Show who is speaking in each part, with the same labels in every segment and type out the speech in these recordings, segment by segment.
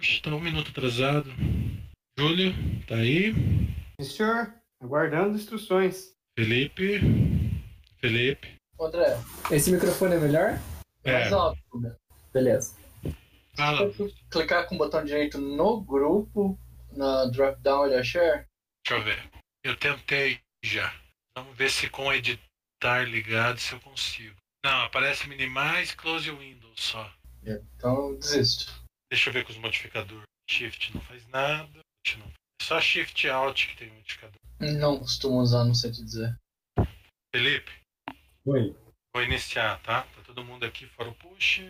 Speaker 1: Está um minuto atrasado. Júlio, tá aí?
Speaker 2: Sim, senhor. Aguardando instruções.
Speaker 1: Felipe? Felipe?
Speaker 3: André, esse microfone é melhor?
Speaker 1: É, Ah.
Speaker 3: Mais alto. né? Beleza.
Speaker 1: fala. Deixa
Speaker 3: Clicar com o botão direito no grupo, na drop down da share.
Speaker 1: eu ver. Eu tentei já. Vamos ver se com o editar ligado se eu consigo. Não, aparece minimais, close window só.
Speaker 3: Então eu desisto.
Speaker 1: Deixa eu ver com os modificadores. Shift não faz nada. Shift não- Só Shift Alt que tem modificador.
Speaker 3: Não costumo usar, não sei te dizer.
Speaker 1: Felipe,
Speaker 4: Oi.
Speaker 1: vou iniciar, tá? Tá todo mundo aqui fora o push.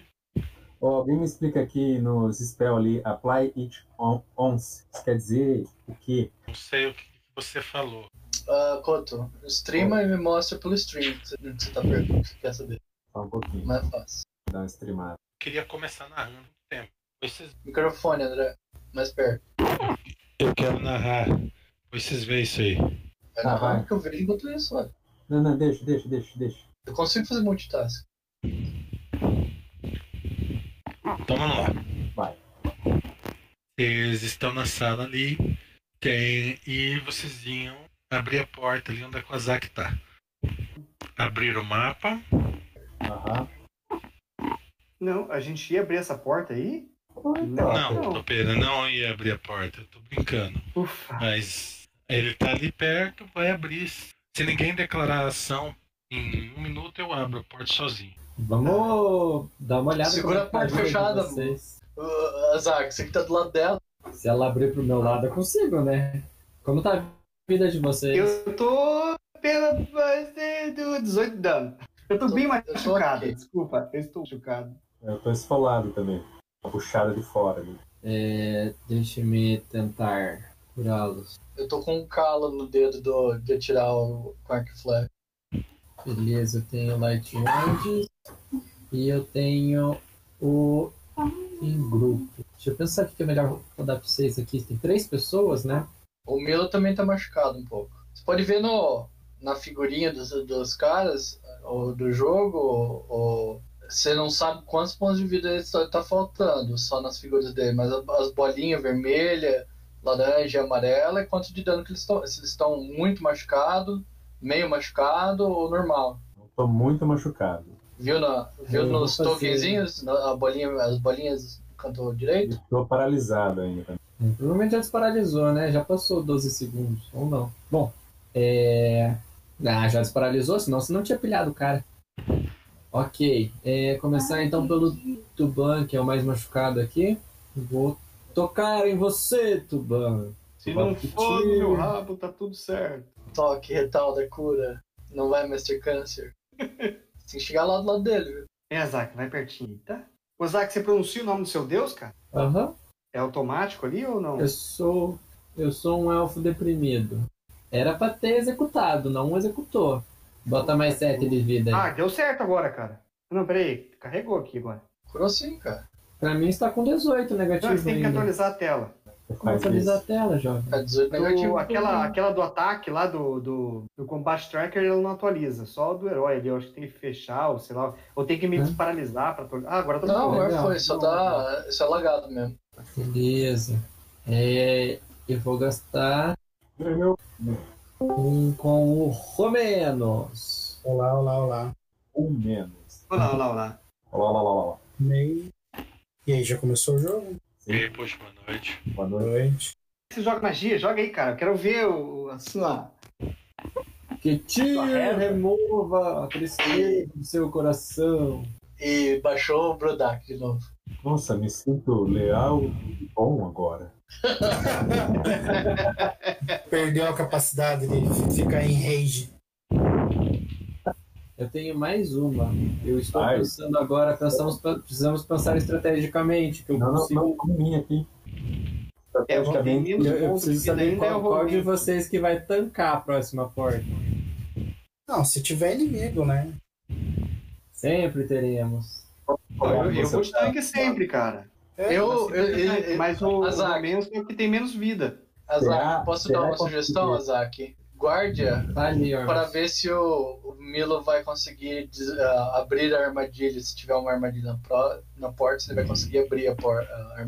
Speaker 4: Ó, alguém me explica aqui nos spell ali, apply it on once. Isso quer dizer o quê?
Speaker 1: Não sei o que que você falou.
Speaker 3: Ah, Coto, streama e me mostra pelo stream que você que você tá perguntando, que você quer saber.
Speaker 4: Fala um pouquinho,
Speaker 3: Mais fácil.
Speaker 4: dá uma streamada.
Speaker 1: Queria começar narrando um tempo. Depois vocês
Speaker 3: Microfone, André. Mais perto.
Speaker 1: Eu quero narrar. Depois vocês veem isso aí.
Speaker 3: É
Speaker 4: Ah,
Speaker 3: na
Speaker 4: vai.
Speaker 3: hora que eu vejo enquanto isso, olha.
Speaker 4: Não, não, deixa, deixa, deixa, deixa.
Speaker 3: Eu consigo fazer multitask.
Speaker 1: Então vamos lá.
Speaker 4: Vai.
Speaker 1: Vocês estão na sala ali. Tem. E vocês iam abrir a porta ali onde a Kozak tá. Abrir o mapa.
Speaker 4: Aham.
Speaker 2: Não, a gente ia abrir essa porta aí? Não.
Speaker 4: Tá.
Speaker 1: Não, Topeira, não ia abrir a porta. Eu tô brincando.
Speaker 2: Ufa.
Speaker 1: Mas ele tá ali perto, vai abrir. Se ninguém declarar ação em um minuto, eu abro a porta sozinho.
Speaker 5: Vamos dar uma olhada.
Speaker 3: Segura
Speaker 5: como é que
Speaker 3: a porta
Speaker 5: tá vida de
Speaker 3: fechada,
Speaker 5: vocês.
Speaker 3: Uh, Zack, você que tá do lado dela.
Speaker 5: Se ela abrir pro meu lado, eu consigo, né? Como tá a vida de vocês?
Speaker 2: Eu tô pela do 18 dano. Eu tô bem
Speaker 3: Eu tô aqui.
Speaker 2: machucado. Desculpa, eu estou machucado.
Speaker 4: É, Eu tô esfolado também. Uma puxada de fora né? ali.
Speaker 5: É, Deixe-me tentar curá-los.
Speaker 3: Eu tô com um calo no dedo do, de atirar o com arco e flecha.
Speaker 5: Beleza, eu tenho Light Wand e eu tenho o em grupo. Deixa eu pensar o que que é melhor rodar pra vocês aqui. Tem três pessoas, né?
Speaker 3: O Milo também tá machucado um pouco. Você pode ver no, na figurinha dos, dos caras, ou do jogo, ou, ou- você não sabe quantos pontos de vida ele tá, tá faltando, só nas figuras dele, mas a- as bolinhas vermelha, laranja e amarela é quanto de dano que eles estão. Se eles estão muito machucado, meio machucado ou normal.
Speaker 4: Eu tô muito machucado.
Speaker 3: Viu, na, viu
Speaker 5: Eu vou
Speaker 3: nos
Speaker 5: fazer-
Speaker 3: tokenzinhos, na- a bolinha, as bolinhas do canto direito?
Speaker 4: E tô paralisado ainda.
Speaker 5: Hum, Provavelmente já desparalisou, né? Já passou 12 segundos, ou não. Bom, é... Ah, já desparalisou, senão você não tinha pilhado o cara. Ok, é, começar então pelo Tuban, que é o mais machucado aqui. Vou tocar em você, Tuban.
Speaker 2: Se
Speaker 5: Vai
Speaker 2: não
Speaker 5: pro
Speaker 2: for no
Speaker 5: tiro.
Speaker 2: meu rabo, tá tudo certo.
Speaker 3: toque retal da cura, não vai mais ter câncer. Tem que chegar lá do lado dele. viu?
Speaker 2: É, Zac, vai pertinho, tá? Ô, Zac, você pronuncia o nome do seu deus, cara?
Speaker 5: Aham,
Speaker 2: É automático ali ou não?
Speaker 5: eu sou eu sou um elfo deprimido. Era pra ter executado, não executou. Bota mais 7 de vida aí.
Speaker 2: Ah, deu certo agora, cara. Não, peraí, carregou aqui agora.
Speaker 3: Curou sim, cara.
Speaker 5: Pra mim está com 18
Speaker 2: Não, você
Speaker 5: negativo
Speaker 2: tem que
Speaker 5: ainda.
Speaker 2: atualizar a tela.
Speaker 4: Você
Speaker 5: Vai
Speaker 4: faz
Speaker 5: atualizar a
Speaker 4: isso.
Speaker 5: tela, jovem.
Speaker 3: Tá 18 negativo.
Speaker 2: Do, aquela, aquela do ataque lá do, do, do Combat Tracker, ela não atualiza. Só do herói ali, eu acho que tem que fechar, ou sei lá. Ou tem que me
Speaker 5: Hã?
Speaker 2: desparalisar pra atualizar. Ah, agora tá
Speaker 3: Não, é.
Speaker 2: tudo
Speaker 3: agora
Speaker 5: Legal.
Speaker 3: foi, só tá. Isso é lagado mesmo.
Speaker 5: Beleza. É, eu vou gastar
Speaker 4: Meu-
Speaker 5: um com o Romenos.
Speaker 6: Olá, olá, olá.
Speaker 4: Um menos.
Speaker 2: Olha lá, olha lá, olha lá.
Speaker 4: Olá, olá, olá, olá.
Speaker 6: Nem. E aí, já começou o jogo?
Speaker 1: E aí, poxa, boa noite.
Speaker 4: Boa
Speaker 6: Boa
Speaker 4: noite.
Speaker 6: noite.
Speaker 2: Você joga é magia? Joga aí, cara. Eu quero ver o, assim, a sua.
Speaker 5: Que te
Speaker 2: Correto.
Speaker 5: remova a tristeza do seu coração.
Speaker 3: E baixou o Brodak de novo.
Speaker 4: Nossa, me sinto leal e bom agora.
Speaker 6: Perdeu a capacidade de ficar em rage.
Speaker 5: Eu tenho mais uma. Eu estou
Speaker 4: Ai.
Speaker 5: pensando agora, pensamos, precisamos pensar estrategicamente. Que eu,
Speaker 4: Não, não,
Speaker 5: consigo-
Speaker 4: não, com mim aqui.
Speaker 2: É, eu vou ter
Speaker 4: Praticamente,
Speaker 2: menos
Speaker 5: eu, eu
Speaker 2: pontos de
Speaker 5: preciso
Speaker 2: vida
Speaker 5: saber
Speaker 2: ainda, é
Speaker 5: qual,
Speaker 2: eu vou
Speaker 5: qual de
Speaker 2: ver.
Speaker 5: vocês que vai tancar a próxima porta.
Speaker 6: Não, se tiver inimigo, né?
Speaker 5: Sempre teremos.
Speaker 2: Eu, eu vou de
Speaker 4: Você tá-
Speaker 2: tanque sempre, cara.
Speaker 6: É,
Speaker 3: Eu, eu, eu, eu-
Speaker 2: Mas o,
Speaker 3: Azar.
Speaker 2: o menos é o que tem menos vida.
Speaker 3: Azak,
Speaker 4: Será-
Speaker 3: posso
Speaker 4: será
Speaker 3: dar uma
Speaker 4: que eu
Speaker 3: sugestão,
Speaker 4: consigo?
Speaker 3: Azak? Guardia
Speaker 5: Tá ali, ó.
Speaker 3: para ver se o, o Milo vai conseguir des- ah, abrir a armadilha. Se tiver uma armadilha na, pro- na porta, se ele vai conseguir abrir a porta. ah,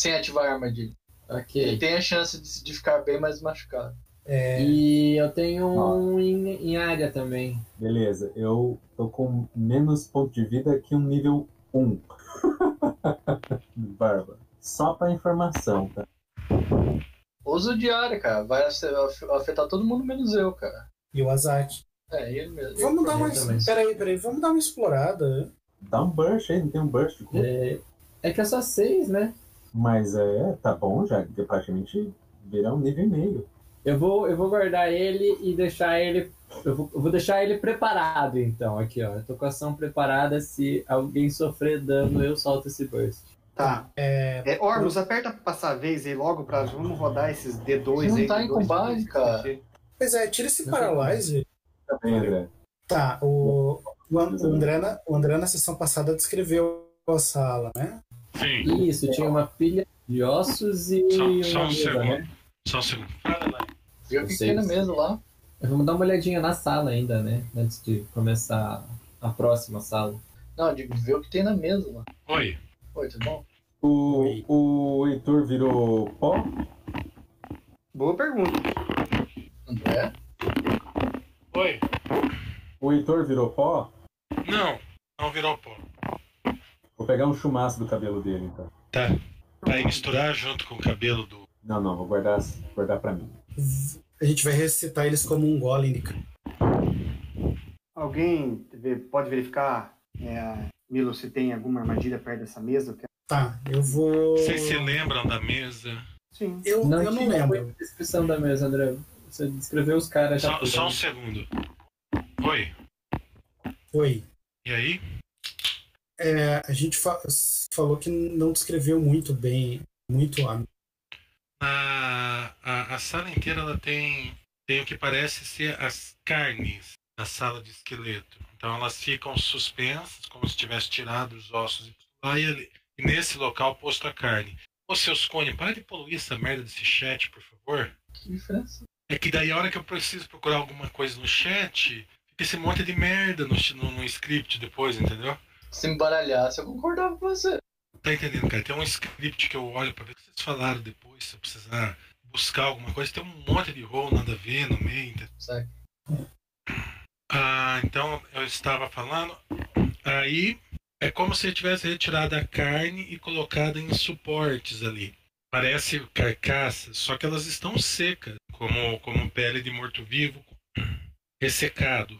Speaker 3: sem ativar a armadilha. Ele
Speaker 5: Ok.
Speaker 3: tem a chance de, de ficar bem mais machucado.
Speaker 6: É,
Speaker 5: E eu tenho um em, em área também.
Speaker 4: Beleza, eu tô com menos ponto de vida que um nível 1. Barba. Só pra informação, tá?
Speaker 3: Usa o diário, cara. Vai af- af- afetar todo mundo menos eu, cara.
Speaker 6: e o Azat.
Speaker 3: É, ele mesmo.
Speaker 6: Vamos dar uma.
Speaker 5: também.
Speaker 6: Peraí, peraí, vamos dar uma explorada.
Speaker 4: Dá um burst aí, não tem um burst. Cu.
Speaker 5: É, é que é só seis, né?
Speaker 4: Mas é, tá bom já, que praticamente virar um nível e meio.
Speaker 5: Eu vou, eu vou guardar ele e deixar ele. Eu vou, eu vou deixar ele preparado, então. Aqui, ó. Eu tô com a ação preparada. Se alguém sofrer dano, eu solto esse burst.
Speaker 2: Tá.
Speaker 6: É,
Speaker 2: É, Ormus, aperta pra passar a vez aí logo pra. Vamos rodar esses D2
Speaker 3: Não
Speaker 2: aí.
Speaker 3: tá
Speaker 2: D2,
Speaker 3: em combate, cara.
Speaker 6: pois é, tira esse Paralyze.
Speaker 4: Tá bem, André?
Speaker 6: Tá, o, o, An- o André, na, o André na sessão passada descreveu a sala, né?
Speaker 1: Sim,
Speaker 5: Isso, tinha uma pilha de ossos e
Speaker 1: só,
Speaker 5: uma
Speaker 1: só um
Speaker 5: mesa, né?
Speaker 1: segundo. Só um segundo. Fala lá.
Speaker 3: Viu o que
Speaker 5: Seis.
Speaker 3: tem na mesa lá?
Speaker 5: Vamos dar uma olhadinha na sala ainda, né? Antes de começar a próxima sala.
Speaker 3: Não, eu digo, vê o que tem na mesa lá.
Speaker 1: Oi.
Speaker 3: Oi, tudo bom?
Speaker 4: O, o Heitor virou pó?
Speaker 2: Boa pergunta.
Speaker 3: André?
Speaker 1: Oi.
Speaker 4: O Heitor virou pó?
Speaker 1: Não, não virou pó.
Speaker 4: Vou pegar um chumaço do cabelo dele, então.
Speaker 1: Tá. Vai misturar junto com o cabelo do.
Speaker 4: Não, não, vou guardar, guardar pra mim.
Speaker 6: A gente vai recitar eles como um golem.
Speaker 2: Alguém vê- pode verificar, é, Milo, se tem alguma armadilha perto dessa mesa? Que-
Speaker 6: Tá, eu vou.
Speaker 1: Vocês se lembram da mesa?
Speaker 2: Sim.
Speaker 6: Eu não, eu não
Speaker 5: tinha
Speaker 6: lembro.
Speaker 5: muita descrição da mesa, André. Você descreveu os caras já.
Speaker 1: Só, só um segundo. Oi.
Speaker 6: Foi.
Speaker 1: E aí?
Speaker 6: É, a gente fa- falou que não descreveu muito bem, muito a
Speaker 1: A, a, a sala inteira ela tem, tem o que parece ser as carnes da sala de esqueleto. Então elas ficam suspensas, como se tivesse tirado os ossos e lá e, ali- e nesse local posto a carne. Ô seus cones, para de poluir essa merda desse chat, por favor.
Speaker 3: Que diferença?
Speaker 1: É que daí a hora que eu preciso procurar alguma coisa no chat, fica esse monte de merda no, no, no script depois, entendeu?
Speaker 3: Se me baralhasse, eu concordava com você.
Speaker 1: Tá entendendo, cara? Tem um script que eu olho pra ver o que vocês falaram depois, se eu precisar buscar alguma coisa. Tem um monte de rol nada a ver no meio. entendeu?
Speaker 3: Sabe?
Speaker 1: Ah, então eu estava falando. Aí é como se ele tivesse retirado a carne e colocado em suportes ali. Parece carcaça, só que elas estão secas, como, como pele de morto-vivo ressecado,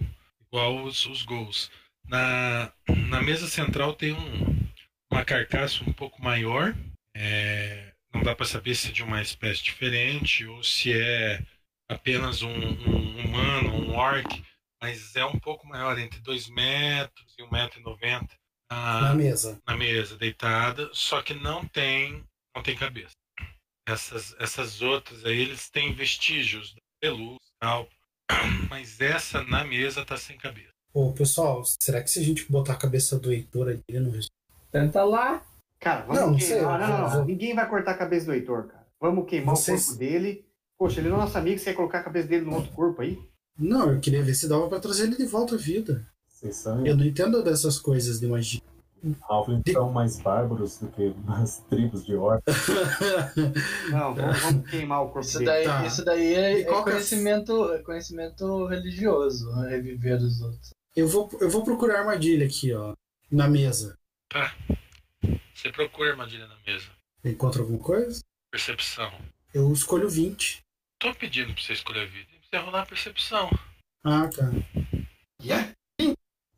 Speaker 1: igual os, os gols. Na, na mesa central tem um, uma carcaça um pouco maior. é, não dá para saber se é de uma espécie diferente ou se é apenas um, um humano, um orc, mas é um pouco maior, entre 2 metros e 1,90 metro e noventa,
Speaker 6: na
Speaker 1: ah,
Speaker 6: mesa.
Speaker 1: na mesa, deitada, só que não tem, não tem cabeça. Essas, essas outras aí, eles têm vestígios, né? pelúcia e tal, mas essa na mesa tá sem cabeça.
Speaker 6: Ô, pessoal, será que se a gente botar a cabeça do Heitor ali, ele não resolve?
Speaker 5: Tenta lá.
Speaker 2: Cara, vamos
Speaker 6: Não, não sei,
Speaker 2: queimar. Não, não, não,
Speaker 6: vou-
Speaker 2: Ninguém vai cortar a cabeça do Heitor, cara. Vamos queimar
Speaker 6: Vocês-
Speaker 2: o corpo dele. Poxa, ele é nosso amigo, você ia colocar a cabeça dele no outro corpo aí?
Speaker 6: Não, eu queria ver se dava pra trazer ele de volta à vida.
Speaker 4: Vocês são,
Speaker 6: Eu não entendo dessas coisas de magia.
Speaker 4: Alvin, são mais bárbaros do que as tribos de orc.
Speaker 2: Não, vamos, vamos queimar o corpo
Speaker 3: Isso
Speaker 2: dele.
Speaker 3: daí,
Speaker 6: Tá.
Speaker 3: isso daí é,
Speaker 6: E qual
Speaker 3: é
Speaker 6: que é-
Speaker 3: conhecimento, é conhecimento religioso, né? reviver dos outros.
Speaker 6: Eu vou, eu vou procurar a armadilha aqui, ó, na mesa.
Speaker 1: Você procura armadilha na mesa.
Speaker 6: Eu encontro alguma coisa?
Speaker 1: Percepção.
Speaker 6: Eu escolho 20.
Speaker 1: Tô pedindo pra você escolher a vida. Você rolar a percepção.
Speaker 6: Ah, tá.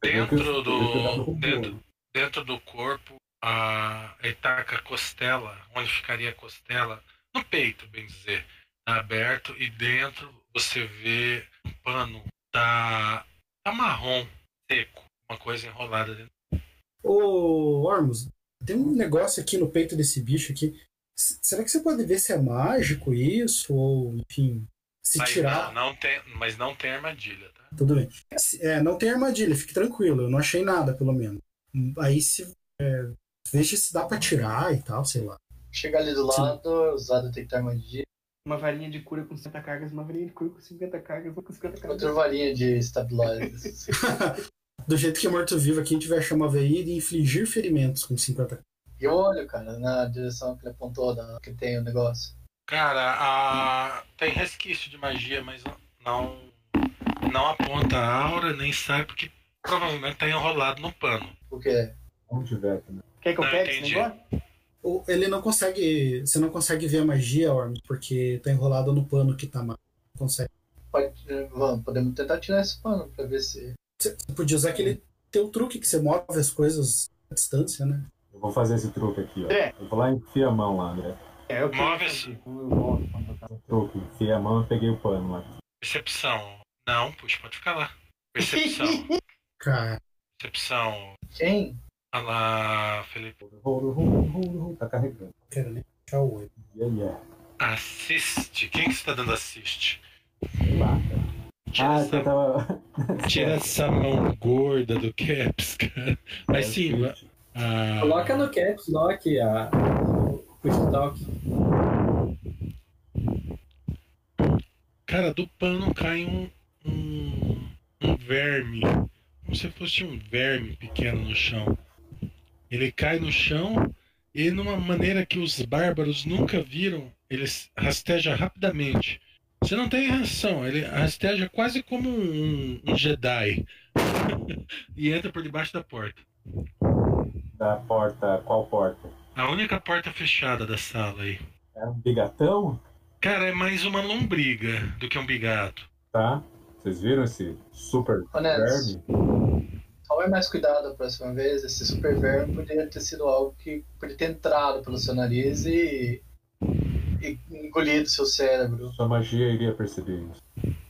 Speaker 1: Dentro do. Dentro, dentro do corpo, a etaca costela, onde ficaria a costela, no peito, bem dizer, tá aberto e dentro você vê um pano tá, tá marrom, seco, uma coisa enrolada dentro.
Speaker 6: Ô, Ormus, tem um negócio aqui no peito desse bicho aqui. S- será que você pode ver se é mágico isso? Ou, enfim, se
Speaker 1: mas,
Speaker 6: tirar.
Speaker 1: não, não tem, mas não tem armadilha, tá?
Speaker 6: Tudo bem. Se- É, não tem armadilha, fique tranquilo. Eu não achei nada, pelo menos. Aí se. é, veja se dá pra tirar e tal, sei lá.
Speaker 3: Chegar ali do
Speaker 6: Sim.
Speaker 3: lado, usar detectar armadilha,
Speaker 2: Uma varinha de cura com 50 cargas, uma varinha de cura com 50 cargas, uma com 50 cargas.
Speaker 3: outra varinha de assim. estabilidade.
Speaker 6: Do jeito que é morto-vivo aqui, a gente vai chamar a VI de infligir ferimentos com 50.
Speaker 3: de olho, cara, na direção que ele apontou da, que tem o negócio.
Speaker 1: Cara, a- tem resquício de magia, mas não não aponta a aura, nem sai, porque provavelmente tá enrolado no pano.
Speaker 3: O quê?
Speaker 4: Não tiver aqui, né?
Speaker 2: Quer que eu
Speaker 1: Ah,
Speaker 2: pegue esse
Speaker 1: entendi.
Speaker 2: negócio?
Speaker 6: O- Ele não consegue. Você não consegue ver a magia, Orm, porque tá enrolado no pano que tá ma- não consegue.
Speaker 3: Pode- vamos, podemos tentar tirar esse pano pra ver se.
Speaker 6: Você você podia usar aquele teu truque que você move as coisas à distância, né?
Speaker 4: Eu vou fazer esse truque aqui, ó.
Speaker 2: André.
Speaker 4: Eu vou lá e enfiei a mão lá, André.
Speaker 2: É, eu quero
Speaker 1: Move
Speaker 2: saber
Speaker 1: esse.
Speaker 2: como eu volto quando eu tava-
Speaker 4: Truque, enfiei a mão e peguei o pano lá.
Speaker 1: Percepção. Não, puxa, pode ficar lá. Percepção.
Speaker 6: Cara,
Speaker 1: Percepção.
Speaker 3: Quem?
Speaker 1: Ah lá, Felipe.
Speaker 4: Rolo, rolo, rolo, rolo. Tá carregando. é.
Speaker 6: quero nem puxar o olho.
Speaker 4: Yeah, yeah.
Speaker 1: Assiste. Quem que você tá dando assiste?
Speaker 4: Sei lá, cara.
Speaker 1: Tira,
Speaker 4: ah, você
Speaker 1: essa,
Speaker 4: tava.
Speaker 1: tira essa mão gorda do Caps, cara. Mas sim, ah, a-
Speaker 5: Coloca no caps lock a, o push talk.
Speaker 1: Cara, do pano cai um, um, um verme. Como se fosse um verme pequeno no chão. Ele cai no chão e, numa maneira que os bárbaros nunca viram, ele s- rasteja rapidamente. Você não tem reação, ele rasteja quase como um, um Jedi. e entra por debaixo da porta.
Speaker 4: Da porta. Qual porta?
Speaker 1: A única porta fechada da sala aí.
Speaker 4: É um bigatão?
Speaker 1: Cara, é mais uma lombriga do que um bigato.
Speaker 4: Tá? Vocês viram esse super
Speaker 3: Ô, Neto,
Speaker 4: verme?
Speaker 3: tome mais cuidado a próxima vez. Esse super verme poderia ter sido algo que poderia ter entrado pelo seu nariz e, e engolido seu cérebro.
Speaker 4: Sua magia iria perceber isso.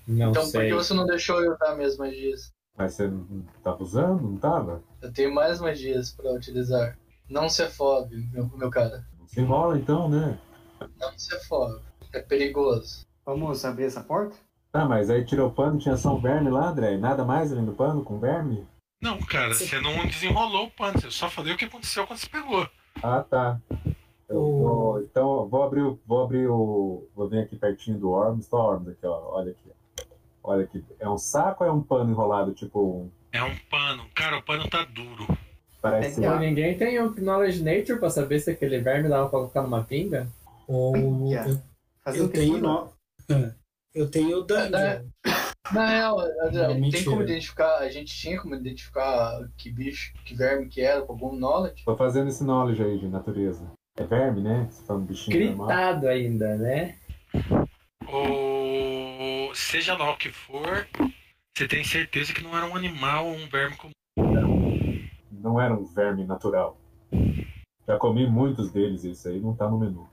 Speaker 5: Não
Speaker 3: Então por
Speaker 5: sei.
Speaker 3: que você não deixou eu usar minhas magias?
Speaker 4: Mas você não tava usando, não tava?
Speaker 3: Eu tenho mais magias pra utilizar. Não se afobe, meu, meu cara.
Speaker 4: Não se enrola então, né?
Speaker 3: Não se afobe. É perigoso.
Speaker 2: Vamos abrir essa porta?
Speaker 4: Tá, mas aí tirou o pano, tinha só um verme lá, André? Nada mais além do pano com verme?
Speaker 1: Não, cara,
Speaker 6: Sim.
Speaker 1: você não desenrolou o pano, eu só falei o que aconteceu quando você pegou.
Speaker 4: Ah, tá. Eu
Speaker 6: O-
Speaker 4: vou, então, ó, vou abrir, o- vou abrir o. Vou vir aqui pertinho do Ormus. Tá, Ormus, aqui, ó. Olha aqui. Olha aqui. É um saco ou é um pano enrolado? Tipo, um-
Speaker 1: É um pano. Cara, o pano tá duro.
Speaker 4: parece.
Speaker 2: Tem
Speaker 5: Pô, ninguém tem um Knowledge Nature pra saber se aquele verme dava pra colocar numa pinga?
Speaker 6: Ou
Speaker 2: Yeah.
Speaker 6: eu,
Speaker 2: Fazendo
Speaker 6: eu tenho.
Speaker 2: tempo,
Speaker 6: No... Eu tenho o dungeon.
Speaker 3: Na real, André,
Speaker 6: Não,
Speaker 3: tem
Speaker 6: mentira.
Speaker 3: como identificar. A gente tinha como identificar que bicho, que verme que era, com algum knowledge.
Speaker 4: Tô fazendo esse knowledge aí de natureza. É verme, né? Você fala um bichinho normal.
Speaker 5: Gritado ainda, né?
Speaker 1: Ou seja lá o que for, você tem certeza que não era um animal ou um verme comum.
Speaker 4: Não era um verme natural. Já comi muitos deles, isso aí não tá no menu.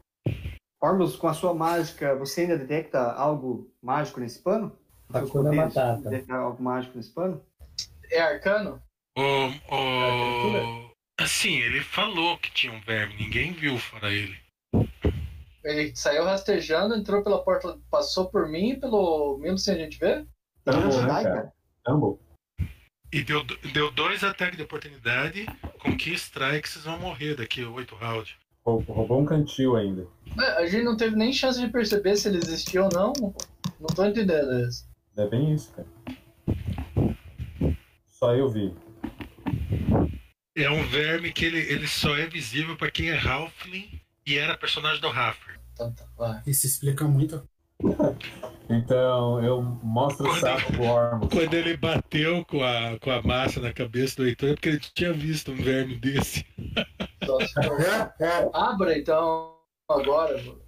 Speaker 2: Ormus, com a sua mágica, você ainda detecta algo mágico nesse pano?
Speaker 5: Tacou na
Speaker 2: Seus poderes,
Speaker 5: batata.
Speaker 2: Detecta algo mágico nesse pano?
Speaker 3: É arcano?
Speaker 1: Ou,
Speaker 3: Era
Speaker 1: ou... Assim, ele falou que tinha um verme, ninguém viu fora ele.
Speaker 3: Ele saiu rastejando, entrou pela porta, passou por mim, pelo mesmo sem a gente ver.
Speaker 2: Ele é um
Speaker 4: Tumble, né,
Speaker 2: Jedi,
Speaker 4: cara?
Speaker 2: cara.
Speaker 4: Tumble.
Speaker 1: E deu, deu dois ataques de oportunidade, com que strike vocês vão morrer daqui a oito rounds.
Speaker 4: Rou- Roubou um cantil ainda.
Speaker 3: Mas É, A gente não teve nem chance de perceber se ele existia ou não. Não tô entendendo isso.
Speaker 4: É bem isso, cara. Só eu vi.
Speaker 1: É um verme que ele, ele só é visível pra quem é Halfling e era personagem do Raffer.
Speaker 3: Então tá, vai.
Speaker 6: Isso explica muito.
Speaker 4: Então, eu mostro o
Speaker 1: Quando-
Speaker 4: saco pro Ormus.
Speaker 1: Quando ele bateu com a, com a massa na cabeça do Heitor, é porque ele tinha visto um verme desse.
Speaker 3: Só Então, se for- Abra então agora. mano.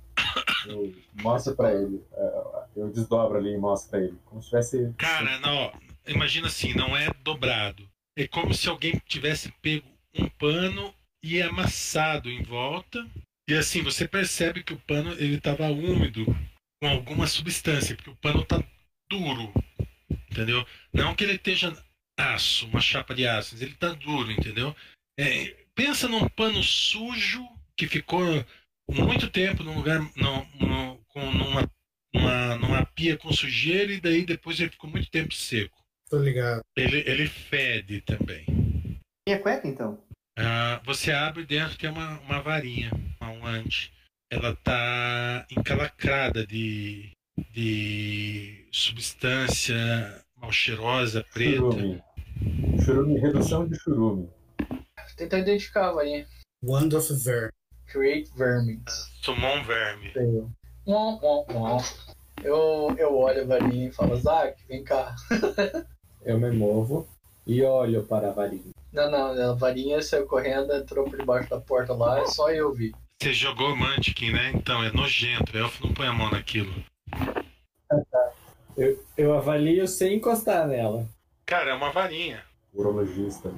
Speaker 4: Eu mostro pra ele. é, Eu desdobro ali e mostro pra ele. Como se tivesse.
Speaker 1: Cara, não, imagina assim, não é dobrado. É como se alguém tivesse pego um pano e amassado em volta. E assim, você percebe que o pano ele tava úmido com alguma substância, porque o pano tá duro. Entendeu? Não que ele esteja aço, uma chapa de aço, mas ele tá duro, entendeu? É, pensa num pano sujo que ficou muito tempo num lugar num- num- com, numa numa, numa pia com sujeira e daí depois ele ficou muito tempo seco.
Speaker 6: Tô ligado.
Speaker 1: Ele, ele fede também.
Speaker 2: E a cueca, então?
Speaker 1: Ah, você abre dentro tem uma, uma varinha, uma unante. Ela tá encalacrada de, de substância mal cheirosa, preta.
Speaker 4: Churume. Churume, redução de churume.
Speaker 3: Tentar identificar, vai.
Speaker 6: Wand of Ver.
Speaker 3: Create Vermins.
Speaker 1: Summon um verme.
Speaker 3: Tenho. Uau, uau, uau. Eu, eu olho a varinha e falo, Zack, vem cá.
Speaker 5: Eu me movo e olho para a varinha.
Speaker 3: Não, não, a varinha saiu correndo, entrou por debaixo da porta lá, só eu vi.
Speaker 1: Você jogou Mantiquin, né? Então, é nojento. Elfo não põe a mão naquilo.
Speaker 5: Eu avalio sem encostar nela.
Speaker 1: Cara, é uma varinha.
Speaker 4: Urologista.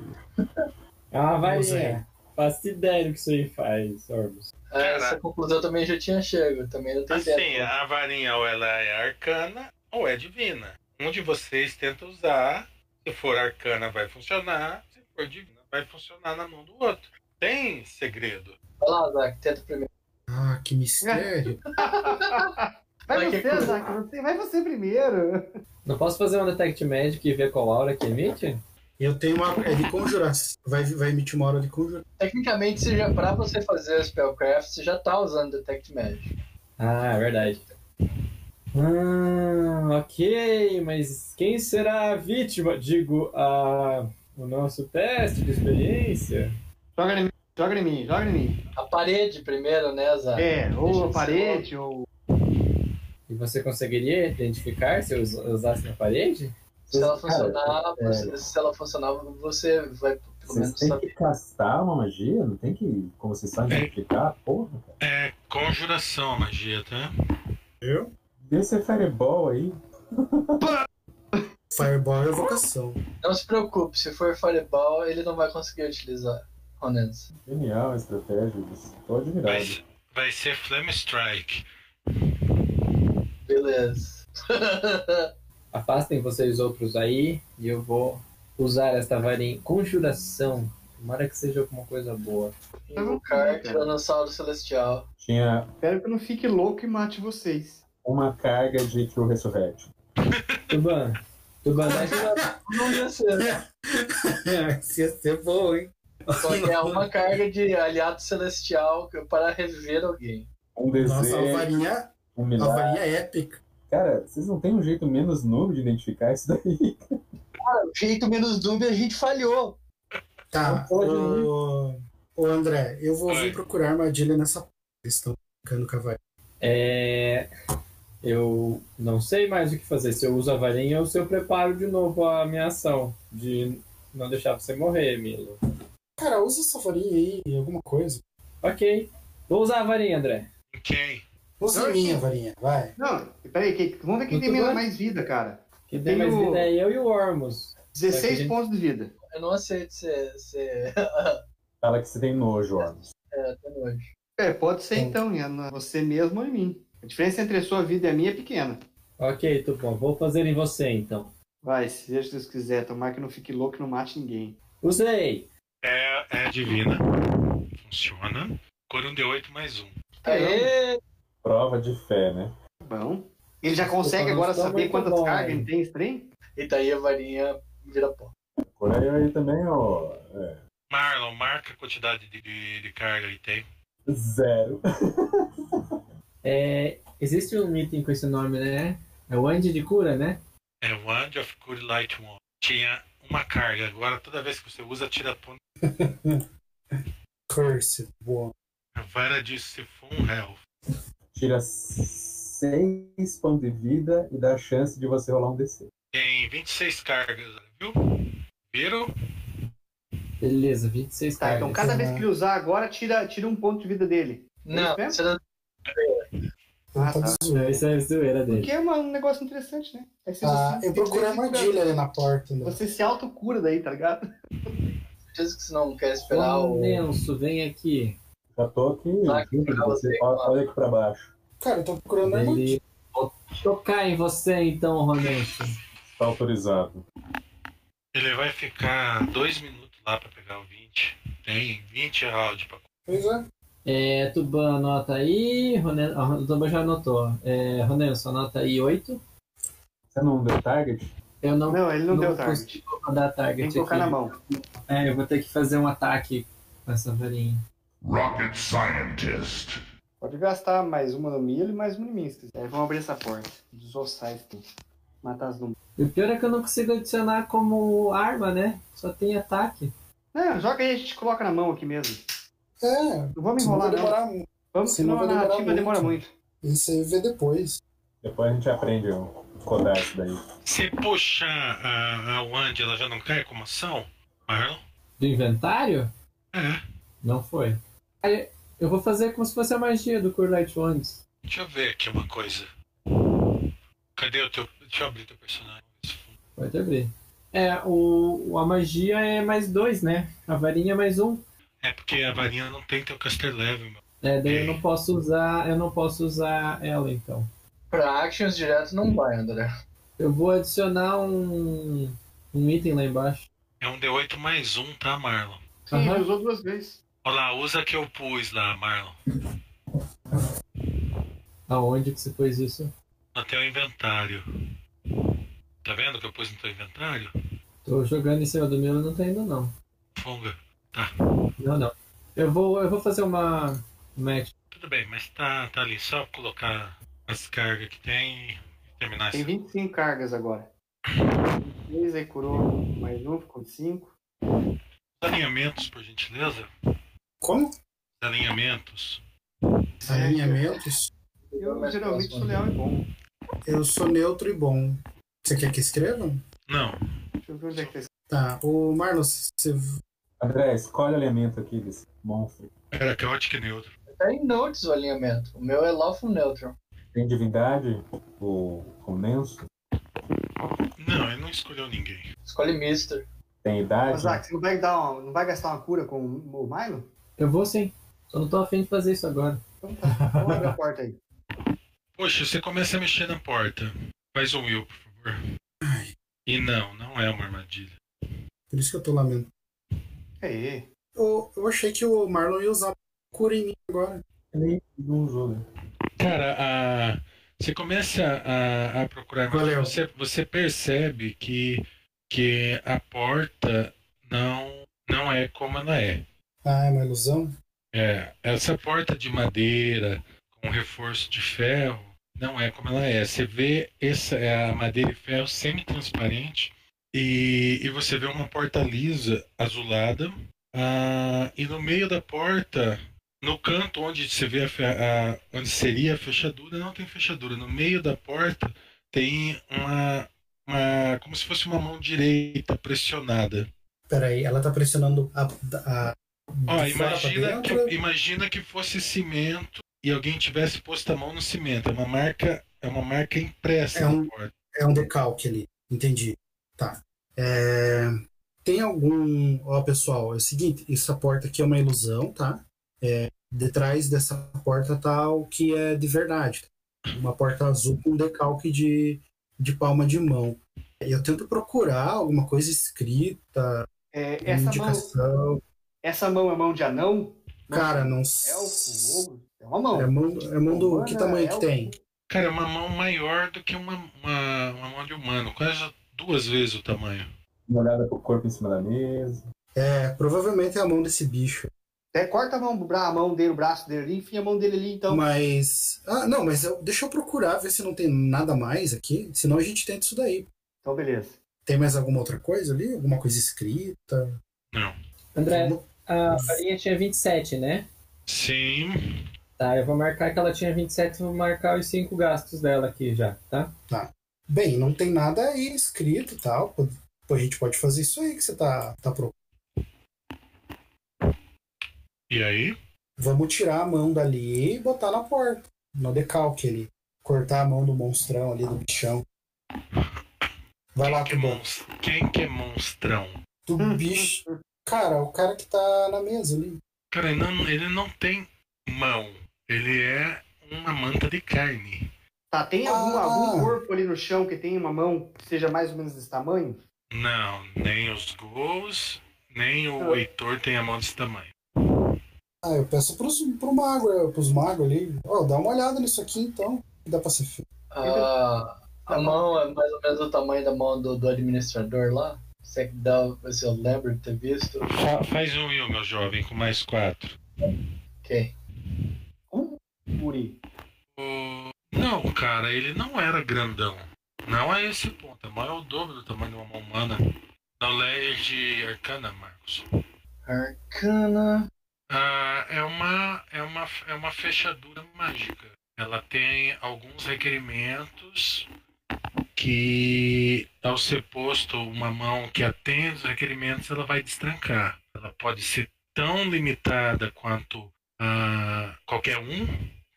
Speaker 5: É uma
Speaker 6: Zé.
Speaker 5: varinha. Faço ideia do que isso aí faz, Ormus.
Speaker 3: É,
Speaker 1: Caraca.
Speaker 3: Essa conclusão eu também já tinha chego, também não tenho
Speaker 1: Assim,
Speaker 3: ideia.
Speaker 1: a varinha ou ela é arcana ou é divina. Um de vocês tenta usar. Se for arcana, vai funcionar. Se for divina, vai funcionar na mão do outro. Tem segredo.
Speaker 3: Vai lá, Zack, tenta primeiro.
Speaker 6: Ah, que mistério.
Speaker 2: Vai
Speaker 3: Vai que
Speaker 2: você,
Speaker 3: coisa.
Speaker 2: Zac, você- vai você primeiro.
Speaker 5: Não posso fazer um Detect Magic e ver qual aura que emite?
Speaker 6: Eu tenho uma. É de conjurar. Vai, vai emitir uma hora de conjurar.
Speaker 3: Tecnicamente, você já, pra você fazer a Spellcraft, você já tá usando Detect Magic.
Speaker 5: Ah, é verdade. Ah, ok, mas quem será a vítima? Digo, a... o nosso teste de experiência?
Speaker 2: Joga em mim, joga em mim, joga em mim.
Speaker 3: A parede primeiro, né,
Speaker 5: Tá.
Speaker 3: Zack?
Speaker 2: É, ou
Speaker 3: Deixa
Speaker 2: a
Speaker 3: de
Speaker 2: parede, ou.
Speaker 5: E você conseguiria identificar se eu us- usasse na parede?
Speaker 3: Se ela
Speaker 5: Cara,
Speaker 3: funcionar,
Speaker 5: é.
Speaker 3: você- se ela funcionar, você vai pelo
Speaker 4: Vocês
Speaker 3: menos
Speaker 4: têm
Speaker 3: saber.
Speaker 4: que castar uma magia? Não tem que. Como vocês sabem identificar? Porra, cara.
Speaker 1: É conjuração a magia, tá?
Speaker 6: Eu?
Speaker 4: Vê esse fireball aí.
Speaker 6: Fireball é vocação.
Speaker 3: Não se preocupe, se for Fireball, ele não vai conseguir utilizar. Ronens.
Speaker 4: Genial a estratégia. Estou
Speaker 1: Vai,
Speaker 4: admirado.
Speaker 1: vai ser Flame Strike.
Speaker 3: Beleza.
Speaker 5: Afastem vocês outros aí e eu vou usar esta varinha. Conjuração. Tomara que seja alguma coisa boa.
Speaker 3: Invocar Tiranossauro Um Celestial.
Speaker 4: Tinha
Speaker 2: Espero que eu não fique louco e mate vocês.
Speaker 4: uma carga de True Resurrect.
Speaker 5: Tuban, Tuban, vai
Speaker 3: Não ia ser.
Speaker 6: Isso ia ser bom, hein?
Speaker 3: Só que é uma carga de aliado celestial para reviver alguém.
Speaker 4: Um
Speaker 6: Nossa, a
Speaker 4: desejo,
Speaker 6: varinha,
Speaker 4: um
Speaker 6: a
Speaker 4: milagre.
Speaker 6: varinha é épica.
Speaker 4: Cara, vocês não têm um jeito menos noob de identificar isso daí?
Speaker 3: O jeito menos dúvida, a gente falhou.
Speaker 6: Tá.
Speaker 4: Não pode ir.
Speaker 6: Ô, ô, André, eu vou
Speaker 1: Oi.
Speaker 6: vir procurar armadilha nessa p. Eles estão brincando com a varinha.
Speaker 5: É, eu não sei mais o que fazer, se eu uso a varinha ou se eu preparo de novo a minha ação de não deixar você morrer, Milo.
Speaker 6: Cara, usa essa varinha aí em alguma coisa.
Speaker 5: Ok, vou usar a varinha, André.
Speaker 1: Em Quem?
Speaker 6: Usa a minha varinha, vai.
Speaker 2: Não, peraí, que- vamos ver quem tem
Speaker 5: Muito
Speaker 2: menos-
Speaker 5: bem.
Speaker 2: mais vida, cara.
Speaker 5: Que
Speaker 2: Tem
Speaker 5: tem mais
Speaker 2: o-
Speaker 5: vida é eu e o Ormus. Só que a
Speaker 2: 16
Speaker 5: gente-
Speaker 2: pontos de vida.
Speaker 3: Eu não aceito ser. ser...
Speaker 4: Fala que você tem nojo, Ormus.
Speaker 3: é, até noite.
Speaker 2: É, pode ser então, né? na- você mesmo ou em mim. A diferença entre a sua vida e a minha é pequena.
Speaker 5: Ok, Tupão, vou fazer em você então.
Speaker 2: Vai, se Jesus quiser, tomar que eu não fique louco e não mate ninguém.
Speaker 5: Usei!
Speaker 1: É, é divina. Funciona. Cor um D8 mais um.
Speaker 3: Aê!
Speaker 4: Prova de fé, né?
Speaker 2: Tá Bom. Ele já consegue
Speaker 5: Então,
Speaker 2: agora
Speaker 5: tá
Speaker 2: saber
Speaker 5: muito
Speaker 2: quantas
Speaker 5: bom,
Speaker 2: cargas
Speaker 5: hein?
Speaker 2: ele tem esse trem?
Speaker 3: E daí a varinha vira pó.
Speaker 4: Por aí, aí também, ó. é,
Speaker 1: Marlon, marca a quantidade de, de, de carga que tem.
Speaker 4: zero.
Speaker 5: É, existe um item com esse nome, né? É o Andy de cura, né?
Speaker 1: É Wand of Good Light One. Tinha uma carga. Agora, toda vez que você usa, tira ponto.
Speaker 6: Curse. Boa.
Speaker 1: A vara de Sifon Health.
Speaker 4: Tira seis pontos de vida e dá a chance de você rolar um DC.
Speaker 1: Tem 26 cargas, viu? Viram?
Speaker 5: Beleza, 26
Speaker 6: É,
Speaker 2: Tá, então
Speaker 5: cargas.
Speaker 2: cada vez que ele usar agora, tira, tira um ponto de vida dele.
Speaker 3: Não,
Speaker 2: Isso
Speaker 3: você não
Speaker 2: Ah,
Speaker 6: Tá
Speaker 2: tá.
Speaker 6: zoando.
Speaker 5: Isso é a zoeira dele.
Speaker 2: Que é uma- um negócio interessante, né? Aí você,
Speaker 6: Ah,
Speaker 2: você-
Speaker 6: eu procurei a
Speaker 2: você-
Speaker 6: armadilha ali na porta. né?
Speaker 2: Você se autocura daí, tá ligado?
Speaker 3: diz que você não quer esperar
Speaker 5: Ô,
Speaker 3: o.
Speaker 5: Nelson, vem aqui.
Speaker 4: Já tô aqui
Speaker 3: Vai,
Speaker 4: junto de
Speaker 3: Tá pra
Speaker 4: você.
Speaker 3: você,
Speaker 4: Olha,
Speaker 3: claro.
Speaker 4: olha aqui pra baixo.
Speaker 6: Cara, eu tô procurando a armadilha.
Speaker 5: Ele... Vou tocar em você então, Ronenso.
Speaker 4: Tá autorizado.
Speaker 1: Ele vai ficar dois minutos lá pra pegar o 20. Tem 20 rounds pra.
Speaker 6: Pois é.
Speaker 5: É, Tuban anota aí. Ronen... ah, O Tuban já anotou. É, Ronenso, anota aí 8.
Speaker 4: Você não deu target?
Speaker 5: Eu não,
Speaker 2: Não, ele não, deu target.
Speaker 5: consigo mandar target.
Speaker 2: Tem que colocar
Speaker 5: aqui.
Speaker 2: na mão.
Speaker 5: É, eu vou ter que fazer um ataque com essa varinha.
Speaker 7: Rocket scientist.
Speaker 2: Pode gastar mais uma no milho e mais uma em mim, se quiser. Vamos abrir essa porta. Desossar esse trem. Matar as lumbres.
Speaker 5: E o pior é que eu não consigo adicionar como arma, né? Só tem ataque.
Speaker 2: Não, joga aí, a gente coloca na mão aqui mesmo.
Speaker 6: É,
Speaker 2: Não vamos
Speaker 6: se não
Speaker 2: enrolar,
Speaker 6: vai
Speaker 2: não.
Speaker 6: demorar muito.
Speaker 2: Vamos,
Speaker 6: se não
Speaker 2: senão a
Speaker 6: vai demorar
Speaker 2: narrativa
Speaker 6: muito.
Speaker 2: demora muito.
Speaker 6: Isso aí vê depois.
Speaker 4: Depois a gente aprende a codar isso daí.
Speaker 1: Se puxar a, a Wand, ela já não cai como ação? Marlon?
Speaker 5: Do inventário?
Speaker 1: É.
Speaker 5: Não foi. Aí, eu vou fazer como se fosse a magia do Curlight Wands.
Speaker 1: Deixa eu ver aqui uma coisa. Cadê o teu. Deixa eu abrir teu personagem.
Speaker 5: Pode abrir. É, o, o- a magia é mais dois, né? A varinha é mais um.
Speaker 1: É porque a varinha não tem teu caster level, meu.
Speaker 5: É, daí eu
Speaker 1: É.
Speaker 5: não posso usar. Eu não posso usar ela então.
Speaker 3: Pra actions direto não vai, André.
Speaker 5: Eu vou adicionar um, um item lá embaixo.
Speaker 1: É um D8 mais um, tá, Marlon?
Speaker 2: Sim,
Speaker 5: Aham.
Speaker 2: ele usou duas vezes.
Speaker 1: Olha lá, usa que eu pus lá, Marlon.
Speaker 5: Aonde que você pôs isso?
Speaker 1: No teu inventário. Tá vendo que eu pus no teu inventário?
Speaker 5: Tô jogando em cima do meu, não tá indo não.
Speaker 1: Funga.
Speaker 5: Não, não. Eu vou, eu vou fazer uma, uma action.
Speaker 1: Tudo bem, mas tá, tá ali. Só colocar as cargas que tem e terminar
Speaker 2: Tem
Speaker 1: isso.
Speaker 2: 25 cargas agora. 3 aí curou mais um, ficou 5.
Speaker 1: Alinhamentos, por gentileza.
Speaker 6: Como?
Speaker 1: Alinhamentos.
Speaker 6: Alinhamentos.
Speaker 2: Eu geralmente sou leal e bom.
Speaker 6: Eu sou neutro e bom. Você quer que escreva?
Speaker 1: Não.
Speaker 2: Deixa eu ver onde é que tá esse.
Speaker 6: Tá. O Marlon, você
Speaker 4: André, escolhe o elemento aqui desse monstro.
Speaker 1: Era caótico e neutro.
Speaker 3: Tá em notes o alinhamento. O meu é Lawful Neutral.
Speaker 4: Tem divindade? O, o Nenso?
Speaker 1: Não, ele não escolheu ninguém.
Speaker 3: Escolhe Mister.
Speaker 4: Tem idade?
Speaker 2: Mas, É, Zack, você não vai, dar uma- não vai gastar uma cura com o Milo?
Speaker 5: Eu vou sim. Só não tô afim de fazer isso agora.
Speaker 2: Então tá, vamos abrir a porta aí.
Speaker 1: Poxa, você começa a mexer na porta. Faz um will, por favor. E não, não é uma armadilha.
Speaker 6: Por isso que eu tô lamentando.
Speaker 2: Aí.
Speaker 6: Eu, eu achei que o Marlon ia usar cura em mim agora.
Speaker 4: Ele não usou, né?
Speaker 1: Cara, a- você começa a, a procurar, mas
Speaker 6: Valeu.
Speaker 1: você, você percebe que, que a porta não, não é como ela é.
Speaker 6: Ah, é uma ilusão?
Speaker 1: É, Essa porta de madeira com reforço de ferro não é como ela é. Você vê essa, é a madeira e ferro semi-transparente e, e você vê uma porta lisa, azulada, ah, e no meio da porta, no canto onde você vê a, fe- a- onde seria a fechadura, não tem fechadura. No meio da porta tem uma, uma como se fosse uma mão direita pressionada.
Speaker 6: Peraí, ela tá pressionando a. a
Speaker 1: Ó,
Speaker 6: de fora pra
Speaker 1: imagina que,
Speaker 6: dentro?
Speaker 1: imagina que fosse cimento e alguém tivesse posto a mão no cimento. É uma marca, é uma marca impressa
Speaker 6: É um-
Speaker 1: na porta.
Speaker 6: É um decalque ali. Entendi. Tá. É, Tem algum. Ó, pessoal, é o seguinte: essa porta aqui é uma ilusão, tá? É, Detrás dessa porta tá o que é de verdade. tá? Uma porta azul com um decalque de, de palma de mão. Eu tento procurar alguma coisa escrita,
Speaker 2: É, essa, mão,
Speaker 6: indicação.
Speaker 2: essa mão é mão de anão?
Speaker 6: Cara, não
Speaker 2: Elfo,
Speaker 6: sei.
Speaker 2: ogro? É uma mão.
Speaker 6: É mão, é mão do. Que
Speaker 2: Humana,
Speaker 6: tamanho que
Speaker 2: elfo.
Speaker 6: tem?
Speaker 1: Cara, é uma mão maior do que uma, uma, uma mão de humano, quase duas vezes o tamanho.
Speaker 4: Uma olhada pro corpo em cima da mesa.
Speaker 6: É, provavelmente é a mão desse bicho.
Speaker 2: É, corta a mão, bra- a mão dele, o braço dele ali, enfia a mão dele ali, então.
Speaker 6: Mas. Ah, não, mas eu- deixa eu procurar ver se não tem nada mais aqui. Senão a gente tenta isso daí.
Speaker 2: Então, beleza.
Speaker 6: Tem mais alguma outra coisa ali? Alguma coisa escrita?
Speaker 5: André,
Speaker 6: Alguma-
Speaker 5: a varinha tinha 27, né?
Speaker 1: Sim,
Speaker 5: Tá, eu vou marcar que ela tinha 27 vou marcar os 5 gastos dela aqui já, tá?
Speaker 6: Bem, não tem nada aí escrito e tal. Pô, pô, a gente pode fazer isso aí que você tá, tá procurando.
Speaker 1: e aí?
Speaker 6: Vamos tirar a mão dali e botar na porta. No decalque ali. Cortar a mão do monstrão ali, do bichão. Vai lá,
Speaker 1: Quem que, é
Speaker 6: Tubão.
Speaker 1: mons- quem que é monstrão?
Speaker 6: Do bicho. Cara, o cara que tá na mesa ali.
Speaker 1: Cara, ele não, ele não tem mão. Ele é uma manta de carne.
Speaker 2: Tá, tem algum,
Speaker 6: Ah.
Speaker 2: algum corpo ali no chão que tem uma mão que seja mais ou menos desse tamanho?
Speaker 1: Não, nem os gols, nem
Speaker 6: Tá.
Speaker 1: o Heitor tem a mão desse tamanho.
Speaker 6: Ah, eu peço pros, pro mago, eh, pros magos ali. Ó, dá uma olhada nisso aqui então. que Dá pra ser feito.
Speaker 3: Ah, a mão é mais ou menos o tamanho da mão do, do administrador lá. Se é que dá, se eu lembro de ter visto.
Speaker 1: Fa- faz um will, meu jovem, com mais quatro.
Speaker 3: Ok.
Speaker 2: Guri.
Speaker 1: O- Não, cara, ele não era grandão. Não é esse ponto. É maior o dobro do tamanho de uma mão É humana. Knowledge Arcana, Marcos.
Speaker 3: Arcana.
Speaker 1: Ah, é, uma, é, uma, é uma fechadura mágica. Ela tem alguns requerimentos que, ao ser posto uma mão que atende os requerimentos, ela vai destrancar. Ela pode ser tão limitada quanto ah, qualquer um,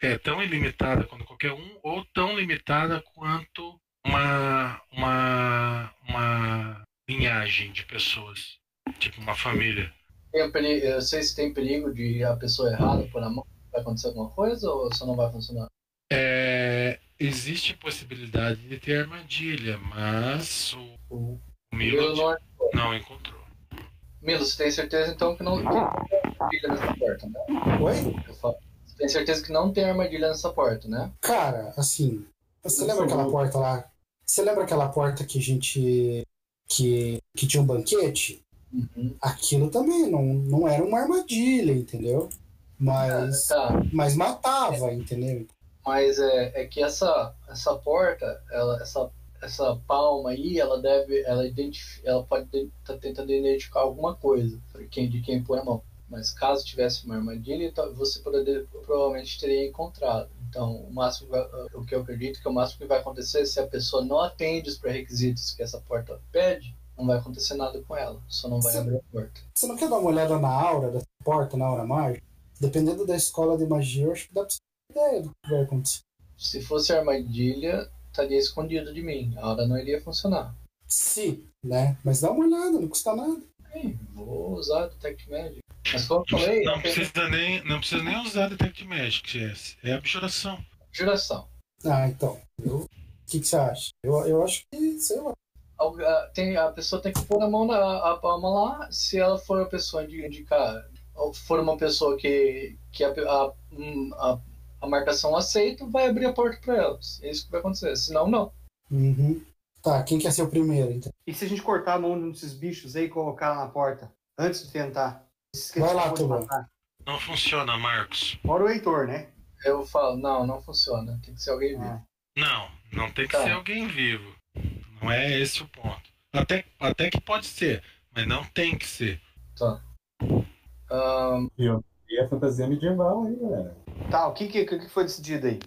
Speaker 1: é tão ilimitada quanto qualquer um, ou tão limitada quanto uma, uma, uma linhagem de pessoas, tipo uma família.
Speaker 3: Tem o peri- eh, Vocês têm perigo de a pessoa errada pôr a mão? Vai acontecer alguma coisa ou só não vai funcionar?
Speaker 1: É, existe possibilidade de ter armadilha, mas o,
Speaker 3: O
Speaker 1: o
Speaker 3: Milo,
Speaker 1: Milo
Speaker 3: não...
Speaker 1: não encontrou.
Speaker 3: Milo, você tem certeza então que não tem armadilha nessa porta, né?
Speaker 6: Oi?
Speaker 3: Eu falo. Você tem certeza que não tem armadilha nessa porta, né?
Speaker 6: Cara, assim. Você
Speaker 4: Eu
Speaker 6: lembra
Speaker 4: sou
Speaker 6: aquela
Speaker 4: louco.
Speaker 6: porta lá? Você lembra aquela porta que a gente. que, que tinha um banquete?
Speaker 3: Uhum.
Speaker 6: Aquilo também não, não era uma armadilha, entendeu? Mas,
Speaker 3: Tá.
Speaker 6: mas matava, entendeu?
Speaker 3: Mas é, é que essa, essa porta, ela, essa, essa palma aí, ela deve. Ela, identif ela pode estar tentando identificar alguma coisa pra quem, de quem põe a mão. Mas caso tivesse uma armadilha, então você poderia, provavelmente teria encontrado. Então, o máximo que vai- o que eu acredito é que o máximo que vai acontecer é se a pessoa não atende os pré-requisitos que essa porta pede, não vai acontecer nada com ela. Só não vai
Speaker 6: Sim.
Speaker 3: abrir a porta.
Speaker 6: Você não quer dar uma olhada na aura dessa porta, na aura mágica? Dependendo da escola de magia, eu acho que dá pra você ter ideia do que vai acontecer.
Speaker 3: Se fosse armadilha, estaria escondido de mim. A hora não iria funcionar.
Speaker 6: Sim, né? Mas dá uma olhada, não custa nada.
Speaker 3: Sim, vou usar o Detect Magic. Mas como eu falei,
Speaker 1: Não
Speaker 3: é
Speaker 1: precisa nem, não precisa nem usar Detect Magic, Jess. é abjuração.
Speaker 3: juração.
Speaker 6: Ah, então. eu- O que, que você acha? Eu, eu acho que, sei lá.
Speaker 3: Algu- ah, Tem, a pessoa tem que pôr a mão na a palma lá, se ela for a pessoa de indicar, ou for uma pessoa que, que a, a, hum, a, a marcação aceita, vai abrir a porta para elas. É isso que vai acontecer. Senão, não.
Speaker 6: Uhum. Tá, quem quer ser o primeiro? Então?
Speaker 2: E se a gente cortar a mão de um desses bichos aí e colocar lá na porta? Antes de tentar. Esses que a
Speaker 6: Vai
Speaker 2: gente
Speaker 6: lá,
Speaker 2: pode
Speaker 6: Tubão.
Speaker 2: matar.
Speaker 1: Não funciona, Marcos.
Speaker 2: Fora o Heitor, né?
Speaker 3: Eu falo, não, não funciona. Tem que ser alguém vivo.
Speaker 2: Ah.
Speaker 1: Não, não tem que
Speaker 3: Tá.
Speaker 1: ser alguém vivo. Não é esse o ponto. Até, até que pode ser, mas não tem que ser.
Speaker 3: Ahn,
Speaker 4: E a fantasia medieval aí, né? galera.
Speaker 2: Tá, o que, que, o que foi decidido aí?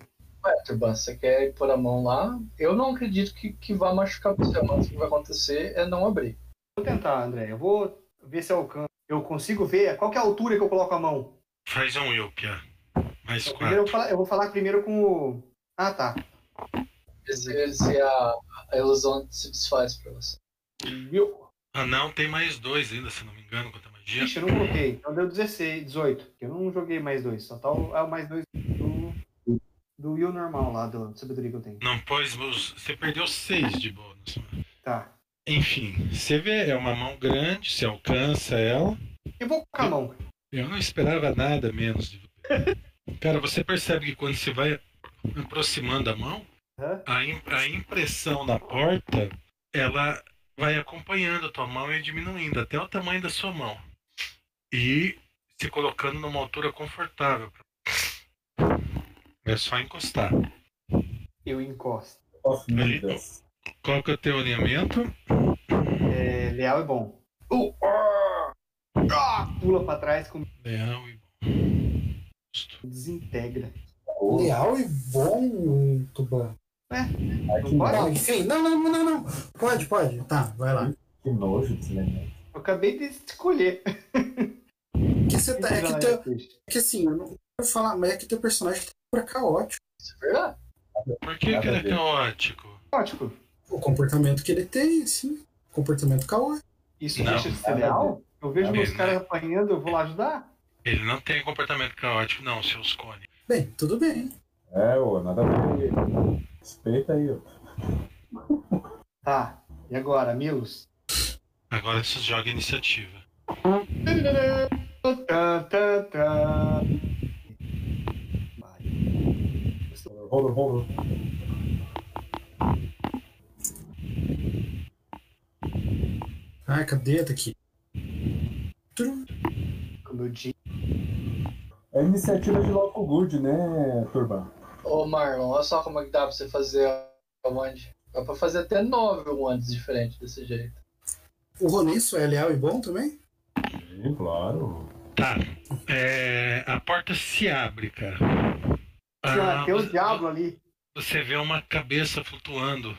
Speaker 3: Ué, Turban, você quer pôr a mão lá? Eu não acredito que, que vá machucar você, mas o que vai acontecer é não abrir.
Speaker 2: Vou tentar, André. Eu vou ver se eu alcanço. Eu consigo ver qual que é a altura que eu coloco a mão.
Speaker 1: Faz um Will, Pia. Mais
Speaker 2: Eu
Speaker 1: quatro.
Speaker 2: primeiro É um eu, vou falar, eu vou falar primeiro com o. Ah, tá.
Speaker 3: Se, se é a, a ilusão se desfaz pra você.
Speaker 2: Meu.
Speaker 1: Ah, não, tem mais dois ainda, se não me engano, quanto a magia.
Speaker 2: Ixi, eu não coloquei. Então deu 16, 18. Eu não joguei mais dois. Só tá o, é o mais dois do. Do Will normal lá, do sabedoria que eu tenho.
Speaker 1: Não pôs. os- Você perdeu seis de bônus.
Speaker 2: Tá.
Speaker 1: Enfim, você vê, é uma mão grande, você alcança ela.
Speaker 2: Eu vou colocar a mão.
Speaker 1: Eu não esperava nada menos de você. Cara, você percebe que quando você vai aproximando a mão,
Speaker 2: Hã?
Speaker 1: a, im- a impressão na porta, ela vai acompanhando a tua mão e diminuindo até o tamanho da sua mão. E se colocando numa altura confortável. É só encostar.
Speaker 2: Eu encosto.
Speaker 4: Of Midas.
Speaker 1: Qual que é o teu alinhamento?
Speaker 2: É, leal é bom. Uh, ah, pula pra trás com
Speaker 1: Leão e
Speaker 2: desintegra.
Speaker 6: Leal e bom, Tuban.
Speaker 2: Não
Speaker 6: Tá,
Speaker 2: pode?
Speaker 6: enfim, não, não, não, não, não. Pode, pode. Tá, vai lá.
Speaker 4: Que nojo desse elemento.
Speaker 2: Eu acabei de escolher.
Speaker 6: Que você tá, é, que teu, é
Speaker 2: Deixa
Speaker 6: que assim, eu não quero falar, mas é que teu personagem tá pra caótico.
Speaker 3: Isso é verdade.
Speaker 1: Por que,
Speaker 4: Nada
Speaker 1: que
Speaker 4: a
Speaker 1: era
Speaker 4: ver.
Speaker 1: caótico?
Speaker 2: Ótimo.
Speaker 6: O comportamento que ele tem, assim. Comportamento caótico.
Speaker 2: Isso
Speaker 1: Não,
Speaker 2: deixa de ser leal? Eu vejo
Speaker 1: Nada a
Speaker 2: meus
Speaker 1: ver,
Speaker 2: caras apanhando, eu vou lá ajudar?
Speaker 1: Ele não tem comportamento caótico, não, seus cones.
Speaker 6: Bem, tudo bem.
Speaker 4: É, ô, nada a ver. Respeita aí, ô.
Speaker 2: Tá. E agora, Milos?
Speaker 1: Agora se joga iniciativa.
Speaker 2: Tã, tã, tã. Vai.
Speaker 4: Rolo, rolo.
Speaker 6: Ai, cadê? Tá aqui. Tru.
Speaker 2: Como eu disse,
Speaker 4: É iniciativa de Loco Good, né, Turban?
Speaker 3: Ô Marlon, olha só como é que dá pra você fazer a wand. Dá pra fazer até nove wands diferentes desse jeito.
Speaker 6: O Ronisso é leal e bom também?
Speaker 4: Sim, claro.
Speaker 1: Tá. É, a porta se abre, cara.
Speaker 2: Tinha
Speaker 1: Ah,
Speaker 2: Tem o
Speaker 1: você-
Speaker 2: diabo ali.
Speaker 1: Você vê uma cabeça flutuando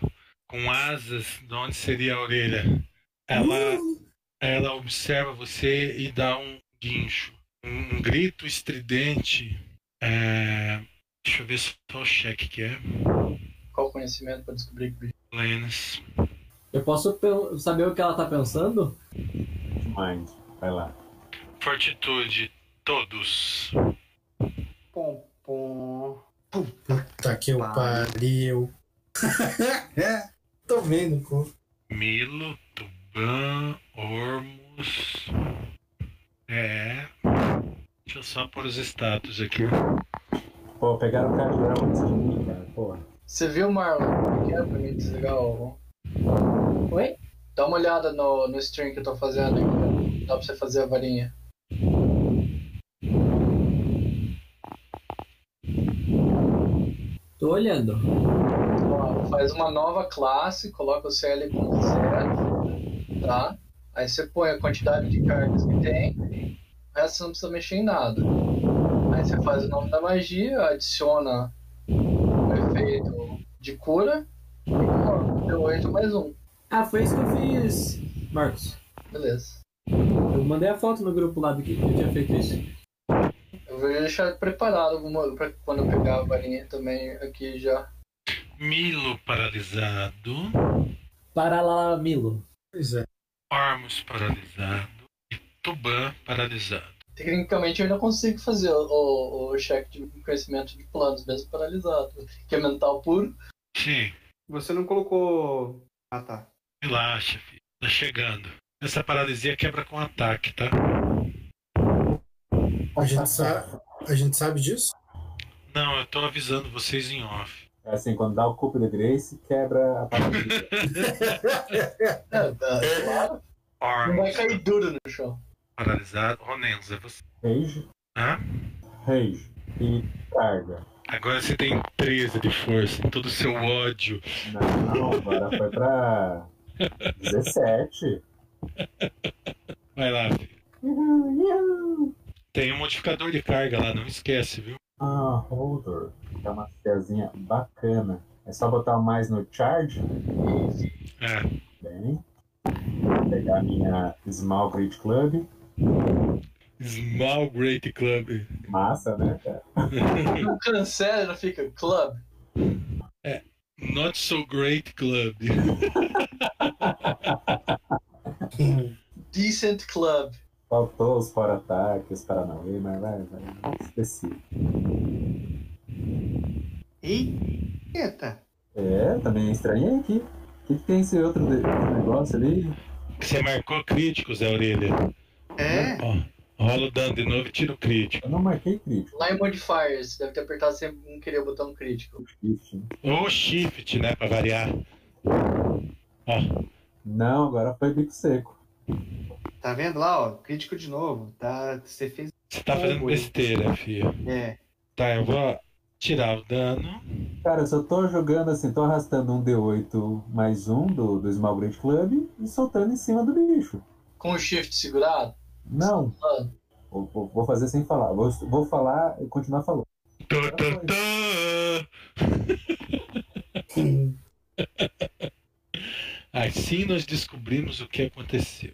Speaker 1: com asas de onde seria a orelha. Ela, ela observa você e dá um guincho. Um, um grito estridente. É, deixa eu ver só o cheque que é.
Speaker 3: Qual conhecimento pra descobrir que bicho?
Speaker 1: Lenas.
Speaker 5: Eu posso pe- saber o que ela tá pensando?
Speaker 4: Mind. Vai lá.
Speaker 1: Fortitude. Todos.
Speaker 2: Pom, pom.
Speaker 6: Puta que Tá eu
Speaker 2: Ah.
Speaker 6: pariu. é, tô vendo, pô.
Speaker 1: Milo, Tuban, Ormus. É. Deixa eu só pôr os status aqui.
Speaker 4: Pô, pegaram o cara de drama antes de mim, cara. Pô. É
Speaker 3: Você viu, Marlon? Como que é pra mim desligar o.
Speaker 5: Oi?
Speaker 3: Dá uma olhada no, no stream que eu tô fazendo aí. Dá pra você fazer a varinha.
Speaker 5: Tô olhando.
Speaker 3: Ó, Faz uma nova classe, coloca o CL como zero, tá? Aí você põe a quantidade de cargas que tem, o resto você não precisa mexer em nada. Aí você faz o nome da magia, adiciona o efeito de cura e coloca deu 8 mais um.
Speaker 5: Ah, foi isso que eu fiz, Marcos.
Speaker 3: Beleza.
Speaker 5: Eu mandei a foto no grupo lá do que que eu tinha feito isso.
Speaker 3: Eu vou deixar preparado alguma pra quando eu pegar a varinha também aqui já.
Speaker 1: Milo paralisado.
Speaker 5: Paralamilo.
Speaker 6: Pois é.
Speaker 1: Ormus paralisado. E Tuban paralisado.
Speaker 3: Tecnicamente eu ainda consigo fazer o, o, o cheque de conhecimento de planos, mesmo paralisado, que é mental puro.
Speaker 1: Sim,
Speaker 2: Você não colocou. Ah, tá.
Speaker 1: relaxa, filho. Tá chegando. Essa paralisia quebra com ataque, tá?
Speaker 6: A gente, sabe, a gente sabe disso?
Speaker 1: Não, eu tô avisando vocês em off.
Speaker 4: É assim, quando dá o cupo de Grace, quebra a paralisia.
Speaker 3: É, é, claro, não vai
Speaker 1: Ormus
Speaker 3: cair duro no chão.
Speaker 1: paralisado. Ronenza, é você.
Speaker 4: Rage.
Speaker 1: Hã?
Speaker 4: Rage. E carga.
Speaker 1: Agora você tem 13 de força. Todo o seu ódio
Speaker 4: Não, agora foi pra 17.
Speaker 1: Vai lá. filho.
Speaker 4: Uhul, uhul.
Speaker 1: Tem um modificador de carga lá, não esquece, viu?
Speaker 4: Ah, holder. Tá uma fiazinha bacana. É só botar mais no charge.
Speaker 1: É.
Speaker 4: Bem. Vou pegar a minha Small Grid Club.
Speaker 1: Small Great Club.
Speaker 4: Massa, né, cara?
Speaker 3: Não cancela, não fica club.
Speaker 1: Not so great club.
Speaker 3: Decent club.
Speaker 4: Faltou os fora-ataques, Paranauê, mas vai, vai. Esqueci.
Speaker 2: Eita.
Speaker 4: É, também estranhei aqui. O que, que tem esse outro de- negócio ali?
Speaker 1: Você marcou crítico, Zé Orelha.
Speaker 2: É.
Speaker 1: Ó, rola o dano de novo e tira o crítico.
Speaker 4: Eu não marquei crítico.
Speaker 3: Lá em modifiers, deve ter apertado sem não querer o botão crítico.
Speaker 4: Ixi, né?
Speaker 1: Ou shift, né, pra variar.
Speaker 4: Não, agora foi bico seco.
Speaker 2: Tá vendo lá, ó? Crítico de novo. Tá, você fez.
Speaker 1: Você tá fazendo besteira, filho.
Speaker 2: É.
Speaker 1: Tá, eu vou tirar o dano.
Speaker 4: Cara, eu só tô jogando assim, tô arrastando um D8 mais um do, do Small Grid Club e soltando em cima do bicho.
Speaker 3: Com o shift segurado,
Speaker 4: Não,
Speaker 3: mano,
Speaker 4: vou, vou- vou fazer sem falar. Vou, vou falar e continuar falando.
Speaker 1: Tã, tã, tã. Assim nós descobrimos o que aconteceu.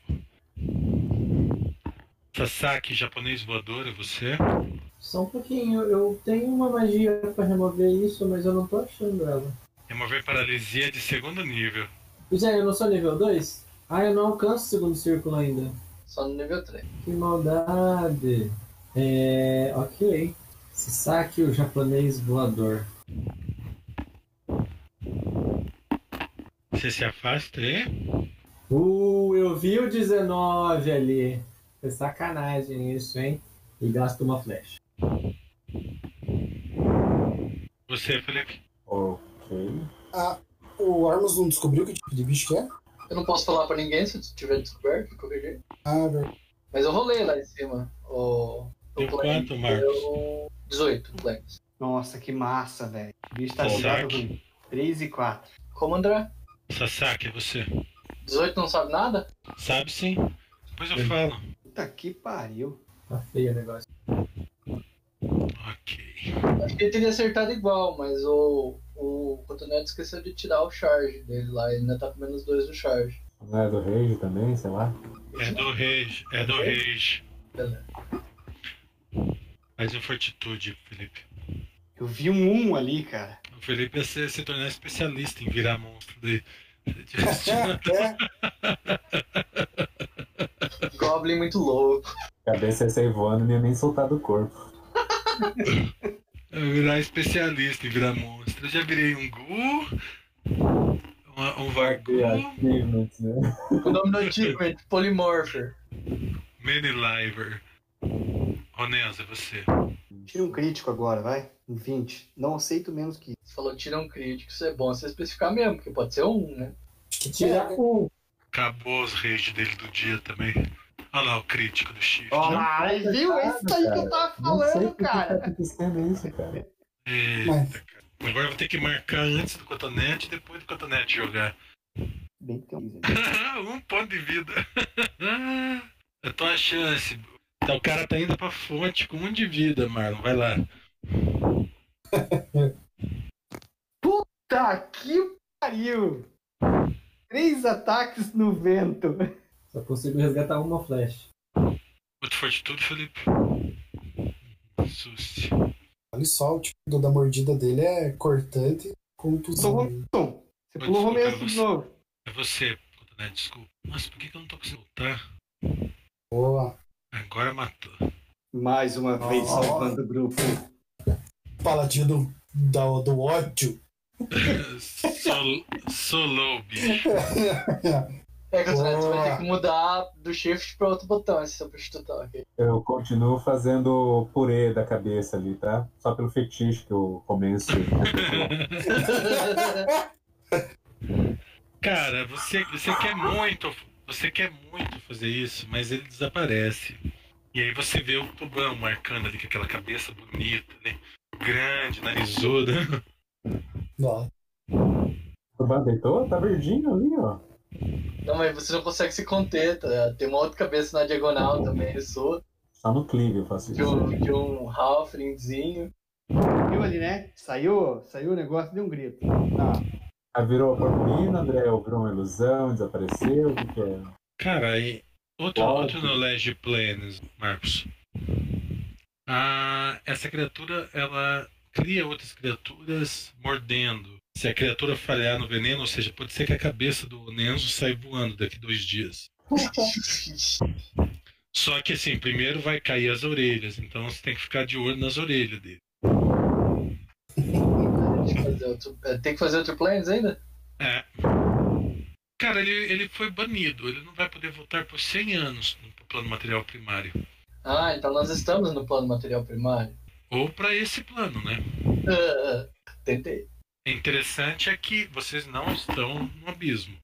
Speaker 1: Sasaki, japonês voador, é você?
Speaker 5: Só um pouquinho, eu tenho uma magia pra remover isso, mas eu não tô achando ela.
Speaker 1: Remover É paralisia de segundo nível.
Speaker 5: E Zé, é, eu não sou nível 2? Ah, eu não alcanço o segundo círculo ainda.
Speaker 3: só no nível 3.
Speaker 5: Que maldade. É. Ok. Sasaki, o japonês voador.
Speaker 1: Você se afasta é? e.
Speaker 5: Uh, eu vi o 19 ali. É sacanagem isso, hein? E gasta uma flecha.
Speaker 1: Você, Felipe.
Speaker 4: Ok.
Speaker 6: Ah, o Armas não descobriu que tipo de bicho que é?
Speaker 3: Eu não posso falar pra ninguém se tiver descoberto, de qualquer jeito.
Speaker 6: Ah, velho.
Speaker 3: Mas eu rolei lá em cima. O, o
Speaker 1: Deu
Speaker 3: Plank
Speaker 1: quanto, Marcos?
Speaker 3: deu 18 Planks.
Speaker 2: Nossa, que massa, velho. O bicho tá
Speaker 1: Bom,
Speaker 2: tirado
Speaker 1: Zac.
Speaker 2: ruim. 3 e 4.
Speaker 3: Como André?
Speaker 1: Sasaki, é você.
Speaker 3: 18 não sabe nada?
Speaker 1: Sabe sim. Depois eu falo.
Speaker 2: Puta que pariu.
Speaker 5: Tá feio o negócio.
Speaker 1: Ok.
Speaker 3: Acho que ele teria acertado igual, mas o, o Cotonete esqueceu de tirar o charge dele lá. Ele ainda tá com menos dois no charge.
Speaker 4: Não é do Rage também, sei lá.
Speaker 1: É do Rage, é do Rage.
Speaker 3: Beleza.
Speaker 1: Mas em fortitude, Felipe.
Speaker 2: Eu vi um 1 um ali, cara.
Speaker 1: O Felipe ia se, se tornar especialista em virar monstro daí.
Speaker 3: Goblin muito louco.
Speaker 4: Cabeça ia sair voando e não ia nem soltar do corpo.
Speaker 1: Eu virar especialista em virar monstro. Eu já virei um Gu, uma- um Vargu,
Speaker 4: E achievement, né?
Speaker 3: O nome do time é Polymorpher.
Speaker 1: Maniliver. Ronenza, é você.
Speaker 2: Tira um crítico agora, vai. Um 20. Não aceito menos que
Speaker 3: Você falou tira um crítico, isso é bom você especificar mesmo, porque pode ser um, né?
Speaker 6: Acho que tira um.
Speaker 1: Acabou os rage dele do dia também. Olha lá o crítico do Shift.
Speaker 2: Olá, viu? É isso aí que eu tava
Speaker 4: Não sei
Speaker 2: falando,
Speaker 4: por que tá
Speaker 2: cara.
Speaker 4: acontecendo isso, cara.
Speaker 1: Eita, cara. É. Agora eu vou ter que marcar antes do cotonete e depois do cotonete jogar.
Speaker 2: Bem que tem um
Speaker 1: um ponto de vida. é tua chance. Então o cara tá indo pra fonte com um de vida, Marlon. Vai lá.
Speaker 2: Tá que pariu! Três ataques no vento.
Speaker 5: Só consigo resgatar uma flash.
Speaker 1: Muito fortitude, Felipe. Suste.
Speaker 6: Olha só, o tipo do- da mordida dele é cortante
Speaker 2: Sou
Speaker 6: contusão.
Speaker 2: Tom, você
Speaker 1: Pode
Speaker 2: pulou o
Speaker 1: escutar
Speaker 2: Romeu de
Speaker 1: você.
Speaker 2: novo.
Speaker 1: É você, cotonete, desculpa. Nossa, por que, que eu não tô conseguindo voltar?
Speaker 6: Boa.
Speaker 1: Agora matou.
Speaker 2: Mais uma
Speaker 6: vez, salvando
Speaker 2: o grupo.
Speaker 6: Paladino do, do ódio.
Speaker 1: Sol- Solou, bicho.
Speaker 3: É, Cotonete, você vai
Speaker 6: Boa.
Speaker 3: ter que mudar do shift pra outro botão esse seu substitutar, ok?
Speaker 4: Eu continuo fazendo purê da cabeça ali, tá? Só pelo fetiche que eu começo.
Speaker 1: Cara, você, você quer muito. Você quer muito fazer isso, mas ele desaparece. E aí você vê o tubão marcando ali com aquela cabeça bonita, né? Grande, narizuda.
Speaker 6: Ó,
Speaker 4: O bandeitou? Tá verdinho ali, ó.
Speaker 3: Não, mas você não consegue se conter, tá? ligado? Tem uma outra cabeça na diagonal também, sua,
Speaker 4: Só no clive eu faço
Speaker 3: de
Speaker 4: isso.
Speaker 3: um, de um halflingzinho.
Speaker 2: Viu ali, né? Saiu, saiu o negócio, deu um grito. Ah,
Speaker 4: Ah, virou purpurina, André, virou uma ilusão, desapareceu, o que que é?
Speaker 1: Cara, aí. Outro,
Speaker 4: Qual?
Speaker 1: outro knowledge planes, Marcos. Ah, essa criatura, ela cria outras criaturas mordendo. Se a criatura falhar no veneno, ou seja, pode ser que a cabeça do Nenzo saia voando daqui dois dias. Só que assim, primeiro vai cair as orelhas, então você tem que ficar de olho nas orelhas dele.
Speaker 3: Deixa eu fazer outro- é, Tem que fazer outro plans ainda?
Speaker 1: É. Cara, ele, ele foi banido, ele não vai poder voltar por 100 anos no plano material primário.
Speaker 3: Ah, então nós estamos no plano material primário.
Speaker 1: Ou pra esse plano, né?
Speaker 3: Ah, Tentei.
Speaker 1: É interessante é que vocês não estão no abismo.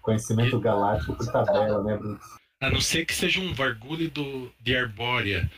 Speaker 4: Conhecimento galáctico por tabela, né, Bruno?
Speaker 1: A não ser que seja um vargulho do, de arbórea.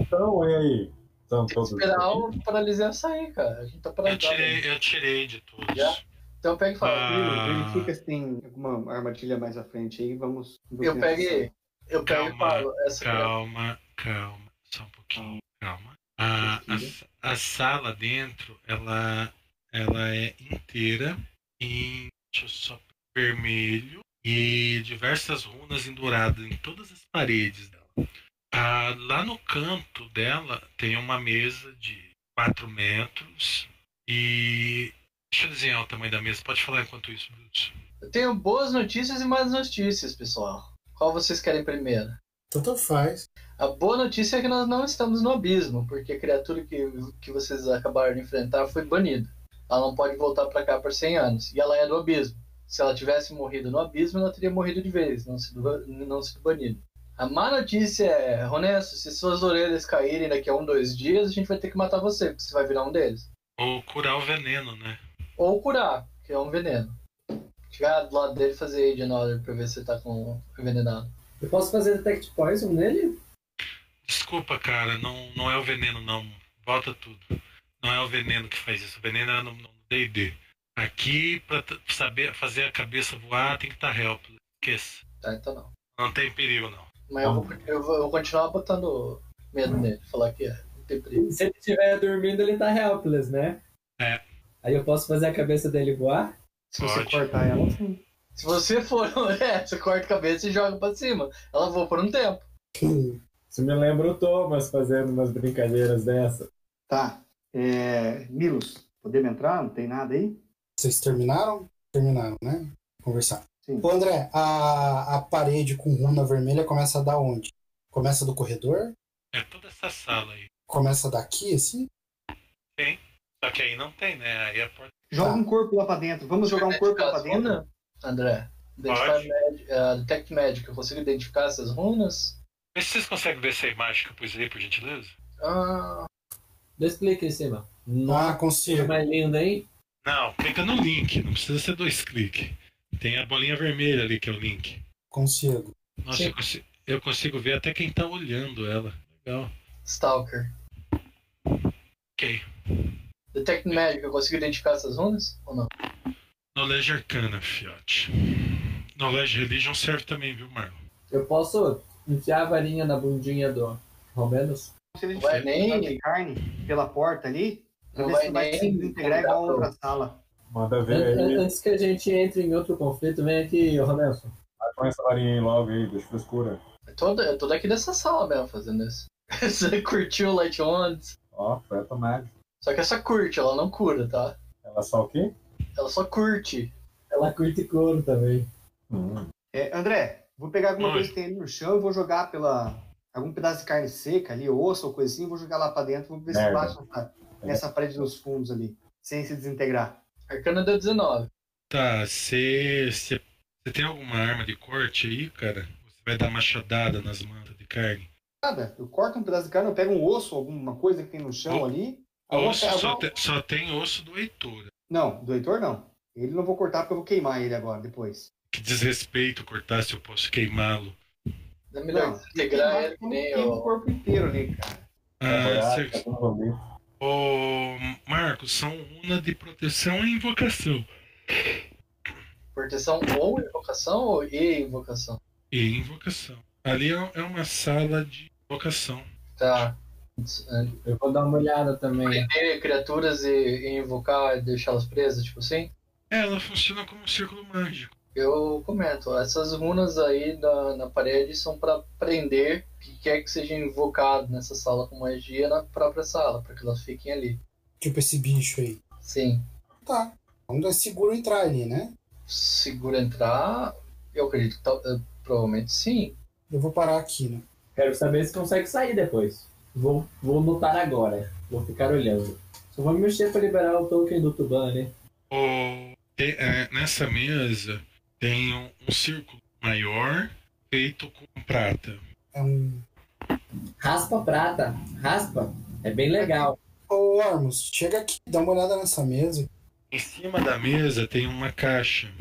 Speaker 4: Então, e aí? Estão
Speaker 3: Tem que
Speaker 4: todos.
Speaker 3: esperar o paralisia sair, cara. A gente tá
Speaker 1: Eu
Speaker 3: paralisado.
Speaker 1: tirei, eu tirei de todos.
Speaker 3: Já? Então pega e fala.
Speaker 1: Ah,
Speaker 2: Verifica se tem assim, alguma armadilha mais à frente aí, vamos. ver
Speaker 3: Eu
Speaker 2: o que é.
Speaker 3: peguei. Eu pego e
Speaker 1: Calma,
Speaker 3: falo. Essa
Speaker 1: calma, calma. Só um pouquinho, calma. A, a s- a sala dentro, ela, ela é inteira em deixa eu só, vermelho e diversas runas enduradas em todas as paredes dela. Ah, lá no canto dela tem uma mesa de 4 metros e. Deixa eu desenhar o tamanho da mesa. Pode falar enquanto isso, Brutus.
Speaker 3: Eu tenho boas notícias e más notícias, pessoal. Qual vocês querem primeiro?
Speaker 6: Tanto Então, faz.
Speaker 3: A boa notícia é que nós não estamos no abismo, porque a criatura que, que vocês acabaram de enfrentar foi banida. Ela não pode voltar pra cá por 100 anos. E ela é do abismo. Se ela tivesse morrido no abismo, ela teria morrido de vez, não sido, ba- não sido banida. A má notícia é, Ronesso, se suas orelhas caírem daqui a um, dois dias, a gente vai ter que matar você, porque você vai virar um deles.
Speaker 1: Ou curar o veneno, né?
Speaker 3: Ou curar, que é um veneno. Chegar do lado dele e fazer aid na hora pra ver se você tá com envenenado.
Speaker 5: Eu posso fazer detect poison nele?
Speaker 1: Desculpa, cara, não, não é o veneno, não. Volta tudo. Não é o veneno que faz isso. O veneno é no no DD. Aqui, pra t- saber fazer a cabeça voar, tem que estar tá helpless. Esqueça.
Speaker 3: Tá, então não.
Speaker 1: Não tem perigo, não.
Speaker 3: Mas eu vou,
Speaker 2: Tá.
Speaker 3: eu vou- eu vou continuar botando medo nele, falar que é. não tem perigo.
Speaker 5: Se ele estiver dormindo, ele tá helpless, né?
Speaker 1: É.
Speaker 5: Aí eu posso fazer a cabeça dele voar?
Speaker 3: Se você,
Speaker 1: Pode.
Speaker 2: Cortar ela. Sim.
Speaker 3: se você for, é, você corta a cabeça e joga pra cima. Ela voa por um tempo.
Speaker 4: Isso me lembra o Thomas fazendo umas brincadeiras dessa.
Speaker 2: Tá. É, Milos, podemos entrar? Não tem nada aí?
Speaker 6: Vocês terminaram? Terminaram, né? Conversar.
Speaker 2: Sim.
Speaker 6: Ô, André, a, a parede com runa vermelha começa da onde? Começa do corredor?
Speaker 1: É toda essa sala aí.
Speaker 6: Começa daqui, assim?
Speaker 1: Só que aí não tem, né? Aí a porta.
Speaker 2: Joga
Speaker 6: Tá.
Speaker 2: um corpo lá pra dentro. Vamos jogar um corpo lá pra
Speaker 3: Identificar as
Speaker 2: dentro?
Speaker 3: runas, André, identificar
Speaker 1: Pode.
Speaker 3: mag- eh, Detect Magic, eu consigo identificar essas runas?
Speaker 1: Vê se vocês conseguem ver essa imagem que eu pus aí, por gentileza.
Speaker 3: Ah,
Speaker 5: Dois cliques em cima.
Speaker 6: Ah,
Speaker 5: Coisa
Speaker 6: consigo.
Speaker 5: mais linda, hein?
Speaker 1: Não, clica no link. Não precisa ser dois cliques. Tem a bolinha vermelha ali que é o link.
Speaker 6: Consigo.
Speaker 1: Nossa,
Speaker 5: Sim.
Speaker 1: eu consigo, eu consigo ver até quem tá olhando ela. Legal.
Speaker 3: Stalker.
Speaker 1: Ok.
Speaker 3: Detect Magic, eu consigo identificar essas runas? Ou não?
Speaker 1: Knowledge Arcana, fiote. Knowledge Religion serve também, viu, Marlon?
Speaker 5: Eu posso enfiar a varinha na bundinha do Romenos?
Speaker 2: Se ele
Speaker 3: Vai nem-
Speaker 2: tiver de carne pela porta ali, pra
Speaker 3: Não
Speaker 2: ver
Speaker 3: vai
Speaker 2: se vai
Speaker 3: nem
Speaker 2: se integrar igual a outra sala.
Speaker 4: Manda ver
Speaker 5: An- an-
Speaker 4: aí.
Speaker 5: Antes que a gente entre em outro conflito, vem aqui, ô Romelson.
Speaker 4: Vai com essa varinha aí logo aí, deixa frescura.
Speaker 3: Eu tô, Então, eu tô daqui dessa sala mesmo fazendo isso. Você curtiu o Light Wands?
Speaker 4: Ó, preta mágica.
Speaker 3: Só que essa curte, ela não cura, tá?
Speaker 4: Ela só o quê?
Speaker 3: Ela só curte.
Speaker 5: Ela curte couro também.
Speaker 4: Hum.
Speaker 2: É, André, vou pegar alguma
Speaker 1: Oi.
Speaker 2: coisa que tem ali no chão e vou jogar pela. algum pedaço de carne seca ali, osso ou coisa assim, vou jogar lá pra dentro, vou ver se
Speaker 4: Merda.
Speaker 2: baixa na- nessa parede dos fundos ali, sem se desintegrar.
Speaker 3: Arcana deu 19.
Speaker 1: Tá, você tem alguma arma de corte aí, cara? Você vai dar machadada nas mantas de carne?
Speaker 2: Nada, eu corto um pedaço de carne, eu pego um osso, alguma coisa que tem no chão ali. a
Speaker 1: Osso,
Speaker 2: outra- a
Speaker 1: só,
Speaker 2: outra-
Speaker 1: te- só tem osso do Heitor.
Speaker 2: Não, do Heitor não. Ele não vou cortar porque eu vou queimar ele agora, depois.
Speaker 1: Que desrespeito cortar se eu posso queimá-lo.
Speaker 3: É melhor
Speaker 2: Não,
Speaker 3: integrar
Speaker 2: Queimar,
Speaker 3: ele que
Speaker 2: eu
Speaker 3: nem
Speaker 2: queimo
Speaker 3: o-
Speaker 2: o corpo inteiro ali, cara.
Speaker 4: É
Speaker 1: Ah,
Speaker 4: Caraca,
Speaker 1: cê-
Speaker 4: não vou ver.
Speaker 1: Ô, Marcos, são runa de proteção e invocação.
Speaker 3: Proteção ou invocação ou e invocação?
Speaker 1: E invocação. Ali é é uma sala de invocação.
Speaker 3: Tá.
Speaker 5: Eu vou dar uma olhada também.
Speaker 3: Prender criaturas e, e invocar e deixá-las presas, tipo assim?
Speaker 1: Ela funciona como um círculo mágico.
Speaker 3: Eu comento, essas runas aí na, na parede são pra prender o que quer que seja invocado nessa sala com magia na própria sala, pra que elas fiquem ali.
Speaker 6: Tipo esse bicho aí.
Speaker 3: Sim.
Speaker 6: Tá. Então é seguro entrar ali, né?
Speaker 3: Segura entrar, eu acredito que tal- eh, provavelmente sim.
Speaker 6: Eu vou parar aqui, né?
Speaker 5: Quero saber se consegue sair depois. Vou, vou notar agora. Vou ficar olhando. Só vou me mexer pra liberar o token do Tuban, né?
Speaker 1: Ô, te- é, nessa mesa tem um, um círculo maior feito com prata.
Speaker 6: É um.
Speaker 5: Raspa prata. Raspa. É bem legal.
Speaker 6: Ô, Ormus, chega aqui, dá uma olhada nessa mesa.
Speaker 1: Em cima da mesa tem uma caixa.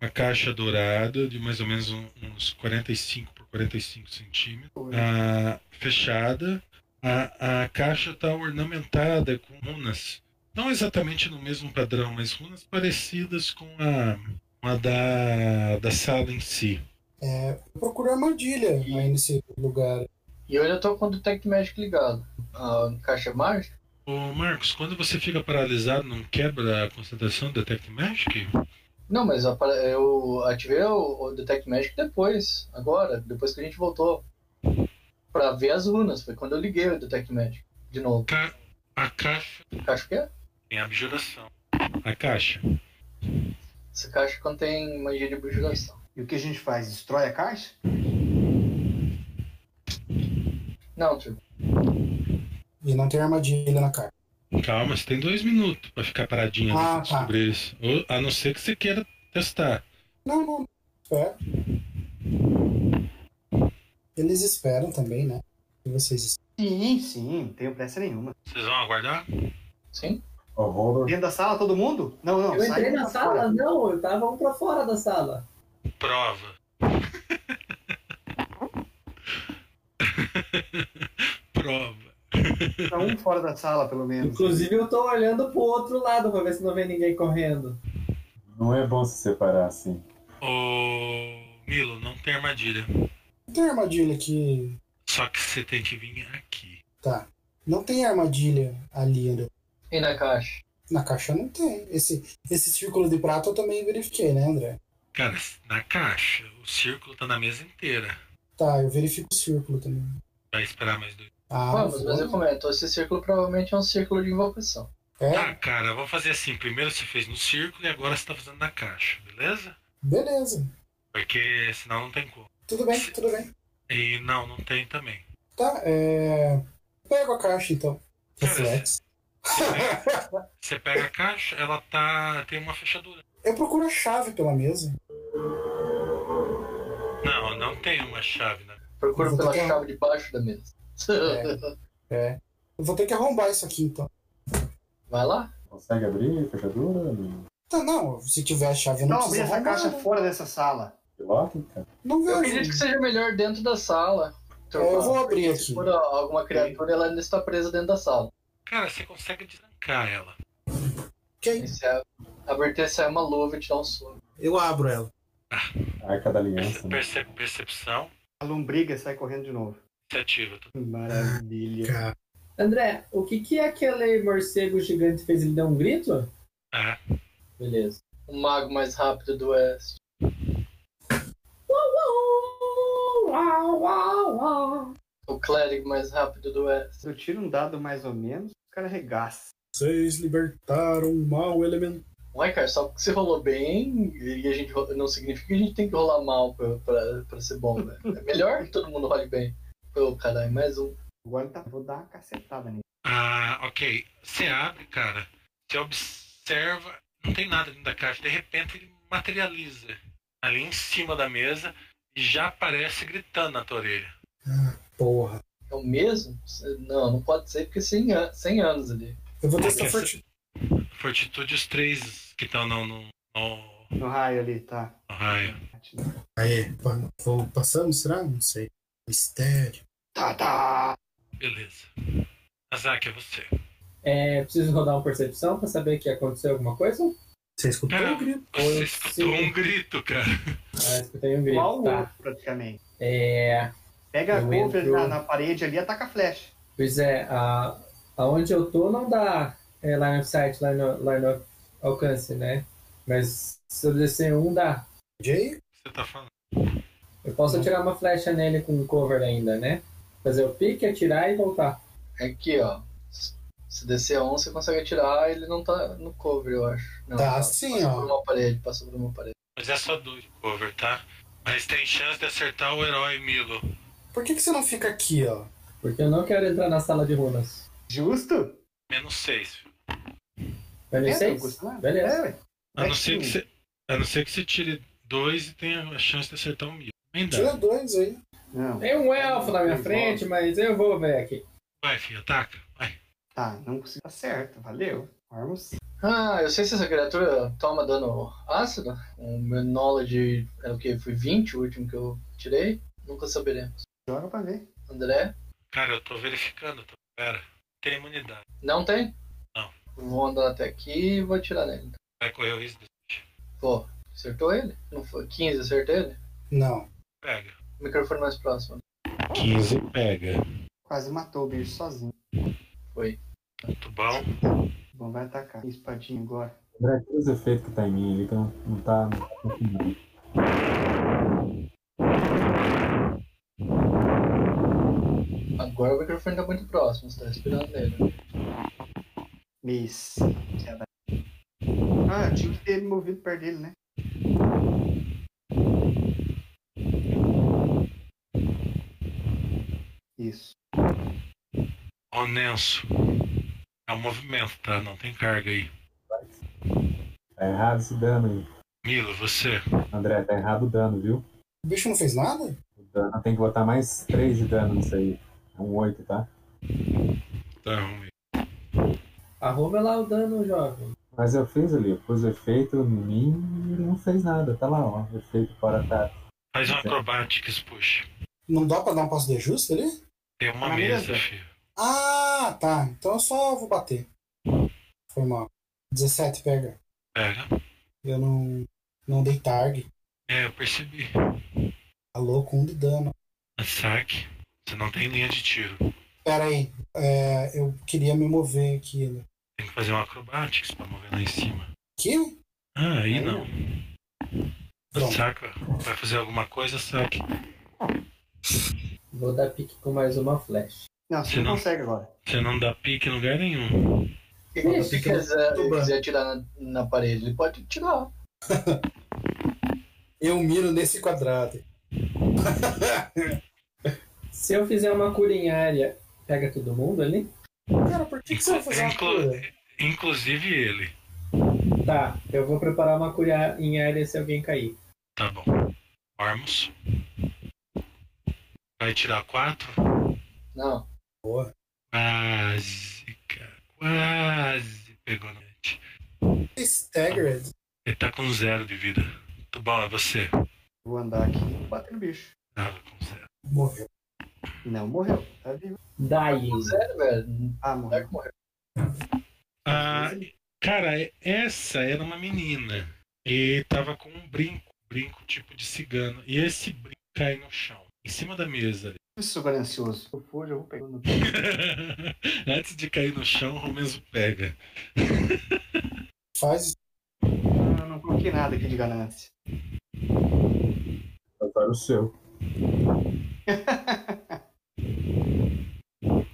Speaker 1: Uma caixa dourada de mais ou menos um- uns 45 por 45 centímetros. ah, fechada. A, a caixa está ornamentada com runas. Não exatamente no mesmo padrão, mas runas parecidas com a, com a da, da sala em si.
Speaker 6: Eu procuro armadilha aí nesse lugar.
Speaker 3: E eu ainda tô com o Detect Magic ligado. A caixa mágica?
Speaker 1: Ô Marcos, quando você fica paralisado, não quebra a concentração do Detect Magic?
Speaker 3: Não, mas eu apare- eu ativei o, o Detect Magic depois, agora, depois que a gente voltou. Pra ver as runas, foi quando eu liguei o Detect Magic. De novo.
Speaker 1: Ca- a caixa.
Speaker 3: Acho que é.
Speaker 1: Tem abjuração. A caixa?
Speaker 3: Essa caixa contém magia de abjuração.
Speaker 2: E o que a gente faz? Destrói a caixa?
Speaker 3: Não, Turbo.
Speaker 6: E não tem armadilha na cara.
Speaker 1: Calma, você tem dois minutos pra ficar paradinho ah,
Speaker 6: Ah, tá.
Speaker 1: sobre isso. Ou- a não ser que você queira testar.
Speaker 6: Não, não. não. Espera. Eles esperam também, né? E vocês esperam.
Speaker 2: Sim, sim, não tenho pressa nenhuma.
Speaker 1: Vocês vão aguardar?
Speaker 3: Sim?
Speaker 4: Ó, Roller.
Speaker 2: Dentro da sala, todo mundo? Não, não.
Speaker 5: Eu
Speaker 2: sai
Speaker 5: entrei
Speaker 2: pra
Speaker 5: na
Speaker 2: fora.
Speaker 5: sala? Não, eu tava um pra fora da sala.
Speaker 1: Prova. Prova.
Speaker 2: Tá um fora da sala, pelo menos.
Speaker 5: Inclusive eu tô olhando pro outro lado pra ver se não vem ninguém correndo.
Speaker 4: Não é bom se separar assim.
Speaker 1: Ô, Milo, não tem armadilha.
Speaker 6: tem armadilha que
Speaker 1: Só que você tem que vir aqui.
Speaker 6: Tá. Não tem armadilha ali ainda.
Speaker 3: E na caixa?
Speaker 6: Na caixa não tem. Esse, esse círculo de prata eu também verifiquei, né, André?
Speaker 1: Cara, na caixa, o círculo tá na mesa inteira.
Speaker 6: Tá, eu verifico o círculo também.
Speaker 1: Vai esperar mais dois.
Speaker 6: Ah,
Speaker 3: Vamos, mas eu
Speaker 6: vou.
Speaker 3: comento, esse círculo provavelmente é um círculo de invocação.
Speaker 1: Tá,
Speaker 6: É,
Speaker 1: cara, vamos fazer assim. Primeiro você fez no círculo e agora você tá fazendo na caixa, beleza?
Speaker 6: beleza.
Speaker 1: Porque senão não tem como.
Speaker 6: Tudo bem, tudo bem.
Speaker 1: E não, não tem também.
Speaker 6: Tá, é. Pego a caixa então. Reflex.
Speaker 1: Você pega a caixa, ela tá. tem uma fechadura.
Speaker 6: Eu procuro a chave pela mesa.
Speaker 1: Não, não tem uma chave, né?
Speaker 3: Procuro
Speaker 6: Vou
Speaker 3: pela
Speaker 6: botar-
Speaker 3: chave de baixo da mesa.
Speaker 6: um É. Eu vou ter que arrombar isso aqui então.
Speaker 3: Vai lá?
Speaker 4: Consegue abrir fechadura? no
Speaker 6: Tá, não, se tiver a chave eu não,
Speaker 2: Não abri
Speaker 6: preciso
Speaker 2: essa
Speaker 6: arrombar.
Speaker 2: caixa fora dessa sala.
Speaker 4: Piloto, cara?
Speaker 6: Não
Speaker 3: Eu acredito que
Speaker 6: vejo.
Speaker 3: seja melhor dentro da sala. Então,
Speaker 6: É, eu vou abrir aqui.
Speaker 3: Se for alguma criatura, ela ainda está presa dentro da sala.
Speaker 1: Cara, você consegue destrancar ela.
Speaker 6: Ok,
Speaker 3: E se a a abertura sai uma luva e te dá um soco.
Speaker 6: eu abro ela.
Speaker 4: Arca da Aliança.
Speaker 1: Perce-
Speaker 4: Né?
Speaker 1: perce- percepção,
Speaker 2: A lombriga sai correndo de novo.
Speaker 1: iniciativa.
Speaker 2: Maravilha.
Speaker 6: Cara,
Speaker 5: André, o que, que aquele morcego gigante fez ele dar um grito?
Speaker 1: É.
Speaker 5: Beleza.
Speaker 3: O Um mago mais rápido do oeste.
Speaker 5: Uau, uau, uau, uau.
Speaker 3: O clérigo mais rápido do oeste.
Speaker 2: Se eu tiro um dado mais ou menos, o cara regaça.
Speaker 6: vocês libertaram o mal elemento.
Speaker 3: Ué, cara, só porque você rolou bem e a gente ro- não significa que a gente tem que rolar mal pra, pra, pra ser bom, né? É melhor que todo mundo role bem. Pô, caralho, mais um.
Speaker 2: Agora ele tá, vou dar uma cacetada nele.
Speaker 1: Ah, ok. Você abre, cara. Você observa. Não tem nada dentro da caixa. De repente ele materializa ali em cima da mesa e já aparece gritando na tua orelha.
Speaker 6: Porra.
Speaker 3: É o mesmo? Não, não pode ser porque 100, an 100 anos ali.
Speaker 6: Eu vou testar
Speaker 1: Essa-
Speaker 6: forti...
Speaker 1: Fortitude os três que estão no, no, no-
Speaker 2: No raio ali, tá.
Speaker 1: no raio.
Speaker 6: Aê, pa- vou- passamos, será? Não sei. Mistério.
Speaker 2: Tá, tá.
Speaker 1: Beleza. Azaki, é você.
Speaker 5: É, preciso rodar uma percepção pra saber que aconteceu alguma coisa?
Speaker 6: Você escutou
Speaker 1: Cara,
Speaker 6: o um grito?
Speaker 1: Você
Speaker 5: Eu
Speaker 1: escutou
Speaker 5: sei.
Speaker 1: um grito, cara.
Speaker 5: Ah, escutei um grito,
Speaker 2: Igual o
Speaker 5: tá.
Speaker 2: outro, praticamente.
Speaker 5: É,
Speaker 2: Pega a
Speaker 5: Eu
Speaker 2: cover
Speaker 5: entro-
Speaker 2: na, na parede ali e ataca a flecha.
Speaker 5: pois é, a, aonde eu tô não dá é, line of sight, line of, line of alcance, né? Mas se eu descer um, dá.
Speaker 6: Jay?
Speaker 1: Você tá falando.
Speaker 5: Eu
Speaker 2: Uhum.
Speaker 5: posso atirar uma flecha nele com cover ainda, né? Fazer o pique, atirar e voltar.
Speaker 3: É aqui, ó. Se descer a 1, você consegue atirar, ele não tá no cover, eu acho. Não,
Speaker 6: Tá sim,
Speaker 3: passou
Speaker 6: ó.
Speaker 3: por uma parede, passou por uma parede.
Speaker 1: Mas é só dois de cover, tá? Mas tem chance de acertar o herói Milo.
Speaker 6: Por que, que você não fica aqui, ó?
Speaker 5: Porque eu não quero entrar na sala de runas.
Speaker 2: Justo?
Speaker 1: Menos seis.
Speaker 5: Menos
Speaker 2: É, não
Speaker 5: seis?
Speaker 2: custa nada.
Speaker 5: Beleza.
Speaker 2: É, ué.
Speaker 1: A não,
Speaker 2: Mete
Speaker 1: ser
Speaker 2: um.
Speaker 1: que você, a não ser que você tire dois e tenha a chance de acertar um mil. Nem dá.
Speaker 6: Tira dois aí.
Speaker 2: Não.
Speaker 5: Tem um elfo na minha frente, mas eu vou ver aqui.
Speaker 1: Vai, filho, ataca. Vai.
Speaker 2: Tá, não consigo. Tá certo, valeu. Armos.
Speaker 3: Ah, eu sei se essa criatura toma dano ácido. O meu knowledge era o quê? Foi 20 o último que eu tirei? Nunca saberemos.
Speaker 2: Joga pra ver.
Speaker 3: André?
Speaker 1: Cara, eu tô verificando. Tô... Pera. Tem imunidade.
Speaker 3: Não tem?
Speaker 1: Não.
Speaker 3: Vou andar até aqui e vou atirar nele.
Speaker 1: Vai correr o risco de
Speaker 3: Pô, acertou ele? Não foi? 15, acertei ele?
Speaker 6: Não.
Speaker 1: pega.
Speaker 3: Microfone mais próximo.
Speaker 1: 15 pega.
Speaker 2: Quase matou o bicho sozinho.
Speaker 1: Muito bom.
Speaker 2: Bom, vai atacar. Espadinha agora.
Speaker 4: André, tira os efeitos que tá em mim ali, que não, não tá. Não, tá aqui,
Speaker 3: Agora o microfone tá muito próximo, você tá respirando nele.
Speaker 2: Miss. Ah, eu tinha que ter me movido perto dele, né? Isso.
Speaker 1: Ô, Nenso. É um movimento, tá? Não tem carga aí.
Speaker 4: não. Tá errado esse dano aí.
Speaker 1: Milo, você.
Speaker 4: André, tá errado o dano, viu?
Speaker 6: O bicho não fez nada?
Speaker 4: O dano tem que botar mais 3 de dano nisso aí. É um 8, tá?
Speaker 1: Tá ruim.
Speaker 5: Arruma lá o dano, jovem.
Speaker 4: Mas eu fiz ali, eu pus o efeito em mim e não fez nada. Tá lá, ó. Efeito para ataque.
Speaker 1: Faz um acrobática, puxa.
Speaker 6: Não dá pra dar um passo de ajuste ali?
Speaker 1: Tem uma
Speaker 2: Na
Speaker 1: mesa,
Speaker 2: mesa?
Speaker 1: filho.
Speaker 6: Ah, tá. Então eu só vou bater. Foi mal. 17 pega.
Speaker 1: Pega.
Speaker 6: Eu não, não dei target.
Speaker 1: É, eu percebi.
Speaker 6: Alô, com um de dano.
Speaker 1: Saque. Você não tem linha de tiro.
Speaker 6: Pera aí, é, eu queria me mover aqui. Né?
Speaker 1: Tem que fazer um acrobatics pra mover lá em cima.
Speaker 6: Aqui?
Speaker 1: Ah, aí não.
Speaker 6: Pronto.
Speaker 1: Saca? Vai fazer alguma coisa, saque.
Speaker 5: Vou dar pique com mais uma flecha.
Speaker 2: Não, você
Speaker 1: Se
Speaker 2: não
Speaker 1: não-
Speaker 2: consegue agora.
Speaker 1: Você não dá pique em lugar nenhum.
Speaker 3: E quando
Speaker 6: Ixi,
Speaker 3: ele quiser,
Speaker 6: tuba.
Speaker 3: ele quiser atirar na, na parede, ele pode tirar.
Speaker 6: Eu miro nesse quadrado.
Speaker 5: Se eu fizer uma cura em área, pega todo mundo ali?
Speaker 6: Cara, por que, que você vai fazer uma
Speaker 1: Inclu-
Speaker 6: cura?
Speaker 1: Inclusive ele.
Speaker 5: Tá, eu vou preparar uma cura em área se alguém cair.
Speaker 1: Tá bom. Ormus. Vai tirar quatro?
Speaker 3: Não.
Speaker 6: Boa.
Speaker 1: Quase, cara. Quase pegou no net.
Speaker 6: Staggered.
Speaker 1: Ele tá com zero de vida. Muito bom, é você.
Speaker 2: Vou andar aqui e bater no bicho.
Speaker 1: Tava com zero.
Speaker 6: Morreu.
Speaker 2: Não, morreu. Tá vivo.
Speaker 5: Daí.
Speaker 3: Sério, velho.
Speaker 2: Ah,
Speaker 3: Não é
Speaker 2: morreu.
Speaker 3: que morreu.
Speaker 1: Ah, cara, e- essa era uma menina. E tava com um brinco. Brinco tipo de cigano. E esse brinco cai no chão. Em cima da mesa. ali.
Speaker 2: Isso, ganancioso. Eu fujo, eu vou pegar no
Speaker 1: Antes de cair no chão, o mesmo pega.
Speaker 6: Faz.
Speaker 2: Eu Ah, não coloquei nada aqui de ganância.
Speaker 4: Azar o seu.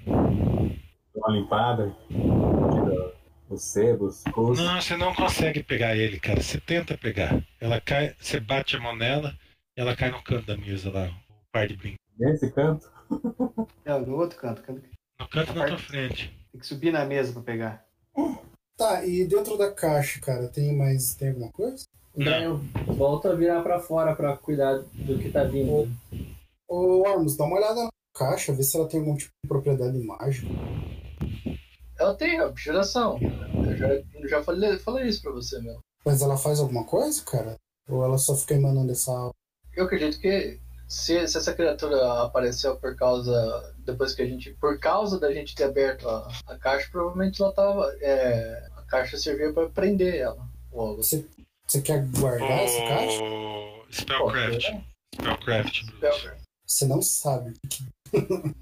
Speaker 4: Dá Uma limpada. Tira os sebos, os coisas.
Speaker 1: Não, você não consegue pegar ele, cara. Você tenta pegar. Ela cai, você bate a mão nela, ela cai no canto da mesa lá, o par de brinco.
Speaker 4: Nesse canto.
Speaker 2: Não, no outro canto. canto que
Speaker 1: No canto na tua frente.
Speaker 2: Tem que subir na mesa pra pegar.
Speaker 6: Tá, e dentro da caixa, cara, tem mais. Tem alguma coisa?
Speaker 5: Daí eu volto a virar pra fora pra cuidar do que tá vindo.
Speaker 6: Ô, Armos, dá uma olhada na caixa, vê se ela tem algum tipo de propriedade mágica.
Speaker 3: Ela tem obturação. Eu já, eu já falei, falei isso pra você, meu.
Speaker 6: Mas ela faz alguma coisa, cara? Ou ela só fica emanando essa aura?
Speaker 3: Eu acredito que se, se essa criatura apareceu por causa. Depois que a gente. Por causa da gente ter aberto a, a caixa, provavelmente ela tava. é, a caixa servia pra prender ela. Logo. Assim,
Speaker 6: Você, você quer guardar essa caixa?
Speaker 1: É
Speaker 6: é?
Speaker 1: O Spellcraft.
Speaker 3: né?
Speaker 1: Spellcraft,
Speaker 3: É
Speaker 1: Bruce.
Speaker 6: Você não sabe.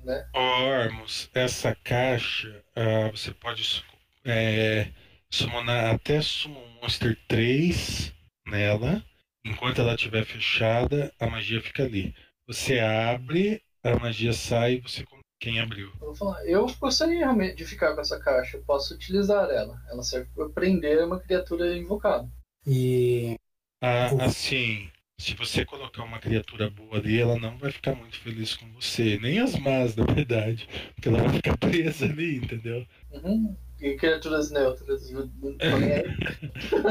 Speaker 3: né?
Speaker 1: Ó, Ormus, essa caixa ah, você pode su- é, summonar até Summon Monster 3 nela. Enquanto ela estiver fechada, a magia fica ali. Você abre, a magia sai e você. con- Quem abriu?
Speaker 3: Eu, vou falar, eu gostaria realmente de ficar com essa caixa. Eu posso utilizar ela. Ela serve pra prender uma criatura invocada.
Speaker 6: E.
Speaker 1: Ah,
Speaker 6: Pô.
Speaker 1: assim, se você colocar uma criatura boa ali, ela não vai ficar muito feliz com você. Nem as más, na verdade. Porque ela vai ficar presa ali, entendeu?
Speaker 3: Uhum. E criaturas neutras. eu não tô nem aí.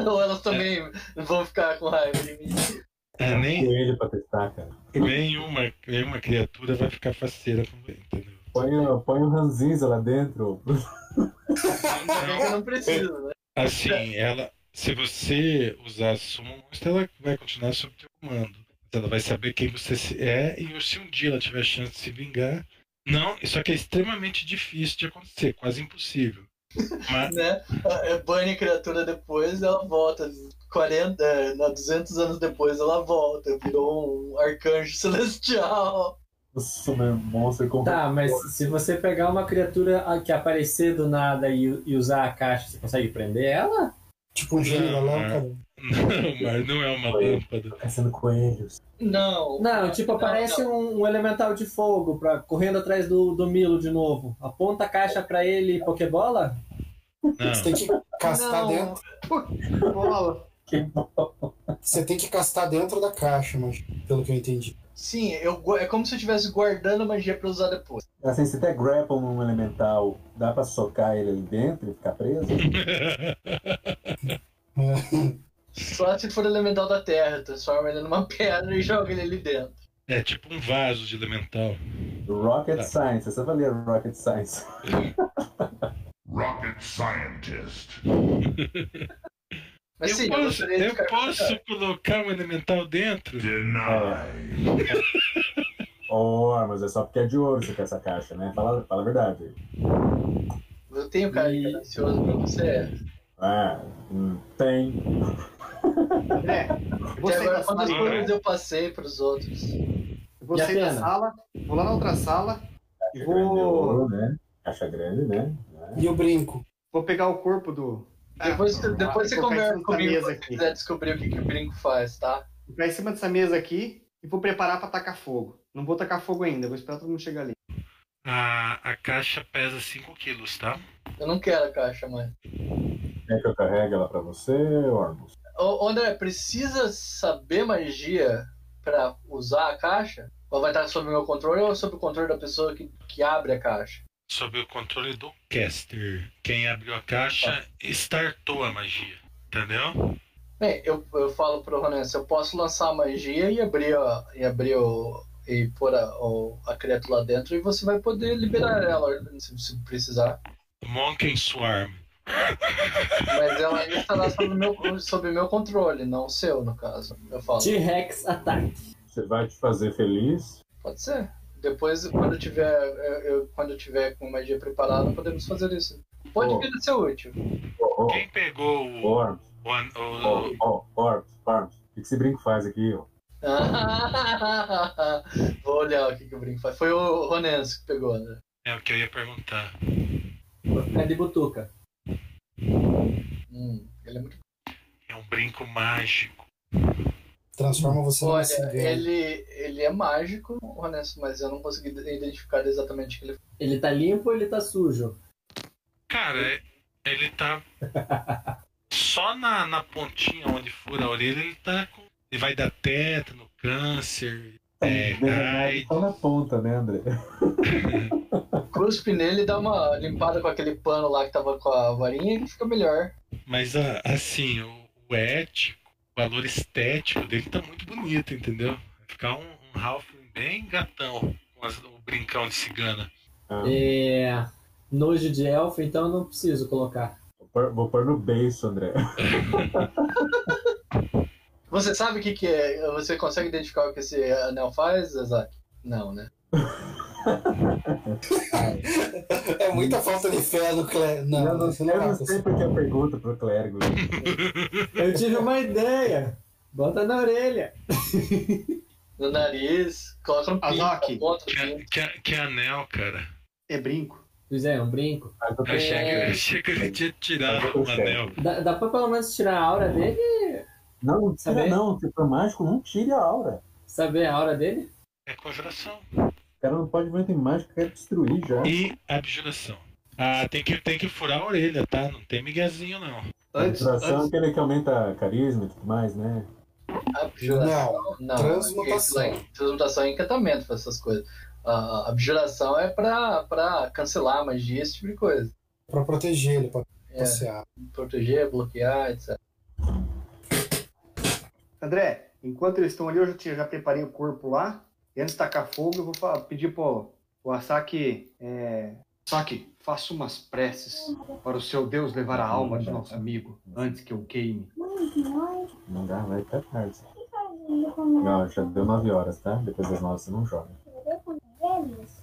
Speaker 3: Ou elas também vão ficar com raiva de mim.
Speaker 1: É, nem,
Speaker 4: Põe ele pra testar, cara.
Speaker 1: nenhuma, nenhuma criatura vai ficar faceira com você, entendeu?
Speaker 4: Põe, o- põe o Ranzinza lá dentro.
Speaker 3: Ainda bem que eu não preciso, né?
Speaker 1: Assim, ela. Se você usar Summon Monster, ela vai continuar sob teu comando. Então, Ela vai saber quem você se- é e se um dia ela tiver a chance de se vingar. Não, isso aqui é extremamente difícil de acontecer, quase impossível. Mas,
Speaker 3: né? É, Bane a criatura depois, ela volta. 40, é, não, 200 anos depois ela volta, virou um arcanjo celestial.
Speaker 4: Nossa, meu monstro com.
Speaker 5: Tá, mas se você pegar uma criatura que aparecer do nada e, e usar a caixa, você consegue prender ela?
Speaker 6: Tipo um gênio da
Speaker 1: Não,
Speaker 6: lâmpada.
Speaker 1: não, mas não é uma
Speaker 4: Foi.
Speaker 1: lâmpada.
Speaker 4: Caçando coelhos.
Speaker 3: Não.
Speaker 5: Não, tipo, aparece Um, um elemental de fogo pra, correndo atrás do, do Milo de novo. Aponta a caixa pra ele e Pokébola?
Speaker 6: Você
Speaker 1: Não.
Speaker 6: tem que castar
Speaker 3: Não.
Speaker 6: dentro.
Speaker 2: Bola.
Speaker 5: Que bom.
Speaker 6: Você tem que castar dentro da caixa, mas pelo que eu entendi.
Speaker 3: Sim, eu, gu- é como se eu estivesse guardando a magia pra usar depois.
Speaker 4: Assim, se até grapple um elemental, dá pra socar ele ali dentro e ficar preso?
Speaker 3: Só se for elemental da terra, transforma ele numa pedra e joga ele ali dentro.
Speaker 1: É tipo um vaso de elemental.
Speaker 4: Rocket
Speaker 1: Tá.
Speaker 4: Science, essa valia Rocket Science.
Speaker 7: Rocket scientist.
Speaker 3: Mas sim,
Speaker 1: eu
Speaker 3: eu
Speaker 1: posso,
Speaker 3: gostaria de
Speaker 1: eu
Speaker 3: ficar com a
Speaker 1: posso colocar um elemental dentro?
Speaker 7: Denied.
Speaker 4: Oh, mas é só porque é de ouro você quer essa caixa, né? Fala, fala a verdade.
Speaker 3: Eu tenho cara de
Speaker 5: E-
Speaker 3: ganancioso pra você.
Speaker 4: Ah, hum, tem.
Speaker 2: André, eu vou
Speaker 3: Até
Speaker 2: sair da
Speaker 3: agora,
Speaker 2: sala.
Speaker 3: quantas
Speaker 1: sala,
Speaker 3: coisas
Speaker 1: né?
Speaker 3: eu passei pros outros?
Speaker 2: Eu Vou
Speaker 5: E a
Speaker 2: sair da
Speaker 5: pena?
Speaker 2: sala, vou lá na outra sala e
Speaker 4: Grande
Speaker 2: vou,
Speaker 4: ouro, né? Caixa grande, né?
Speaker 6: E o brinco.
Speaker 2: vou pegar o corpo do.
Speaker 3: Depois,
Speaker 2: Ah, vou
Speaker 3: depois
Speaker 2: colocar
Speaker 3: você
Speaker 2: em
Speaker 3: conversa
Speaker 2: cima da
Speaker 3: comigo
Speaker 2: mesa
Speaker 3: se
Speaker 2: aqui.
Speaker 3: quiser descobrir o que, que o brinco faz, tá?
Speaker 2: Vou ficar em cima dessa mesa aqui e vou preparar pra tacar fogo. Não vou tacar fogo ainda, vou esperar todo mundo chegar ali.
Speaker 1: A, a caixa pesa 5 quilos, tá?
Speaker 3: Eu não quero a caixa, mãe.
Speaker 4: Quer que eu carregue ela pra você, Ormus?
Speaker 3: Ô, ô, André, precisa saber magia pra usar a caixa? Ou vai estar sob o meu controle ou sob o controle da pessoa que, que abre a caixa?
Speaker 1: Sob o controle do caster. Quem abriu a caixa startou a magia. Entendeu?
Speaker 3: Bem, eu, eu falo pro Ronessa, eu posso lançar a magia e abrir, a, e abrir o. e pôr a, o- a criatura lá dentro e você vai poder liberar ela se, se precisar.
Speaker 1: Monkey Swarm.
Speaker 3: Mas ela ainda estará sob o meu, sob o meu controle, não o seu, no caso. Eu falo.
Speaker 5: T-Rex ataque.
Speaker 4: Você vai te fazer feliz?
Speaker 3: Pode ser. Depois, quando eu tiver, eu- eu- quando eu tiver com magia preparada, podemos fazer isso. Pode
Speaker 4: Boa.
Speaker 3: vir a ser útil.
Speaker 4: Ô,
Speaker 1: Quem pegou
Speaker 4: ô,
Speaker 1: o.
Speaker 4: Ormus,
Speaker 1: o, an- o,
Speaker 4: ô, ô, Ormus, Ormus. O que esse brinco faz aqui, ó?
Speaker 3: Vou olhar o que, que o brinco faz. Foi o Ronense que pegou, né?
Speaker 1: é o que eu ia perguntar.
Speaker 5: É de butuca.
Speaker 3: Hum, ele é muito
Speaker 1: É um brinco mágico.
Speaker 6: Transforma você numa
Speaker 3: Olha,
Speaker 6: cigana.
Speaker 3: ele, ele é mágico, o Ronense, mas eu não consegui identificar exatamente o que ele faz.
Speaker 5: Ele tá limpo ou ele tá sujo?
Speaker 1: Cara, é- ele tá. Só na, na pontinha onde fura a orelha, ele tá com. Ele vai dar tétano, câncer. É, ai.
Speaker 4: Só na ponta, né, André?
Speaker 3: Cuspe nele, dá uma limpada com aquele pano lá que tava com a varinha e ele fica melhor.
Speaker 1: Mas a- assim, o, o ético, o valor estético dele tá muito bonito, entendeu? Vai ficar um, um Halfling bem gatão com as- o brincão de cigana.
Speaker 5: É. Nojo de elfo, então eu não preciso colocar.
Speaker 4: Vou pôr- Vou pôr no beiço, André.
Speaker 3: Você sabe o que, que é? Você consegue identificar o que esse anel faz, Isaac? Não, né?
Speaker 6: É muita falta de fé no Clé. Não,
Speaker 4: eu não,
Speaker 6: você não
Speaker 4: eu não
Speaker 6: vai
Speaker 4: sei
Speaker 6: conseguir.
Speaker 4: porque eu pergunto pro clérigo.
Speaker 5: Eu tive uma ideia. Bota na orelha.
Speaker 3: No nariz, coloca no pinto,
Speaker 2: Azaki.
Speaker 3: na ponta assim, do
Speaker 1: Que, a-
Speaker 3: pinto.
Speaker 1: que, a- que anel, cara.
Speaker 2: É brinco.
Speaker 5: Pois é, um brinco.
Speaker 4: Mas eu
Speaker 1: Eu achei que, eu achei que ele tinha tirado um anel.
Speaker 5: Dá, dá pra pelo menos tirar a aura dele?
Speaker 4: Não, não tira
Speaker 5: Sabe?
Speaker 4: não. Se for mágico, não tire a aura.
Speaker 5: Saber a aura dele?
Speaker 1: É conjuração.
Speaker 4: O cara não pode ver tem mágico, quer destruir já.
Speaker 1: E abjuração. Ah, tem que, tem que furar a orelha, tá? Não tem miguezinho, não.
Speaker 2: Antes,
Speaker 4: Transmutação é
Speaker 2: antes,
Speaker 4: aquele que aumenta carisma e tudo mais, né?
Speaker 3: Abjuração. Não,
Speaker 6: transmutação.
Speaker 3: é que lá- Transmutação é encantamento pra essas coisas. A abjuração é pra, pra cancelar magia, esse tipo de coisa.
Speaker 6: Pra proteger ele, pra
Speaker 3: É,
Speaker 6: passear.
Speaker 3: proteger, bloquear, etc.
Speaker 2: André, enquanto eles estão ali, eu já, tinha- já preparei o corpo lá. E antes de tacar fogo, eu vou fa- pedir pro o Asaki. É... Asaki, faça umas preces para o seu Deus levar a alma de nosso amigo antes que eu queime.
Speaker 4: Não dá, vai até tarde. Não, já deu 9 horas, tá? Depois das 9 você não joga.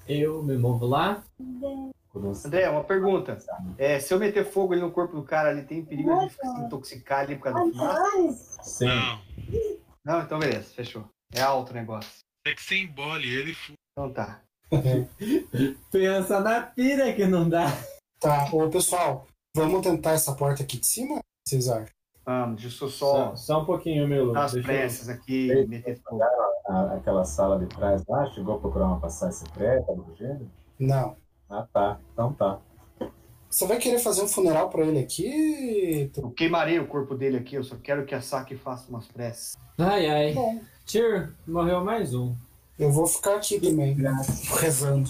Speaker 5: Eu me movo lá.
Speaker 4: Quando você-
Speaker 2: André, uma pergunta. É, se eu meter fogo ali no corpo do cara, ele tem perigo de se intoxicar ali por causa da fumaça?
Speaker 4: Sim,
Speaker 1: Não.
Speaker 2: Não, então beleza, fechou. É alto o negócio.
Speaker 1: É que você embole ele e fura.
Speaker 2: Então tá.
Speaker 5: Pensa na pira que não dá.
Speaker 6: Tá, ô pessoal, vamos tentar essa porta aqui de cima? Vocês acham?
Speaker 2: Vamos, deixa eu só
Speaker 5: um pouquinho, meu
Speaker 2: dar as
Speaker 5: Deixa eu-
Speaker 2: preces aqui, meter fogo.
Speaker 4: a- aquela sala de trás lá, chegou a procurar uma passagem secreta, algo do gênero?
Speaker 6: Não.
Speaker 4: Ah, tá. Então tá.
Speaker 6: Você vai querer fazer um funeral pra ele aqui?
Speaker 2: Eu queimarei o corpo dele aqui, eu só quero que a Saki faça umas preces.
Speaker 5: Ai, ai.
Speaker 6: Bom.
Speaker 5: Tyr, morreu mais um.
Speaker 6: Eu vou ficar aqui também, rezando.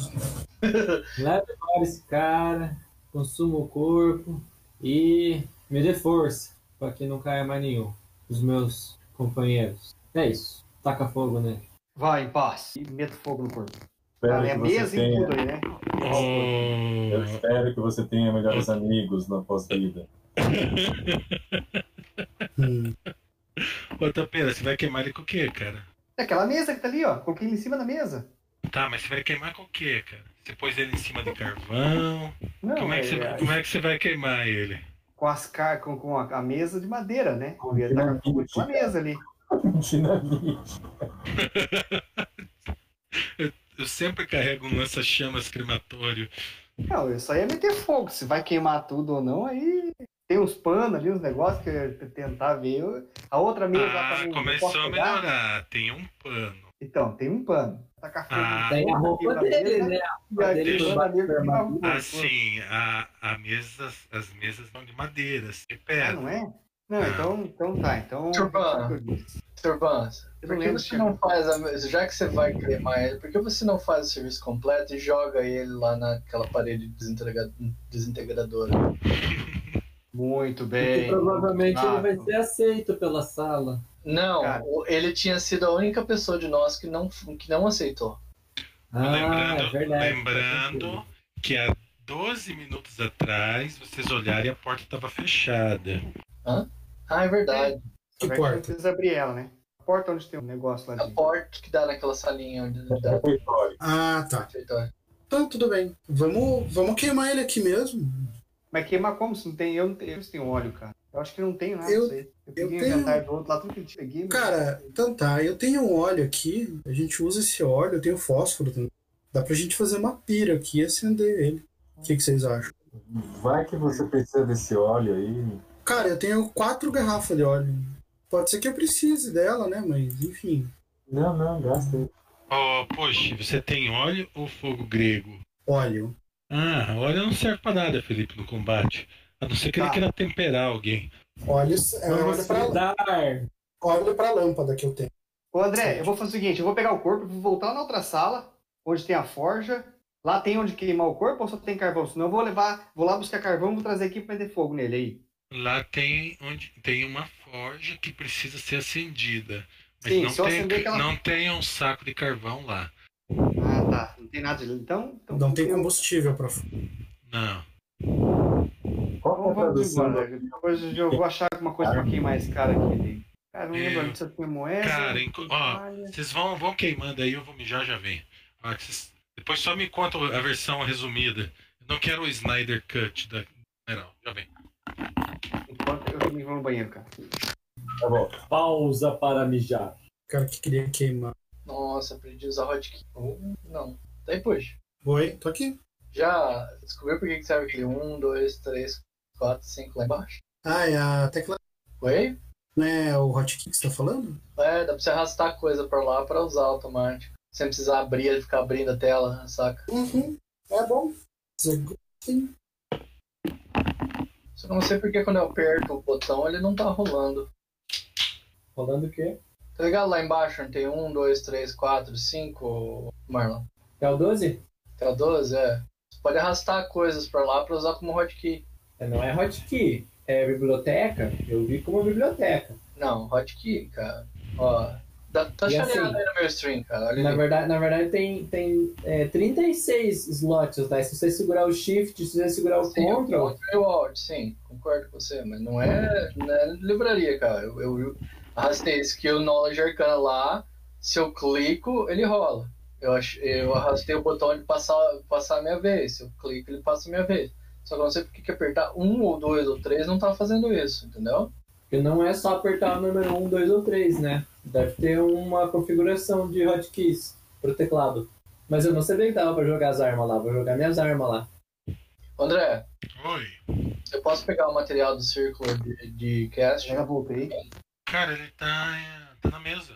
Speaker 5: Leve embora esse cara, consuma o corpo e me dê força para que não caia mais nenhum dos meus companheiros. É isso. Taca fogo nele.
Speaker 2: Vá em paz e meta fogo no corpo.
Speaker 4: Espero
Speaker 2: Cara, é
Speaker 4: que você
Speaker 2: mesa e
Speaker 4: tenha-
Speaker 2: tudo aí, né?
Speaker 4: Eu
Speaker 1: Oh,
Speaker 4: espero que você tenha melhores amigos na pós-vida.
Speaker 6: Hum.
Speaker 1: Ô, Tapera, você vai queimar ele com o quê, cara?
Speaker 2: É aquela mesa que tá ali, ó. Coloquei ele em cima da mesa.
Speaker 1: Tá, mas você vai queimar com o quê, cara? Você pôs ele em cima de carvão.
Speaker 2: Não,
Speaker 1: como, é que você,
Speaker 2: é,
Speaker 1: como é que você vai queimar ele?
Speaker 2: com as car... com, com a, a mesa de madeira, né?
Speaker 4: Com
Speaker 2: Eu ia
Speaker 4: é
Speaker 2: tacar
Speaker 4: dinamite.
Speaker 2: fogo naquela mesa ali.
Speaker 4: Dinamite.
Speaker 1: Eu sempre carrego um lança-chamas crematório.
Speaker 2: Não, isso aí é meter fogo. Se vai queimar tudo ou não, aí tem uns panos ali, uns negócios que eu ia tentar ver. Eu- A outra mesa lá pra
Speaker 1: Ah,
Speaker 2: mim,
Speaker 1: começou
Speaker 2: posso
Speaker 1: a
Speaker 2: pegar?
Speaker 1: melhorar. Tem um pano.
Speaker 2: Então, tem um pano. Taca fogo.
Speaker 3: Tá
Speaker 1: Ah.
Speaker 5: Daí a roupa
Speaker 2: na
Speaker 5: dele,
Speaker 2: mesa,
Speaker 5: né?
Speaker 2: E aí,
Speaker 5: dele
Speaker 2: tem um pano ali,
Speaker 5: embaixo da
Speaker 2: vira uma-
Speaker 1: Assim, a, a mesa, as mesas são de madeira, de
Speaker 2: Ah,
Speaker 1: pedra.
Speaker 2: não é? Não,
Speaker 1: né?
Speaker 2: então, então tá. Então.
Speaker 3: Turban.
Speaker 2: eu disse.
Speaker 3: Turbans,
Speaker 2: Eu
Speaker 3: por
Speaker 2: não
Speaker 3: que
Speaker 2: lembro,
Speaker 3: você
Speaker 2: cara.
Speaker 3: não faz a mesa, já que você vai cremar ele, por que você não faz o serviço completo e joga ele lá naquela parede desintegra- desintegradora?
Speaker 2: Muito
Speaker 5: Porque
Speaker 2: bem.
Speaker 5: provavelmente ele vai
Speaker 2: Ah,
Speaker 5: ser aceito pela sala.
Speaker 3: Não,
Speaker 2: Cara.
Speaker 3: o- ele tinha sido a única pessoa de nós que não, que não aceitou.
Speaker 5: Ah, é
Speaker 1: lembrando
Speaker 5: verdade.
Speaker 1: lembrando que há 12 minutos atrás, vocês olharam e a porta estava fechada.
Speaker 3: Ah, é verdade.
Speaker 6: Que
Speaker 2: Vai
Speaker 6: porta?
Speaker 2: Precisa abrir ela, né? A porta onde tem um negócio lá
Speaker 3: A
Speaker 2: de.
Speaker 3: porta que dá naquela salinha onde dá
Speaker 4: Refeitório.
Speaker 6: Ah, tá.
Speaker 3: refeitório.
Speaker 6: Então, tudo bem. Vamos, vamos queimar ele aqui mesmo.
Speaker 2: Mas queimar como se não tem? Eu não tenho, eu não tenho óleo, cara. Eu acho que não tem nada
Speaker 6: Eu-
Speaker 2: disso aí. Eu peguei o
Speaker 6: tenho-
Speaker 2: inventário do outro lá, tudo que eu peguei. mas-
Speaker 6: Cara, então tá. Eu tenho um óleo aqui. A gente usa esse óleo. Eu tenho fósforo também. Dá pra gente fazer uma pira aqui e acender ele. O que, que vocês acham?
Speaker 4: Vai que você precisa desse óleo aí.
Speaker 6: Cara, eu tenho quatro garrafas de óleo. Pode ser que eu precise dela, né? Mas, enfim.
Speaker 4: Não, não, gasta aí.
Speaker 1: Oh, poxa, você tem óleo ou fogo grego?
Speaker 6: Óleo.
Speaker 1: Ah, óleo não serve pra nada, Felipe, no combate. A não ser que ele
Speaker 2: Tá.
Speaker 1: queira temperar alguém.
Speaker 6: Óleo, é
Speaker 5: Vamos
Speaker 6: óleo, pra,
Speaker 5: fritar.
Speaker 6: óleo pra lâmpada que eu tenho.
Speaker 2: Ô, André, eu vou fazer o seguinte: eu vou pegar o corpo, vou voltar na outra sala, onde tem a forja. Lá tem onde queimar o corpo ou só tem carvão? Senão eu vou levar, vou lá buscar carvão, vou trazer aqui pra meter fogo nele aí.
Speaker 1: Lá tem onde tem uma forja que precisa ser acendida. Mas
Speaker 2: Sim,
Speaker 1: não,
Speaker 2: se eu
Speaker 1: tem,
Speaker 2: acender aquela-
Speaker 1: não tem um saco de carvão lá.
Speaker 2: Ah, tá. Não tem nada de. Então. então
Speaker 6: Não tem
Speaker 2: eu-
Speaker 6: combustível pra
Speaker 1: Não.
Speaker 4: Qual que é
Speaker 2: Então
Speaker 4: a
Speaker 2: vamos
Speaker 4: tradução?
Speaker 2: embora. né? Depois eu vou achar alguma coisa pra queimar esse cara aqui. né? Cara, não lembro
Speaker 1: Eu-
Speaker 2: onde você tinha moeda.
Speaker 1: Cara, enco- ó,
Speaker 2: palha.
Speaker 1: Vocês vão, vão queimando aí, eu vou mijar já vem. Ah, que vocês- Depois só me conta a versão resumida. Eu não quero o Snyder Cut da general. Já vem.
Speaker 2: Enquanto eu me vou no banheiro, cara.
Speaker 4: Tá bom.
Speaker 5: Pausa para mijar.
Speaker 6: cara que queria queimar.
Speaker 3: Nossa, aprendi a usar hotkey. Uh, Não. Daí, puxa.
Speaker 6: Oi, tô aqui.
Speaker 3: Já descobriu por que que serve aquele 1, 2, 3, 4, 5 lá embaixo?
Speaker 6: Ah, é a tecla.
Speaker 3: Oi?
Speaker 6: Não é o hotkey que você tá falando?
Speaker 3: É, dá pra você arrastar a coisa pra lá pra usar automático. Sem precisar abrir e ficar abrindo a tela, saca?
Speaker 6: Uhum. É bom. Sim.
Speaker 3: Só que eu não sei porque quando eu aperto o botão ele não tá rolando.
Speaker 5: Rolando o quê?
Speaker 3: Tá ligado lá embaixo? onde Tem 1, 2, 3, 4, 5, Marlon.
Speaker 5: É o 12?
Speaker 3: Tela 12, é. Você pode arrastar coisas pra lá pra usar como hotkey.
Speaker 5: É, Não é hotkey. É biblioteca. Eu vi como biblioteca.
Speaker 3: Não, hotkey, cara. Ó, dá- tá
Speaker 5: E
Speaker 3: chateado
Speaker 5: assim?
Speaker 3: aí no meu stream, cara. Olha
Speaker 5: Na
Speaker 3: ali.
Speaker 5: verdade, na verdade tem, tem é, 36 slots, tá? Se você segurar o shift, se você segurar o
Speaker 3: Sim,
Speaker 5: control,
Speaker 3: Contra e o Alt, sim, concordo com você, mas não é, não é livraria, cara. Eu, eu arrastei skill knowledge arcana lá, se eu clico, ele rola. Eu, ach- eu arrastei o botão de passar, passar a minha vez, se eu clico, ele passa a minha vez. Só que eu não sei porque que apertar um ou dois ou três não tá fazendo isso, entendeu?
Speaker 5: Porque não é só apertar o número 1, 2 ou 3, né? Deve ter uma configuração de hotkeys pro teclado. Mas eu não sabia que dava pra jogar as armas lá. Vou jogar minhas armas lá.
Speaker 3: André,
Speaker 1: Oi.
Speaker 3: eu posso pegar o material do círculo de, de cast?
Speaker 2: Já voltei.
Speaker 1: Cara, ele tá, é, tá na mesa.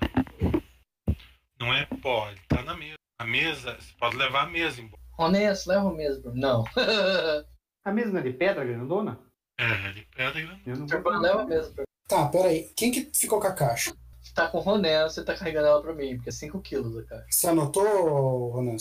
Speaker 1: Não é pó, ele tá na mesa. A mesa, você pode levar a mesa embora.
Speaker 3: Honesto, leva mesmo. Não.
Speaker 2: A mesa não é de pedra, grandona?
Speaker 1: É, ele pega e
Speaker 2: Eu não vou.
Speaker 3: leva mesmo.
Speaker 6: Tá, peraí. Quem que ficou com a caixa?
Speaker 3: Tá com Ronesto, você tá carregando ela pra mim, porque é 5 quilos a caixa.
Speaker 6: Você anotou, Ronan?
Speaker 1: não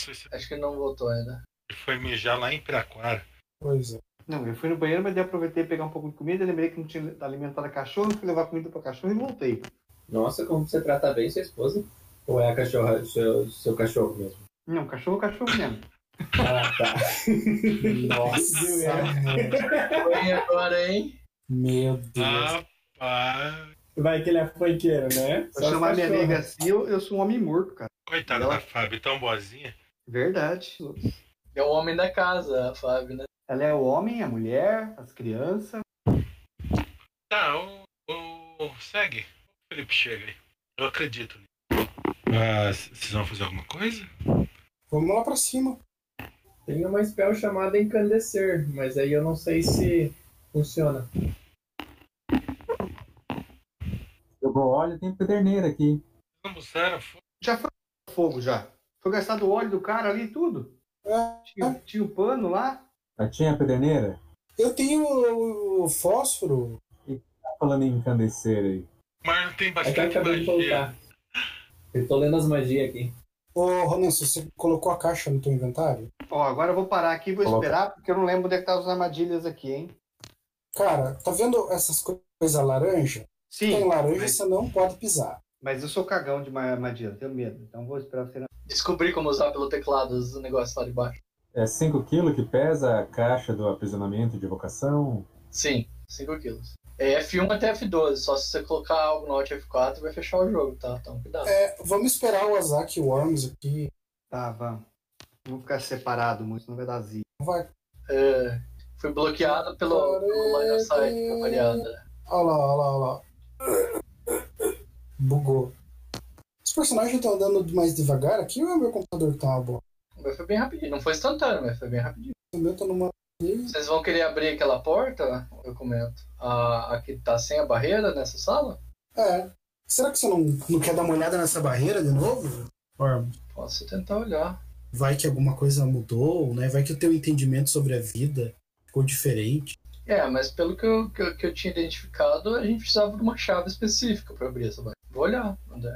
Speaker 1: sei se
Speaker 3: Acho que ele não voltou ainda.
Speaker 1: ele foi mijar lá em Piraquara.
Speaker 6: Pois é.
Speaker 2: Não, eu fui no banheiro, mas daí aproveitei pegar um pouco de comida, lembrei que não tinha alimentado cachorro, fui levar comida pra cachorro e voltei.
Speaker 5: Nossa, como você trata bem sua esposa? Ou é a cachorra, seu, seu cachorro mesmo?
Speaker 2: Não, cachorro, é cachorro mesmo.
Speaker 5: Ah, tá. Nossa.
Speaker 3: Vem agora, hein?
Speaker 6: Meu
Speaker 5: Ah.
Speaker 6: Deus.
Speaker 1: Rapaz.
Speaker 5: Vai que ele é funkeiro, né?
Speaker 2: Pra chamar minha
Speaker 5: cachorro.
Speaker 2: amiga assim, eu, eu sou um homem morto, cara.
Speaker 1: Coitada
Speaker 2: Ela-
Speaker 1: da Fábio, tão boazinha.
Speaker 2: Verdade.
Speaker 3: É o homem da casa, a Fábio, né?
Speaker 2: Ela é o homem, a mulher, as crianças.
Speaker 1: Tá, o, o- segue. O Felipe chega aí. Eu acredito nisso. Ah, c- vocês vão fazer alguma coisa?
Speaker 6: Vamos lá pra cima.
Speaker 5: Tem uma spell chamada Encandecer, mas aí eu não sei se funciona.
Speaker 4: Eu vou, olha, tem pederneira aqui. hein?
Speaker 1: Não usaram fogo?
Speaker 2: Já foi fogo, já. Foi gastado o óleo do cara ali e tudo.
Speaker 6: É,
Speaker 2: Tinha, tinha o pano lá.
Speaker 4: Já "Ah, tinha pederneira?
Speaker 6: eu tenho o- o fósforo.
Speaker 4: Tá falando em encandecer aí.
Speaker 1: Mas tem
Speaker 5: É que eu
Speaker 1: bastante
Speaker 5: acabei de
Speaker 1: magia.
Speaker 5: voltar. Eu tô lendo as magias aqui.
Speaker 6: Ô, Ronan, você colocou a caixa no teu inventário?
Speaker 2: Ó, agora eu vou parar aqui e vou
Speaker 4: Coloca.
Speaker 2: esperar, porque eu não lembro onde é que tá as armadilhas aqui, hein?
Speaker 6: Cara, tá vendo essas co- coisas laranja? Tem
Speaker 2: Sim,
Speaker 6: laranja,
Speaker 2: mas-
Speaker 6: você não pode pisar.
Speaker 2: mas eu sou cagão de ma- armadilha, tenho medo. Então vou esperar você.
Speaker 3: Descobri como usar pelo teclado os negócios tá lá de baixo.
Speaker 4: É 5 kg que pesa a caixa do aprisionamento de evocação?
Speaker 3: Sim, 5 quilos. É F1 até F12, só se você colocar algo no Alt F4 vai fechar o jogo, tá? Então cuidado.
Speaker 6: É, vamos esperar o Azaki Worms aqui.
Speaker 2: Tá, vamos. Vou ficar separado muito, não vai dar zica.
Speaker 6: Vai.
Speaker 3: É, fui bloqueado pelo, pelo Line of Sight, variada.
Speaker 6: Olha lá, olha lá, olha lá. Bugou. Os personagens estão andando mais devagar aqui ou é meu computador que tá uma boa?
Speaker 3: Mas foi bem rapidinho, não foi instantâneo, mas foi bem rapidinho.
Speaker 6: O meu tá numa.
Speaker 3: Vocês vão querer abrir aquela porta? Eu comento. A, a que tá sem a barreira nessa sala?
Speaker 6: É. Será que você não, não quer dar uma olhada nessa barreira de novo? Worms?
Speaker 3: Posso tentar olhar.
Speaker 6: vai que alguma coisa mudou, né? Vai que o teu entendimento sobre a vida ficou diferente.
Speaker 3: É, mas pelo que eu, que eu, que eu tinha identificado, a gente precisava de uma chave específica pra abrir essa barreira. Vou olhar, André.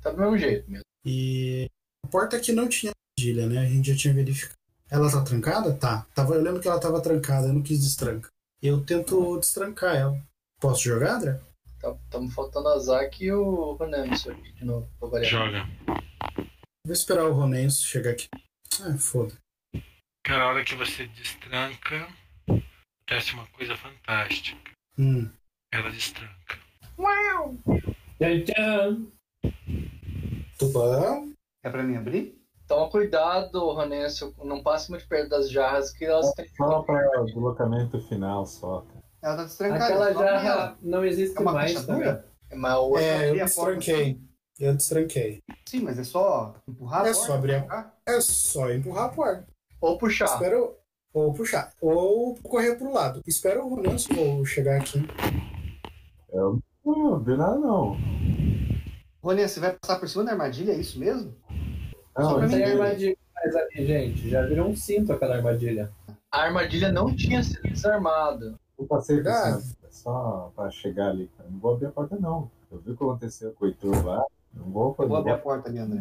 Speaker 3: Tá do mesmo jeito mesmo.
Speaker 6: E a porta aqui não tinha armadilha, né? A gente já tinha verificado. Ela tá trancada? Tá. Tava, eu lembro que ela tava trancada, eu não quis destrancar. Eu tento destrancar ela. Posso jogar, André?
Speaker 3: Tá, tá me faltando a Zack e o Ronemis aqui de novo, pra variar.
Speaker 1: Joga.
Speaker 6: Vou esperar o Ronenso chegar aqui. Ah, foda.
Speaker 1: Cara, a hora que você destranca, acontece uma coisa fantástica.
Speaker 6: Hum.
Speaker 1: Ela destranca.
Speaker 5: Tchan, tchan.
Speaker 6: Tubarão?
Speaker 2: É pra mim abrir?
Speaker 3: Toma cuidado, Ronencio, não passe muito perto das jarras que elas têm.
Speaker 4: Só para o deslocamento final só. Tá?
Speaker 2: Ela tá destrancada. só
Speaker 5: Aquela
Speaker 2: abrir ela.
Speaker 5: já não existe
Speaker 2: É uma
Speaker 5: mais também.
Speaker 2: fechadura?
Speaker 3: Mas o outro
Speaker 6: É,
Speaker 2: abri
Speaker 6: eu
Speaker 2: a porta.
Speaker 6: destranquei. Eu destranquei.
Speaker 2: Sim, mas é só empurrar a
Speaker 6: É
Speaker 2: porta,
Speaker 6: só abrir a-
Speaker 2: tá?
Speaker 6: É só empurrar a porta.
Speaker 3: Ou puxar.
Speaker 6: Espero ou puxar, ou correr pro lado. Espero o Nanso ou chegar aqui.
Speaker 4: Eu não vi nada não.
Speaker 2: Roninha, você vai passar por cima da armadilha, é isso mesmo?
Speaker 4: Não,
Speaker 5: Não
Speaker 4: "Ah, eu
Speaker 5: tem
Speaker 4: vi.
Speaker 5: armadilha mais ali, gente. Já virou um cinto aquela armadilha.
Speaker 3: A armadilha não tinha sido desarmada.
Speaker 4: eu passei por
Speaker 6: Verdade.
Speaker 4: cima, é só para chegar ali. cara. Não vou abrir a porta não. Eu vi o que aconteceu com o Heitor lá. Não vou
Speaker 2: Eu
Speaker 4: fazer.
Speaker 2: vou abrir a porta ali, André.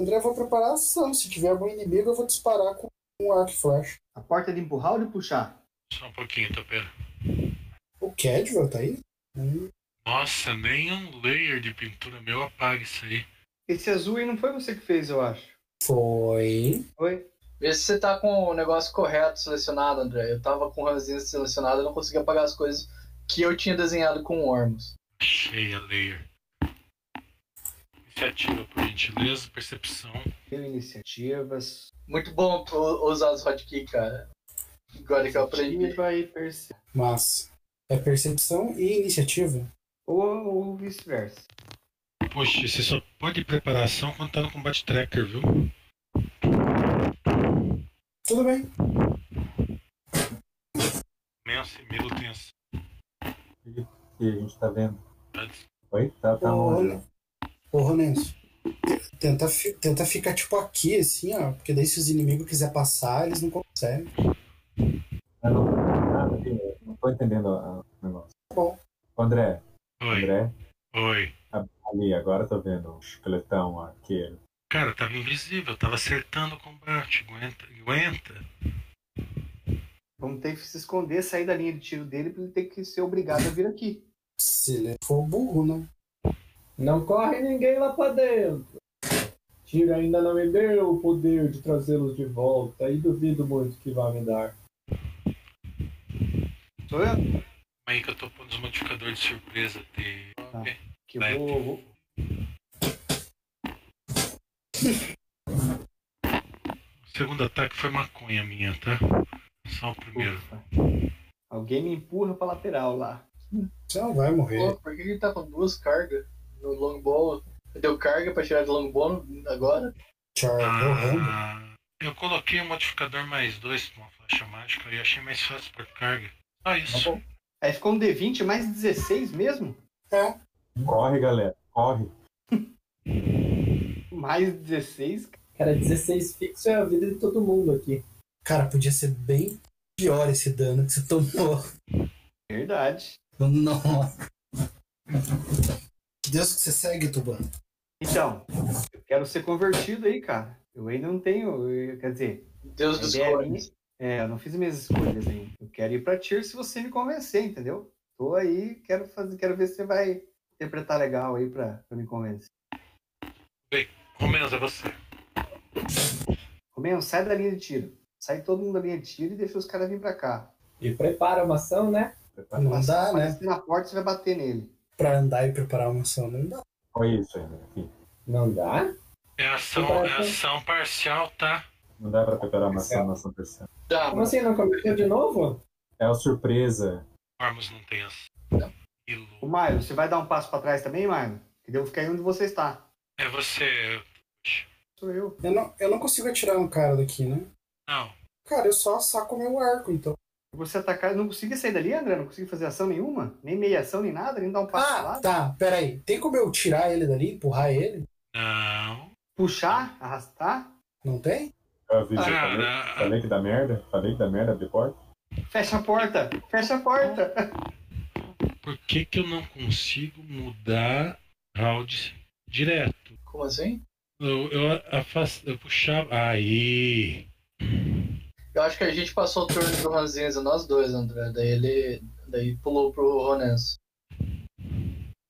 Speaker 6: André, eu vou preparar a ação. Se tiver algum inimigo, eu vou disparar com um arco e flecha.
Speaker 2: A porta é de empurrar ou de puxar?
Speaker 1: Só um pouquinho, Topeira.
Speaker 6: O Cadwell tá aí? Hum,
Speaker 1: Nossa, nem um layer de pintura meu apaga isso aí.
Speaker 2: Esse azul aí não foi você que fez, eu acho.
Speaker 6: Foi.
Speaker 2: Foi?
Speaker 3: Vê se você tá com o negócio correto selecionado, André. Eu tava com o ranzinho selecionado, eu não conseguia apagar as coisas que eu tinha desenhado com o Ormus.
Speaker 1: Cheia layer. Iniciativa, por gentileza, percepção.
Speaker 2: Tenho iniciativas.
Speaker 3: Muito bom o- usar os hotkeys, cara. Agora que eu aprendi.
Speaker 2: iniciativa e perce-
Speaker 6: Mas é percepção e iniciativa.
Speaker 2: Ou, ou vice-versa.
Speaker 1: Poxa, você só pode preparação quando tá no combate tracker, viu?
Speaker 6: Tudo bem.
Speaker 1: Imenso e medo tenso.
Speaker 4: que a gente tá vendo. Oi? Tá, tá
Speaker 6: Ô,
Speaker 4: longe.
Speaker 6: Ô, Ronenso. Tenta, fi- tenta ficar tipo aqui, assim, ó. Porque daí se os inimigos quiserem passar, eles não conseguem.
Speaker 4: Eu "Ah, não, nada aqui, eu não tô entendendo a- a- o negócio.
Speaker 6: Tá bom.
Speaker 4: Ô, André,
Speaker 1: Oi,
Speaker 4: André,
Speaker 1: oi.
Speaker 4: ali, agora eu tô vendo um o esqueletão arqueiro.
Speaker 1: Cara, eu tava invisível, eu tava acertando o combate. Aguenta, aguenta.
Speaker 2: Vamos ter que se esconder, sair da linha de tiro dele pra ele ter que ser obrigado a vir aqui.
Speaker 6: Se ele for burro, né?
Speaker 5: Não corre ninguém lá pra dentro. Tira ainda não me deu o poder de trazê-los de volta. E duvido muito que vá me dar.
Speaker 2: Sou eu?
Speaker 1: Aí que eu tô pondo os modificadores de surpresa de.
Speaker 2: Que eu vou, vou-
Speaker 1: O segundo ataque foi maconha minha, tá? Só o primeiro.
Speaker 2: Ufa. Alguém me empurra pra lateral lá.
Speaker 3: Ah.
Speaker 6: Você não vai morrer.
Speaker 3: Pô, por que ele tá com duas cargas no longbow? Deu carga pra tirar de Lambono agora? Tá
Speaker 6: Charlotte.
Speaker 1: Ah, eu coloquei o modificador mais dois pra uma flecha mágica e achei mais fácil por carga. Só
Speaker 3: Tá
Speaker 1: isso.
Speaker 3: bom.
Speaker 2: Aí ficou um D20 mais 16 mesmo?
Speaker 6: É.
Speaker 4: Corre, galera, corre.
Speaker 2: Mais 16?
Speaker 5: Cara, 16 fixo é a vida de todo mundo aqui.
Speaker 6: Cara, podia ser bem pior esse dano que você tomou.
Speaker 2: Verdade.
Speaker 6: Nossa. Que Deus que você segue, Tuban.
Speaker 2: Então, eu quero ser convertido aí, cara. Eu ainda não tenho, eu- quer dizer,
Speaker 3: Deus dos
Speaker 2: A ideia é
Speaker 3: cornes.
Speaker 2: é, eu não fiz minhas escolhas ainda. Eu quero ir pra Tyr se você me convencer, entendeu? Tô aí, quero fazer, quero ver se você vai interpretar legal aí pra, pra me convencer.
Speaker 1: Romeu, é você.
Speaker 2: Romeu, sai da linha de tiro. Sai todo mundo da linha de tiro e deixa os caras virem pra cá.
Speaker 5: E prepara uma ação, né?
Speaker 6: Não dá, né?
Speaker 2: Se na porta, você vai bater nele.
Speaker 6: Pra andar e preparar uma ação. Não dá.
Speaker 4: Olha isso né? ainda. Enfim,
Speaker 5: Não dá?
Speaker 1: É
Speaker 3: Tá
Speaker 1: ação, é ação parcial, tá?
Speaker 4: não dá pra preparar maçã, maçã terceira.
Speaker 3: Dá,
Speaker 5: Como
Speaker 3: mas
Speaker 5: assim? Não cometeu de novo?
Speaker 4: É a surpresa.
Speaker 1: Ormus não tem ação.
Speaker 3: Não.
Speaker 1: E
Speaker 2: Ô,
Speaker 1: Lu-
Speaker 2: Maio, você vai dar um passo pra trás também, Maio? Que eu vou ficar aí onde você está.
Speaker 1: É você.
Speaker 2: Sou eu.
Speaker 6: Eu não, eu não consigo atirar um cara daqui, né?
Speaker 1: Não.
Speaker 6: Cara, eu só saco meu arco, então.
Speaker 2: Se você atacar, eu não consegui sair dali, André? Eu Não consegui fazer ação nenhuma? Nem meia ação, nem nada? Nem dar um passo pra
Speaker 6: Ah,
Speaker 2: lá?
Speaker 6: tá. Peraí. Tem como eu tirar ele dali, empurrar ele?
Speaker 1: Não.
Speaker 2: Puxar? Arrastar?
Speaker 6: Não tem?
Speaker 4: Eu aviso, falei,
Speaker 1: Cara,
Speaker 4: falei que dá merda. Falei que dá merda, abri porta.
Speaker 2: Fecha a porta! Fecha a porta!
Speaker 1: por que, que eu não consigo mudar round direto?
Speaker 3: como assim?
Speaker 1: Eu, eu, afas- eu puxava. Aí.
Speaker 3: Eu acho que a gente passou o turno do Ranzinza, nós dois, André. Daí ele. Daí pulou pro Ronenso.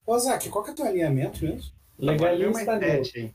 Speaker 6: Ô, Zac, qual que é o teu alinhamento mesmo?
Speaker 5: Legalista, meu.
Speaker 2: Sete aí.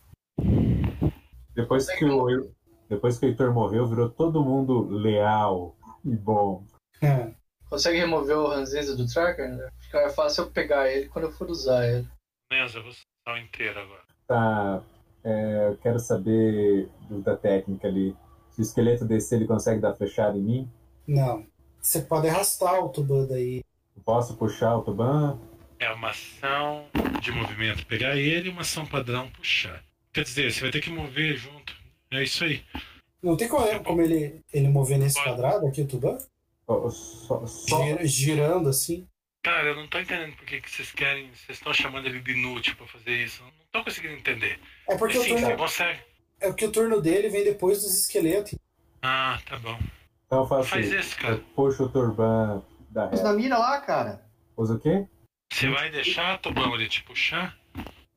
Speaker 4: Depois que, o, depois que o Heitor morreu, virou todo mundo leal e bom.
Speaker 5: É.
Speaker 6: Ah,
Speaker 3: Consegue remover o Ranzinza do tracker, André? Acho que é fácil eu pegar ele quando eu for usar ele.
Speaker 1: Nessa, você tá inteiro agora.
Speaker 4: Tá. é, eu quero saber do- da técnica ali. Se o esqueleto descer, ele consegue dar flechada em mim?
Speaker 6: não. Você pode arrastar o Tuban daí.
Speaker 4: Eu posso puxar o Tuban?
Speaker 1: É uma ação de movimento pegar ele e uma ação padrão puxar. Quer dizer, você vai ter que mover junto. É isso aí.
Speaker 6: Não tem como, como ele, ele mover nesse
Speaker 1: Pode.
Speaker 6: quadrado aqui, o Tuban?
Speaker 4: Ó, Só, só-
Speaker 6: Gira- girando assim.
Speaker 1: Cara, eu não tô entendendo por que, que vocês querem. Vocês estão chamando ele de inútil pra fazer isso. Eu Não tô conseguindo entender.
Speaker 6: É porque, o
Speaker 1: Sim, você
Speaker 6: turno,
Speaker 1: consegue.
Speaker 6: é porque o turno dele vem depois dos esqueletos.
Speaker 1: Ah, tá bom.
Speaker 4: Então eu faço
Speaker 1: Faz
Speaker 4: isso.
Speaker 1: esse, cara.
Speaker 4: Eu puxo o Turban da
Speaker 2: Pus
Speaker 4: reta.
Speaker 2: na mira lá, cara.
Speaker 4: Usa o quê?
Speaker 1: Você vai deixar, Tobão, ele te puxar?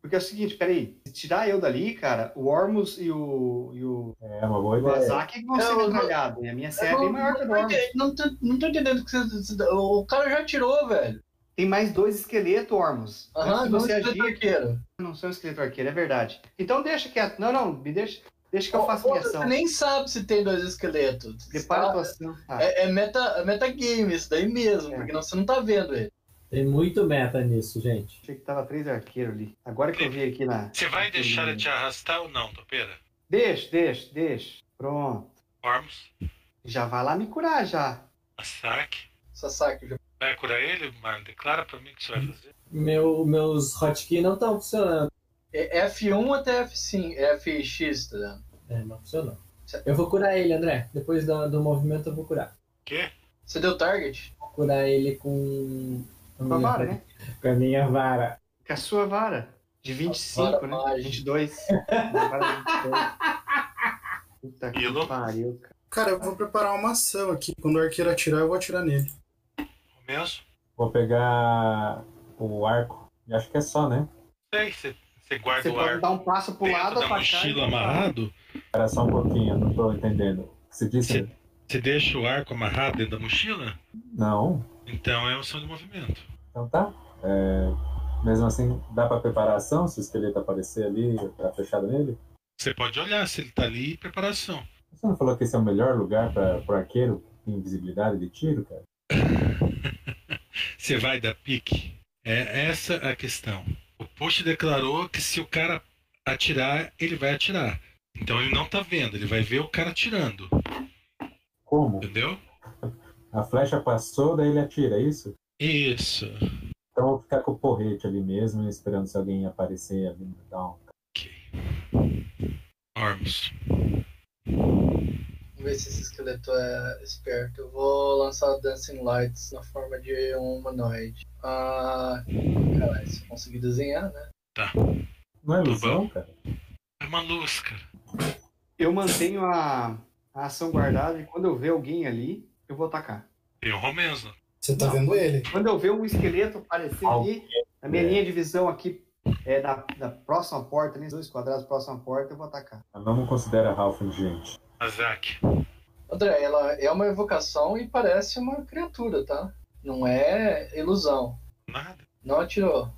Speaker 2: Porque é o seguinte, peraí. Se tirar eu dali, cara, o Ormus e o, e o,
Speaker 4: É uma boa
Speaker 2: e o
Speaker 4: ideia.
Speaker 2: Azak é que vão ser
Speaker 3: Eu não-
Speaker 2: metralhados. E a minha série é bem maior que a do Ormus.
Speaker 3: não, tô, não tô entendendo o que você. você- O cara já tirou, velho.
Speaker 2: Tem mais dois esqueletos, Ormus. Antes
Speaker 3: Aham,
Speaker 2: de
Speaker 3: não
Speaker 2: você
Speaker 3: você
Speaker 2: agir,
Speaker 3: arqueiro.
Speaker 2: não sou um esqueleto arqueiro, é verdade. Então deixa quieto. Não, não, me deixa, deixa que eu faço minha ação.
Speaker 3: Você nem sabe se tem dois esqueletos.
Speaker 2: Prepara a tua
Speaker 3: Tá?
Speaker 2: ação. Ah. cara.
Speaker 3: É, é meta, é metagame isso daí mesmo,
Speaker 2: É.
Speaker 3: porque não, você não tá vendo ele.
Speaker 5: Tem muito meta nisso, gente.
Speaker 2: Achei que tava três arqueiros ali. Agora que eu vi aqui na.
Speaker 1: Você vai deixar ele
Speaker 2: ele.
Speaker 1: te arrastar ou não, Topeira?
Speaker 2: Deixa, deixa, deixa. Pronto.
Speaker 1: Ormus,
Speaker 2: Já vai lá me curar já.
Speaker 1: Asaki.
Speaker 3: Sasaki, já-
Speaker 1: Vai curar ele, Marlon? Declara pra mim o que você
Speaker 2: Hum.
Speaker 1: vai fazer.
Speaker 5: Meu, meus hotkeys não estão funcionando.
Speaker 3: é F1 até F5, FX, tá ligado?
Speaker 5: É, não funcionou. Eu vou curar ele, André. Depois do, do movimento eu vou curar.
Speaker 1: O quê?
Speaker 3: Você deu target?
Speaker 5: Vou curar ele com.
Speaker 2: Com a vara, né?
Speaker 5: Com a minha vara.
Speaker 2: Com a sua vara. De 25,
Speaker 3: vara
Speaker 2: né?
Speaker 3: mágica.
Speaker 2: 22. Uma vara de 22. Puta
Speaker 1: Ilo?
Speaker 2: que pariu, cara.
Speaker 6: Cara, eu vou preparar uma ação aqui. Quando o arqueiro atirar, eu vou atirar nele.
Speaker 1: Começo?
Speaker 4: Vou pegar o arco. E acho que é só, né?
Speaker 1: Sei, você, você guarda
Speaker 2: Você
Speaker 1: o
Speaker 2: pode
Speaker 1: ar
Speaker 2: dar um passo pro
Speaker 1: dentro
Speaker 2: lado,
Speaker 1: da
Speaker 2: atacar.
Speaker 1: mochila
Speaker 2: e-
Speaker 1: amarrado?
Speaker 4: Era só um pouquinho, eu não tô entendendo. O que Você disse?
Speaker 1: Sim. Você deixa o arco amarrado dentro da mochila?
Speaker 4: Não.
Speaker 1: Então é ação de movimento.
Speaker 4: Então tá. É, Mesmo assim, dá pra preparar a ação se o esqueleto aparecer ali, tá fechado nele?
Speaker 1: Você pode olhar se ele tá ali e preparação.
Speaker 4: Você não falou que esse é o melhor lugar pra, pro arqueiro? Tem Invisibilidade de tiro, cara?
Speaker 1: Você vai dar pique? É essa a questão. O post declarou que se o cara atirar, ele vai atirar. Então ele não tá vendo, ele vai ver o cara atirando,
Speaker 4: Como?
Speaker 1: entendeu?
Speaker 4: A flecha passou, daí ele atira, é isso?
Speaker 1: Isso.
Speaker 4: Então eu vou ficar com o porrete ali mesmo, esperando se alguém aparecer ali. Então,
Speaker 1: Ok. Ormus.
Speaker 3: Vamos ver se esse esqueleto é esperto. Eu vou lançar Dancing Lights na forma de um humanoide. Ah. Caralho, se eu conseguir desenhar, né?
Speaker 4: não é
Speaker 1: Tá
Speaker 4: ilusão,
Speaker 1: bom.
Speaker 4: cara?
Speaker 1: É uma luz, cara.
Speaker 2: Eu mantenho a, a ação guardada e quando eu ver alguém ali, eu vou atacar.
Speaker 1: Tem o Romeno.
Speaker 6: Você tá
Speaker 2: Não.
Speaker 6: vendo ele?
Speaker 2: Quando eu ver um esqueleto aparecer ali, na minha
Speaker 4: É.
Speaker 2: linha de visão aqui, é da, da próxima porta, ali, dois quadrados próxima porta, eu vou atacar.
Speaker 4: Ela não considera Ralph gente.
Speaker 1: Azak.
Speaker 3: André, ela é uma evocação e parece uma criatura, tá? Não é ilusão.
Speaker 1: Nada.
Speaker 3: Não atirou.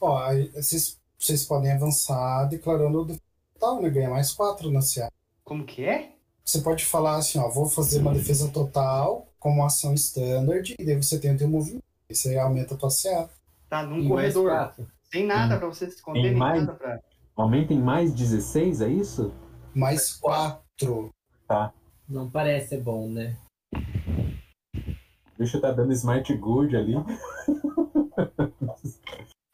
Speaker 6: Ó, aí vocês, vocês podem avançar declarando o defesa total, né? Ganha mais quatro na CA.
Speaker 2: Como que é?
Speaker 6: Você pode falar assim, ó, vou fazer uma defesa total como ação standard, e daí você tem o teu movimento. Aí você aumenta a tua CA.
Speaker 2: Tá num
Speaker 5: E mais
Speaker 2: corredor.
Speaker 5: quatro.
Speaker 2: Sem nada pra você se esconder,
Speaker 4: Hum. Tem
Speaker 2: nem
Speaker 4: mais?
Speaker 2: nada pra.
Speaker 4: Aumenta em mais 16, é isso?
Speaker 6: Mais quatro.
Speaker 5: Não parece ser bom, né?
Speaker 4: Deixa eu tá dando smart good ali.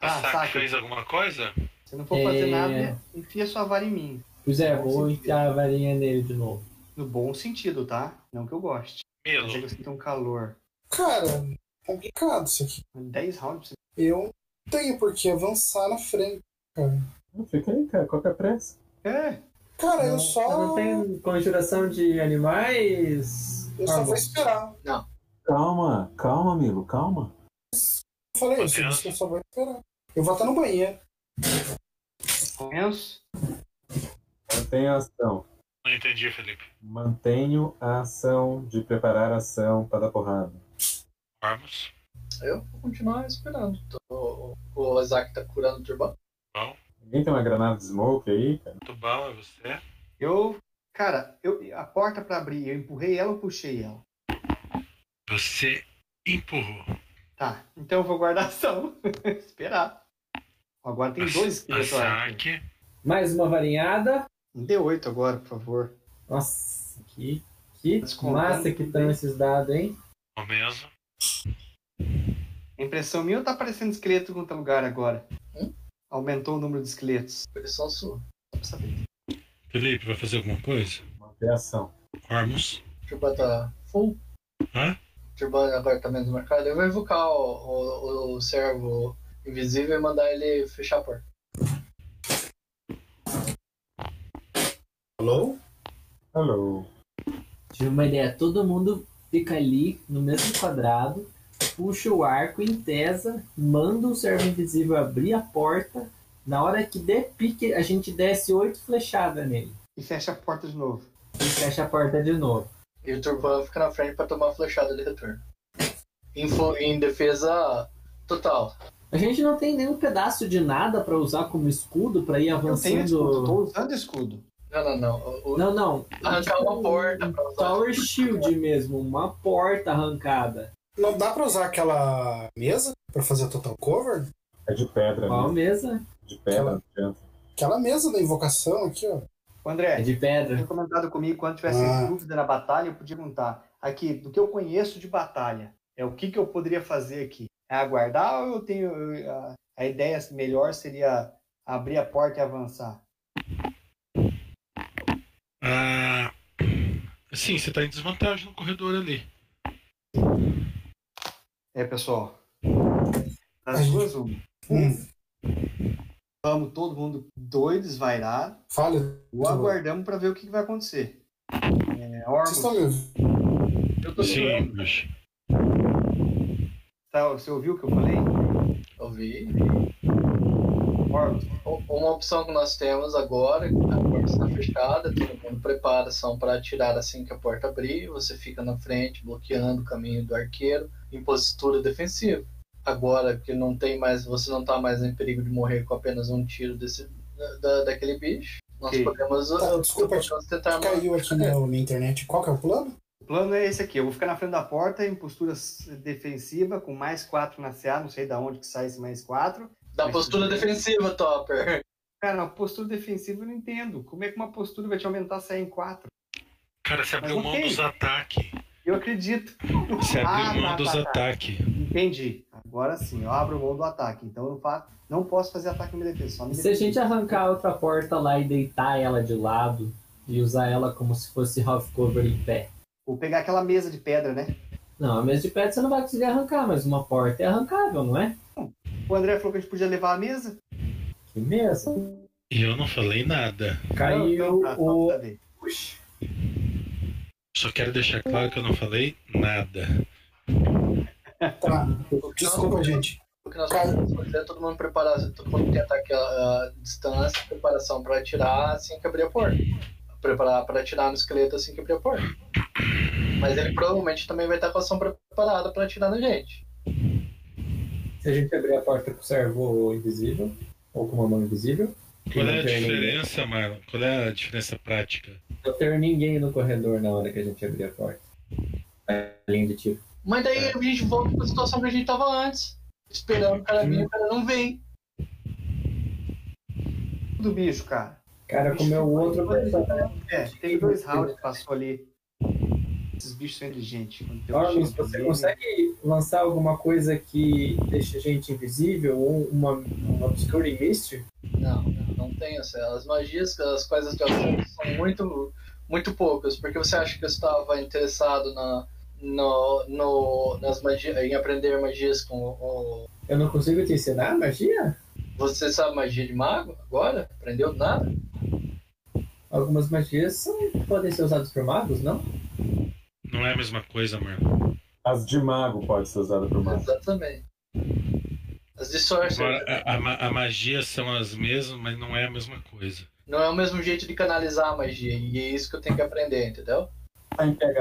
Speaker 2: Ah,
Speaker 1: Azak
Speaker 2: saque.
Speaker 1: fez alguma coisa?
Speaker 2: Se não for fazer
Speaker 5: É.
Speaker 2: nada, enfia sua vara em mim.
Speaker 5: Pois é, vou enfiar a varinha nele de novo.
Speaker 2: No bom sentido, tá? Não que eu goste. Mas é que
Speaker 1: Melo.
Speaker 2: eu sinto um calor.
Speaker 6: Cara, complicado isso aqui.
Speaker 2: 10 rounds.
Speaker 6: Eu não tenho por que avançar na frente.
Speaker 4: Não, Fica aí, cara. Qual que é a pressa?
Speaker 2: É,
Speaker 6: Cara,
Speaker 5: Não,
Speaker 6: eu só.
Speaker 5: Então, Não tem conjuração de animais?
Speaker 6: Eu só
Speaker 5: Ah,
Speaker 6: vou esperar.
Speaker 4: Calma, calma, Milo, calma.
Speaker 6: Eu falei
Speaker 1: Meu
Speaker 6: isso,
Speaker 1: Deus.
Speaker 6: disse que eu só vou esperar. Eu vou até no banheiro.
Speaker 2: Renzo,
Speaker 4: Mantenha a ação.
Speaker 1: Não entendi, Felipe.
Speaker 4: Mantenho a ação de preparar a ação para dar porrada.
Speaker 1: Ormus.
Speaker 3: Eu vou continuar esperando. Tô- O Isaac tá curando o turbante.
Speaker 1: Bom.
Speaker 4: Ninguém tem uma granada de smoke aí, cara?
Speaker 1: Tubal, é você.
Speaker 2: eu. Cara, eu, a porta pra abrir, eu empurrei ela ou puxei ela?
Speaker 1: Você empurrou.
Speaker 2: Tá, então eu vou guardar a ação. Esperar. Agora tem dois esqueletos lá.
Speaker 1: Azak.
Speaker 5: Mais uma varinhada.
Speaker 2: Um D8 agora, por favor.
Speaker 5: Nossa, que, que
Speaker 2: Tá Descontando
Speaker 5: massa que estão esses dados, hein?
Speaker 1: Romeno.
Speaker 2: A impressão minha ou tá aparecendo esqueleto em outro lugar agora?
Speaker 3: Hum?
Speaker 2: Aumentou o número de esqueletos.
Speaker 3: Pressão sua.
Speaker 1: Felipe, vai fazer alguma coisa?
Speaker 4: Manter a ação.
Speaker 1: Ormus.
Speaker 3: O turbante tá full.
Speaker 1: Hã?
Speaker 3: O turbante agora tá menos marcado. Eu vou invocar o, o, o servo invisível e mandar ele fechar a porta.
Speaker 6: Alô?
Speaker 4: Alô.
Speaker 5: Tive uma ideia. Todo mundo fica ali no mesmo quadrado, puxa o arco em tesa, manda o servo invisível abrir a porta. Na hora que der pique, a gente desce oito flechadas nele.
Speaker 2: E fecha a porta de novo.
Speaker 5: E fecha a porta de novo.
Speaker 3: E o Turban fica na frente pra tomar a flechada de retorno. Em, fu- em defesa total.
Speaker 5: A gente não tem nenhum pedaço de nada pra usar como escudo pra ir
Speaker 2: Eu tenho escudo,
Speaker 5: avançando.
Speaker 2: tô usando escudo.
Speaker 3: Não, não, não. O- o-
Speaker 5: Não, não.
Speaker 3: Arrancar uma porta pra
Speaker 5: um
Speaker 3: usar.
Speaker 5: Tower Shield mesmo, uma porta arrancada.
Speaker 6: Não dá pra usar aquela mesa pra fazer o total cover?
Speaker 4: É de pedra,
Speaker 2: Ah,
Speaker 5: Qual
Speaker 4: né?
Speaker 5: mesa?
Speaker 4: De pedra, não adianta.
Speaker 6: Aquela mesa da invocação aqui, ó.
Speaker 2: Ô,
Speaker 5: É
Speaker 2: André,
Speaker 5: de pedra.
Speaker 2: tinha comentado comigo quando tivesse
Speaker 6: Ah.
Speaker 2: dúvida na batalha, eu podia perguntar. Aqui, do que eu conheço de batalha, é o que, que eu poderia fazer aqui? É aguardar ou eu tenho. eu- a, a ideia melhor seria abrir a porta e avançar?
Speaker 1: Ah, sim, você tá em desvantagem no corredor ali.
Speaker 2: É, pessoal. Tá
Speaker 6: A
Speaker 2: Das
Speaker 6: gente-
Speaker 2: duas, uma.
Speaker 6: Hum,
Speaker 2: Hum. Vamos todo mundo doido, desvairado.
Speaker 6: falha.
Speaker 2: Ou aguardamos para ver o que, que vai acontecer. É,
Speaker 6: Vocês
Speaker 2: órgão,
Speaker 6: estão me ouvindo?
Speaker 2: eu tô
Speaker 1: Sim,
Speaker 2: segurando.
Speaker 1: bicho.
Speaker 2: Tá, você ouviu o que eu falei?
Speaker 3: Eu vi.
Speaker 2: Órgão,
Speaker 3: O- Uma opção que nós temos agora, tá a porta está fechada, todo mundo prepara ação para atirar assim que a porta abrir, você fica na frente, bloqueando o caminho do arqueiro, em postura defensiva. Agora que não tem mais, você não está mais em perigo de morrer com apenas um tiro desse, da, daquele bicho, nós
Speaker 2: Ok.
Speaker 3: podemos,
Speaker 6: Tá, desculpa,
Speaker 3: podemos tentar
Speaker 6: Caiu aqui meu- minha internet. Qual que é o plano?
Speaker 2: o plano é esse aqui. Eu vou ficar na frente da porta em postura s- defensiva, com mais 4 na CA, não sei da onde que sai esse mais 4.
Speaker 3: da postura defensiva, Topper.
Speaker 2: Cara, na postura defensiva eu não entendo. Como é que uma postura vai te aumentar a CA em 4?
Speaker 1: Cara, você abriu
Speaker 2: Mas
Speaker 1: mão
Speaker 2: ok.
Speaker 1: dos ataques.
Speaker 2: Eu acredito.
Speaker 1: Você abriu
Speaker 2: Ah,
Speaker 1: mão
Speaker 2: tá,
Speaker 1: dos
Speaker 2: tá, tá.
Speaker 1: ataques.
Speaker 2: Entendi. Agora sim, eu abro mão do ataque. Então eu não, fa... não posso fazer ataque em minha defesa. Só minha
Speaker 5: Se a
Speaker 2: defesa.
Speaker 5: gente arrancar a outra porta lá e deitar ela de lado e usar ela como se fosse half cover em pé.
Speaker 2: Vou pegar aquela mesa de pedra, né?
Speaker 5: Não, a mesa de pedra você não vai conseguir arrancar, mas uma porta é arrancável, não é?
Speaker 2: O André falou que a gente podia levar a mesa.
Speaker 5: Que mesa.
Speaker 1: E eu não falei nada.
Speaker 2: Não,
Speaker 5: Caiu
Speaker 2: não, não,
Speaker 5: o.
Speaker 2: tá bem.
Speaker 5: Puxa.
Speaker 1: Só quero deixar claro que eu não falei nada.
Speaker 6: Tá. Desculpa, gente.
Speaker 3: O que nós vamos fazer é todo mundo preparar, todo mundo tá tem ataque a distância, preparação pra atirar assim que abrir a porta. Preparar pra atirar no esqueleto assim que abrir a porta. Mas ele provavelmente também vai estar com a ação preparada pra atirar na gente.
Speaker 5: Se a gente abrir a porta com o servo invisível, ou com uma mão invisível,
Speaker 1: Qual é a
Speaker 5: Não tem ninguém.
Speaker 1: diferença, Marlon? Qual é a diferença prática?
Speaker 5: não ter ninguém no corredor na hora que a gente abrir a porta. A linha de tiro.
Speaker 3: Mas daí a gente volta pra situação que a gente tava antes. Esperando o cara vir, o cara não vem.
Speaker 2: Do bicho, cara.
Speaker 5: Cara, comeu o outro personagem.
Speaker 2: É, teve dois rounds que passou ali. Esses bichos são inteligentes. Quando tem um
Speaker 5: Ormus,
Speaker 2: chão
Speaker 5: você
Speaker 2: também,
Speaker 5: consegue lançar alguma coisa que deixa a gente invisível ou uma, uma Obscuring Mist?
Speaker 3: Não, não tem essa. As magias, as coisas de ação são muito, muito poucas. Porque você acha que eu estava interessado na, no, no, nas magi- em aprender magias com o,
Speaker 5: Eu não consigo te ensinar magia?
Speaker 3: Você sabe magia de mago agora? Aprendeu nada?
Speaker 5: Algumas magias são, podem ser usadas por magos, não?
Speaker 1: Não é a mesma coisa, Marlon.
Speaker 4: As de mago pode ser usada por mago.
Speaker 3: Exatamente. As de sorcerer
Speaker 1: Agora, a, a ma- a magia são as mesmas, mas não é a mesma coisa.
Speaker 3: não é o mesmo jeito de canalizar a magia. E é isso que eu tenho que aprender, entendeu?
Speaker 4: Tá em PHP,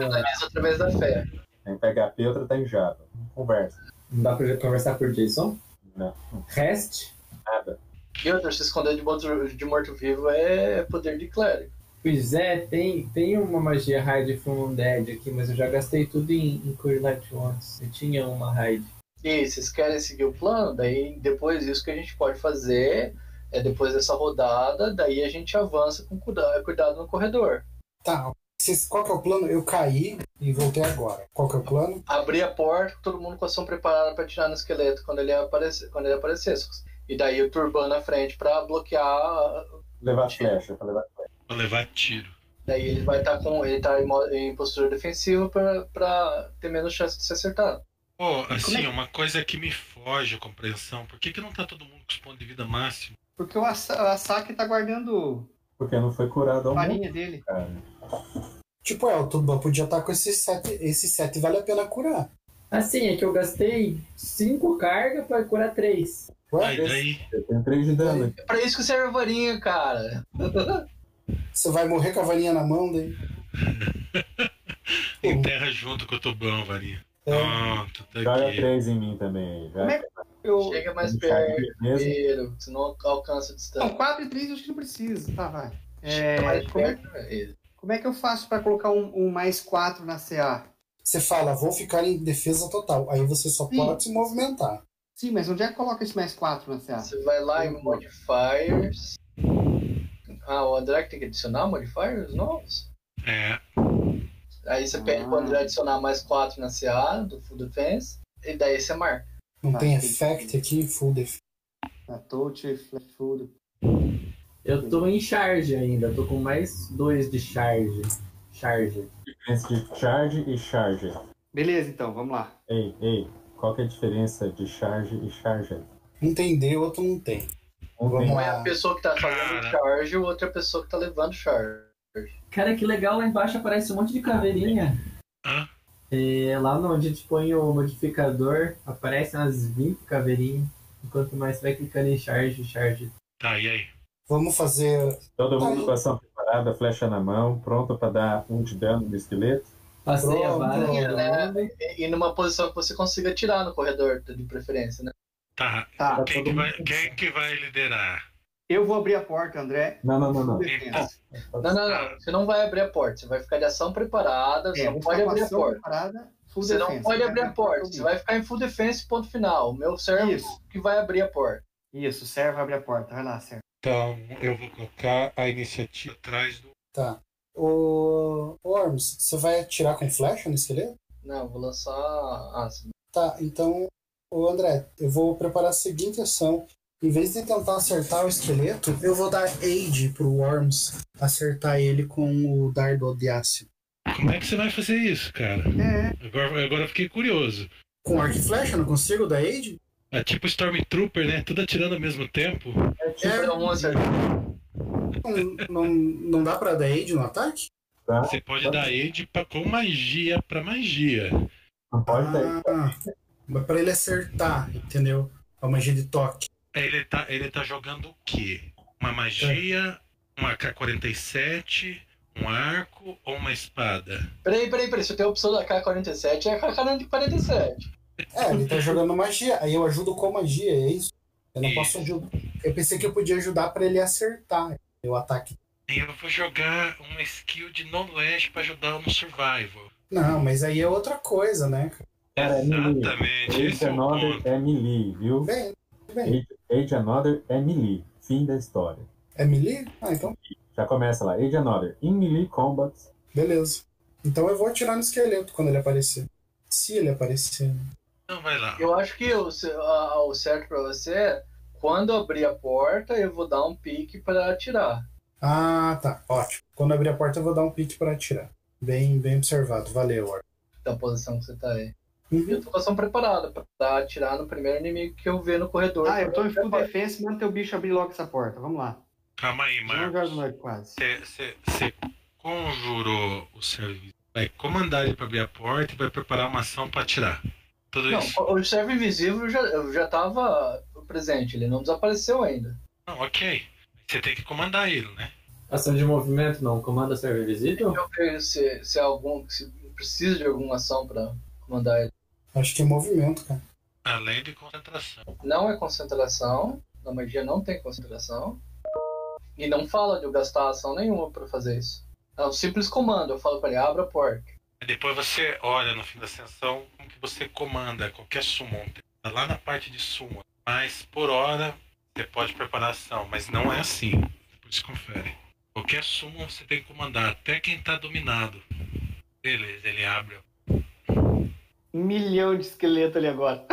Speaker 3: Canaliza através da fé.
Speaker 4: tá em PHP, outra tá em Java. Não Conversa.
Speaker 5: Não dá pra conversar por JSON?
Speaker 4: Não.
Speaker 5: Rest,
Speaker 4: Nada.
Speaker 3: E outra, se esconder de morto- de morto-vivo é poder de clérigo.
Speaker 5: Pois é, tem, tem uma magia Hide from Undead aqui, mas eu já gastei tudo em, em Cure Light Ones. Eu tinha uma Hide.
Speaker 3: E vocês querem seguir o plano? Daí depois isso que a gente pode fazer é depois dessa rodada, daí a gente avança com cuida- cuidado no corredor.
Speaker 6: Tá. Vocês, qual que é o plano? Eu caí e voltei agora. Qual que é o plano?
Speaker 3: abrir a porta, todo mundo com ação preparada pra tirar no esqueleto quando ele aparecer, quando ele aparecer. E daí o turban na frente pra bloquear, ah,
Speaker 4: Levar flecha, pra levar flecha.
Speaker 1: Pra levar tiro.
Speaker 3: daí ele vai estar com ele tá em, mo- em postura defensiva pra- pra ter menos chance de ser acertado.
Speaker 1: Pô, assim,
Speaker 2: é?
Speaker 1: uma coisa que me foge a compreensão. Por que, que não tá todo mundo com os pontos de vida máximo?
Speaker 2: Porque o Asa- Asaki tá guardando
Speaker 4: Porque não foi curado
Speaker 2: a
Speaker 3: Então,
Speaker 4: ao mundo,
Speaker 2: farinha dele.
Speaker 4: cara.
Speaker 6: Tipo, é, o Tuban podia estar com esses sete. Esses sete vale a pena curar.
Speaker 5: Assim, é que eu gastei 5 cargas pra curar 3.
Speaker 1: Aí
Speaker 6: Ué,
Speaker 1: daí,
Speaker 4: Eu tenho 3 de dano.
Speaker 3: É pra isso que serve a varinha, cara.
Speaker 6: você vai morrer com a varinha na mão né? daí.
Speaker 1: enterra junto com o tubão, varinha.
Speaker 6: É,
Speaker 1: Pronto, tá
Speaker 4: Joga
Speaker 1: aqui.
Speaker 4: 3 em mim também.
Speaker 2: Como
Speaker 4: Já
Speaker 2: é Eu...
Speaker 3: Chega mais
Speaker 4: Deixar
Speaker 3: perto
Speaker 4: aqui mesmo.
Speaker 3: primeiro, senão alcança a distância.
Speaker 2: Não, 4 e 3 eu acho que não precisa. Tá, vai.
Speaker 3: Chega
Speaker 2: É,
Speaker 3: mais
Speaker 2: como, é,
Speaker 3: perto. né?
Speaker 2: como é que eu faço pra colocar um, um mais 4 na CA?
Speaker 6: Você fala, vou ficar em defesa total. Aí você só
Speaker 2: Sim.
Speaker 6: pode se movimentar.
Speaker 2: Sim, mas onde é que coloca esse mais 4 na CA?
Speaker 3: Você vai lá
Speaker 2: é?
Speaker 3: em modifiers. Ah, o André que tem que adicionar modifiers novos?
Speaker 1: É,
Speaker 3: Aí você pede
Speaker 2: Ah.
Speaker 3: pro André adicionar mais 4 na CA do Full Defense. E daí você marca.
Speaker 6: Não
Speaker 2: Tá,
Speaker 6: tem
Speaker 2: sim.
Speaker 6: effect aqui, full defense.
Speaker 2: Na Ah, touch, flash food.
Speaker 5: Eu tô em charge ainda, eu tô com mais 2 de charge. Charge.
Speaker 4: diferença de charge e charger.
Speaker 2: Beleza, então, vamos lá.
Speaker 4: Ei, ei, qual que é a diferença de charge e charger?
Speaker 6: Um tem D, outro não tem.
Speaker 4: Um
Speaker 6: Vamos
Speaker 4: tem-
Speaker 3: Um é
Speaker 6: Ah.
Speaker 3: a pessoa que tá fazendo
Speaker 1: Cara.
Speaker 3: charge, o outro é a pessoa que tá levando charge.
Speaker 5: Cara, que legal, lá embaixo aparece um monte de caveirinha.
Speaker 1: Hã?
Speaker 5: É, lá onde a gente põe o modificador, aparecem umas 20 caveirinhas. Enquanto mais você vai clicando em charge, charge.
Speaker 1: tá, e aí?
Speaker 6: Vamos fazer.
Speaker 4: Todo mundo
Speaker 6: Aí.
Speaker 4: com ação preparada, flecha na mão, pronto pra dar um de dano no esqueleto.
Speaker 5: Passei a
Speaker 6: Pronto.
Speaker 5: vara.
Speaker 3: E,
Speaker 5: pra
Speaker 3: né, e numa posição que você consiga tirar no corredor, de preferência, né?
Speaker 1: Tá,
Speaker 2: Tá,
Speaker 1: quem que, vai, quem que vai liderar?
Speaker 2: eu vou abrir a porta, André.
Speaker 4: Não, não, não, não.
Speaker 2: Defensa.
Speaker 3: Não, não, não. Você não vai abrir a porta. Você vai ficar de ação preparada. Você
Speaker 2: É,
Speaker 3: não
Speaker 2: vou
Speaker 3: pode
Speaker 2: ficar com
Speaker 3: abrir a
Speaker 2: ação
Speaker 3: porta.
Speaker 2: preparada, full
Speaker 3: Você não
Speaker 2: defense. né?
Speaker 3: pode
Speaker 2: Vai
Speaker 3: abrir a
Speaker 2: abrir
Speaker 3: porta.
Speaker 2: todo
Speaker 3: Você
Speaker 2: mundo.
Speaker 3: vai ficar em full defense, ponto final. O meu servo
Speaker 2: Isso,
Speaker 3: que vai abrir a porta.
Speaker 2: isso, servo abre a porta. Vai lá, servo.
Speaker 1: Então, eu vou colocar a iniciativa atrás do.
Speaker 6: Tá. Ô, ô, Orms, você vai atirar com flecha no esqueleto?
Speaker 3: Não, vou lançar ácido.
Speaker 6: Tá, então Ô André, eu vou preparar a seguinte ação. Em vez de tentar acertar o esqueleto, eu vou dar aid pro Worms acertar ele com o dardo de ácido.
Speaker 1: Como é que você vai fazer isso, cara?
Speaker 6: É.
Speaker 1: Agora, agora eu fiquei curioso.
Speaker 6: Com arco e flecha, não consigo dar aid?
Speaker 1: É tipo Stormtrooper, né? Tudo atirando ao mesmo tempo.
Speaker 3: É tipo
Speaker 6: É.
Speaker 3: um acerto.
Speaker 6: Não, não, não dá pra dar aid no ataque?
Speaker 4: Tá?
Speaker 1: Você pode dar aid pra, com magia pra magia.
Speaker 4: Não pode ter.
Speaker 6: Ah, mas pra ele acertar, entendeu? É uma magia de toque.
Speaker 1: É, Ele tá, ele tá jogando o quê? Uma magia, um AK-47, um arco ou uma espada?
Speaker 3: Peraí, peraí, peraí. Se tem a opção da K47, é a K47.
Speaker 6: É, ele tá jogando magia. Aí eu ajudo com magia, é isso? Eu não
Speaker 1: Isso.
Speaker 6: posso ajudar. Eu pensei que eu podia ajudar pra ele acertar o ataque.
Speaker 1: E eu vou jogar uma skill de knowledge pra ajudar no survival.
Speaker 6: Não, mas aí é outra coisa, né?
Speaker 4: Cara, é melee.
Speaker 1: Exatamente,
Speaker 4: Age
Speaker 1: esse é o
Speaker 4: Another
Speaker 1: ponto.
Speaker 4: é melee, viu?
Speaker 6: Bem,
Speaker 4: Age- Age Another é melee. Fim da história.
Speaker 6: é melee? Ah, então,
Speaker 4: Já começa lá. Age Another. In melee combat.
Speaker 6: beleza. Então eu vou atirar no esqueleto quando ele aparecer. Se ele aparecer.
Speaker 1: Então vai lá.
Speaker 3: Eu acho que o, ce- a- o certo pra você é quando abrir a porta, eu vou dar um pique pra atirar.
Speaker 6: Ah, tá. Ótimo. Quando abrir a porta, eu vou dar um pique pra atirar. Bem, bem observado. Valeu, Or.
Speaker 3: Da posição que você tá aí.
Speaker 6: Uhum.
Speaker 3: Eu tô com a ação preparada pra atirar no primeiro inimigo que eu ver no corredor.
Speaker 2: Ah, eu tô em full defense, manda teu bicho abrir logo essa porta. Vamos lá.
Speaker 1: Calma aí,
Speaker 2: Não
Speaker 1: Marcos.
Speaker 2: joga noite quase.
Speaker 1: Você conjurou o serviço. Vai comandar ele pra abrir a porta e vai preparar uma ação pra atirar. Tudo
Speaker 3: Não,
Speaker 1: isso?
Speaker 3: o- o servo invisível já, eu já tava presente, ele não desapareceu ainda.
Speaker 1: Não, ok. Você tem que comandar ele, né?
Speaker 5: Ação de movimento não, comanda serve visível?
Speaker 3: Deixa eu ver se, se, há algum, se precisa de alguma ação pra comandar ele.
Speaker 6: Acho que é movimento, cara.
Speaker 1: Além de concentração.
Speaker 3: Não é concentração, na magia não tem concentração. E não fala de eu gastar ação nenhuma pra fazer isso. É um simples comando, eu falo pra ele, abra a porta.
Speaker 1: Aí Depois você olha no fim da ascensão como que você comanda qualquer summon. Tá lá na parte de summon. Mas por hora você pode preparar a ação, mas não é assim. Depois confere. Qualquer summon você tem que comandar, até quem tá dominado. Beleza, ele abre.
Speaker 2: Um milhão de esqueleto ali agora.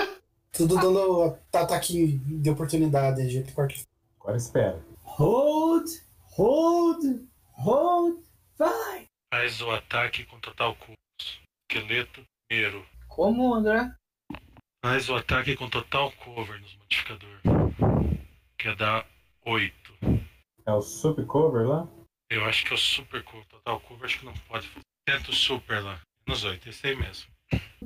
Speaker 6: Tudo dando ataque de oportunidade, de jeito corte.
Speaker 4: Agora espera.
Speaker 5: Hold, hold, hold, vai!
Speaker 1: Faz o ataque com total custo. Esqueleto primeiro.
Speaker 3: Como, André?
Speaker 1: Faz o ataque com total cover nos modificadores. Que é dá 8.
Speaker 4: É o sup cover lá?
Speaker 1: Eu acho que é o super cover. Total cover acho que não pode fazer. Tenta o super lá. Menos 8, esse aí mesmo.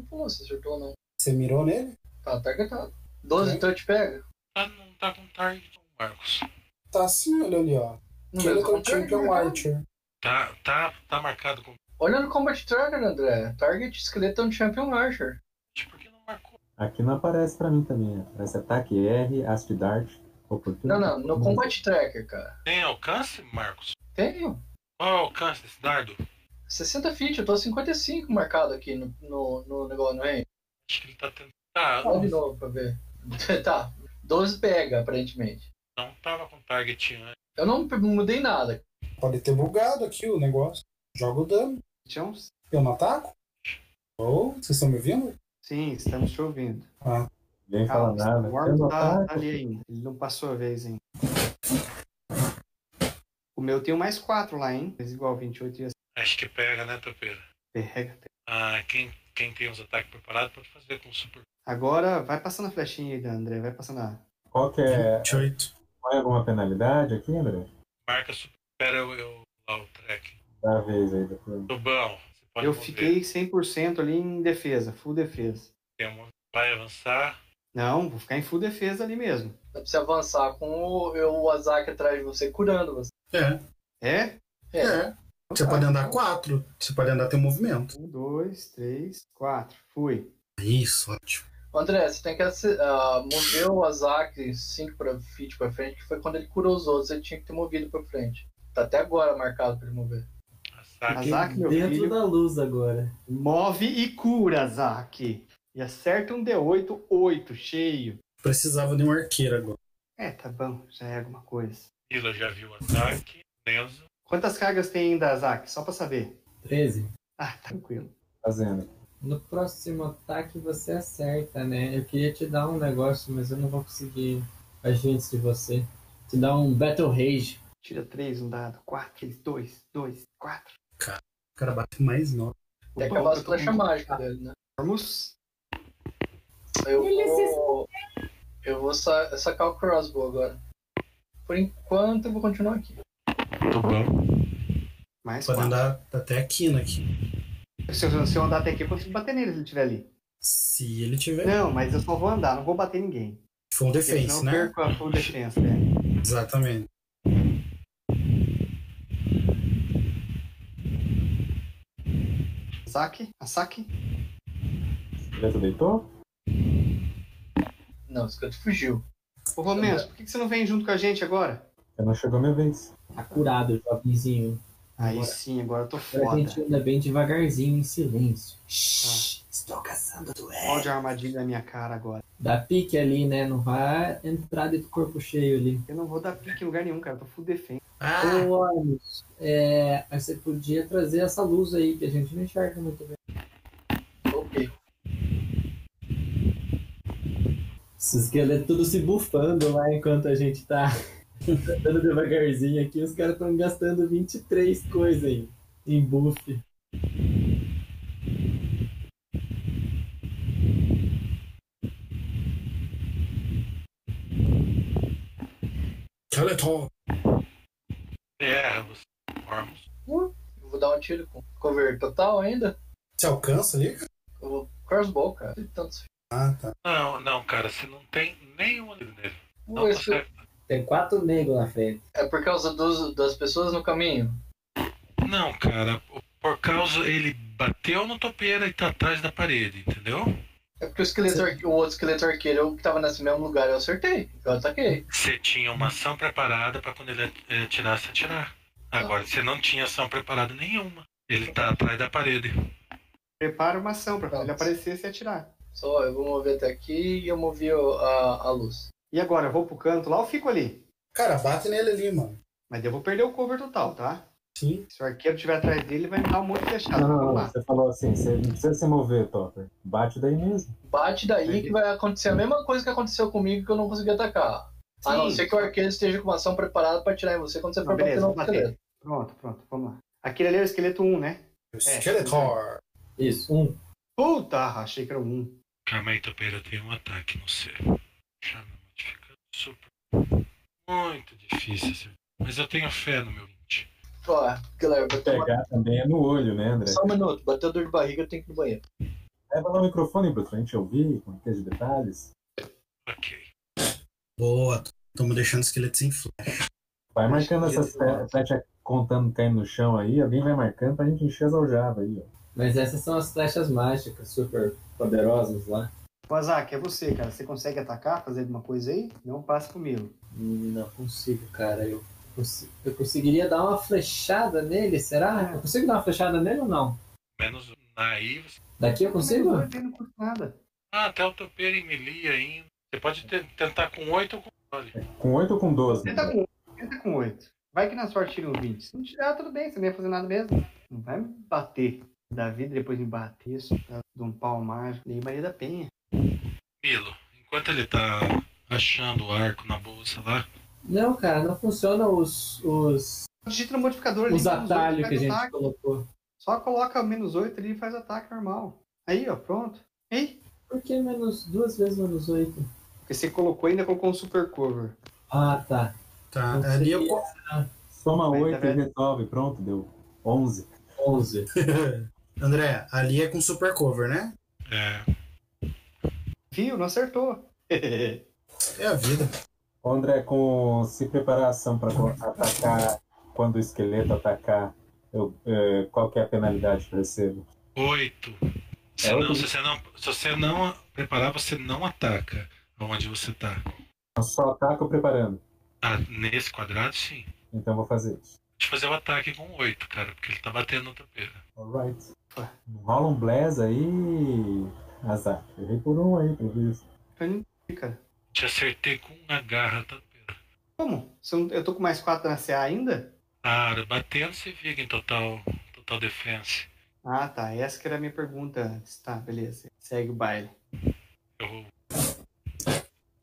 Speaker 3: Pô, você acertou não.
Speaker 6: Você mirou nele?
Speaker 3: Tá targetado. 12,
Speaker 6: Sim.
Speaker 3: então eu te pega.
Speaker 1: Tá, não tá com target, não, Marcos.
Speaker 6: Tá sim, olha ali, ó.
Speaker 3: Não
Speaker 6: Aquele
Speaker 3: lembro como
Speaker 6: cantinho que é um
Speaker 3: target, né?
Speaker 6: Archer.
Speaker 1: Tá, tá, tá marcado com.
Speaker 3: Olha no Combat Tracker, André. Target Skeleton Champion Archer.
Speaker 1: Por que não marcou?
Speaker 4: Aqui não aparece pra mim também. Aparece ataque R, asp dart,
Speaker 3: Não,
Speaker 4: oportunidade.
Speaker 3: não, no Combat Tracker, cara.
Speaker 1: Tem alcance, Marcos?
Speaker 3: Tenho.
Speaker 1: Qual é o alcance desse dardo?
Speaker 3: 60 feet, eu tô 55 marcado aqui no, no, no negócio, não é?
Speaker 1: Acho que ele tá tentando. Tá,
Speaker 3: Olha de novo pra ver. tá. 12 pega, aparentemente.
Speaker 1: não tava com target antes.
Speaker 3: Eu não pe- mudei nada.
Speaker 6: Pode ter bugado aqui o negócio. Joga o dano.
Speaker 2: Então,
Speaker 6: Eu não ataco? Ou, vocês estão me ouvindo?
Speaker 2: sim, estamos te ouvindo.
Speaker 4: Ninguém
Speaker 3: Ah,
Speaker 4: fala nada.
Speaker 2: O
Speaker 4: Eu
Speaker 2: Orm
Speaker 4: não
Speaker 2: tá,
Speaker 4: ataco.
Speaker 2: tá ali ainda. Ele não passou a vez ainda. O meu tem um mais 4 lá, hein? Mas igual 28 dias.
Speaker 1: Acho que pega, né, Topeira?
Speaker 2: Pega. pega.
Speaker 1: Ah, quem, quem tem os ataques preparados pode fazer com super.
Speaker 2: Agora vai passando a flechinha aí, André. Vai passando a.
Speaker 4: Qual que
Speaker 3: tá-
Speaker 4: é?
Speaker 6: 28.
Speaker 4: Põe alguma penalidade aqui, André?
Speaker 1: Marca supera eu, eu lá o track.
Speaker 4: Dá a vez aí depois.
Speaker 1: Tubão, você pode
Speaker 2: Eu
Speaker 1: mover.
Speaker 2: fiquei 100% ali em defesa, full defesa.
Speaker 1: Tem uma- Vai avançar.
Speaker 2: Não, vou ficar em full defesa ali mesmo.
Speaker 3: Dá pra você avançar com o, eu, o Azaki atrás de você, curando você.
Speaker 6: É,
Speaker 2: É?
Speaker 3: É.
Speaker 6: Você pode andar 4. Você pode andar teu movimento.
Speaker 2: Um, dois, três, quatro. Fui.
Speaker 6: Isso, ótimo.
Speaker 3: André, você tem que ace- ah, mover o Azaki 5 pra, feet pra frente, que foi quando ele curou os outros. Ele tinha que ter movido pra frente. Tá até agora marcado pra ele mover.
Speaker 1: Ataque.
Speaker 2: Azak, meu
Speaker 5: Dentro
Speaker 2: filho.
Speaker 5: da luz agora.
Speaker 2: Move e cura, Zaque. E acerta um D8, 8, cheio.
Speaker 6: Precisava de um arqueiro agora.
Speaker 2: É, tá bom, já é alguma coisa.
Speaker 1: Mila já viu o ataque. Nenzo.
Speaker 2: Quantas cargas tem ainda, Zaque? Só pra saber.
Speaker 5: 13.
Speaker 2: Ah, tranquilo.
Speaker 4: Fazendo.
Speaker 5: No próximo ataque você acerta, né? Eu queria te dar um negócio, mas eu não vou conseguir agir antes de você. Te dar um Battle Rage.
Speaker 2: Tira 3, um dado. 4, 3, 2, 2, 4.
Speaker 6: O cara bate mais 9.
Speaker 3: Tem acabar as flechas mágicas dele, né?
Speaker 2: Vamos.
Speaker 3: Eu
Speaker 8: Ele se
Speaker 3: vou, eu vou sa- sacar o crossbow agora. Por enquanto eu vou continuar aqui.
Speaker 1: Muito bom.
Speaker 2: Mais
Speaker 6: Pode
Speaker 2: 4.
Speaker 6: andar até aqui, né? aqui.
Speaker 2: Se eu, se eu andar até aqui, eu consigo bater nele se ele estiver ali.
Speaker 6: Se ele tiver.
Speaker 2: Não, mas eu só vou andar, não vou bater ninguém.
Speaker 6: Foi um
Speaker 2: Porque senão
Speaker 6: defense,
Speaker 2: eu
Speaker 6: né?
Speaker 2: perco a full defense, né?
Speaker 6: Exatamente.
Speaker 2: Saque, a saque.
Speaker 4: Beleza, deitou?
Speaker 3: Não, esse canto fugiu.
Speaker 2: Ô Romero, por que que você não vem junto com a gente agora?
Speaker 4: Eu não chegou a minha vez.
Speaker 5: Tá curado, jovenzinho.
Speaker 2: Aí
Speaker 5: Agora.
Speaker 2: sim, agora eu tô
Speaker 5: Agora a
Speaker 2: foda.
Speaker 5: gente anda bem devagarzinho, em silêncio.
Speaker 2: Ah.
Speaker 5: Shhh, estou caçando duelo.
Speaker 2: Olha a armadilha na minha cara agora.
Speaker 5: Dá pique ali, né? Não vai entrar de corpo cheio ali.
Speaker 2: Eu não vou dar pique em lugar nenhum, cara. Eu tô full defense.
Speaker 6: Ah,
Speaker 5: Ô, Armus, é, mas você podia trazer essa luz aí, que a gente não enxerga muito bem.
Speaker 3: Ok.
Speaker 5: Esses esqueletos tudo se bufando lá enquanto a gente tá andando devagarzinho aqui. Os caras estão gastando 23 coisas aí em buff.
Speaker 6: Teleton.
Speaker 1: Erra, você. Ormus.
Speaker 3: Eu vou dar um tiro com cover total ainda.
Speaker 6: Você alcança ali? cara?
Speaker 3: Eu vou crossbow, cara. Tem tantos-
Speaker 6: Ah, tá.
Speaker 1: Não, não, cara, você não tem nenhum ali nele. Não tá
Speaker 3: Ué, esse-
Speaker 1: consegue.
Speaker 5: Tem quatro negros na frente.
Speaker 3: É por causa dos, das pessoas no caminho?
Speaker 1: Não, cara, por causa. Ele bateu no topeira e tá atrás da parede, entendeu?
Speaker 3: É porque o, esqueleto arque- o outro esqueleto arqueiro que tava nesse mesmo lugar eu acertei. Eu ataquei.
Speaker 1: Você tinha uma ação preparada pra quando ele at- ele atirasse, atirar. Agora, você não tinha ação preparada nenhuma. Ele tá atrás da parede.
Speaker 2: Prepara uma ação
Speaker 5: Tá.
Speaker 2: pra quando ele aparecer você atirar.
Speaker 3: Só eu vou mover até aqui e eu movi o- a, a luz.
Speaker 2: E agora, eu vou pro canto lá ou fico ali?
Speaker 6: Cara, bate nele ali, mano.
Speaker 2: Mas eu vou perder o cover total, tá?
Speaker 6: Sim.
Speaker 2: Se o arqueiro estiver atrás dele, vai me dar um monte de flechada.
Speaker 4: Não, não,
Speaker 2: Vamos
Speaker 4: não.
Speaker 2: lá.
Speaker 4: Você falou assim, você não precisa se mover, Topper. Bate daí mesmo.
Speaker 3: Bate daí que vai acontecer a mesma coisa que aconteceu comigo que eu não consegui atacar. A Ah, não
Speaker 2: Sim.
Speaker 3: ser que o arqueiro esteja com uma ação preparada pra atirar em você quando você for
Speaker 2: Não, beleza,
Speaker 3: bater no
Speaker 2: vou bater.
Speaker 3: esqueleto.
Speaker 2: Pronto, pronto, vamos lá. Aquele ali é o esqueleto 1, né? É.
Speaker 6: Skeletor.
Speaker 5: Isso, um.
Speaker 2: Puta, achei que era um 1.
Speaker 1: Calma aí, topeira, tem um ataque no C. Chama modificando super. Muito difícil, assim. Mas eu tenho fé no meu 20.
Speaker 3: Ó, galera, bateu uma...
Speaker 4: Pegar também é no olho, né, André?
Speaker 3: só um minuto. Bateu dor de barriga, eu tenho que ir no banheiro.
Speaker 4: Leva lá o microfone, Bruto, pra gente ouvir, com riqueza de detalhes.
Speaker 1: Ok.
Speaker 6: Boa, estamos deixando o esqueleto sem flash.
Speaker 4: Vai marcando
Speaker 2: Acho que
Speaker 4: essas
Speaker 2: é legal.
Speaker 4: flechas contando caindo no chão aí, alguém vai marcando pra gente encher as aljavas aí, ó.
Speaker 5: Mas essas são as flechas mágicas super poderosas lá.
Speaker 2: Wazaki, é você, cara. Você consegue atacar, fazer alguma coisa aí? Não passa comigo.
Speaker 5: Hum, Não consigo, cara. Eu, consi- eu conseguiria dar uma flechada nele, será? Eu consigo dar uma flechada nele ou não?
Speaker 1: Menos um. Aí você.
Speaker 5: Daqui eu consigo?
Speaker 2: Não, não custa nada.
Speaker 1: Ah, até o topeira em melee ainda. Você pode te- tentar com 8 ou com 9.
Speaker 4: Com 8 ou com 12?
Speaker 2: Tenta com, tenta com 8. Vai que na sorte tira um 20. Se não tirar, tudo bem, você não ia fazer nada mesmo. Não vai me bater da vida depois me bater isso, tá? de um pau mágico. Nem Maria da Penha.
Speaker 1: Milo, enquanto ele tá achando o arco na bolsa lá,
Speaker 5: Não, cara, não funciona os, os,
Speaker 2: Digita no modificador ali.
Speaker 5: os
Speaker 2: menos oito,
Speaker 5: atalhos
Speaker 2: faz
Speaker 5: que a gente
Speaker 2: ataque.
Speaker 5: colocou.
Speaker 2: Só coloca menos 8 ali e faz ataque normal. Aí, ó, pronto. Ei,
Speaker 5: Por que menos duas vezes menos oito?
Speaker 2: porque você colocou e ainda colocou um super cover.
Speaker 5: Ah, tá.
Speaker 6: Tá,
Speaker 5: Não
Speaker 6: ali eu.
Speaker 5: sei.
Speaker 4: Soma
Speaker 2: Vai,
Speaker 4: 8 e
Speaker 2: André.
Speaker 4: resolve. Pronto, deu 11.
Speaker 5: Onze.
Speaker 6: André, ali é com super cover, né?
Speaker 1: é.
Speaker 2: Viu? Não acertou.
Speaker 6: É a vida.
Speaker 4: Ô, André, com se preparação pra co- atacar, quando o esqueleto atacar, eu, eh, qual que é a penalidade que eu recebo?
Speaker 1: 8. Se,
Speaker 4: É
Speaker 1: não,
Speaker 4: oito?
Speaker 1: se, você não, se você não preparar, você não ataca onde você tá.
Speaker 4: Eu só ataco preparando.
Speaker 1: Ah, nesse quadrado, sim.
Speaker 4: Então eu vou fazer isso.
Speaker 1: Deixa eu fazer o ataque com 8, cara, porque ele tá batendo no topeira.
Speaker 4: Alright. Rola um Blaz aí. Azar. Errei por um aí, pelo visto.
Speaker 2: Eu não entendi, cara.
Speaker 1: Te acertei com uma garra topeira.
Speaker 2: Como? Se eu não- Eu tô com mais 4 na CA ainda?
Speaker 1: Cara, batendo se fica em total, total defense.
Speaker 2: Ah, tá. Essa que era a minha pergunta antes. Tá, beleza. Segue o baile.
Speaker 1: Eu vou.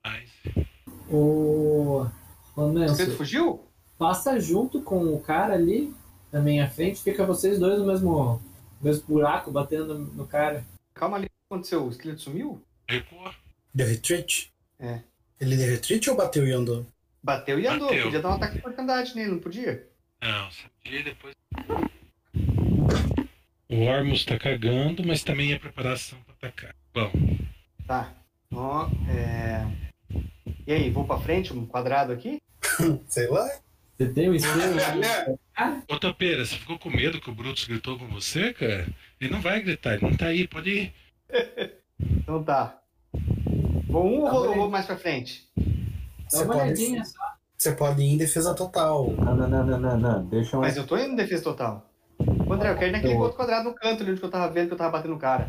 Speaker 1: Mas.
Speaker 5: O. Ô,
Speaker 2: Você
Speaker 5: Nelson,
Speaker 2: fugiu?
Speaker 5: passa junto com o cara ali, na minha frente, fica vocês dois no mesmo, mesmo buraco, batendo no- no cara.
Speaker 2: Calma ali. O que aconteceu? O esqueleto sumiu?
Speaker 1: Recua.
Speaker 6: Deu retreat?
Speaker 2: É.
Speaker 6: Ele deu retreat ou bateu e andou?
Speaker 2: Bateu e andou.
Speaker 1: Bateu.
Speaker 2: Podia dar um ataque de oportunidade nele, não podia?
Speaker 1: Não, sabia depois. O Ormus tá cagando, mas também é preparação pra atacar. Bom,
Speaker 2: Tá. Ó, é... E aí, vou pra frente, um quadrado aqui?
Speaker 6: Sei lá.
Speaker 5: Você tem um espelho ali?
Speaker 1: ô Topeira, você ficou com medo que o Brutus gritou com você, cara? Ele não vai gritar, ele não tá aí, pode ir.
Speaker 2: Então tá. Vou um ou
Speaker 5: Tá
Speaker 2: vou,
Speaker 5: bem.
Speaker 2: vou mais pra frente?
Speaker 5: Dá
Speaker 6: Você
Speaker 5: uma
Speaker 6: pode,
Speaker 5: olhadinha só.
Speaker 6: você pode ir em defesa total.
Speaker 4: Não, não, não, não, não, não. Deixa um.
Speaker 2: Mas eu tô indo em defesa total. Ô, André, eu quero ir naquele
Speaker 4: Boa.
Speaker 2: outro quadrado no canto ali onde eu tava vendo que eu tava batendo no cara.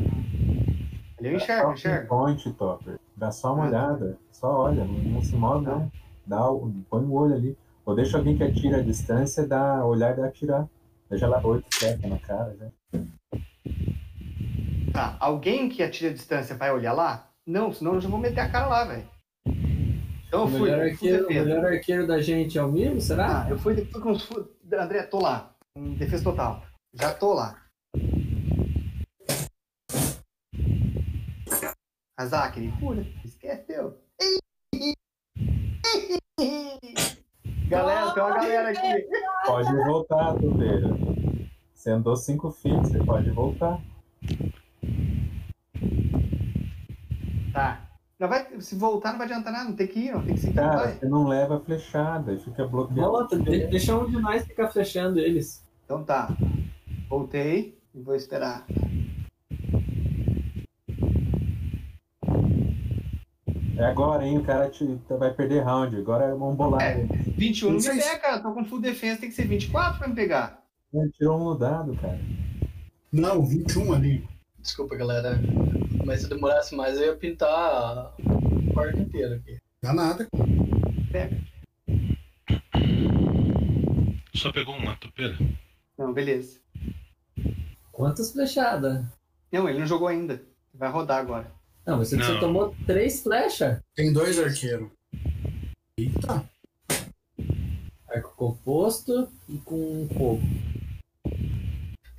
Speaker 2: Ali eu
Speaker 5: Tá
Speaker 2: enxergo, eu enxergo. É.
Speaker 4: Point, Topper. Dá só uma olhada. Só olha. Não, não se move, não. Dá, o- põe o olho ali. Ou deixa alguém que atira a distância, dá olhar e dá atirar. Deixa lá oito tecas na cara, né?
Speaker 2: Tá, alguém que atira a distância vai olhar lá? Não, senão eu já vou meter a cara lá, velho. Então
Speaker 5: O
Speaker 2: eu fui,
Speaker 5: melhor,
Speaker 2: eu fui
Speaker 5: arqueiro, o
Speaker 2: defesa.
Speaker 5: melhor arqueiro da gente é o Mimo, será?
Speaker 2: Ah, eu fui, fui com os fu- André, tô lá. Em defesa total. Já tô lá. Azak, ele cura. Esqueceu. Galera, tem uma galera aqui.
Speaker 4: Pode voltar, Tubeira. Você andou cinco feet, você pode voltar.
Speaker 2: Tá. Não vai, se voltar não vai adiantar nada, não tem que ir, não tem que se
Speaker 4: Cara,
Speaker 2: encantar.
Speaker 4: você não leva flechada e fica
Speaker 5: Ah,
Speaker 4: bloqueado.
Speaker 5: Volta, de- deixa um de nós ficar flechando eles.
Speaker 2: Então tá. Voltei e vou esperar.
Speaker 4: É agora, hein? O cara te, vai perder round. Agora é uma bolada.
Speaker 2: 21
Speaker 6: Não
Speaker 2: me
Speaker 6: sei se-
Speaker 2: pega, cara. Tô com full defense, tem que ser 24 pra me pegar.
Speaker 4: Ele Tirou um dado, cara.
Speaker 6: Não, 21 ali.
Speaker 3: Desculpa, galera. Mas se demorasse mais, eu ia pintar o quarto inteiro aqui.
Speaker 6: Dá nada.
Speaker 1: Só pegou uma, Topeira.
Speaker 2: Não, beleza.
Speaker 5: Quantas flechadas?
Speaker 2: Não, ele não jogou ainda. Vai rodar agora.
Speaker 5: Não, você, você
Speaker 1: Não.
Speaker 5: tomou três flechas.
Speaker 6: Tem dois arqueiros. Eita.
Speaker 5: Arco composto e com um fogo.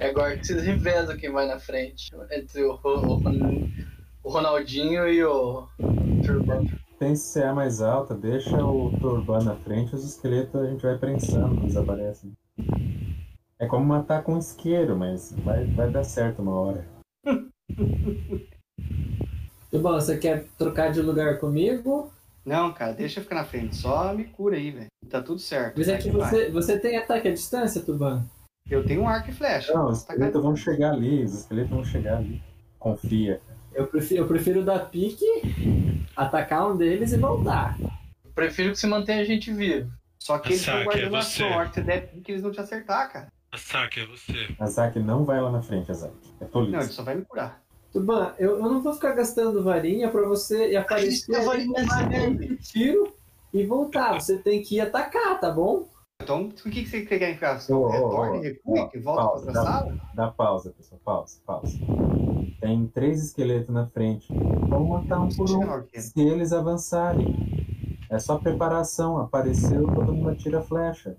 Speaker 3: É agora que vocês revezam quem vai na frente. Entre o, Ro- o
Speaker 5: Uhum.
Speaker 3: Ron- o Ronaldinho e o Turban.
Speaker 4: Tem CA mais alta, deixa o Turban na frente, os esqueletos a gente vai prensando, desaparecem. É como matar com um isqueiro, mas vai, vai dar certo uma hora.
Speaker 5: Tuban, você quer trocar de lugar comigo?
Speaker 2: Não, cara, deixa eu ficar na frente. Só me cura aí, velho. Tá tudo certo.
Speaker 5: Mas é
Speaker 2: Vai
Speaker 5: que
Speaker 2: vai.
Speaker 5: você, você tem ataque à distância, Tuban?
Speaker 2: Eu tenho um arco e flecha.
Speaker 4: Não, os
Speaker 2: Tá
Speaker 4: esqueletos
Speaker 2: cagado.
Speaker 4: vão chegar ali, os esqueletos vão chegar ali. Confia.
Speaker 5: Eu prefiro, eu prefiro dar pique, atacar um deles e voltar.
Speaker 3: Eu Prefiro que se mantenha a gente vivo.
Speaker 2: Só que eles
Speaker 1: Saca,
Speaker 2: estão guardando
Speaker 1: é
Speaker 2: a
Speaker 1: você.
Speaker 2: sua. A hora que você der pique, eles vão te acertar, cara.
Speaker 1: Saca, é você.
Speaker 4: Azak não vai lá na frente, Azak. É
Speaker 2: Não, ele
Speaker 4: tolice.
Speaker 2: só vai me curar.
Speaker 5: Tuban, eu, eu não vou ficar gastando varinha pra você e aparecer
Speaker 3: tá
Speaker 5: ali, tomar um tiro e voltar. Você tem que ir atacar, tá bom?
Speaker 2: Então, o que, que você quer enfiar? Você
Speaker 4: Ô, ô,
Speaker 2: retorna
Speaker 4: ô,
Speaker 2: e recua
Speaker 4: ó,
Speaker 2: e volta pra
Speaker 4: pausa,
Speaker 2: outra
Speaker 4: dá-
Speaker 2: sala?
Speaker 4: Dá pausa, pessoal. Pausa, pausa. Tem três esqueletos na frente. Vamos matar um por um.
Speaker 2: Não, arqueiro.
Speaker 4: se eles avançarem. É só preparação, apareceu, todo mundo atira a flecha.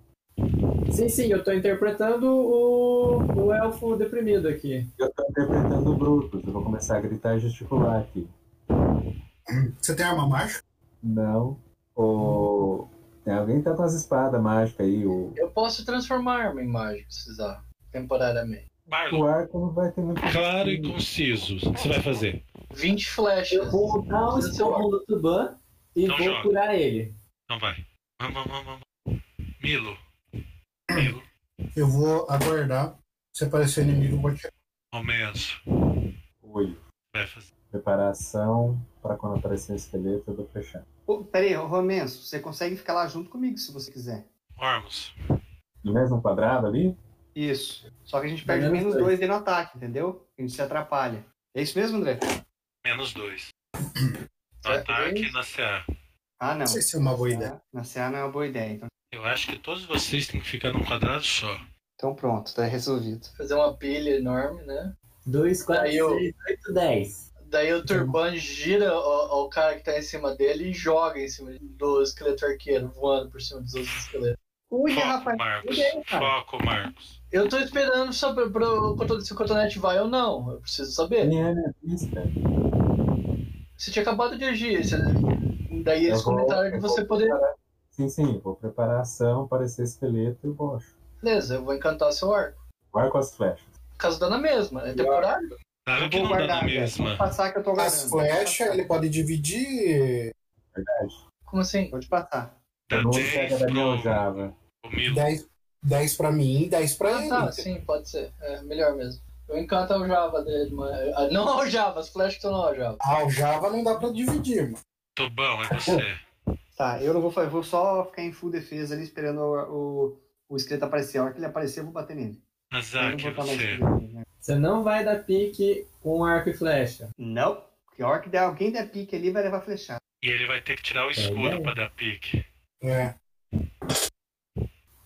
Speaker 5: Sim, sim, eu tô interpretando o, o elfo deprimido aqui.
Speaker 4: Eu tô interpretando o Brutus, eu vou começar a gritar e gesticular aqui.
Speaker 6: Você tem arma mágica?
Speaker 4: Não. O... Tem alguém que tá com as espadas mágicas aí, o...
Speaker 3: Eu posso transformar a arma em mágica, se precisar. Temporariamente.
Speaker 1: Marlon,
Speaker 4: o arco não vai ter muito.
Speaker 1: claro e conciso. O que você vai fazer?
Speaker 3: 20 flechas.
Speaker 5: Eu vou dar um segundo do Tuban e
Speaker 1: Então
Speaker 5: vou
Speaker 1: joga.
Speaker 5: curar ele.
Speaker 1: Então vai. Vamos, vamos, vamos. vamos. Milo. Milo.
Speaker 6: Eu vou aguardar. Se aparecer inimigo, eu vou atirar.
Speaker 1: Almenso.
Speaker 4: Oi.
Speaker 1: Vai fazer.
Speaker 4: Preparação para quando aparecer o esqueleto, eu vou fechar.
Speaker 2: Ô, Pera aí, ô, Romenso, você consegue ficar lá junto comigo se você quiser.
Speaker 1: Ormus.
Speaker 4: No mesmo quadrado ali?
Speaker 2: Isso. Só que a gente perde
Speaker 5: Menos
Speaker 2: menos
Speaker 5: dois.
Speaker 2: dois dentro do ataque, entendeu? A gente se atrapalha. É isso mesmo, André?
Speaker 1: Menos dois. No
Speaker 3: Certo,
Speaker 1: ataque e
Speaker 3: dois.
Speaker 1: na CA.
Speaker 2: Ah, não.
Speaker 6: Não sei se é uma boa ideia.
Speaker 2: Na CA não é uma boa ideia. Então,
Speaker 1: Eu acho que todos vocês têm que ficar num quadrado só.
Speaker 2: Então pronto, tá resolvido.
Speaker 3: Fazer uma pilha enorme, né?
Speaker 5: 2, 4,
Speaker 3: Aí eu-
Speaker 5: 6, 8, 10.
Speaker 3: Daí o turbante gira o, o cara que tá em cima dele e joga em cima do esqueleto arqueiro, voando por cima dos outros esqueletos.
Speaker 1: Foco,
Speaker 8: Cuida, rapaz.
Speaker 1: Marcos.
Speaker 8: Cuida aí, cara.
Speaker 1: Foco, Marcos.
Speaker 3: Eu tô esperando saber pro, pro, se o cotonete vai ou não. Eu preciso saber.
Speaker 4: Quem é a minha pista?
Speaker 3: Você tinha acabado de agir. você- Daí eles
Speaker 4: Eu vou-
Speaker 3: comentaram que
Speaker 4: eu vou
Speaker 3: você poderia.
Speaker 4: preparar- Sim, sim, eu vou preparar a ação, parecer esqueleto e bocho.
Speaker 3: Beleza, eu vou encantar seu arco.
Speaker 4: Vai com as flechas.
Speaker 3: Caso dá na mesma, é temporário.
Speaker 1: Claro
Speaker 2: Eu
Speaker 1: que
Speaker 2: vou
Speaker 1: não dá né? na
Speaker 2: guardar, né? velho.
Speaker 1: mesma.
Speaker 2: Pode passar que eu tô
Speaker 6: As
Speaker 2: garantindo.
Speaker 6: flechas, ele pode dividir
Speaker 4: Verdade.
Speaker 3: Como assim?
Speaker 2: Pode passar.
Speaker 1: Dá
Speaker 4: Todo mundo
Speaker 1: 10
Speaker 4: pega da minha
Speaker 1: pro
Speaker 4: aljava.
Speaker 1: pro Milo.
Speaker 6: 10, 10 pra mim e 10 pra
Speaker 3: Ah,
Speaker 6: ele.
Speaker 3: tá, sim, pode ser. É melhor mesmo. Eu encanto o Java dele, mas. ah, Não o Java, as flechas estão no Java.
Speaker 6: A aljava Ah, não dá pra dividir, mano.
Speaker 1: Tobão, é você.
Speaker 2: Tá, eu não vou fazer, eu vou só ficar em full defesa ali esperando o, o, o esqueleto aparecer. A hora que ele aparecer, eu vou bater nele. eu não
Speaker 1: Azak,
Speaker 2: vou
Speaker 1: é
Speaker 2: estar mais
Speaker 1: você.
Speaker 2: full defesa.
Speaker 5: Você não vai dar pique com arco e flecha.
Speaker 2: Não, porque a hora que der, alguém der pique ali vai levar flechada.
Speaker 1: E ele vai ter que tirar o escuro pra dar pique.
Speaker 6: É,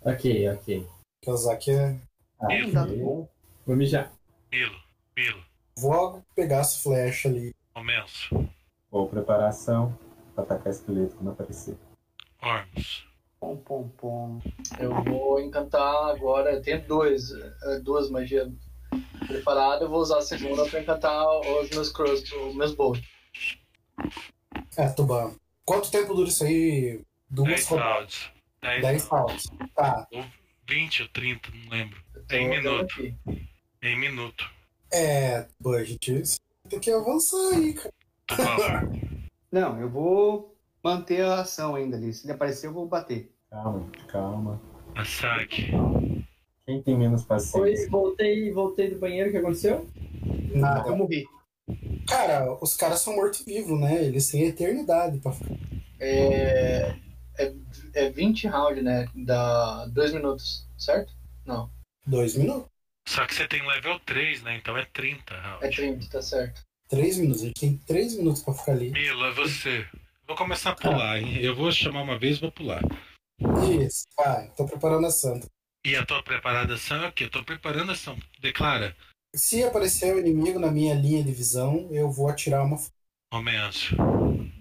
Speaker 5: Ok, ok.
Speaker 6: que o Zaki é.
Speaker 4: Ah,
Speaker 1: Isso.
Speaker 2: Tá bom.
Speaker 5: Vou mijar.
Speaker 1: Milo, Milo,
Speaker 6: Vou pegar as flechas ali.
Speaker 1: Començo,
Speaker 4: Vou preparar a ação pra atacar esqueleto quando aparecer.
Speaker 1: Ormus.
Speaker 2: Pom, pom, pom.
Speaker 3: Eu vou encantar agora. Eu tenho dois, eh, duas magias preparadas. Eu vou usar a segunda pra encantar os meus cross, os meus bolts.
Speaker 6: É, Tuban. Quanto tempo dura isso aí?
Speaker 1: 10
Speaker 6: Duas rodadas.
Speaker 1: rounds. 10
Speaker 6: 10 rounds. Tá.
Speaker 1: 20 ou 30, não lembro.
Speaker 3: Eu tô
Speaker 1: Em
Speaker 3: olhando
Speaker 1: minuto.
Speaker 3: Então, aqui.
Speaker 1: Em minuto.
Speaker 6: É, Tuban, a gente tem que avançar aí, cara.
Speaker 1: Tobão,
Speaker 2: Não, eu vou manter a ação ainda ali. Se ele aparecer, eu vou bater.
Speaker 4: Calma, gente, calma.
Speaker 1: Azak.
Speaker 4: Quem tem menos paciência?
Speaker 5: Oi, voltei, voltei do banheiro, o que aconteceu?
Speaker 6: Nada.
Speaker 2: Eu morri.
Speaker 6: Cara, os caras são mortos-vivos, né? Eles têm eternidade pra ficar.
Speaker 3: É, é, é 20 rounds, né? Dá dois minutos, certo?
Speaker 6: Dois minutos.
Speaker 1: Só que você tem level 3, né? Então é 30
Speaker 3: É
Speaker 1: rounds.
Speaker 3: 30, tá certo.
Speaker 6: Três minutos. A gente tem três minutos pra ficar ali.
Speaker 1: Milo, é você. Vou começar a pular, hein? Eu vou chamar uma vez vou pular.
Speaker 6: Isso. Ah, tô preparando a santa.
Speaker 1: E a tua preparada ação é o quê? Eu tô preparando a ação. Declara.
Speaker 6: Se aparecer um inimigo na minha linha de visão, eu vou atirar uma.
Speaker 1: Començo,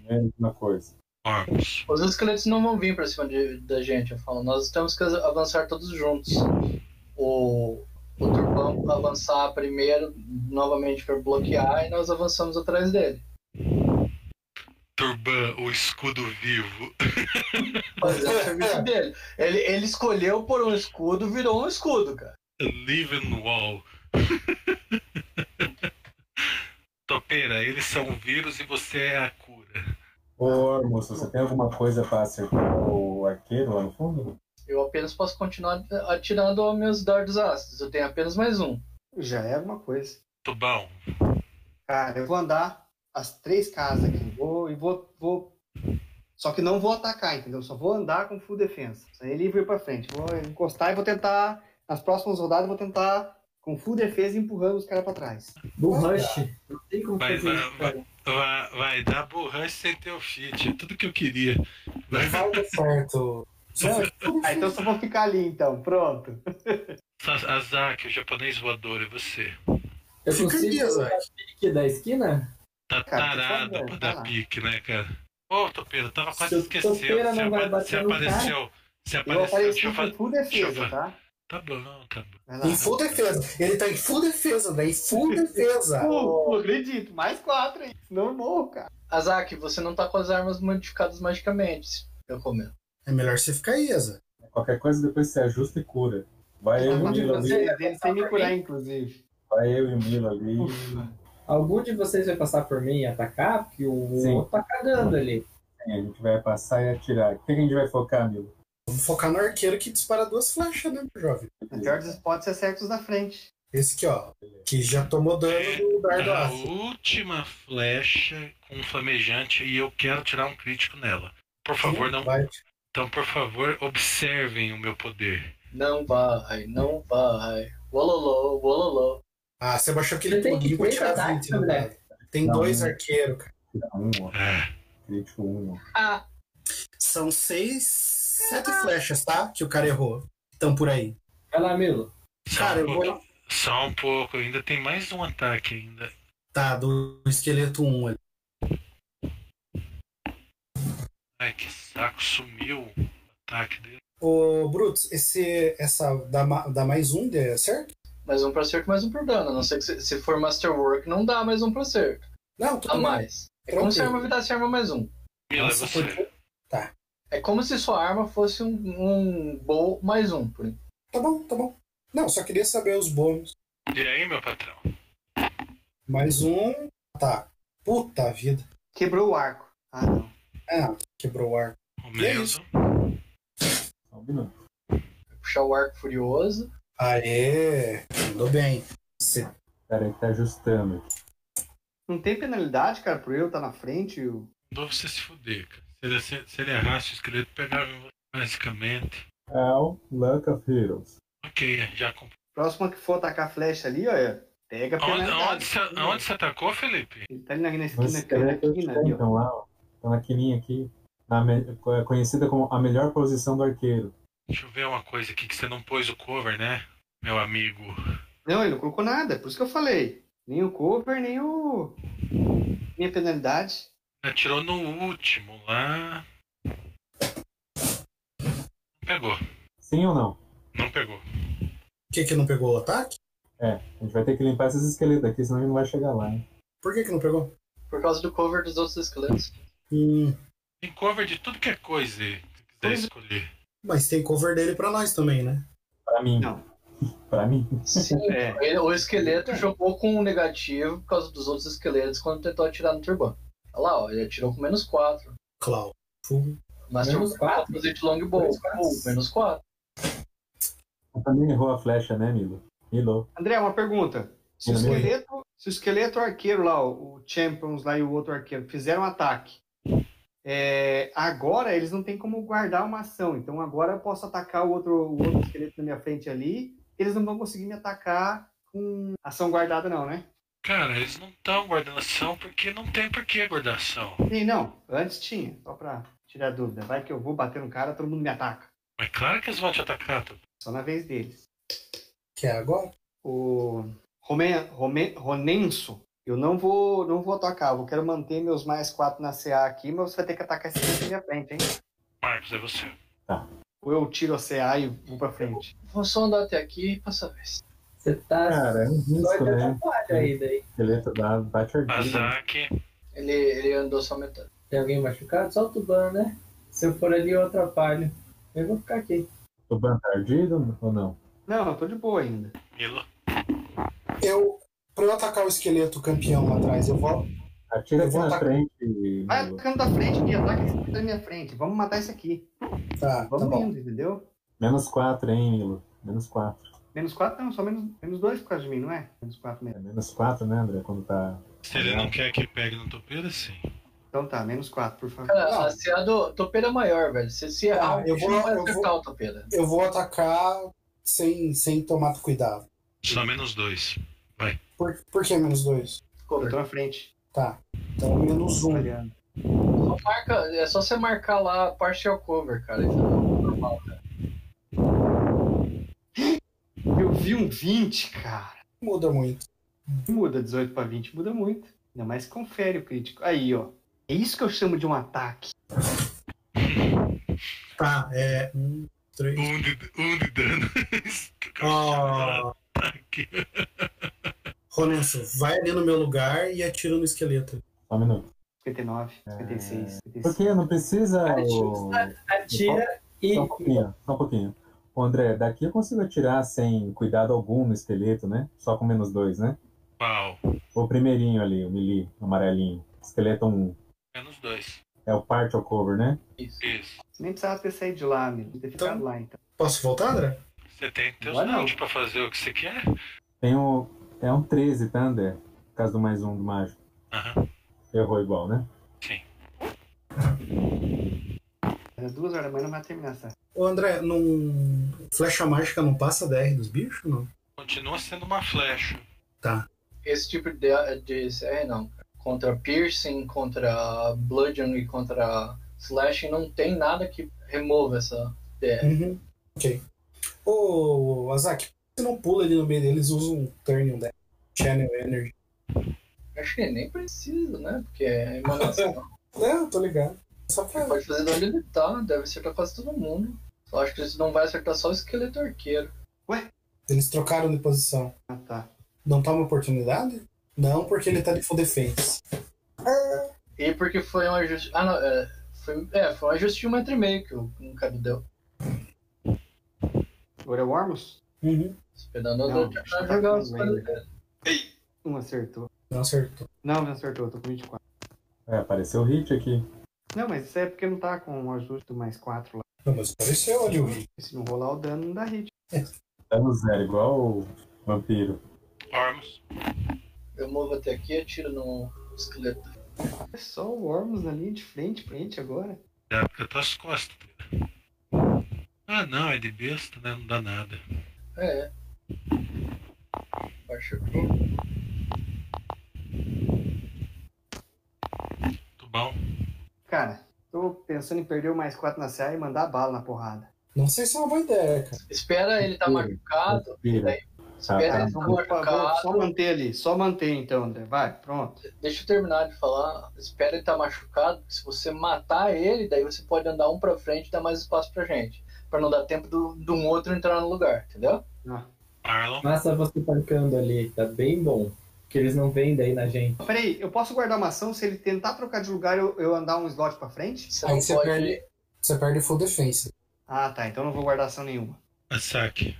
Speaker 4: É Mesma coisa.
Speaker 1: Ormus.
Speaker 3: Os esqueletos não vão vir pra cima de- da gente, eu falo. Nós temos que avançar todos juntos. O, o turbão avançar primeiro, novamente pra bloquear, e nós avançamos atrás dele.
Speaker 1: Turban, o escudo vivo.
Speaker 3: Fazer o serviço dele. Ele, ele escolheu por um escudo, virou um escudo, cara.
Speaker 1: Living Wall. Topeira, eles são o vírus e você é a cura.
Speaker 4: Ô, Ormus, você tem alguma coisa pra acertar o arqueiro lá no fundo?
Speaker 3: Eu apenas posso continuar atirando aos meus dardos ácidos. Eu tenho apenas mais um.
Speaker 2: Já é alguma coisa.
Speaker 1: Tubão,
Speaker 2: Cara, eu vou andar as três casas aqui. Vou, e vou, vou. Só que não vou atacar, entendeu? Só vou andar com full defensa. Isso aí é livre pra frente. Vou encostar e vou tentar. Nas próximas rodadas, eu vou tentar com full defesa empurrando os caras pra trás.
Speaker 5: Do rush. Não tem como
Speaker 1: Vai,
Speaker 5: fazer
Speaker 1: vai,
Speaker 5: isso, cara.
Speaker 1: vai, vai dar borracha sem ter o fit. É tudo que eu queria.
Speaker 6: Não vai dar certo. Não,
Speaker 2: Ah, então eu só vou ficar ali, então. Pronto.
Speaker 1: Sa- Azaki, o japonês voador, é você.
Speaker 5: Eu
Speaker 6: Fica ali,
Speaker 5: consigo
Speaker 6: Isaac.
Speaker 5: dar pique da esquina?
Speaker 1: Tá
Speaker 2: Cara, por
Speaker 1: tarado
Speaker 2: favor,
Speaker 1: pra
Speaker 2: vai
Speaker 1: dar
Speaker 2: lá.
Speaker 1: pique, né, cara? Ô, Topeira, eu tava quase
Speaker 5: Se o
Speaker 1: esquecendo.
Speaker 5: Topeira
Speaker 1: Você,
Speaker 5: não vai
Speaker 1: apa-
Speaker 5: bater
Speaker 1: você
Speaker 5: no cara,
Speaker 1: apareceu. Você
Speaker 2: Eu
Speaker 1: apareceu. Deixa
Speaker 2: apareci
Speaker 1: eu
Speaker 2: com
Speaker 1: fazer.
Speaker 2: full
Speaker 1: deixa eu
Speaker 2: defesa,
Speaker 1: fa-
Speaker 2: tá?
Speaker 1: Tá bom, tá bom.
Speaker 2: Vai lá.
Speaker 6: Em full defesa. Ele tá em full defesa, né? Em full defesa.
Speaker 2: Pô, não acredito. Mais quatro aí. Senão eu morro, cara.
Speaker 3: Azaki, você não tá com as armas modificadas magicamente. Eu comento.
Speaker 6: É melhor você ficar isa.
Speaker 4: Qualquer coisa depois você ajusta e cura. Vai eu e o
Speaker 2: Algum de
Speaker 4: Milo
Speaker 2: Tá
Speaker 4: ali.
Speaker 2: vocês dele sem me curar, inclusive.
Speaker 4: Vai eu e o Milo ali.
Speaker 2: Ufa.
Speaker 5: Algum de vocês vai passar por mim e atacar? Porque o
Speaker 4: Sim.
Speaker 5: outro tá cagando ali.
Speaker 4: A gente vai passar e atirar. O que a gente vai focar, Milo?
Speaker 6: Vamos focar no arqueiro que dispara duas flechas, né, meu jovem?
Speaker 2: No pior dos spots, você acerta os da frente.
Speaker 6: Esse aqui, ó. Que já tomou dano do dardo
Speaker 1: A
Speaker 6: ácido.
Speaker 1: última flecha com flamejante e eu quero tirar um crítico nela. Por favor, não.
Speaker 6: Vai.
Speaker 1: Então, por favor, observem o meu poder.
Speaker 3: Não vai, não vai. Wololô, wololô.
Speaker 6: Ah, você baixou aquele
Speaker 5: Você tem
Speaker 6: pulinho pra
Speaker 5: três
Speaker 6: tirar
Speaker 5: ataques,
Speaker 6: 20, né?
Speaker 5: André?
Speaker 6: cara? Tem
Speaker 4: Não,
Speaker 6: dois
Speaker 4: né?
Speaker 6: arqueiros, cara.
Speaker 4: Um, ó.
Speaker 1: Ah,
Speaker 4: Crítico 1.
Speaker 3: Ah,
Speaker 6: São seis, sete flechas, tá? Que o cara errou. Estão por aí.
Speaker 5: Vai lá, Milo.
Speaker 1: Só,
Speaker 6: Cara,
Speaker 1: um
Speaker 6: eu
Speaker 1: pouco,
Speaker 6: vou.
Speaker 1: só um pouco, ainda tem mais um ataque ainda.
Speaker 6: Tá, do esqueleto 1 ali.
Speaker 1: Ai, que saco, sumiu o ataque dele.
Speaker 6: Ô, Brutus, esse, essa dá, ma- dá mais um, é certo?
Speaker 3: Mais um pra cerco, mais um por dano. A não ser que se, se for Masterwork, não dá mais um pra cerco.
Speaker 6: Não, tudo
Speaker 3: Dá
Speaker 6: bem.
Speaker 3: mais. É como se a arma
Speaker 6: Tranquilo.
Speaker 3: virasse arma mais um.
Speaker 1: Mila,
Speaker 6: Nossa,
Speaker 1: você.
Speaker 6: foi-
Speaker 3: É como se sua arma fosse um, um bow mais um. Por... enquanto.
Speaker 6: Tá bom, tá bom. Não, só queria saber os bônus.
Speaker 1: E aí, meu patrão?
Speaker 6: Mais um. Tá. Puta vida.
Speaker 2: Quebrou o arco. Ah, não.
Speaker 6: Ah, quebrou o ar.
Speaker 1: O
Speaker 6: E é
Speaker 1: mesmo.
Speaker 4: Só um minuto.
Speaker 3: Puxar o arco furioso.
Speaker 6: Aê! Mandou bem. Você
Speaker 4: Pera aí que tá ajustando. aqui.
Speaker 2: Não tem penalidade, cara, por eu estar na frente. Eu...
Speaker 1: Mandou você se fuder, cara. Se ele, se, se ele errasse o esqueleto, pegava em você, basicamente.
Speaker 4: É o Luck of Heroes.
Speaker 1: Ok, já comprou.
Speaker 2: Próximo que for atacar a flecha ali, ó, é, pega a
Speaker 1: Aonde,
Speaker 2: penalidade.
Speaker 6: é
Speaker 1: aonde, você,
Speaker 6: né?
Speaker 1: aonde você atacou, Felipe?
Speaker 2: Ele tá ali na, na esquina,
Speaker 4: Mas
Speaker 2: cara, na
Speaker 4: esqueletos
Speaker 2: esquina ali, ó.
Speaker 4: sentam lá, ó. Estão na quininha aqui. na me- co- é conhecida como a melhor posição do arqueiro.
Speaker 1: Deixa eu ver uma coisa aqui que você não pôs o cover, né? Meu amigo.
Speaker 2: Não, ele não colocou nada, é por isso que eu falei. Nem o cover, nem o. Nem a penalidade.
Speaker 1: Atirou Né, no último lá. Não pegou,
Speaker 4: Sim ou não?
Speaker 1: não pegou.
Speaker 6: que que não pegou o ataque?
Speaker 4: A gente vai ter que limpar esses esqueletos aqui, senão a gente não vai chegar lá, hein?
Speaker 6: Por que que não pegou?
Speaker 3: Por causa do cover dos outros esqueletos.
Speaker 6: Hum,
Speaker 1: Tem cover de tudo que é coisa aí, que você quiser
Speaker 6: Pois é.
Speaker 1: escolher.
Speaker 6: mas tem cover dele pra nós também, né?
Speaker 4: Pra mim.
Speaker 2: Não.
Speaker 4: pra mim.
Speaker 3: Sim.
Speaker 2: É.
Speaker 3: ele- o esqueleto jogou com um negativo por causa dos outros esqueletos quando tentou atirar no turbante. Olha lá, ó, ele atirou com menos 4.
Speaker 6: Clau. Fogo.
Speaker 5: Menos
Speaker 3: Masterwork
Speaker 5: quatro.
Speaker 3: 4 de longbow.
Speaker 5: Menos quatro.
Speaker 3: Pô, Menos 4.
Speaker 4: Você também errou a flecha, né, Milo? Milo.
Speaker 2: André, uma pergunta. Se o
Speaker 4: Sim, amigo.
Speaker 2: esqueleto, se o esqueleto arqueiro lá, o o Champions lá e o outro arqueiro fizeram um ataque, é, agora eles não têm como guardar uma ação. Então agora eu posso atacar o outro, o outro esqueleto na minha frente ali. Eles não vão conseguir me atacar com ação guardada, não, né?
Speaker 1: Cara, eles não estão guardando ação porque não tem por que guardar ação.
Speaker 2: Sim, não. Antes tinha, só pra tirar dúvida. Vai que eu vou bater no cara, todo mundo me ataca.
Speaker 1: Mas claro que eles vão te atacar, tu.
Speaker 2: Só na vez deles.
Speaker 6: Que é agora?
Speaker 2: O Romen, Romen, Ronenso, eu não vou, não vou atacar. Eu quero manter meus mais quatro na CA aqui, mas você vai ter que atacar esse aqui na minha frente, hein?
Speaker 1: Marcos, é você.
Speaker 2: Ou eu tiro a CA e vou pra frente.
Speaker 3: Vou só andar até aqui e passar a vez.
Speaker 5: Você tá
Speaker 6: Ah,
Speaker 4: Cara, é um risco,
Speaker 5: só de
Speaker 4: né?
Speaker 5: atrapalho aí daí.
Speaker 4: Esqueleto da bate ardida.
Speaker 1: Azak,
Speaker 3: Ele, ele andou só metade.
Speaker 5: Tem alguém machucado? Só o Tuban, né? Se eu for ali, eu atrapalho. Eu vou ficar aqui.
Speaker 4: O ban tá ardido ou não?
Speaker 2: Não, eu tô de boa ainda.
Speaker 1: Milo.
Speaker 6: Eu. Pra eu atacar o esqueleto campeão lá atrás, eu vou.
Speaker 4: Atira
Speaker 6: Eu
Speaker 4: aqui
Speaker 6: vou
Speaker 4: na
Speaker 6: atacar.
Speaker 4: frente,
Speaker 2: Vai
Speaker 4: Milo.
Speaker 2: atacando da frente e ataca esse aqui da minha frente. Vamos matar esse aqui.
Speaker 6: Tá, tá
Speaker 2: Vamos
Speaker 6: bom.
Speaker 2: indo, entendeu?
Speaker 4: Menos 4, hein, Milo? Menos 4.
Speaker 2: Menos quatro não, só menos, menos dois por causa de mim, não é? Menos quatro
Speaker 4: É
Speaker 2: mesmo.
Speaker 4: menos 4, né, André? Quando tá.
Speaker 1: Se ele não quer que pegue no topeira, sim.
Speaker 2: Então tá, menos quatro, por favor.
Speaker 3: Cara, a CA do topeira é maior, velho. Se se errar,
Speaker 6: Ah, eu vou-
Speaker 3: não vai
Speaker 6: eu vou-
Speaker 3: acertar o topeira.
Speaker 6: Eu vou atacar sem, sem tomar cuidado.
Speaker 1: Só menos dois.
Speaker 6: Por, por que menos dois?
Speaker 2: Eu tô
Speaker 3: Cover.
Speaker 2: na frente.
Speaker 6: Tá. Então menos um.
Speaker 2: Olhando.
Speaker 3: Só marca, é só você marcar lá partial cover, cara. Isso é normal.
Speaker 2: Eu vi um 20, cara.
Speaker 6: Muda muito.
Speaker 2: Muda 18 para 20, muda muito. Ainda mais que confere o crítico. Aí, ó. É isso que eu chamo de um ataque.
Speaker 6: Tá, é. Um, três.
Speaker 1: Um de, um de dano.
Speaker 2: É.
Speaker 6: Ó. Ronenso, vai ali no meu lugar e atira no esqueleto.
Speaker 4: Só um minuto.
Speaker 2: 59, 56,
Speaker 4: Por
Speaker 2: 55.
Speaker 4: quê? Não precisa.
Speaker 5: Ai,
Speaker 4: o-
Speaker 5: Atira e.
Speaker 4: Só um pouquinho, só um pouquinho. Ô, André, daqui eu consigo atirar sem cuidado algum no esqueleto, né? Só com menos 2, né?
Speaker 1: Pau.
Speaker 4: O primeirinho ali, o melee, amarelinho. Esqueleto 1.
Speaker 1: Menos dois.
Speaker 4: É o partial cover, né?
Speaker 3: Isso.
Speaker 1: Isso.
Speaker 2: Você nem precisava ter saído de lá, amigo. Ter ficado lá, então.
Speaker 6: Posso voltar, André?
Speaker 1: Você tem teus
Speaker 2: Agora não.
Speaker 1: dados pra fazer o que você quer?
Speaker 4: Tem um, é um 13, tá, André? Por causa do mais um do mágico.
Speaker 1: Aham.
Speaker 4: Errou igual, né?
Speaker 2: Às duas horas da manhã não vai terminar essa.
Speaker 6: Ô, André, num... flecha mágica não passa 10 dos bichos, não?
Speaker 1: Continua sendo uma flecha.
Speaker 3: Esse tipo de, de CR não. cara. Contra piercing, contra bludgeon e contra slashing, não tem nada que remova essa DR.
Speaker 6: Uhum. Ok. Ô, Azaki, você não pula ali no meio deles, usa um turn um deck, Channel Energy.
Speaker 3: Acho que nem precisa, né? Porque é emanação.
Speaker 6: Não, É, tô ligado. Só pra.
Speaker 3: Pode fazer dano limitado, deve acertar quase todo mundo. Só acho que isso não vai acertar só o esqueleto arqueiro.
Speaker 6: Eles trocaram de posição.
Speaker 2: Ah, tá.
Speaker 6: Não tá uma oportunidade? Não, porque ele tá de full defense.
Speaker 3: E porque foi um ajuste. Ah, não, é, foi, é, foi um ajuste de um metro e meio que o um cara deu.
Speaker 2: Agora é o Ormus?
Speaker 6: Uhum.
Speaker 3: Esperando
Speaker 2: Não,
Speaker 3: o Dante
Speaker 2: acho que tá
Speaker 3: jogar os
Speaker 2: tudo
Speaker 3: caras
Speaker 2: bem.
Speaker 3: dele.
Speaker 2: Não Um acertou.
Speaker 6: Não acertou.
Speaker 2: Não, não acertou, eu tô com 24.
Speaker 4: É, apareceu o hit aqui.
Speaker 2: Não, mas isso é porque não tá com o ajuste do mais 4 lá.
Speaker 6: Não, mas apareceu ali o hit.
Speaker 2: Se não rolar o dano, não dá hit.
Speaker 4: Dano Tá zero, igual o vampiro.
Speaker 1: Ormus.
Speaker 3: Eu movo até aqui e atiro no esqueleto.
Speaker 2: É só o Ormus na linha de frente pra gente agora.
Speaker 1: Dá É, porque eu tô às costas. Ah não, é de besta, né? Não dá nada.
Speaker 3: É. Acho que.
Speaker 1: Muito bom.
Speaker 2: Cara, tô pensando em perder o mais 4 na CA e mandar bala na porrada.
Speaker 6: Não sei se é uma boa ideia, cara.
Speaker 3: Espera ele tá
Speaker 4: Vampiro,
Speaker 3: machucado.
Speaker 4: vampiro.
Speaker 3: daí- Espera ele tá
Speaker 2: Então, por favor, só
Speaker 3: machucado.
Speaker 2: manter ali. Só manter então, André. Vai, pronto.
Speaker 3: Deixa eu terminar de falar. Espera ele tá machucado. Se você matar ele, daí você pode andar um pra frente e dar mais espaço pra gente. Pra não dar tempo do- de um outro entrar no lugar, entendeu?
Speaker 1: Marlon.
Speaker 5: Massa você tancando ali, tá bem bom. Que eles não vêm daí na gente.
Speaker 2: Peraí, eu posso guardar uma ação se ele tentar trocar de lugar eu, eu andar um slot pra frente?
Speaker 3: Você
Speaker 6: Aí
Speaker 3: não
Speaker 6: você
Speaker 3: Então pode.
Speaker 6: perde- Você perde full defense.
Speaker 2: Ah, tá. Então não vou guardar ação nenhuma.
Speaker 1: Ataque.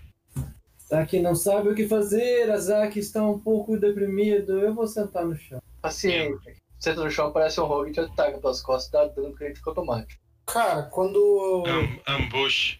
Speaker 5: Saki não sabe o que fazer, a Zaki está um pouco deprimido. Eu vou sentar no chão.
Speaker 3: Paciente. Senta Assim, no chão, parece um rogue e te ataca pelas costas, dá dano crítico automático.
Speaker 6: Cara, quando.
Speaker 1: Am- ambush.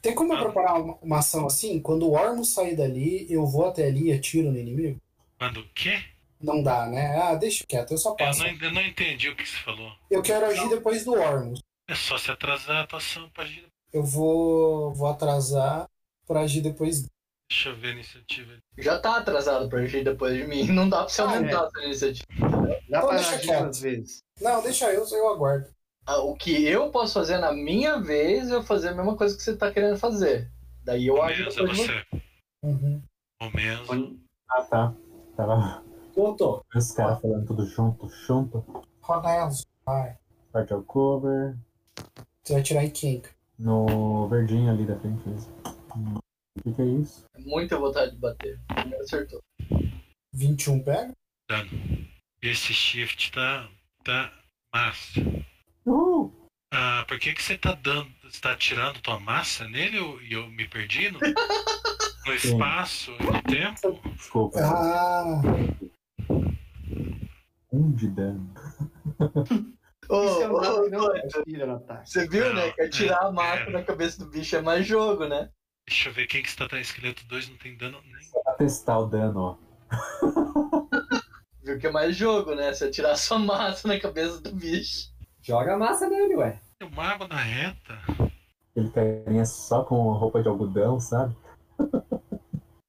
Speaker 6: Tem como eu
Speaker 1: Ah.
Speaker 6: preparar uma, uma ação assim? Quando o Ormus sair dali, eu vou até ali e atiro no inimigo?
Speaker 1: Quando o quê?
Speaker 6: Não dá, né? Ah, deixa quieto, eu só
Speaker 1: Eu
Speaker 6: passo.
Speaker 1: não, en- eu não entendi o que você falou.
Speaker 6: Eu quero agir depois do Ormus.
Speaker 1: É só se atrasar a atuação pra gente.
Speaker 6: Eu vou, vou atrasar pra agir depois dele.
Speaker 1: Deixa eu ver a iniciativa.
Speaker 3: Já tá atrasado pra gente depois de mim. Não dá pra você
Speaker 6: Ah,
Speaker 3: aumentar
Speaker 2: é.
Speaker 3: essa iniciativa.
Speaker 2: Dá
Speaker 6: Então
Speaker 2: pra
Speaker 6: deixa
Speaker 2: agir
Speaker 6: quieto.
Speaker 2: duas vezes.
Speaker 6: Não, deixa eu, eu aguardo.
Speaker 3: Ah, O que eu posso fazer na minha vez, eu fazer a mesma coisa que você tá querendo fazer. Daí eu acho
Speaker 1: Menos é
Speaker 3: depois de você.
Speaker 1: você.
Speaker 6: Uhum.
Speaker 1: Ou menos.
Speaker 4: Ah, tá. Tava
Speaker 5: Cortou.
Speaker 4: os caras falando tudo junto, junto.
Speaker 6: Roda ela, vai.
Speaker 4: Parte ao cover.
Speaker 6: Você vai tirar em quem? cara?
Speaker 4: No verdinho ali da frente mesmo. Hum, O que, que é isso?
Speaker 3: Muita vontade de bater. Primeiro acertou.
Speaker 6: 21 pega?
Speaker 1: Dano. Esse shift tá. tá massa.
Speaker 4: Uhul!
Speaker 1: Ah, por que, que você tá dando. Você tá tirando tua massa nele eu- e eu, me perdi no, no espaço e no tempo?
Speaker 4: Desculpa.
Speaker 6: Ah,
Speaker 4: Um de dano.
Speaker 2: Isso é um
Speaker 3: Ô, ô,
Speaker 2: dado que
Speaker 3: ô,
Speaker 2: não atira no ataque.
Speaker 3: você viu, né? Que atirar a
Speaker 1: É.
Speaker 3: marca na cabeça do bicho é mais jogo, né?
Speaker 1: Deixa eu ver quem que está tá esqueleto 2 não tem dano nem.
Speaker 4: Pra testar o dano, ó.
Speaker 3: Viu que é mais jogo, né? Você atirar a sua massa na cabeça do bicho.
Speaker 5: Joga a massa nele, ué.
Speaker 1: O mago na reta.
Speaker 4: Ele carinha só com roupa de algodão, sabe?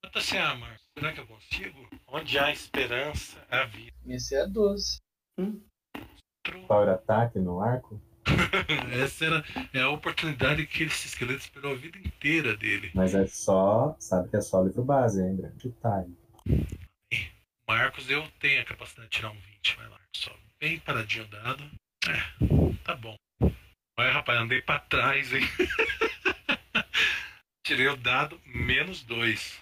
Speaker 1: Tenta assim, ah, Marcos, será que eu consigo? Onde há esperança, há vida.
Speaker 3: Esse é 12.
Speaker 4: Power ataque no arco.
Speaker 1: Essa era é a oportunidade que esse esqueleto esperou a vida inteira dele.
Speaker 4: Mas é só. Sabe que é só livro base, hein, André? Que time.
Speaker 1: Marcos, eu tenho a capacidade de tirar um 20, vai lá. Só bem paradinho o dado. É, tá bom. Olha, rapaz, andei pra trás, hein? Tirei o dado menos 2.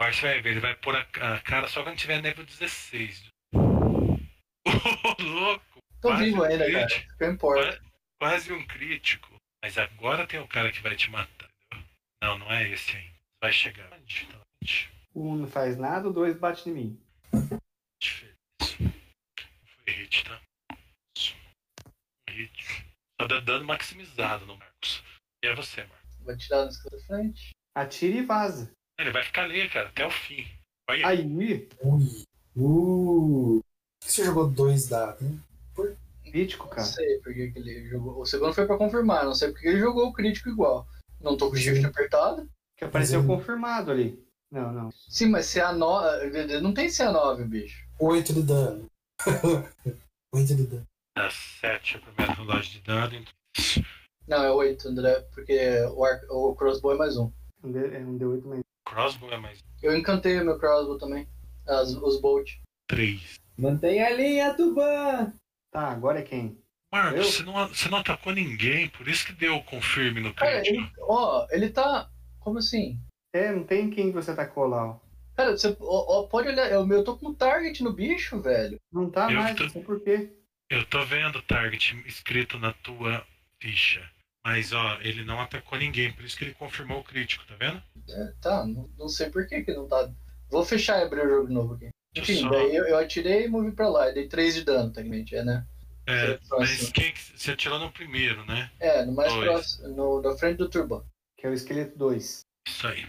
Speaker 1: Mas você vai ver, ele vai pôr a, a cara só quando tiver nível 16. Ô, louco!
Speaker 3: Tô
Speaker 1: Quase
Speaker 3: vivo
Speaker 1: um
Speaker 3: ainda, cara.
Speaker 1: crítico.
Speaker 3: Não importa.
Speaker 1: Quase um crítico. Mas agora tem o cara que vai te matar. entendeu? Não, não é esse ainda. Vai chegar. Onde? Tá onde?
Speaker 2: Um não faz nada, o dois bate em mim.
Speaker 1: diferença. tá? Foi hit, tá? Isso. Hit. Só dá dano maximizado no Marcos. E é você, Marcos.
Speaker 3: Vou tirar no escudo da frente.
Speaker 2: Atira e vaza.
Speaker 1: Ele vai ficar ali, cara, até o fim. Olha,
Speaker 2: Aí,
Speaker 6: ui.
Speaker 5: Uh,
Speaker 6: Por que você jogou dois dados, hein?
Speaker 2: crítico,
Speaker 3: Não
Speaker 2: cara.
Speaker 3: sei por que que ele jogou. O segundo foi pra confirmar, não sei porque ele jogou o crítico igual. Não tô com o shift apertado.
Speaker 2: Que apareceu
Speaker 6: Mas ele-
Speaker 2: confirmado ali. Não, não.
Speaker 3: Sim, mas é CA9. eh, Não tem CA9, bicho.
Speaker 6: 8 de dano. 8 de dano.
Speaker 1: dá 7 a primeira rolagem de dano. então-
Speaker 3: Não, é 8, André, porque o, ar- o crossbow é mais um.
Speaker 2: Um D- é um D8 mais.
Speaker 1: Crossbow é mais
Speaker 3: Eu encantei o meu crossbow também. As- os bolt.
Speaker 1: 3.
Speaker 5: Mantenha a linha, Tuban!
Speaker 2: Tá, agora é quem? Eu?
Speaker 1: Marcos, você não, você não atacou ninguém, por isso que deu o confirme no
Speaker 3: Cara,
Speaker 1: crítico.
Speaker 3: ele, ó, ele tá. Como assim?
Speaker 2: É, não tem quem você atacou lá, ó.
Speaker 3: Cara, você ó, ó, pode olhar. Eu, eu tô com target no bicho, velho.
Speaker 2: Não tá
Speaker 1: Eu
Speaker 2: mais,
Speaker 1: tô-
Speaker 2: não sei por quê.
Speaker 1: Eu tô vendo o target escrito na tua ficha. Mas ó, ele não atacou ninguém, por isso que ele confirmou o crítico, tá vendo?
Speaker 3: É, tá, não, não sei por que que não tá. Vou fechar e abrir o jogo de novo aqui.
Speaker 1: Deixa eu
Speaker 3: Enfim,
Speaker 1: só-
Speaker 3: daí eu, eu atirei e movi pra lá. E dei 3 de dano, tecnicamente, é, né?
Speaker 1: É,
Speaker 3: Você-
Speaker 1: mas quem que você atirou no primeiro, né?
Speaker 3: É, no mais
Speaker 1: Dois.
Speaker 3: próximo, no, da frente do turban.
Speaker 2: Que é o esqueleto 2.
Speaker 1: Isso aí.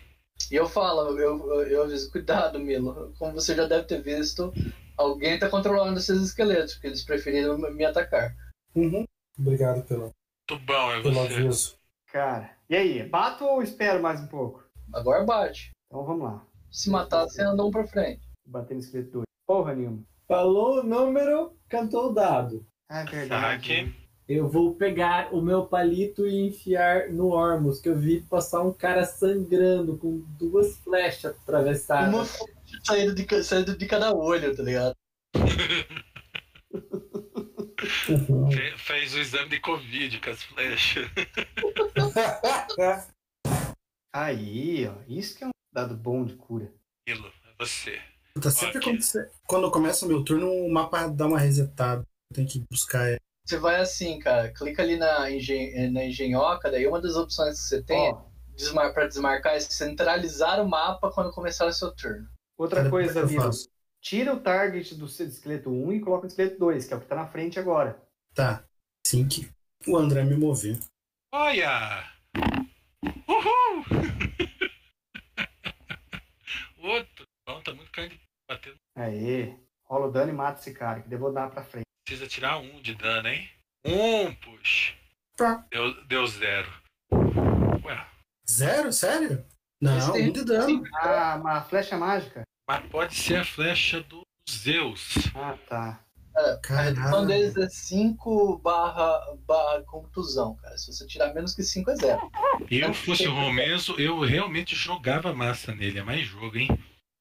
Speaker 3: E eu falo, eu, eu, eu aviso, cuidado, Milo. Como você já deve ter visto, alguém tá controlando esses esqueletos, porque eles preferiram me- me atacar.
Speaker 6: Uhum. Obrigado pelo,
Speaker 1: Tubão, é
Speaker 6: pelo
Speaker 1: você.
Speaker 6: aviso.
Speaker 2: Cara. E aí, bato ou espero mais um pouco?
Speaker 3: Agora bate.
Speaker 2: Então vamos lá.
Speaker 3: Se matar, você anda um pra frente.
Speaker 2: Bater no esqueleto 2. Porra nenhuma.
Speaker 5: Falou o número, cantou o dado.
Speaker 2: Ah, é verdade.
Speaker 1: Saque.
Speaker 5: Eu vou pegar o meu palito e enfiar no Ormus, que eu vi passar um cara sangrando com duas flechas atravessadas.
Speaker 3: Uma flecha saindo de, ca- saindo de cada olho, tá ligado?
Speaker 1: Fe- fez o exame de Covid com as flechas.
Speaker 2: Aí, ó. Isso que é um dado bom de cura.
Speaker 1: Milo, é você.
Speaker 6: Tá sempre
Speaker 1: Ok.
Speaker 6: quando, você- quando começa o meu turno, o mapa dá uma resetada. Tem que buscar é,
Speaker 3: Você vai assim, cara, clica ali na, engen na engenhoca, daí uma das opções que você tem
Speaker 2: Ó,
Speaker 3: é desmar pra desmarcar é centralizar o mapa quando começar o seu turno.
Speaker 2: outra coisa,
Speaker 6: eu
Speaker 2: Vila.
Speaker 6: faço.
Speaker 2: Tira o target do seu esqueleto 1 e coloca o esqueleto 2, que é o que tá na frente agora.
Speaker 6: Tá. Assim que o André me mover.
Speaker 1: Olha! Uhul! O Outro. Bom, tá muito caro de bater.
Speaker 2: Aê. Rola o dano e mata esse cara, que daí eu vou dar pra frente.
Speaker 1: Precisa tirar um de dano, hein? Um, puxa.
Speaker 6: Tá.
Speaker 1: Deu, deu zero. Ué,
Speaker 6: Zero? Sério? Não,
Speaker 3: Esse-
Speaker 6: um de dano.
Speaker 2: Ah, uma flecha mágica?
Speaker 1: mas pode ser a flecha do Zeus.
Speaker 2: Ah, tá.
Speaker 3: A redução
Speaker 6: Caralho.
Speaker 3: deles é 5 barra, barra contusão, cara. Se você tirar menos que 5 é zero.
Speaker 1: Eu fosse o Romenso, eu realmente jogava massa nele. É mais jogo, hein?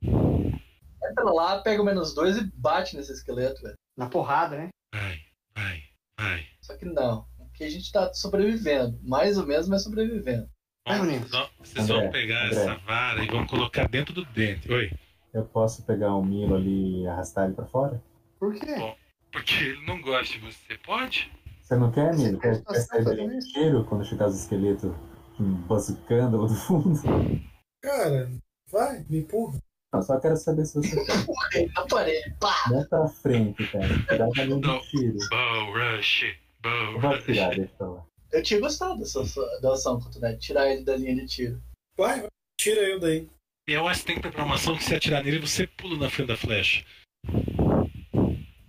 Speaker 3: Vai pra lá, pega o menos 2 e bate nesse esqueleto, velho.
Speaker 2: Na porrada, né?
Speaker 1: Vai, vai, vai.
Speaker 3: Só que não. Aqui a gente tá sobrevivendo. Mais ou menos, mas sobrevivendo.
Speaker 2: Vai,
Speaker 1: Bom,
Speaker 2: Romenso.
Speaker 1: vocês vão- vocês vão
Speaker 4: André,
Speaker 1: pegar
Speaker 4: André.
Speaker 1: essa vara e vão colocar dentro do dente. Oi.
Speaker 4: Eu posso pegar o Milo ali e arrastar ele pra fora?
Speaker 2: Por quê?
Speaker 1: Porque ele não gosta de você. Pode?
Speaker 4: Você não quer,
Speaker 2: Você
Speaker 4: Milo?
Speaker 2: quer
Speaker 4: Quer,
Speaker 2: que
Speaker 4: quer
Speaker 2: você
Speaker 4: sair
Speaker 2: faça
Speaker 4: dali
Speaker 2: isso?
Speaker 4: inteiro quando chegar os esqueletos hum, bazucando lá do fundo?
Speaker 6: Cara, vai, me empurra.
Speaker 4: Não, só quero saber se você quer.
Speaker 3: Na parede, pá!
Speaker 4: Não é pra frente, cara. Dá pra linha
Speaker 1: Não.
Speaker 4: de tiro.
Speaker 1: Bow Rush. Bow
Speaker 4: Eu vou
Speaker 1: Rush.
Speaker 4: atirar, deixa pra lá.
Speaker 3: Eu tinha gostado dessa da ação contra o Ned. Tirar ele da linha de tiro.
Speaker 6: Vai, vai. tira eu daí.
Speaker 1: E eu acho que tem programação que se atirar nele, você pula na frente da flecha.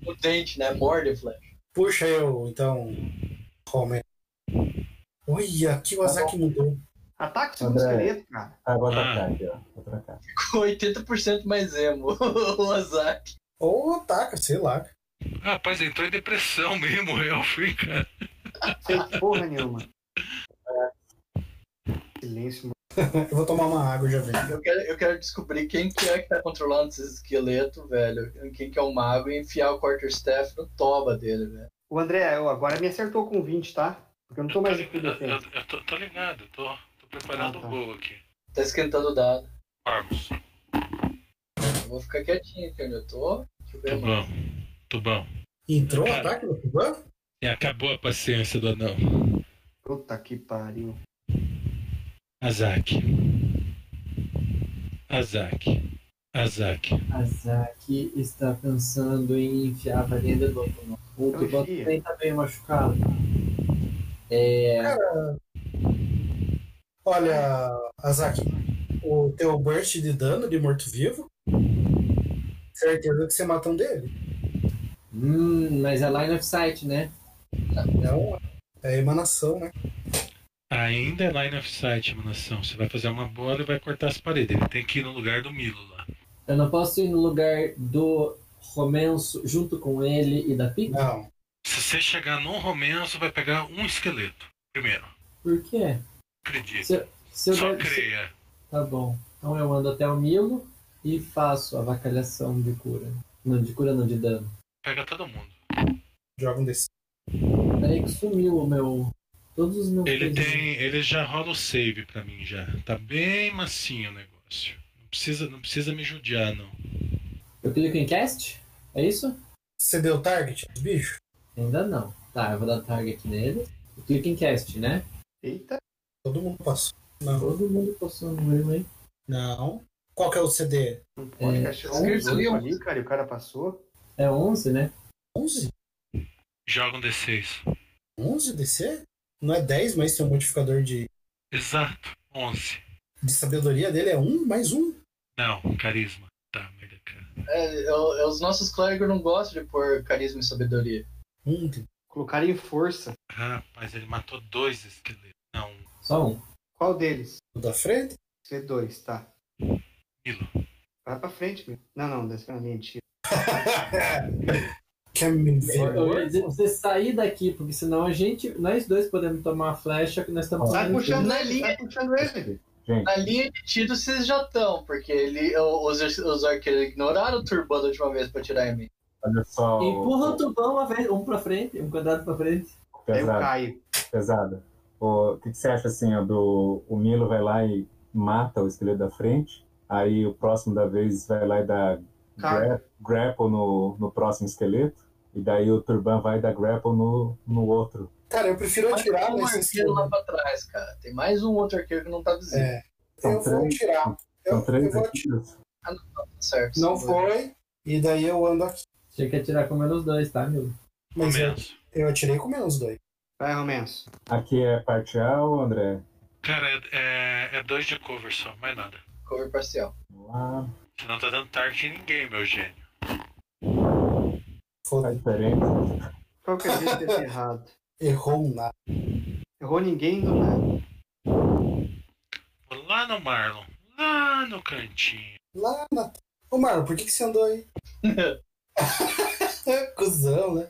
Speaker 3: O dente, né? Morde, Flash.
Speaker 6: Puxa eu, então. Como é? Olha,
Speaker 2: Tá
Speaker 6: aqui o Azaki mudou.
Speaker 2: Ataca o segundo
Speaker 4: André.
Speaker 2: esqueleto, cara.
Speaker 4: Ah, vou
Speaker 1: Ah.
Speaker 4: atacar aqui, ó. Vou atacar.
Speaker 3: com 80% mais emo, o Azaki.
Speaker 6: Ou ataca, sei lá.
Speaker 1: Rapaz, entrou em depressão mesmo, eu fui, cara.
Speaker 2: Sem porra nenhuma. Silêncio, mano.
Speaker 6: Eu vou tomar uma água já vem.
Speaker 3: Eu quero, eu quero descobrir quem que é que tá controlando esse esqueleto, velho. Quem que é o mago e enfiar o quarterstaff no toba dele, velho.
Speaker 2: O André, ó, agora me acertou com 20, tá? Porque eu não tô mais em
Speaker 1: eu, eu,
Speaker 2: defesa.
Speaker 1: eu tô, tô ligado, tô, tô preparando
Speaker 2: Ah, tá.
Speaker 1: o bolo aqui.
Speaker 3: Tá esquentando o dado.
Speaker 1: Armos,
Speaker 3: Eu vou ficar quietinho aqui onde eu tô. Deixa eu ver.
Speaker 1: tubão, tubão.
Speaker 6: Entrou o
Speaker 1: Cara.
Speaker 6: ataque do Kuban?
Speaker 1: Tá E acabou a paciência do anão.
Speaker 2: Puta que pariu.
Speaker 1: Azak. Azak. Azak.
Speaker 5: Azaki está pensando em enfiar a varinha de novo. não. O
Speaker 2: Eu
Speaker 5: Tuban
Speaker 2: enfio.
Speaker 5: também tá bem machucado. É.
Speaker 6: Olha, Azaki, o teu burst de dano de morto-vivo. Certeza que você mata um dele.
Speaker 5: Hum, mas é line of sight, né?
Speaker 6: Não, é emanação, né?
Speaker 1: Ainda é line of sight, manação. Você vai fazer uma bola e vai cortar as paredes. Ele tem que ir no lugar do Milo lá.
Speaker 5: Eu não posso ir no lugar do Romenso junto com ele e da Pica?
Speaker 6: Não.
Speaker 1: Se você chegar num romenso, vai pegar um esqueleto. Primeiro.
Speaker 5: Por quê?
Speaker 1: Acredito.
Speaker 5: Se eu, se eu
Speaker 1: Só
Speaker 5: der- se-
Speaker 1: creia.
Speaker 5: Tá bom. Então eu ando até o Milo e faço a vacalhação de cura. Não, de cura não, de dano.
Speaker 1: Pega todo mundo.
Speaker 6: Joga um desse.
Speaker 5: Peraí que sumiu o meu. Todos os meus.
Speaker 1: Ele
Speaker 5: coisinhos.
Speaker 1: tem. Ele já rola o save pra mim já. Tá bem macinho o negócio. Não precisa, não precisa me judiar, não.
Speaker 5: Eu clico em cast? É isso?
Speaker 6: Você deu target, bicho?
Speaker 5: Ainda não. Tá, eu vou dar target nele. Eu clico em cast, né?
Speaker 2: Eita,
Speaker 6: Todo mundo passou. Não.
Speaker 5: Todo mundo passou no meu, hein?
Speaker 6: Não. Qual que é o CD?
Speaker 2: não pode
Speaker 5: É,
Speaker 2: gastar um
Speaker 3: esqueci.
Speaker 2: oito ali, cara, e o cara passou.
Speaker 5: É 11, né?
Speaker 6: 11?
Speaker 1: Joga um D6.
Speaker 6: 11 DC? Não é 10, mas tem um modificador de,
Speaker 1: Exato. 11.
Speaker 6: de sabedoria dele, é 1 mais 1.
Speaker 1: Não, carisma. Tá, merda, cara.
Speaker 3: É, eu- eu- os nossos clérigos não gostam de pôr carisma e sabedoria.
Speaker 6: 1
Speaker 2: Colocaram em força.
Speaker 1: Rapaz, ele matou dois esqueletos. Não, um.
Speaker 5: Só um.
Speaker 2: Qual deles?
Speaker 6: da frente.
Speaker 2: C2, tá.
Speaker 1: Milo.
Speaker 2: Vai pra frente, meu. Não, não, dessa é uma mentira.
Speaker 6: Quer me ver?
Speaker 5: Eu ia dizer pra você sair daqui, porque senão a gente. Nós dois podemos tomar a flecha que nós estamos
Speaker 2: Vai
Speaker 5: saindo.
Speaker 2: puxando
Speaker 3: Na
Speaker 2: ele,
Speaker 3: linha.
Speaker 2: vai puxando ele.
Speaker 4: Gente,
Speaker 3: Na linha de tiro vocês já estão, porque ele, os, os arqueiros ignoraram o turbão da última vez pra tirar em mim.
Speaker 4: olha só.
Speaker 5: Empurra o
Speaker 4: o,
Speaker 5: tubão uma vez, um pra frente, um quadrado pra frente.
Speaker 4: o
Speaker 2: Aí eu
Speaker 4: pesado,
Speaker 2: caio.
Speaker 4: pesado. O que, que você acha assim, ó, do o Milo vai lá e mata o esqueleto da frente, aí o próximo da vez vai lá e dá
Speaker 2: Cara.
Speaker 4: gra- grapple no, no próximo esqueleto, e daí o Turban vai dar grapple no, no outro.
Speaker 6: Cara, eu prefiro
Speaker 3: Mas tem
Speaker 6: atirar assim,
Speaker 3: um
Speaker 6: nesse
Speaker 3: arqueiro lá pra trás, cara. Tem mais um outro arqueiro que não tá visível,
Speaker 6: É.
Speaker 4: São
Speaker 6: Eu vou
Speaker 4: três,
Speaker 6: atirar. Eu,
Speaker 4: São
Speaker 6: eu
Speaker 4: três
Speaker 6: vou atirar.
Speaker 4: tiros.
Speaker 3: tá certo?
Speaker 6: Não
Speaker 3: Sim.
Speaker 6: foi. E daí eu ando aqui.
Speaker 5: Tinha que atirar com menos dois, tá, meu?
Speaker 6: Mas eu,
Speaker 1: Começo.
Speaker 6: eu atirei com menos dois.
Speaker 2: Vai, Romenso.
Speaker 4: Aqui é parcial, André.
Speaker 1: Cara, é, é, é dois de cover só, mais nada.
Speaker 3: Cover parcial.
Speaker 4: Vamos lá.
Speaker 1: Você não tá dando target em ninguém, meu gênio.
Speaker 4: A
Speaker 6: Foda-se.
Speaker 4: diferença.
Speaker 2: Qual que é o jeito de ter errado?
Speaker 6: Errou um nada.
Speaker 2: Errou ninguém do nada.
Speaker 1: Vou lá no Marlon. Lá no cantinho.
Speaker 6: Lá na. Ô, Marlon, por que, que você andou aí? Cusão, né?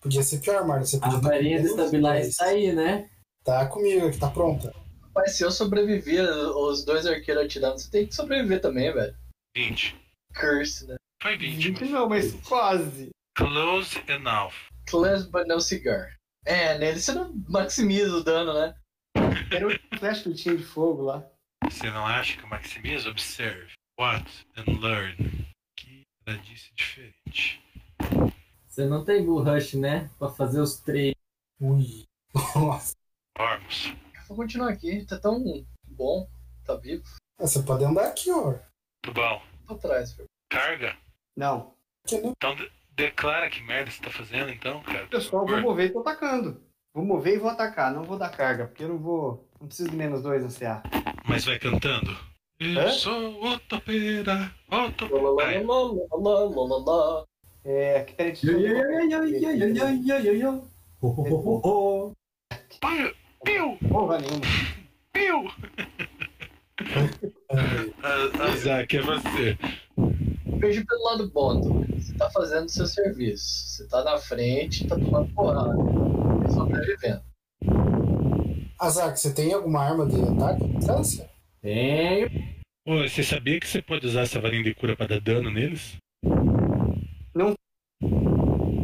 Speaker 6: podia ser pior, Marlon. Você
Speaker 5: A
Speaker 6: podia
Speaker 5: varinha
Speaker 6: menos
Speaker 5: destabilize
Speaker 6: dois.
Speaker 5: tá aí, né?
Speaker 6: Tá comigo aqui, tá pronta.
Speaker 3: Mas se eu sobreviver, os dois arqueiros atirando, você tem que sobreviver também, velho.
Speaker 1: 20.
Speaker 3: Curse, né?
Speaker 1: Foi 20.
Speaker 2: Gente,
Speaker 1: mas-
Speaker 2: não, mas quase.
Speaker 1: Close enough.
Speaker 3: Class but no cigar. É, nele você não maximiza o dano, né?
Speaker 2: Era o flash que ele tinha de fogo lá.
Speaker 1: Você não acha que maximiza? Observe. Watch and learn. Que ela disse diferente.
Speaker 5: Você não tem Bull Rush, né? Pra fazer os três.
Speaker 6: Ui. Nossa.
Speaker 1: Vamos.
Speaker 3: Vou continuar aqui, tá tão bom, tá vivo.
Speaker 6: Você pode andar aqui, ó.
Speaker 1: Tudo bom.
Speaker 3: Pra trás, velho.
Speaker 1: Carga?
Speaker 2: Não.
Speaker 6: Que não-
Speaker 1: Então de- declara que merda você tá fazendo então, cara.
Speaker 2: Eu só vou mover e tô atacando. Vou mover e vou atacar. Não vou dar carga, porque eu não vou. Não preciso de menos dois na CA.
Speaker 1: Mas vai cantando. Eu
Speaker 2: Hã?
Speaker 1: sou o topeira. O topeira. Vai.
Speaker 3: Lalalalalalalala.
Speaker 2: É, aqui peraí, deixa eu ver qual é.
Speaker 5: Você
Speaker 1: Pai, Piu!
Speaker 2: Porra nenhuma.
Speaker 1: Piu!
Speaker 6: Ai,
Speaker 1: Ah, Isaac, é você.
Speaker 3: Veja pelo lado bom, Douglas. você tá fazendo o seu serviço. Você tá na frente, tá tomando porrada. e Sobrevivendo.
Speaker 6: Azak, você tem alguma arma de ataque? Distância?
Speaker 5: Tem.
Speaker 1: Ô, você sabia que você pode usar essa varinha de cura pra dar dano neles?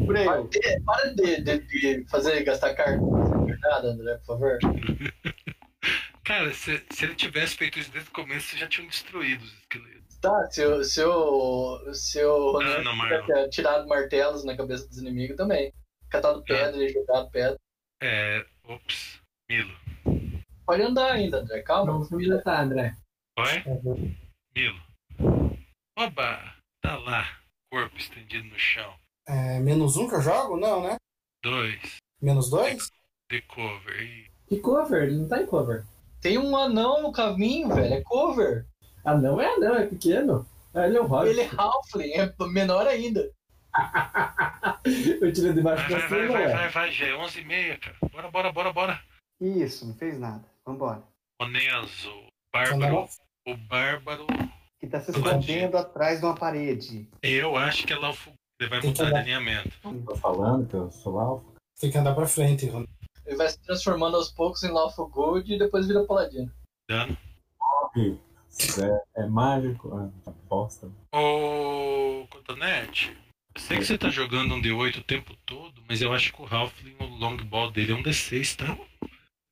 Speaker 2: Por aí.
Speaker 3: Para de, para de, de, de fazer gastar carga com essa pernada, André, por favor.
Speaker 1: Cara, se, se ele tivesse feito isso desde o começo, já tinham destruído os esqueletos.
Speaker 3: Tá, se eu. Se eu. Se eu
Speaker 1: Ah, não, Marlon. Ah.
Speaker 3: tivesse tirado martelos na cabeça dos inimigos também. Catado pedra e jogado pedra.
Speaker 1: É. Ops. Milo.
Speaker 3: Pode andar ainda, André. Calma.
Speaker 5: Vamos onde tá, André.
Speaker 1: Oi? Milo. Oba! Tá lá. Corpo estendido no chão.
Speaker 6: É, menos um que eu jogo? Não, né?
Speaker 1: Dois.
Speaker 6: Menos dois?
Speaker 1: De cover. E...
Speaker 5: Que cover? Ele não tá em cover.
Speaker 3: Tem um anão no caminho, velho. É cover.
Speaker 5: Ah, não é não, é pequeno. Ah, Ele é um Hobbit.
Speaker 3: Ele é halfling. É menor ainda.
Speaker 5: Eu tirei de baixo
Speaker 6: é
Speaker 1: Vai,
Speaker 5: pra
Speaker 1: vai, vai,
Speaker 5: cima,
Speaker 6: assim, né?
Speaker 1: vai,
Speaker 5: ué.
Speaker 1: vai, vai, já é 11h30, cara. Bora, bora, bora, bora.
Speaker 2: Isso, não fez nada. Vambora.
Speaker 1: Onezo.
Speaker 6: Só
Speaker 1: Bárbaro.
Speaker 6: não.
Speaker 1: O Bárbaro.
Speaker 2: Que tá se
Speaker 1: Bandido.
Speaker 2: escondendo atrás de uma parede.
Speaker 1: Eu acho que é lá o fogo. Ele vai
Speaker 6: Tem que
Speaker 1: mudar de
Speaker 6: andar.
Speaker 1: alinhamento.
Speaker 4: Tô falando que eu sou alfa.
Speaker 6: Tem que andar pra frente, Ron.
Speaker 3: Ele vai se transformando aos poucos em Lawful Good e depois vira paladino.
Speaker 1: Dano.
Speaker 4: É, é mágico. Ah, bosta.
Speaker 1: Ô, Cotonete, eu sei que você tá jogando um D8 o tempo todo, mas eu acho que o Halfling, o longbow dele é um D6, tá?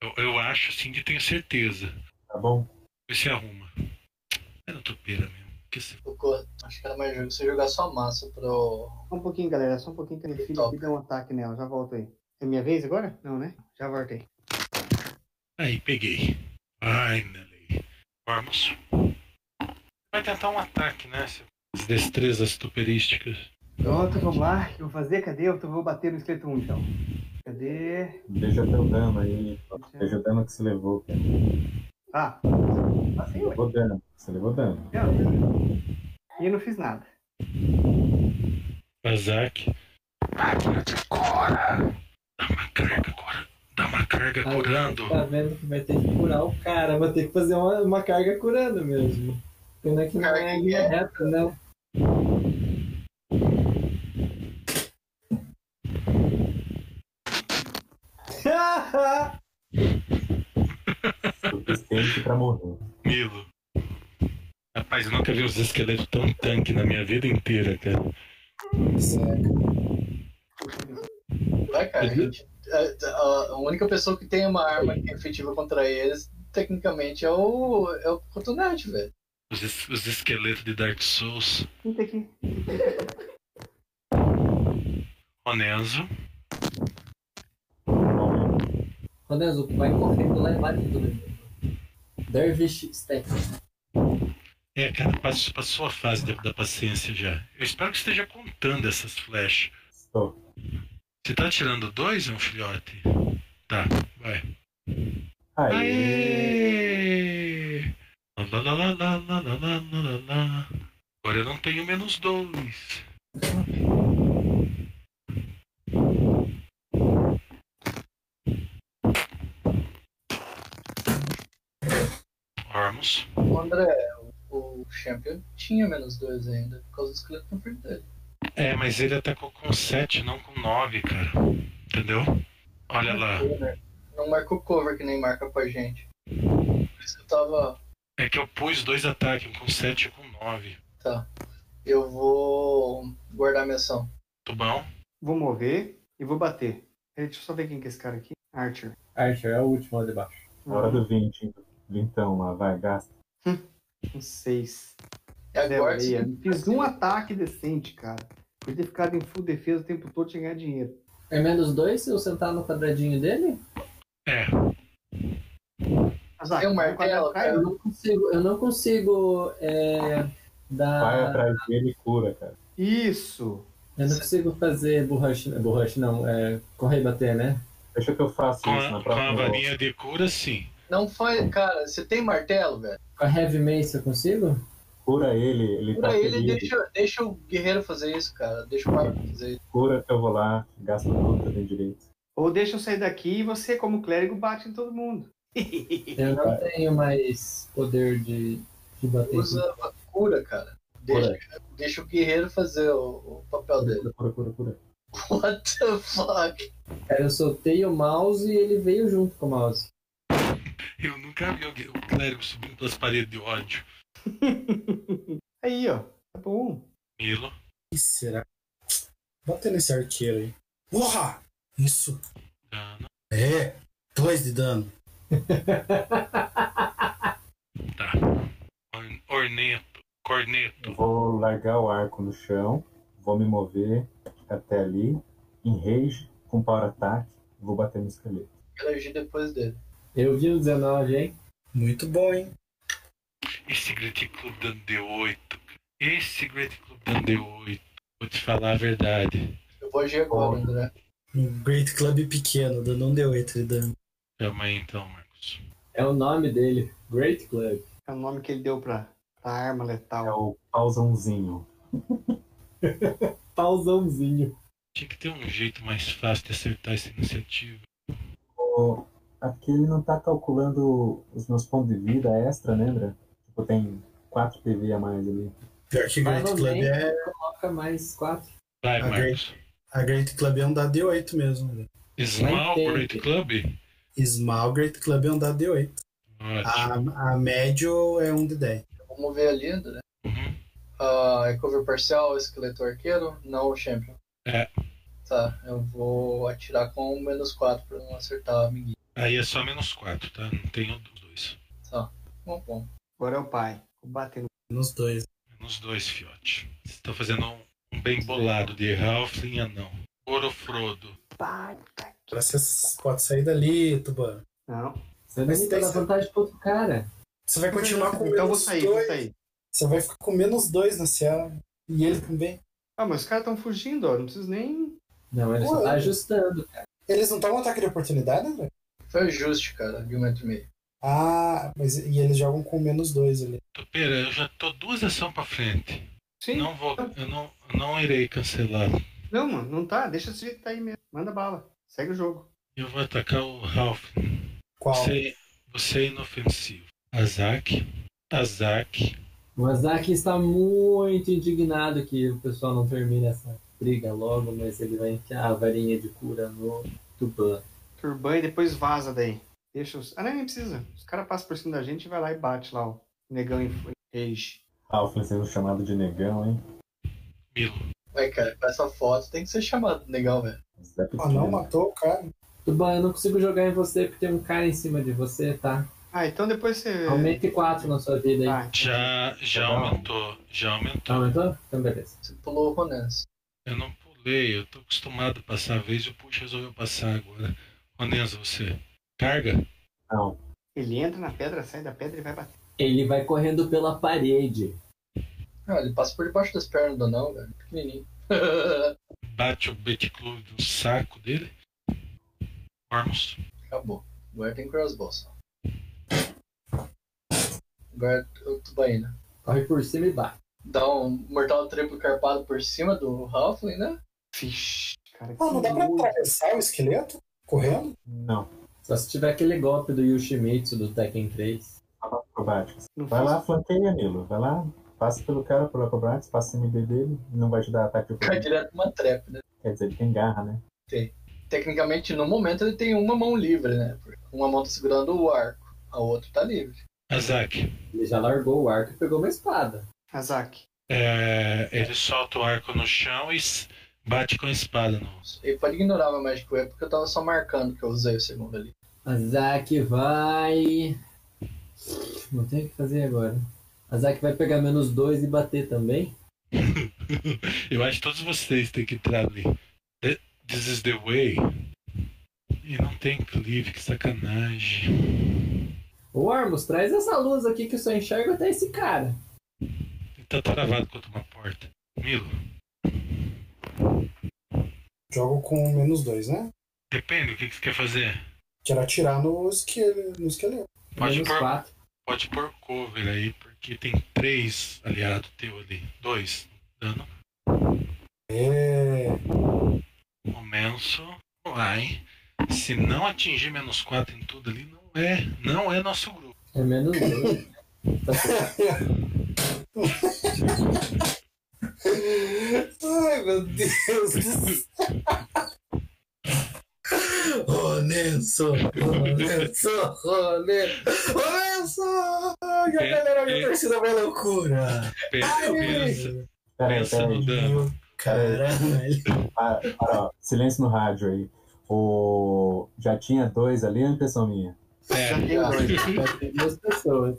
Speaker 1: Eu, eu acho, assim, que tenho certeza.
Speaker 4: Tá bom?
Speaker 1: Vê se arruma. É na topeira mesmo. Que se...
Speaker 3: O co- Acho que era mais jogo você jogar só massa pro.
Speaker 2: Só um pouquinho, galera. Só um pouquinho que a minha filha
Speaker 3: Top.
Speaker 2: aqui deu um ataque nela. Já volto aí. É minha vez agora? Não, né? Já voltei.
Speaker 1: Aí, peguei. Finally. Vamos. Vai tentar um ataque, né? seu- As destrezas tuperísticas.
Speaker 2: Pronto, vamos lá. O que eu vou fazer? Cadê? Eu tô- vou bater no esqueleto 1, então. Cadê?
Speaker 4: Veja teu dano aí. Veja o dano que você levou. Cara.
Speaker 2: Ah, assim, ué.
Speaker 4: Levou dano. Você levou dano.
Speaker 2: Eu- E eu não fiz nada.
Speaker 1: Azak. Máquina de cura. Dá uma carga cura. Dá uma carga
Speaker 5: Ai,
Speaker 1: curando.
Speaker 5: Tá vendo que vai ter que curar o cara, vai ter que fazer uma, uma carga curando mesmo. Pena que não é
Speaker 3: Carga
Speaker 5: linha reta, né?
Speaker 4: Suficiente pra morrer.
Speaker 1: Milo. Rapaz, eu nunca vi os esqueletos tão tanque na minha vida inteira, cara.
Speaker 3: Vai, cara. a
Speaker 1: Uhum.
Speaker 3: gente- a- A a única pessoa que tem uma arma que é efetiva contra eles, tecnicamente, é o. é o Cotonete, velho.
Speaker 1: Os, es- os esqueletos de Dark Souls.
Speaker 2: Senta aqui.
Speaker 1: Onenzo.
Speaker 4: Bom,
Speaker 5: Rodenzo, é vai correndo lá embaixo do Dervish Stack.
Speaker 1: É, cara, passou, passou a fase da, da paciência já. Eu espero que você esteja contando essas flechas.
Speaker 4: Estou.
Speaker 1: Você tá tirando dois, meu filhote? Tá, vai.
Speaker 4: Aí.
Speaker 1: Aê! Lá, lá, lá, lá, lá, lá, lá, lá, lá. Agora eu não tenho menos dois. Ormus.
Speaker 3: O André, o, o Champion, tinha menos dois ainda, por causa do esqueleto na frente dele.
Speaker 1: É, mas ele atacou com 7, não com 9, cara. Entendeu? Olha lá.
Speaker 3: né, Não marca o cover que nem marca pra gente. Por isso que eu tava.
Speaker 1: É que eu pus dois ataques, um com 7 e um com 9.
Speaker 3: Eu vou guardar minha ação.
Speaker 1: Muito bom.
Speaker 2: Vou mover e vou bater. Peraí, Deixa eu só ver quem que é esse cara aqui. Archer.
Speaker 5: Archer, é o último lá de baixo.
Speaker 4: Hora do 20. Vintão lá, vai, gasta.
Speaker 2: Um 6.
Speaker 3: É agora sim.
Speaker 2: Fiz um ataque decente, cara. Podia ter ficado em full defesa o tempo todo tinha ganhar dinheiro.
Speaker 5: É menos dois se eu sentar no quadradinho dele?
Speaker 1: É,
Speaker 2: Azar,
Speaker 3: Eu marquei
Speaker 2: quadrado
Speaker 3: ela,
Speaker 2: caiu.
Speaker 5: Eu não consigo, eu não consigo é,
Speaker 4: Vai
Speaker 5: dar.
Speaker 4: atrás dele e cura, cara.
Speaker 2: Isso.
Speaker 5: Eu não consigo fazer borracha. Borracha não, é correr e bater, né?
Speaker 4: Deixa que eu faço
Speaker 1: com
Speaker 4: isso na
Speaker 1: a, com a
Speaker 4: próxima
Speaker 1: varinha de cura, sim.
Speaker 3: Não faz. Cara, você tem martelo, velho?
Speaker 5: Com a Heavy Mace eu consigo?
Speaker 4: Cura ele, ele tá
Speaker 3: Cura ele e
Speaker 4: ferido.
Speaker 3: deixa, deixa o guerreiro fazer isso, cara. Deixa o barco fazer isso.
Speaker 4: Cura que eu vou lá, gasto tudo que eu tenho direito.
Speaker 2: Ou deixa eu sair daqui e você, como clérigo, bate em todo mundo.
Speaker 5: Eu não tenho mais poder de, de bater.
Speaker 3: Usa a cura, cara. Deixa, deixa o guerreiro fazer o, o papel dele.
Speaker 4: Cura, cura, cura, cura.
Speaker 3: What the fuck?
Speaker 5: Cara, eu soltei o mouse e ele veio junto com o mouse.
Speaker 1: Eu nunca vi alguém, o clérigo subindo pelas paredes de ódio.
Speaker 2: Aí, ó. Tá bom.
Speaker 1: Milo.
Speaker 6: Ih, será? Bota nesse arqueiro aí. Porra! Isso.
Speaker 1: Dana.
Speaker 6: É. Dois de dano.
Speaker 1: Tá. Or- Orneto. Corneto.
Speaker 4: Eu vou largar o arco no chão, vou me mover até ali, em rage, com power ataque, vou bater no esqueleto.
Speaker 3: Quero agir depois dele.
Speaker 5: Eu vi no 19, hein?
Speaker 6: Muito bom, hein?
Speaker 1: Esse Great Club dando D8. cara. Esse Great Club dando D8. Vou te falar a verdade.
Speaker 3: Eu vou agir agora, André.
Speaker 6: Um Great Club pequeno, dando um D8 de dano.
Speaker 1: Calma aí então, Marcos.
Speaker 5: É o nome dele. Great Club.
Speaker 2: É o nome que ele deu pra, pra arma letal.
Speaker 4: É o pausãozinho.
Speaker 5: Pausãozinho.
Speaker 1: Tinha que ter um jeito mais fácil de acertar essa iniciativa.
Speaker 4: O- Aqui ele não tá calculando os meus pontos de vida extra, lembra? Tipo, tem 4 PV a mais ali.
Speaker 6: Pior que
Speaker 5: Mais
Speaker 6: Great
Speaker 5: ou
Speaker 6: Club
Speaker 5: menos.
Speaker 6: é.
Speaker 5: Coloca mais 4.
Speaker 1: Vai,
Speaker 6: Ok.
Speaker 1: Marcos.
Speaker 6: A Great Club é um dado de 8 mesmo. né?
Speaker 1: Small
Speaker 5: Não
Speaker 1: Great
Speaker 5: entende.
Speaker 1: Club?
Speaker 6: Small Great Club é um dado de 8.
Speaker 1: Ótimo.
Speaker 6: A, a médio é um de 10.
Speaker 3: Vamos ver ali, né?
Speaker 1: Uhum.
Speaker 3: Ah, é cover parcial, esqueleto arqueiro? Não, champion.
Speaker 1: É.
Speaker 3: Tá, eu vou atirar com um menos 4 pra não acertar o amiguinho.
Speaker 1: Aí é só menos 4, tá? Não tem o dois.
Speaker 3: Bom, bom.
Speaker 2: Agora é o pai. Vou bater no.
Speaker 6: Nos dois.
Speaker 1: Menos dois, fiote. Vocês estão fazendo um, um bem bolado de Halfling e Anão. Orofrodo.
Speaker 2: Pai.
Speaker 6: Você pode sair dali, Tuban.
Speaker 2: Não.
Speaker 5: Você
Speaker 6: Mas
Speaker 5: não
Speaker 6: tem
Speaker 5: tá na
Speaker 6: que- um
Speaker 5: vantagem pro outro cara.
Speaker 6: Você vai continuar com
Speaker 2: Então vou
Speaker 6: menos
Speaker 2: sair, vou
Speaker 6: dois.
Speaker 2: sair.
Speaker 6: Você vai ficar com menos dois na Ciara. E ele também.
Speaker 2: Ah, mas os caras estão fugindo, ó. Não preciso nem.
Speaker 5: Não, ele só
Speaker 6: Ué.
Speaker 5: tá ajustando.
Speaker 6: Eles não estavam um ataque de oportunidade, né? velho?
Speaker 3: Foi o justo, cara, de um metro e meio.
Speaker 6: Ah, mas e eles jogam com menos dois ali.
Speaker 1: Topeira, eu já tô duas ações pra frente.
Speaker 2: Sim. Não,
Speaker 1: Não vou. Eu não, eu não irei cancelar.
Speaker 2: mano, não tá. Deixa esse jeito que tá aí mesmo. Manda bala. Segue o jogo.
Speaker 1: Eu vou atacar o Halfling.
Speaker 6: Qual?
Speaker 1: Você, você é inofensivo. Azak. Azak.
Speaker 5: O Azaki está muito indignado que o pessoal não termine essa briga logo, mas ele vai enfiar a varinha de cura no Tuban.
Speaker 2: Turban e depois vaza daí. Deixa os. Ah, não, nem precisa. Os caras passam por cima da gente e vai lá e bate lá o negão em fu- rage.
Speaker 4: Alfred sendo Tá um chamado de negão, hein?
Speaker 1: Milo.
Speaker 3: Vai, cara, com essa foto tem que ser chamado legal, velho.
Speaker 4: Zé
Speaker 6: Ah, não
Speaker 4: é Pequeno.
Speaker 6: matou o cara.
Speaker 5: Tuban, eu não consigo jogar em você porque tem um cara em cima de você, tá?
Speaker 2: Ah, então depois
Speaker 6: É.
Speaker 2: você.
Speaker 5: Aumente 4 na sua vida aí.
Speaker 2: Ah, então-
Speaker 1: Já, já
Speaker 4: Não.
Speaker 1: aumentou. Já
Speaker 6: Tá.
Speaker 1: aumentou.
Speaker 5: Aumentou? Então beleza.
Speaker 3: Você pulou o Ronense.
Speaker 1: Eu não pulei, eu tô acostumado a passar a vez e o Puxa resolveu passar agora. Onenza, você. Carga?
Speaker 4: Não,
Speaker 2: Ele entra na pedra, sai da pedra e vai bater.
Speaker 5: Ele vai correndo pela parede.
Speaker 3: Ah, ele passa por debaixo das pernas do anão, velho. Pequenininho.
Speaker 1: Bate o Bet Club do saco dele. Ormus.
Speaker 3: Acabou. Agora tem crossbow só. Agora o Tubaína.
Speaker 5: Corre por cima e bate.
Speaker 3: né? Dá um mortal triplo carpado por cima do Halfling, né?
Speaker 2: Vixe, cara.
Speaker 6: Ah, não dá pra
Speaker 2: nojo.
Speaker 6: atravessar o esqueleto? Correndo?
Speaker 4: não.
Speaker 5: Só se tiver aquele golpe do Yoshimitsu do Tekken 3.
Speaker 4: Acrobáticos.
Speaker 2: Não
Speaker 4: tá Vai
Speaker 2: faz-
Speaker 4: lá, flanqueia, Nilo. Vai lá, passa pelo cara, pelo acrobático, passa o MD dele. Não vai te dar ataque de
Speaker 3: Cai
Speaker 4: oportunidade.
Speaker 3: direto numa trap, né?
Speaker 4: Quer dizer, ele tem garra, né?
Speaker 3: Tecnicamente, no momento, ele tem uma mão livre, né? Porque Uma mão tá segurando o arco, a outra tá livre.
Speaker 1: Azak.
Speaker 5: Ele já largou o arco e pegou uma espada.
Speaker 2: Azaki.
Speaker 1: É, ele solta o arco no chão e s- bate com a espada no.
Speaker 3: Ele pode ignorar meu Magic Web porque eu tava só marcando que eu usei o segundo ali.
Speaker 5: Azaki vai. Não tem o que fazer agora. Azaki vai pegar menos dois e bater também.
Speaker 1: Eu acho que todos vocês têm que entrar ali. Th- This is the way. E não tem clipe, que sacanagem.
Speaker 5: Ô Armus, traz essa luz aqui que eu só enxergo até esse cara.
Speaker 1: Ele tá travado contra uma porta. Milo,
Speaker 6: Jogo com menos dois, né?
Speaker 1: depende, o que, que você quer fazer?
Speaker 6: Quero atirar no, esquele... no esqueleto.
Speaker 1: Pode
Speaker 5: menos
Speaker 1: pôr.
Speaker 5: quatro.
Speaker 1: Pode pôr cover aí, porque tem três aliados teu ali. Dois. Dano.
Speaker 6: É.
Speaker 1: Começo. Vai. Se não atingir menos 4 em tudo ali, não é, não é nosso grupo.
Speaker 5: É menos dois. Tá certo.
Speaker 6: Ai, meu Deus do céu. Ô, Nelson! Ô, Nelson! Ô, Ne- Ô, Nelson! Ai, a
Speaker 1: É,
Speaker 6: galera
Speaker 1: é.
Speaker 6: me torcida vai loucura!
Speaker 1: Pe-
Speaker 6: Ai,
Speaker 1: Pensa,
Speaker 4: Peraí,
Speaker 1: pensa no
Speaker 4: peraí.
Speaker 1: dano.
Speaker 6: Caralho!
Speaker 4: Para, para, ó. Silêncio no rádio aí. O... Já tinha dois ali, é uma impressão minha.
Speaker 2: Já
Speaker 1: É,
Speaker 2: tem dois.
Speaker 5: Vai ter duas pessoas.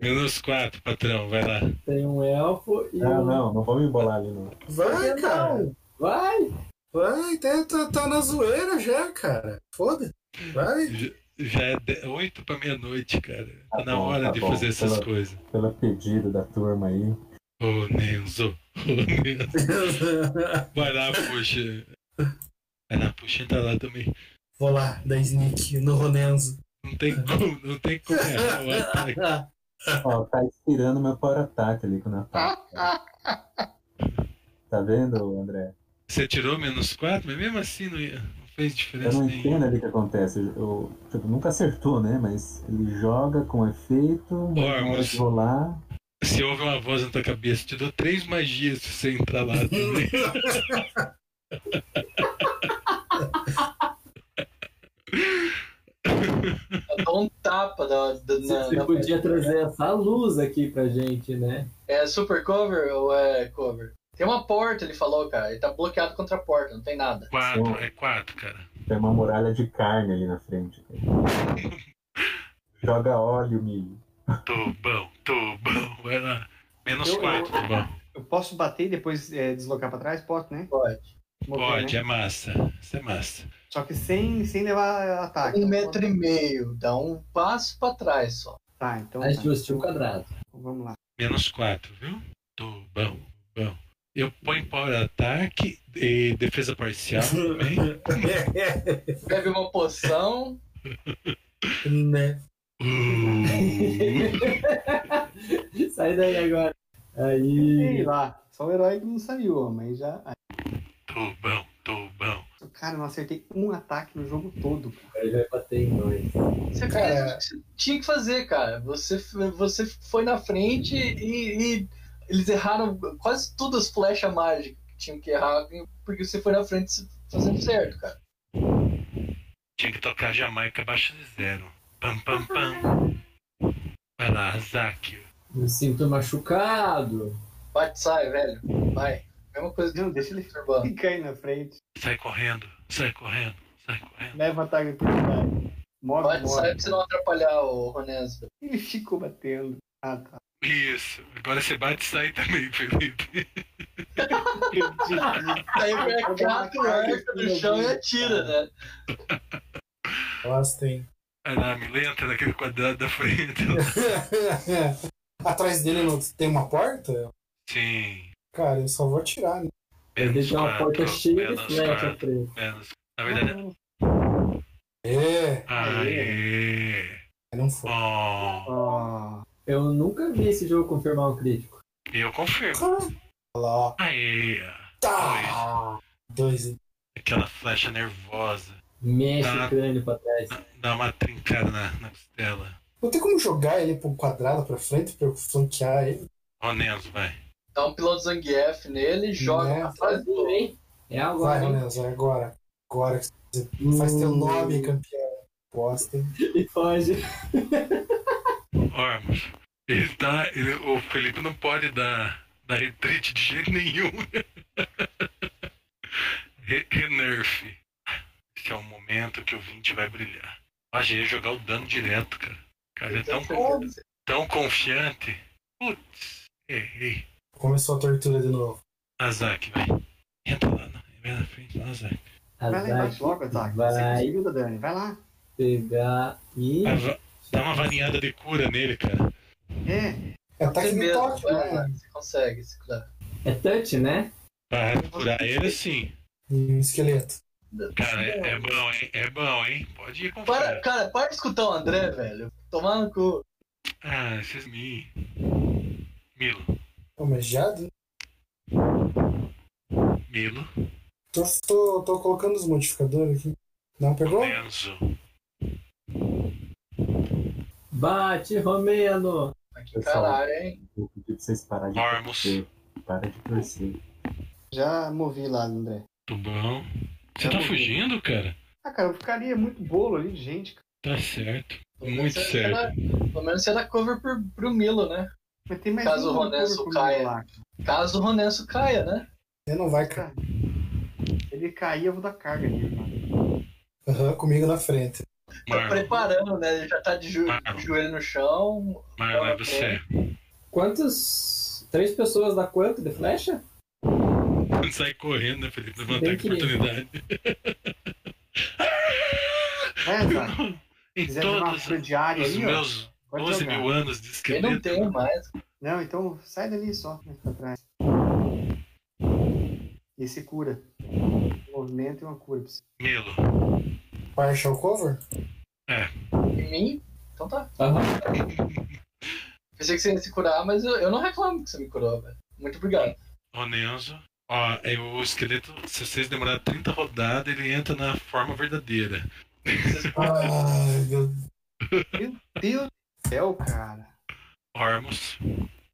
Speaker 1: menos 4, patrão, vai lá.
Speaker 5: Tem um elfo e
Speaker 4: Ah,
Speaker 5: um.
Speaker 4: não, não vou me embolar ali, não.
Speaker 5: Por que
Speaker 6: Vai, cara!
Speaker 5: não? Vai!
Speaker 6: Vai, tá, tá, tá na zoeira já, cara! Foda! Vai!
Speaker 1: J- Já é de- 8 pra meia-noite, cara. Tá
Speaker 4: Tá
Speaker 1: na
Speaker 4: bom,
Speaker 1: hora
Speaker 4: tá
Speaker 1: de
Speaker 4: bom.
Speaker 1: fazer essas
Speaker 4: Tá bom.
Speaker 1: coisas.
Speaker 4: Pelo pedido da turma aí.
Speaker 1: Ô, Nenzo. Ô, Nenzo. Vai lá, puxa. Vai lá, puxa, entra lá também.
Speaker 6: Vou lá, da Sneak, no Ronenzo.
Speaker 1: Não tem como, não tem como errar o ataque.
Speaker 4: Ó, tá inspirando meu power-ataque ali com o Natal. Tá vendo, André?
Speaker 1: Você tirou menos 4, mas mesmo assim não, ia- não fez
Speaker 4: Eu
Speaker 1: diferença
Speaker 4: não
Speaker 1: nenhuma.
Speaker 4: entendo ali o que acontece. Eu, tipo, nunca acertou, né? Mas ele joga com efeito, na hora
Speaker 1: mas-
Speaker 4: de rolar.
Speaker 1: Se houve uma voz na tua cabeça, te dou três magias se você entrar lá também.
Speaker 3: tampa um da. da na-
Speaker 5: Você
Speaker 3: na-
Speaker 5: podia trazer essa luz aqui pra gente, né?
Speaker 3: É super cover ou é cover? Tem uma porta, ele falou, cara. Ele tá bloqueado contra a porta, não tem nada.
Speaker 1: Quatro, é quatro, cara.
Speaker 4: Tem uma muralha de carne ali na frente. cara. Joga óleo, milho.
Speaker 1: Tô bom, tô bom. Vai lá. Menos
Speaker 2: Eu-
Speaker 1: quatro,
Speaker 2: eu-
Speaker 1: tô
Speaker 4: né?
Speaker 1: bom.
Speaker 2: Eu posso bater e depois é, deslocar pra trás? Posso, né?
Speaker 3: Pode.
Speaker 2: Mover,
Speaker 1: Pode,
Speaker 2: né?
Speaker 1: é massa. Isso é massa.
Speaker 2: Só que sem, sem levar ataque.
Speaker 3: Um metro e meio, dá um passo pra trás só.
Speaker 2: Tá, então.
Speaker 5: Mais
Speaker 2: tá.
Speaker 5: justo, um quadrado.
Speaker 2: Então, Vamos lá.
Speaker 1: Menos quatro, viu? Tô bom, bom. Eu ponho power ataque e defesa parcial também.
Speaker 3: Bebe uma poção,
Speaker 6: né?
Speaker 1: Uh,
Speaker 5: Sai daí agora.
Speaker 2: Sei
Speaker 5: Aí.
Speaker 2: lá. Só o herói que não saiu, ó, mas já. Ai,
Speaker 1: tô bom, tô bom.
Speaker 2: Cara, eu não acertei um ataque no jogo todo. cara.
Speaker 5: Aí vai bater em dois.
Speaker 3: você fez
Speaker 6: Cara.
Speaker 3: o é que você tinha que fazer, cara. Você, f- você foi na frente e, e eles erraram quase todas as flechas mágicas que tinham que errar, porque você foi na frente fazendo certo, cara.
Speaker 1: Tinha que tocar Jamaica abaixo de zero. Pam, pam, pam. Vai lá, Zaque.
Speaker 5: Me sinto machucado.
Speaker 3: Bate, sai, velho. Vai. Mesma coisa do
Speaker 2: Não, deixa ele
Speaker 3: Urbano.
Speaker 2: ficar aí na frente.
Speaker 1: Sai correndo, sai correndo, sai correndo.
Speaker 2: Leva ataque aqui. vai. Move,
Speaker 3: Bate, sai
Speaker 2: move.
Speaker 3: pra você não atrapalhar o Ronesbo.
Speaker 2: Ele ficou batendo. Ah, tá.
Speaker 1: Isso. Agora você bate e sai também, Felipe.
Speaker 3: Aí vai gato, arca no chão e atira, né?
Speaker 6: Elas têm.
Speaker 1: Vai lá, me lenta naquele quadrado da frente.
Speaker 6: Atrás dele não tem uma porta?
Speaker 1: Sim.
Speaker 6: Cara, eu só vou atirar, né?
Speaker 1: Menos
Speaker 5: Deixar uma porta
Speaker 1: quatro,
Speaker 5: cheia de
Speaker 1: menos
Speaker 5: flecha
Speaker 1: quatro,
Speaker 5: pra ele.
Speaker 1: menos- Na verdade,
Speaker 6: É,
Speaker 5: Ah,
Speaker 1: aê.
Speaker 6: não foi.
Speaker 1: Bom,
Speaker 2: Ó,
Speaker 5: Eu nunca vi esse jogo confirmar um crítico.
Speaker 1: eu confirmo.
Speaker 6: Olha lá, ó.
Speaker 1: Aê.
Speaker 6: Tá! Dois.
Speaker 1: Aquela flecha nervosa.
Speaker 5: Mexe
Speaker 3: Ah.
Speaker 1: Tá.
Speaker 5: o crânio pra trás.
Speaker 1: Dá uma trincada na, na costela.
Speaker 6: Não tem como jogar ele pro quadrado pra frente pra eu flanquear ele.
Speaker 1: Ronenzo, vai.
Speaker 3: Dá um piloto Zangief nele, joga
Speaker 6: Né?
Speaker 3: pra trás do
Speaker 5: É
Speaker 6: Vai,
Speaker 5: agora, hein? Hum.
Speaker 6: Renanzo, é agora. Agora que você faz teu nome, campeão. Bosta. hein?
Speaker 5: E foge.
Speaker 1: Ormos. Ele tá. ele- o Felipe não pode dar, dar retreat de jeito nenhum. Re- Renerf. Esse é o momento que o 20 vai brilhar. Ah, já ia jogar o dano direto, cara. O Cara, é
Speaker 5: tá
Speaker 1: tão,
Speaker 3: Então,
Speaker 1: tão confiante. Putz, errei.
Speaker 6: Começou a tortura de novo.
Speaker 1: Azak, vai. Entra lá, na, vai na frente, lá, Azak.
Speaker 2: Vai lá
Speaker 5: Azar
Speaker 2: embaixo logo, ataque.
Speaker 5: Vai.
Speaker 2: Você conseguiu, Dani. Vai lá.
Speaker 5: pegar e.
Speaker 1: Vai, va- Dá uma varinhada de cura nele, cara.
Speaker 2: É.
Speaker 6: É ataque de
Speaker 3: primeiro,
Speaker 6: toque,
Speaker 3: vai lá,
Speaker 6: né?
Speaker 3: Você consegue se curar.
Speaker 5: É touch, né?
Speaker 1: Pra curar ele, sim.
Speaker 6: E o Hum, esqueleto.
Speaker 1: Cara, é, é bom, hein? É bom, hein? Pode ir com
Speaker 3: Para, cara, para de escutar o André, velho. Tomar no cu.
Speaker 1: Ah, esses me. Milo.
Speaker 6: Pô, mas já. Tô,
Speaker 1: Milo.
Speaker 6: tô, tô colocando os modificadores aqui. Não
Speaker 2: Tá
Speaker 6: pegou?
Speaker 1: Lenzo.
Speaker 5: Bate, Romeno!
Speaker 3: Mas Que
Speaker 4: Pessoal.
Speaker 3: caralho, hein?
Speaker 4: Vou pedir pra vocês pararem de
Speaker 1: Ormus.
Speaker 4: torcer. Para de torcer.
Speaker 2: Já movi lá, André.
Speaker 1: Tubão. Você
Speaker 2: Tá
Speaker 1: tá
Speaker 2: bom.
Speaker 1: fugindo, cara?
Speaker 2: Ah, cara, eu ficaria muito bolo ali de gente, cara.
Speaker 1: Tá certo.
Speaker 3: Pelo menos
Speaker 1: Muito
Speaker 3: você
Speaker 1: certo.
Speaker 3: dá- Pelo menos você dá cover pro, pro Milo, né?
Speaker 2: Mas tem mais
Speaker 3: Caso
Speaker 2: um
Speaker 3: o Ronesso
Speaker 2: comigo
Speaker 3: caia.
Speaker 2: lá, cara.
Speaker 3: Caso o Ronesso caia, né?
Speaker 6: Você não vai cair.
Speaker 2: Ele cair, eu vou dar carga nele, mano.
Speaker 6: Aham, comigo na frente.
Speaker 3: Tá
Speaker 1: Marlon.
Speaker 3: preparando, né? Ele já tá de jo-
Speaker 1: Marlon.
Speaker 3: joelho no chão.
Speaker 1: Marlon, é você.
Speaker 5: Quantas. Três pessoas dá quanto de flecha?
Speaker 1: Quando sai correndo, né, Felipe? Levantar
Speaker 5: Bem
Speaker 1: a oportunidade.
Speaker 2: Vai, Azar.
Speaker 1: Em
Speaker 2: Quiser jogar Tá. uma
Speaker 1: todos
Speaker 2: cura diária
Speaker 1: os
Speaker 2: aí, ó.
Speaker 1: meus
Speaker 2: Pode
Speaker 1: 12
Speaker 2: jogar.
Speaker 1: mil anos de
Speaker 3: Ele não
Speaker 1: esqueleto.
Speaker 3: tem mais.
Speaker 2: Não, então sai dali só, né, pra trás. Esse cura. Movimento e uma cura pra você.
Speaker 1: Milo.
Speaker 6: Partial cover?
Speaker 3: Em mim? Então tá.
Speaker 5: Aham.
Speaker 3: Pensei que você ia se curar, mas eu, eu não reclamo que você me curou, velho. Muito obrigado.
Speaker 1: Ronenzo. Ó, é o esqueleto, se vocês demorarem 30 rodadas, ele entra na forma verdadeira.
Speaker 3: Vocês-
Speaker 6: Ai, meu Deus.
Speaker 2: Meu Deus do céu, cara.
Speaker 1: Ormus.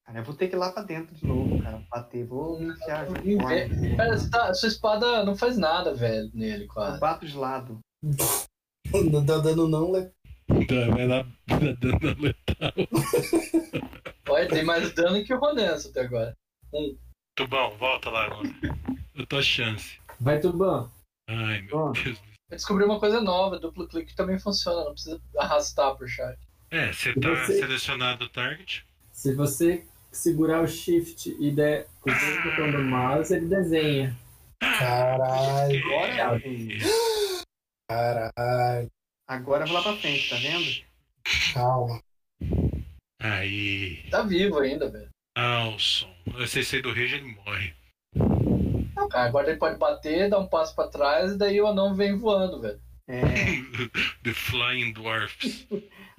Speaker 2: Cara, eu vou ter que ir lá pra dentro de novo, cara. Bater, vou enfiar.
Speaker 3: Não,
Speaker 2: de fora.
Speaker 3: Cara, você tá- sua espada não faz nada, velho, nele
Speaker 2: Eu
Speaker 3: quase.
Speaker 2: bato de lado.
Speaker 6: Não tá dando não, né?
Speaker 1: Tá, vai lá, dá dano letal.
Speaker 3: Olha, tem mais dano que o Ronenso até agora.
Speaker 1: Tubão, volta lá agora. Eu tô a chance.
Speaker 5: Vai, Tuban.
Speaker 1: Ai, meu
Speaker 5: Ó.
Speaker 1: Deus.
Speaker 3: Eu descobri uma coisa nova, duplo clique também funciona, não precisa arrastar pro chat.
Speaker 1: É, você
Speaker 5: E
Speaker 1: tá
Speaker 5: você?
Speaker 1: selecionado o target.
Speaker 5: Se você segurar o shift e der com o dedo do botão do mouse, ele desenha.
Speaker 6: Caralho,
Speaker 2: é
Speaker 3: Agora
Speaker 6: caralho.
Speaker 2: Agora eu vou lá pra frente, tá vendo?
Speaker 6: Calma.
Speaker 1: Aí,
Speaker 3: tá vivo ainda, velho.
Speaker 1: Alson. Se sair do rage, ele morre.
Speaker 3: Não, cara, Ah, agora ele pode bater, dar um passo pra trás e daí o anão vem voando, velho.
Speaker 2: É,
Speaker 1: The Flying Dwarfs.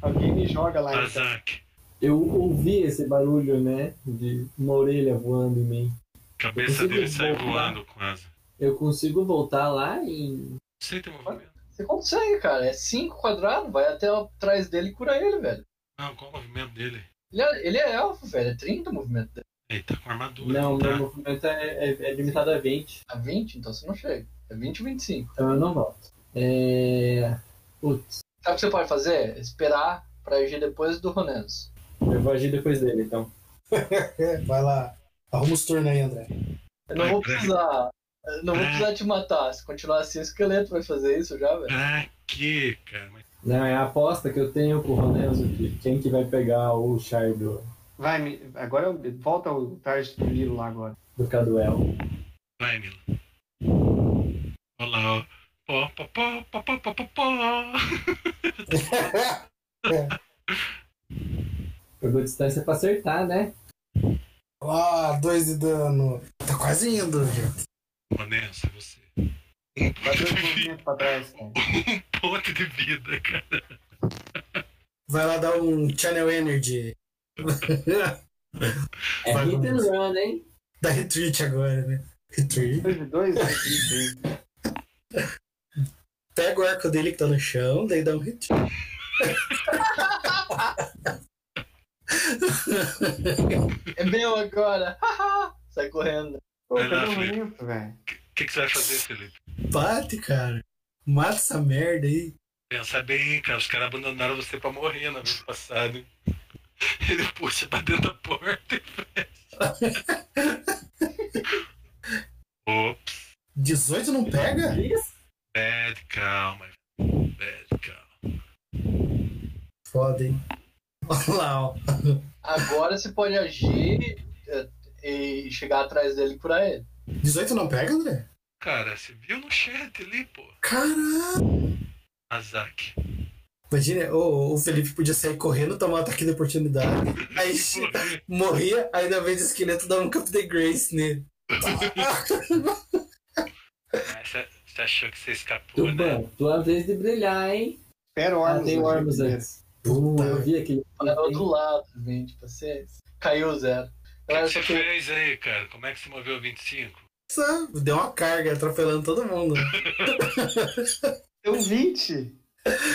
Speaker 2: alguém me joga lá. Então.
Speaker 1: Azak.
Speaker 5: Eu ouvi esse barulho, né? De uma orelha voando em mim.
Speaker 1: Cabeça
Speaker 5: Eu consigo
Speaker 1: dele sai
Speaker 5: voltar?
Speaker 1: voando quase.
Speaker 5: Eu consigo voltar lá em.
Speaker 1: Você tem movimento?
Speaker 3: Você consegue, cara. É 5 quadrado, vai até atrás dele e cura ele, velho.
Speaker 1: Não, qual o movimento dele?
Speaker 3: Ele é, ele é elfo, velho. É 30 o movimento dele.
Speaker 1: Ele tá com armadura.
Speaker 5: Não,
Speaker 1: tá?
Speaker 5: meu movimento é, é- é limitado a 20,
Speaker 3: É 20, então você não chega. É 20 e 25.
Speaker 5: então eu não volto. É. Putz,
Speaker 3: Sabe o que você pode fazer? Esperar pra agir depois do Ronenso.
Speaker 5: eu vou agir depois dele, então.
Speaker 6: É, vai lá. Arruma os turnos aí, André.
Speaker 3: Eu não
Speaker 1: Vai,
Speaker 3: vou
Speaker 1: peraí.
Speaker 3: precisar. eu Não vou
Speaker 1: É.
Speaker 3: precisar te matar. Se continuar assim, o esqueleto vai fazer isso já, velho.
Speaker 1: Pra quê, cara? Mas
Speaker 5: Não, é a aposta que eu tenho com o Ronenzo que quem que vai pegar o Shire do,
Speaker 2: Vai, me- agora eu- volta o target do Lilo lá agora.
Speaker 5: do Caduel.
Speaker 1: vai, Mila. Olha lá, ó. Pó, pó, pó, pó, pó, pó, pó, pó.
Speaker 5: Pegou distância pra acertar, né?
Speaker 6: Lá, dois de dano. Tá quase indo, gente.
Speaker 1: Vanessa, você.
Speaker 2: Vai dois movimentos pra trás, cara.
Speaker 1: Ponto de vida, cara.
Speaker 6: Vai lá dar um Channel Energy.
Speaker 5: É
Speaker 6: Vai,
Speaker 5: hit and
Speaker 6: Ronenzo.
Speaker 5: run, hein?
Speaker 6: Dá retreat agora, né? Retreat.
Speaker 2: Dois de dois? né? dois de dois.
Speaker 6: Pega o arco dele que tá no chão, daí dá um retreat.
Speaker 3: É meu agora. Haha. Sai correndo.
Speaker 2: Pô,
Speaker 1: Vai lá,
Speaker 2: cadê o
Speaker 1: Felipe.
Speaker 2: momento, um velho?
Speaker 1: O que, que você vai fazer, Felipe?
Speaker 6: Bate, cara. Mata essa merda aí.
Speaker 1: Pensa bem, cara. Os caras abandonaram você pra morrer na vez passada. hein? Ele puxa pra tá dentro da porta e fecha. Ops,
Speaker 6: 18 não pega?
Speaker 5: Isso.
Speaker 1: bad calma. Bad calma.
Speaker 6: Foda, hein? Olha lá, ó.
Speaker 3: Agora você pode agir é, e chegar atrás dele e curar ele.
Speaker 6: 18 não pega, André?
Speaker 1: Cara, você viu no chat ali, pô.
Speaker 6: Caralho!
Speaker 1: Azak.
Speaker 6: Imagina, ô, o Felipe podia sair correndo, tomar um ataque de oportunidade. Aí che- morria, ainda vez o esqueleto dava um Cup de Grace nele.
Speaker 1: Você você achou que você escapou, né?
Speaker 5: Tuban, tua vez de brilhar, hein?
Speaker 2: Espera o
Speaker 5: Ah,
Speaker 2: Ormus.
Speaker 5: tem o
Speaker 2: aqui né?
Speaker 5: Ormus
Speaker 2: primeiro.
Speaker 5: antes. Pô, eu vi aquele.
Speaker 3: Para do outro lado, 20 paciência. Caiu zero.
Speaker 1: O que,
Speaker 3: Galera,
Speaker 1: que
Speaker 3: só
Speaker 1: você
Speaker 3: que
Speaker 1: fez aí, cara? Como é que você moveu 25?
Speaker 6: Nossa, Deu uma carga, atropelando todo mundo.
Speaker 2: Deu 20.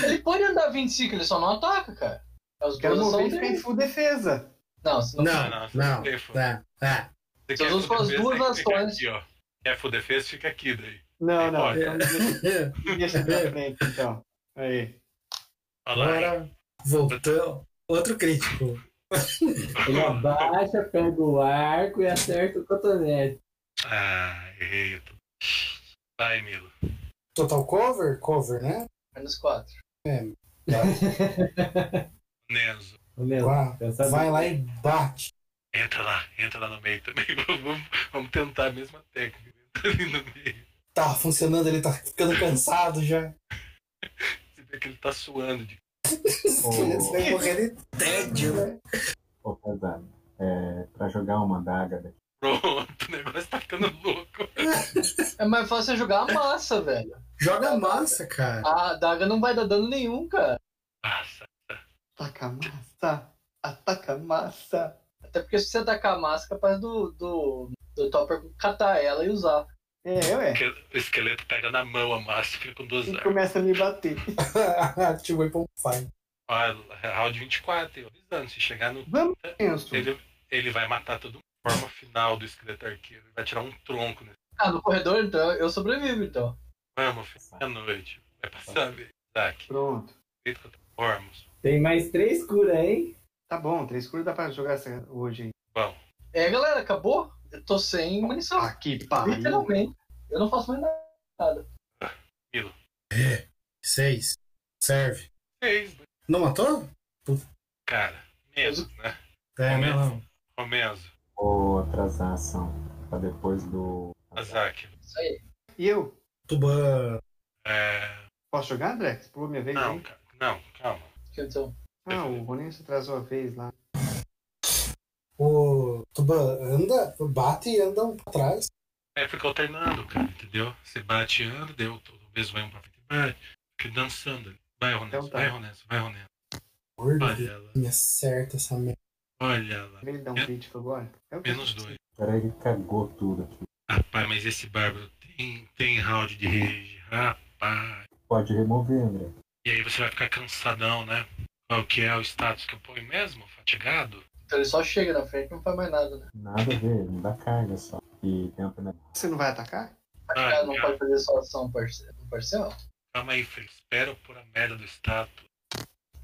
Speaker 3: ele pode andar 25, ele só não ataca, cara. As
Speaker 2: Quero
Speaker 3: duas
Speaker 5: um
Speaker 2: mover e
Speaker 3: são
Speaker 2: ficar em
Speaker 3: dele.
Speaker 2: full defesa.
Speaker 3: Não, se não,
Speaker 6: Não,
Speaker 1: Nossa,
Speaker 6: não,
Speaker 1: que foi?
Speaker 6: não, não.
Speaker 1: Você
Speaker 3: Vocês usam
Speaker 1: full
Speaker 3: as
Speaker 1: defesa,
Speaker 3: duas
Speaker 1: tem que ficar
Speaker 3: ações.
Speaker 1: né? Aqui, ó. Quer full defesa, fica aqui daí.
Speaker 2: Não, não.
Speaker 1: Olha.
Speaker 2: Então deixa- deixa pra frente, então. Aí.
Speaker 1: Olha lá.
Speaker 6: Agora, voltamos. Outro crítico.
Speaker 5: Ele abaixa, pega o arco e acerta o cotonete.
Speaker 1: Ah, errei. eu tô- Vai, Milo.
Speaker 6: Total cover? Cover, né?
Speaker 3: menos 4.
Speaker 1: Nenzo.
Speaker 5: Ô, meu,
Speaker 6: Vai,
Speaker 5: pensa
Speaker 6: vai
Speaker 5: bem.
Speaker 6: lá e bate.
Speaker 1: Entra lá. Entra lá no meio também. vamos, vamos tentar a mesma técnica. Entra ali no meio.
Speaker 6: Tá funcionando, ele tá ficando cansado já.
Speaker 1: Você vê que ele tá suando. De...
Speaker 6: Esqueleto vai morrer de tédio, né?
Speaker 4: Ô, Pedro, é, pra jogar uma adaga daqui.
Speaker 1: Pronto, o negócio tá ficando louco.
Speaker 3: É mais fácil jogar a massa, velho.
Speaker 6: Joga massa, cara.
Speaker 3: A daga não vai dar dano nenhum, cara.
Speaker 1: Nossa.
Speaker 2: Ataca massa. Ataca massa.
Speaker 3: Até porque se você atacar a massa, é capaz do, do, do Topper catar ela e usar.
Speaker 2: É, ué.
Speaker 1: que- O esqueleto pega na mão a massa e fica com duas
Speaker 2: E
Speaker 1: armas.
Speaker 2: começa a me bater.
Speaker 6: Ativou e pompai.
Speaker 1: Olha, round 24, eu avisando. Se chegar no.
Speaker 2: Vamos, Enzo.
Speaker 1: Ele, ele vai matar todo mundo. Forma final do esqueleto arqueiro. Ele vai tirar um tronco nesse.
Speaker 3: Ah, no corredor, então, eu sobrevivo, então.
Speaker 1: Vamos, filho. É noite. Vai passar, velho. Zack.
Speaker 2: Pronto.
Speaker 1: Feito que eu tô- Ormus.
Speaker 5: Tem mais três curas, hein?
Speaker 2: Tá bom, três curas dá pra jogar essa hoje aí.
Speaker 1: Bom,
Speaker 3: É, galera, acabou? Eu tô sem munição.
Speaker 2: Ah, que pariu.
Speaker 3: literalmente. Eu não faço mais nada.
Speaker 6: Seis. Serve.
Speaker 1: fez, né,
Speaker 6: Não matou?
Speaker 1: cara. Menos, né?
Speaker 6: É,
Speaker 1: Momento.
Speaker 6: não.
Speaker 1: Ou menos.
Speaker 4: Vou atrasar a ação pra depois do.
Speaker 1: Azak.
Speaker 3: Isso aí.
Speaker 2: E eu?
Speaker 6: Tuban.
Speaker 1: É...
Speaker 2: Posso jogar, André? Que Você pulou minha vez
Speaker 1: Não,
Speaker 2: aí?
Speaker 1: cara. Não, calma.
Speaker 3: Então,
Speaker 2: Não, o Roninho se atrasou a vez lá.
Speaker 6: O Tuban anda, bate e anda um pra trás.
Speaker 1: É, fica alternando, cara, entendeu? Você bate e anda, deu, talvez vai um pra frente e bate. Fica dançando ali. Vai, Ronesso,
Speaker 2: Então tá.
Speaker 1: vai, Ronesso, vai, Ronesso.
Speaker 6: Olha,
Speaker 1: Olha lá,
Speaker 6: me acerta essa merda.
Speaker 1: olha lá.
Speaker 2: Ele dá um
Speaker 1: Men-
Speaker 2: crítico agora. É o que?
Speaker 1: Hum? Menos dois.
Speaker 4: Peraí, ele cagou tudo aqui.
Speaker 1: Rapaz, mas esse bárbaro tem, tem round de rage. Rapaz.
Speaker 4: Pode remover, né? André.
Speaker 1: E aí você vai ficar cansadão, né? Qual que é o status que eu ponho mesmo? Fatigado?
Speaker 3: então ele só chega na frente e não faz mais nada, né?
Speaker 4: Nada a ver, não dá carga só. E tem a penalidade.
Speaker 2: Você não vai atacar?
Speaker 1: Ah,
Speaker 3: Cara, não
Speaker 1: cara.
Speaker 3: pode fazer só ação parcial. parcial?
Speaker 1: Calma aí, filho. Espera eu pôr a merda do status.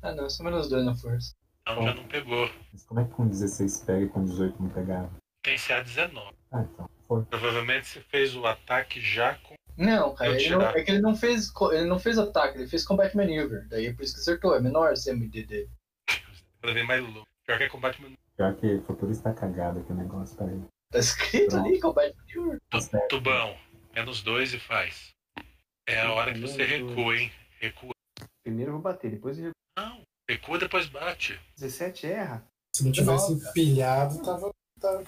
Speaker 3: Ah, não, são menos dois na força.
Speaker 1: Então já não pegou.
Speaker 4: Mas como é que com 16 pega e com 18 não pegava?
Speaker 1: Tem CA 19.
Speaker 4: Ah, então. Foi.
Speaker 1: Provavelmente você fez o ataque já com.
Speaker 3: Não, cara,
Speaker 1: Eu
Speaker 3: ele
Speaker 1: tirar.
Speaker 3: não, é que ele não fez. co- Ele não fez ataque, ele fez combat maneuver. Daí é por isso que acertou, é menor esse MD dele.
Speaker 1: Pra ver mais louco. Pior que é combate manu-
Speaker 4: Pior que foi por isso que tá cagado aqui o negócio, peraí.
Speaker 3: Tá escrito ali, combat maneuver.
Speaker 4: Tá certo.
Speaker 1: Tubão. Menos dois e faz. É a hora que você recua, hein? Recua.
Speaker 2: Primeiro eu vou bater, depois eu...
Speaker 1: Não. Recua, depois bate.
Speaker 2: 17 erra.
Speaker 6: Se não tivesse
Speaker 3: Nossa.
Speaker 6: empilhado, tá. tava.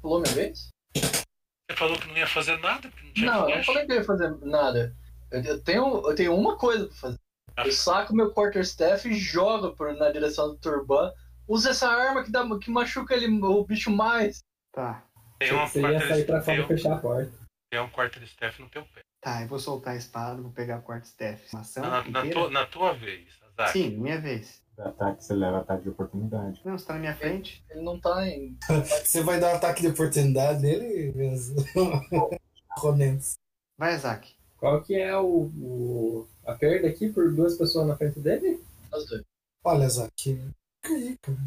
Speaker 3: Pulou minha vez?
Speaker 1: Você falou que não ia fazer nada, que não tinha
Speaker 3: Não, eu não
Speaker 1: flash.
Speaker 3: falei que eu ia fazer nada. Eu- Eu tenho, eu tenho uma coisa pra fazer.
Speaker 1: Ah.
Speaker 3: Eu saco meu quarterstaff e jogo pro- na direção do Turban. Usa essa arma que, dá, que machuca ele, o bicho mais.
Speaker 2: Tá,
Speaker 1: Tem uma
Speaker 5: Você ia sair pra fora e
Speaker 1: quarter
Speaker 5: fechar a porta.
Speaker 1: tem um quarter staff no teu pé.
Speaker 2: tá, eu vou soltar a espada, vou pegar o quarto staff. Uma ação
Speaker 1: Na, na
Speaker 2: inteira?
Speaker 1: tua, na tua vez, Azar.
Speaker 2: Sim, minha vez.
Speaker 4: Ataque, você leva ataque de oportunidade.
Speaker 2: Não, você tá na minha frente.
Speaker 3: Ele não tá em.
Speaker 6: Você vai dar um ataque de oportunidade nele mesmo. Ronens.
Speaker 2: Vai, Isaac.
Speaker 5: Qual que é o, o- a perda aqui por duas pessoas na frente dele?
Speaker 3: Nós dois.
Speaker 6: Olha, Zaque. Fica aí, cara.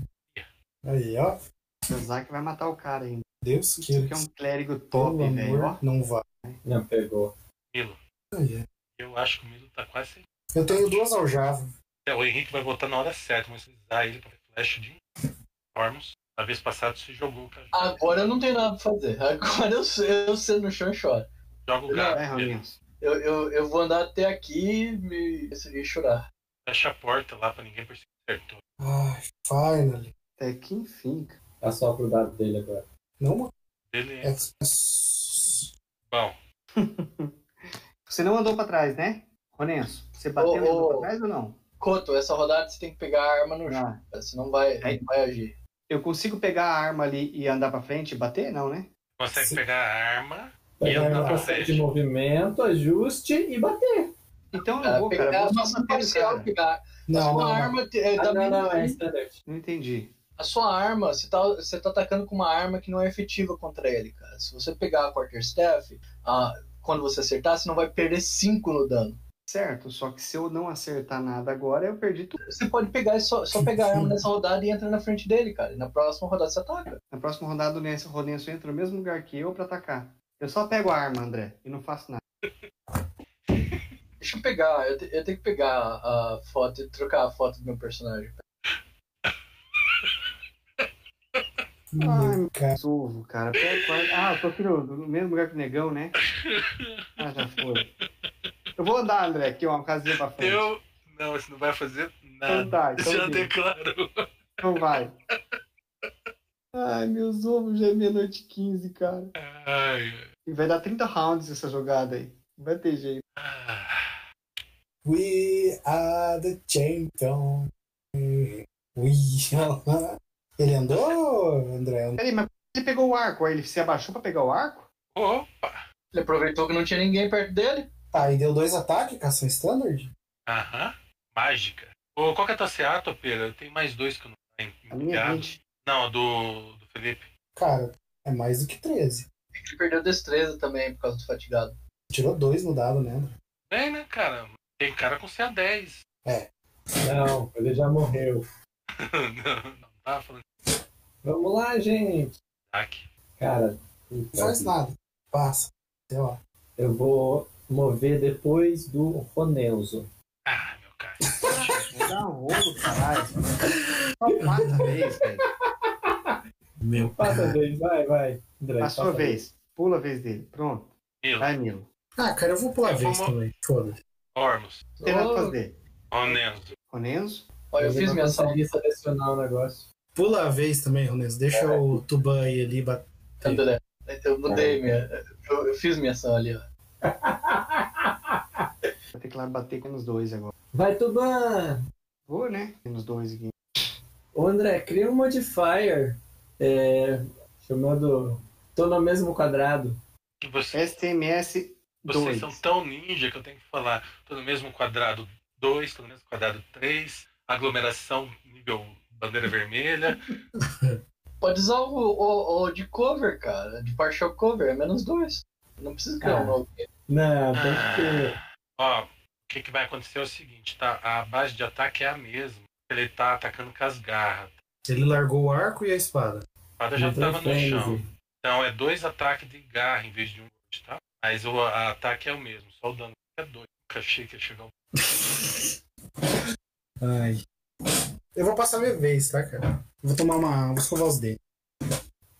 Speaker 6: Aí, ó.
Speaker 2: O Isaac vai matar o cara ainda.
Speaker 6: Deus que
Speaker 2: Isso aqui é um clérigo top,
Speaker 6: Pelo
Speaker 2: velho. Ó,
Speaker 6: amor, não vai.
Speaker 5: Não, pegou.
Speaker 1: Milo,
Speaker 6: Aí, é.
Speaker 1: eu acho que o Milo tá quase sem.
Speaker 6: Eu tenho duas aljavas.
Speaker 1: É, o Henrique vai voltar na hora certa, vamos usar ele pra flash de Ormus. Na vez passada você jogou o cajado.
Speaker 3: Agora eu não tenho nada pra fazer. Agora eu, eu sento no chão e choro.
Speaker 1: Joga o
Speaker 2: vai,
Speaker 1: gato. ele
Speaker 2: Roninho.
Speaker 3: Eu, eu, eu vou andar até aqui e me decidi chorar.
Speaker 1: Fecha a porta lá pra ninguém perceber. Acertou.
Speaker 6: Ai, finally.
Speaker 2: Até que enfim, cara.
Speaker 5: Tá só pro dado dele agora.
Speaker 6: Não é.
Speaker 1: Beleza. Bom,
Speaker 2: Você não andou pra trás, né? Ronenso, você bateu
Speaker 3: Ô,
Speaker 2: e andou
Speaker 3: ô.
Speaker 2: pra trás ou não?
Speaker 3: Coto, essa rodada você tem que pegar a arma no chão.
Speaker 2: Ah,
Speaker 3: cara. Você não vai,
Speaker 2: Aí.
Speaker 3: não vai agir.
Speaker 2: eu consigo pegar a arma ali e andar pra frente e bater? Não, né?
Speaker 1: consegue
Speaker 6: Sim.
Speaker 1: pegar a arma. E
Speaker 5: Pegar
Speaker 1: andar
Speaker 5: uma
Speaker 1: pra
Speaker 5: ação de
Speaker 1: frente.
Speaker 5: movimento, ajuste e bater.
Speaker 2: Então eu
Speaker 3: Cara,
Speaker 2: não vou, cara.
Speaker 3: Ah, pegar
Speaker 2: Eu vou
Speaker 3: uma
Speaker 2: só
Speaker 3: ação
Speaker 2: bater no
Speaker 3: parcial,
Speaker 2: cara.
Speaker 3: pegar. a
Speaker 6: Não,
Speaker 3: sua
Speaker 6: não, não.
Speaker 3: arma te- é, dá
Speaker 5: não, não, não, é
Speaker 3: menos-
Speaker 5: standard.
Speaker 2: Não entendi.
Speaker 3: A sua arma, você tá, você tá atacando com uma arma que não é efetiva contra ele, cara. Se você pegar a quarterstaff, ah, quando você acertar, você não vai perder 5 no dano.
Speaker 2: Certo, só que se eu não acertar nada agora, eu perdi tudo.
Speaker 3: Você pode pegar e só, só pegar a arma nessa rodada e entrar na frente dele, cara. E na próxima rodada você ataca.
Speaker 2: Na próxima rodada, o Nes- o Ronenso entra no mesmo lugar que eu pra atacar. Eu só pego a arma, André, e não faço nada.
Speaker 3: Deixa eu pegar, eu, te- eu tenho que pegar a foto e trocar a foto do meu personagem.
Speaker 2: Ai, meu
Speaker 6: cara.
Speaker 2: Resolvo, cara. Pego a- Ah, eu tô aqui no, no mesmo lugar que o negão, né? Ah, já foi. Eu vou andar, André, aqui, uma casinha pra frente.
Speaker 1: Eu. Ah, Não, você não vai fazer
Speaker 2: Então
Speaker 1: nada.
Speaker 2: tá,
Speaker 1: Você já
Speaker 2: então, beleza.
Speaker 1: declarou.
Speaker 2: então vai. Ai, meus ovos já é meia-noite 15, cara.
Speaker 1: Ai,
Speaker 2: E vai dar 30 rounds essa jogada aí. Não vai ter jeito.
Speaker 1: ah,
Speaker 6: We are the champion. We are... Ele andou, André?
Speaker 2: Peraí, mas ele pegou o arco, aí ele se abaixou pra pegar o arco?
Speaker 1: Opa!
Speaker 3: Ele aproveitou que não tinha ninguém perto dele.
Speaker 6: Tá, e deu dois ataques com ação standard?
Speaker 1: Aham. Mágica. Ô, qual que é a tua CA, Topeira? Eu tenho mais dois que eu não tenho.
Speaker 2: A minha é 20.
Speaker 1: Não, a do, do Felipe.
Speaker 6: Cara, é mais do que 13.
Speaker 3: Ele perdeu destreza também por causa do fatigado.
Speaker 6: Tirou dois no dado, né? André?
Speaker 1: Bem, né, cara? Tem cara com CA 10.
Speaker 8: Não, ele já morreu.
Speaker 1: não, não tá falando
Speaker 8: Vamos lá, gente.
Speaker 1: de ataque.
Speaker 8: Cara,
Speaker 6: Não
Speaker 5: então,
Speaker 3: É.
Speaker 6: faz nada. Passa. Sei lá.
Speaker 8: eu vou mover depois do Ronelzo.
Speaker 1: Ah, meu cara.
Speaker 2: Dá um rolo, caralho. Só uma vez, velho.
Speaker 6: Meu
Speaker 8: Passa a
Speaker 6: cara.
Speaker 8: vez, vai, vai. André,
Speaker 2: A
Speaker 8: passa
Speaker 2: sua vez. Pula a vez dele. Pronto.
Speaker 1: Milo,
Speaker 2: Vai, Milo.
Speaker 6: Ah, cara, eu vou
Speaker 3: É,
Speaker 6: pular a
Speaker 1: Eu vou
Speaker 6: vez
Speaker 1: mo-
Speaker 6: também. Foda-se.
Speaker 1: Ormus,
Speaker 2: Não tem nada pra
Speaker 3: Ô,
Speaker 2: fazer.
Speaker 1: Onenzo.
Speaker 2: Onenzo?
Speaker 3: Olha, eu
Speaker 8: Ele
Speaker 3: fiz
Speaker 8: não
Speaker 3: minha salva.
Speaker 8: consegue selecionar o negócio.
Speaker 6: Pula a vez também, Runes. Deixa o Tuban aí ali bater.
Speaker 3: André. tá, Então, Eu mudei minha. Eu, eu fiz minha ação ali, ó.
Speaker 2: Vai ter que ir lá bater com os dois agora.
Speaker 5: Vai, Tuban!
Speaker 2: Vou, né? Tem os dois aqui.
Speaker 5: Ô, André, cria um modifier. É, chamando... Tô no mesmo quadrado.
Speaker 1: Que você,
Speaker 2: É SMS
Speaker 1: vocês
Speaker 2: 2.
Speaker 1: são tão ninja que eu tenho que falar. Tô no mesmo quadrado 2, tô no mesmo quadrado 3, aglomeração nível bandeira vermelha.
Speaker 3: Pode usar o, o, o de cover, cara. De partial cover, é menos dois. Não precisa criar
Speaker 8: Ah.
Speaker 3: um novo.
Speaker 8: Não, tem que
Speaker 3: Ah.
Speaker 8: ter.
Speaker 1: Ó, o que, que vai acontecer é o seguinte, tá? A base de ataque é a mesma. Ele tá atacando com as garras.
Speaker 6: Ele largou o arco e a espada.
Speaker 1: A espada já
Speaker 8: Não tem
Speaker 1: tava no
Speaker 8: frenzy.
Speaker 1: chão. Então é dois ataques de garra em vez de um, tá? Mas o a- ataque é o mesmo, só o dano é dois. Nunca achei que ia chegar um.
Speaker 6: Ai. Eu vou passar minha vez, tá, cara? Eu Vou tomar uma. Vou escovar os dedos.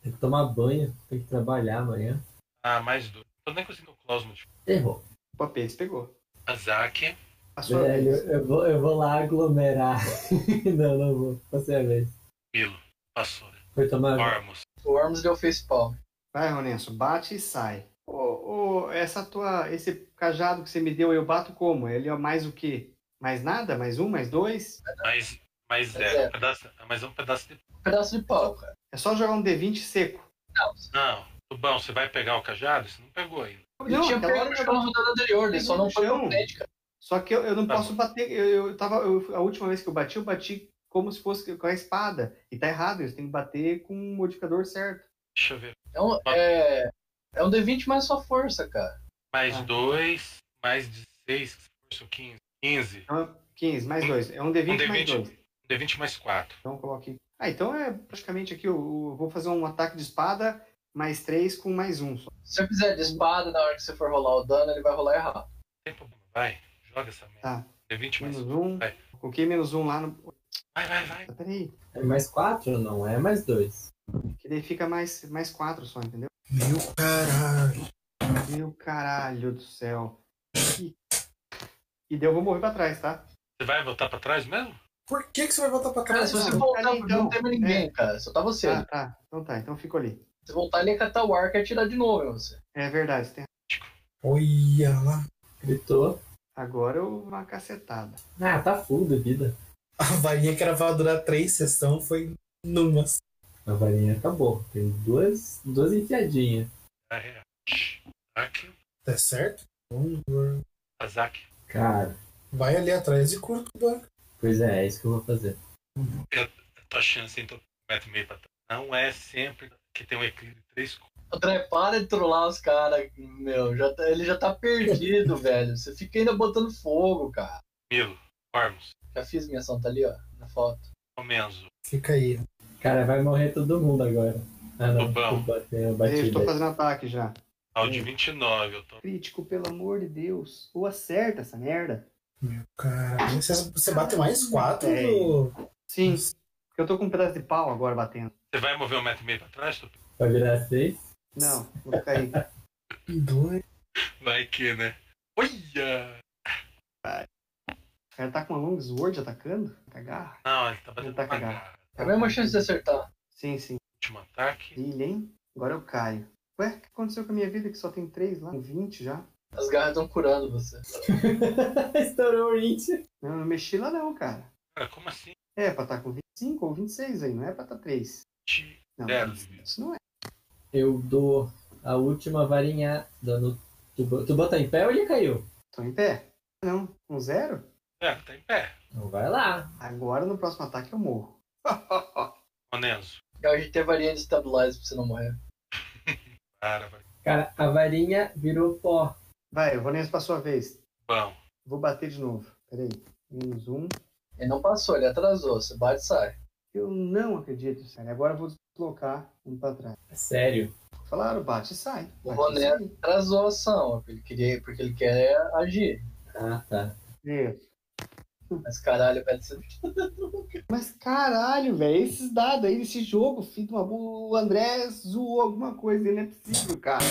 Speaker 5: Tem que tomar banho, tem que trabalhar amanhã.
Speaker 1: Ah, mais dois. Tô nem conseguindo tipo, calcular os motivos.
Speaker 5: Errou.
Speaker 2: O Papês pegou.
Speaker 1: Azaki,
Speaker 2: A sua
Speaker 5: Velho,
Speaker 2: vez.
Speaker 5: eu vou, eu vou lá aglomerar. não, não vou. Você a vez.
Speaker 1: Milo, passou. né?
Speaker 5: Foi tomar banho.
Speaker 1: Ormus,
Speaker 3: O Arms deu face palm.
Speaker 2: Vai, Ronenzo. Bate e sai. Ô, ô, essa tua, esse cajado que você me deu, eu bato como? Ele é mais o quê? Mais nada? Mais um? Mais dois?
Speaker 1: mais, mais
Speaker 3: Mas
Speaker 1: zero.
Speaker 3: é.
Speaker 1: Um pedaço, mais um pedaço de.
Speaker 3: Um pedaço de pau, cara.
Speaker 2: É só jogar um D20 seco.
Speaker 1: Não, Tubão, você vai pegar o cajado? Você não pegou ainda.
Speaker 3: Ele
Speaker 2: Não,
Speaker 3: tinha
Speaker 2: aquela hora
Speaker 3: pegado no
Speaker 2: eu
Speaker 3: chão na rodada anterior, ele só não foi
Speaker 2: Chão.
Speaker 3: no frente, cara.
Speaker 2: Só que eu, eu não
Speaker 1: Tá
Speaker 2: posso bater. Eu, eu tava. eu- a última vez que eu bati, eu bati como se fosse com a espada. E tá errado, eu tenho que bater com o modificador certo.
Speaker 1: Deixa eu ver.
Speaker 3: É um, é, é um D20 mais sua força, cara.
Speaker 1: Mais
Speaker 2: Ah.
Speaker 1: dois, mais 16, que se fosse o 15. 15.
Speaker 2: Então é 15, mais dois. É um D20,
Speaker 1: Um D20.
Speaker 2: mais dois.
Speaker 1: D20 mais 4.
Speaker 2: Então coloque. Ah, então é praticamente aqui. Eu, eu vou fazer um ataque de espada, mais três com mais um. Só.
Speaker 3: Se você fizer de espada na hora que você for rolar o dano, ele vai rolar errado.
Speaker 1: Tem problema, vai. Joga essa merda.
Speaker 2: Tá.
Speaker 1: D20 mais. É.
Speaker 2: Menos um.
Speaker 1: Vai.
Speaker 2: Coloquei menos um lá no.
Speaker 1: Vai, vai, vai.
Speaker 2: Ah, Peraí.
Speaker 5: É mais quatro? Não, é mais dois.
Speaker 2: Que daí fica mais, mais quatro só, entendeu?
Speaker 6: Meu caralho.
Speaker 2: Meu caralho do céu. E, e daí eu vou morrer pra trás, tá?
Speaker 1: Você vai voltar pra trás mesmo?
Speaker 6: Por que, que você vai voltar pra
Speaker 3: Cara,
Speaker 6: trás?
Speaker 3: se você
Speaker 6: mano?
Speaker 3: voltar,
Speaker 2: cara, então,
Speaker 3: não tem mais ninguém, cara. Só tá você.
Speaker 2: Tá, tá. Então tá, então fico ali.
Speaker 3: Se voltar, ele ia catar o arco e atirar de novo em você.
Speaker 2: É verdade, você tem
Speaker 6: Olha lá.
Speaker 5: Gritou.
Speaker 2: Agora eu vou uma cacetada.
Speaker 5: Ah, tá full de vida.
Speaker 6: A varinha que era pra durar três sessões foi numa.
Speaker 5: A varinha acabou. Tem duas, duas enfiadinhas.
Speaker 1: Ah, é. Azaki,
Speaker 6: Tá certo?
Speaker 1: Azaki.
Speaker 5: Cara,
Speaker 6: Vai ali atrás e curta o banco.
Speaker 5: pois é, é isso que eu vou fazer.
Speaker 1: A tua chance então um metro e meio pra trás. Não é sempre que tem um equilíbrio de três cores.
Speaker 3: André, para de né, trollar os caras, meu. Já tá- ele já tá perdido, velho. Você fica ainda botando fogo, cara.
Speaker 1: Milo, Ormus,
Speaker 3: Já fiz minha ação, tá ali, ó, na foto.
Speaker 1: Comenzo,
Speaker 6: Fica aí.
Speaker 5: Cara, vai morrer todo mundo agora. Ah, não.
Speaker 1: Tubão.
Speaker 5: Tuba, tem a
Speaker 2: eu
Speaker 5: batida.
Speaker 2: estou fazendo ataque já.
Speaker 1: ao de 29. Eu tô...
Speaker 2: Crítico, pelo amor de Deus. Ou acerta essa merda.
Speaker 6: Cara, você, você bate mais quatro
Speaker 2: É.
Speaker 6: no...
Speaker 2: Sim. Porque eu tô com um pedaço de pau agora batendo.
Speaker 1: Você vai mover um metro e meio pra trás? Tupi?
Speaker 5: Vai virar seis.
Speaker 2: Não, vou ficar aí.
Speaker 6: dois.
Speaker 1: Vai que, né? Olha!
Speaker 2: O cara tá com uma long sword atacando? Cagar?
Speaker 1: Não, ele tá batendo
Speaker 2: Não tá
Speaker 1: tá uma
Speaker 2: cagado.
Speaker 1: garra.
Speaker 3: É a mesma chance de acertar.
Speaker 2: Sim, sim.
Speaker 1: Último ataque.
Speaker 2: Brilha, hein? Agora eu caio. Ué, o que aconteceu com a minha vida que só tem três lá? Com 20 já?
Speaker 3: As garras estão curando você.
Speaker 5: Estourou o int.
Speaker 2: Não, eu não mexi lá não, cara.
Speaker 1: Cara, como assim?
Speaker 2: É, pra tá com 25 ou 26 aí, não é pra tá 3.
Speaker 1: Te-
Speaker 2: Não,
Speaker 1: Zero.
Speaker 2: isso não é.
Speaker 5: Eu dou a última varinha dando. Tuba, Tuba tá em pé ou ele caiu?
Speaker 2: Tô em pé. Não, com zero?
Speaker 1: É, tá em pé.
Speaker 5: Então vai lá.
Speaker 2: Agora no próximo ataque eu morro.
Speaker 1: Onenzo,
Speaker 3: Eu acho que tem a varinha de stabilize pra você não morrer.
Speaker 1: para, vai.
Speaker 5: Cara, a varinha virou pó.
Speaker 2: Vai, eu vou nessa pra sua vez.
Speaker 1: Bom,
Speaker 2: Vou bater de novo. Peraí. Menos um.
Speaker 3: Ele não passou, ele atrasou. Você bate e sai.
Speaker 2: Eu não acredito, sério. Agora eu vou deslocar um pra trás.
Speaker 5: É Sério.
Speaker 2: Falaram, bate e sai. Bate
Speaker 3: O
Speaker 2: e
Speaker 3: Roné
Speaker 2: sai.
Speaker 3: atrasou a ação, porque ele queria, porque ele quer agir.
Speaker 5: Ah, tá.
Speaker 2: É.
Speaker 3: Mas caralho, velho, você
Speaker 2: Mas caralho, velho, esses dados aí desse jogo, filho de uma... bu- o André zoou alguma coisa, ele é possível, cara.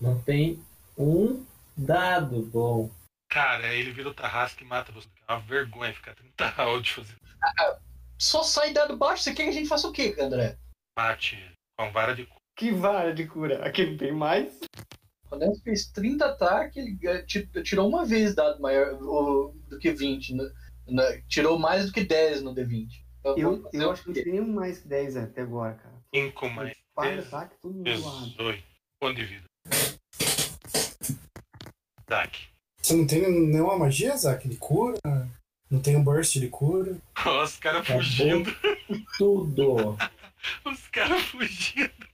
Speaker 8: Não tem um dado bom.
Speaker 1: Cara, aí ele vira o Tarrasque e mata você. É uma vergonha ficar 30 rounds fazendo
Speaker 3: só sai dado baixo. Você quer que a gente faça o quê, André?
Speaker 1: mate ele com vara de cu.
Speaker 2: Que vara de cura. Aqui não tem mais.
Speaker 3: O Roné fez 30 ataques, ele eh, ti- tirou uma vez dado maior o- do que 20. né? Na- Tirou mais do que 10 no D20. Então, vamos
Speaker 2: Eu,
Speaker 3: fazer
Speaker 2: eu
Speaker 3: o
Speaker 2: acho que não
Speaker 3: quê?
Speaker 2: tem nenhum mais que 10 até agora, cara.
Speaker 1: 5 mais
Speaker 2: Para,
Speaker 1: Dez.
Speaker 2: ataque, tudo zoado.
Speaker 1: 18. Ponto de vida. Tá Ataque.
Speaker 6: Você não tem nenhuma magia, Zac? Ele cura? Não tem um burst, ele cura?
Speaker 1: Nossa, os caras fugindo.
Speaker 8: Tudo.
Speaker 1: Os caras fugindo.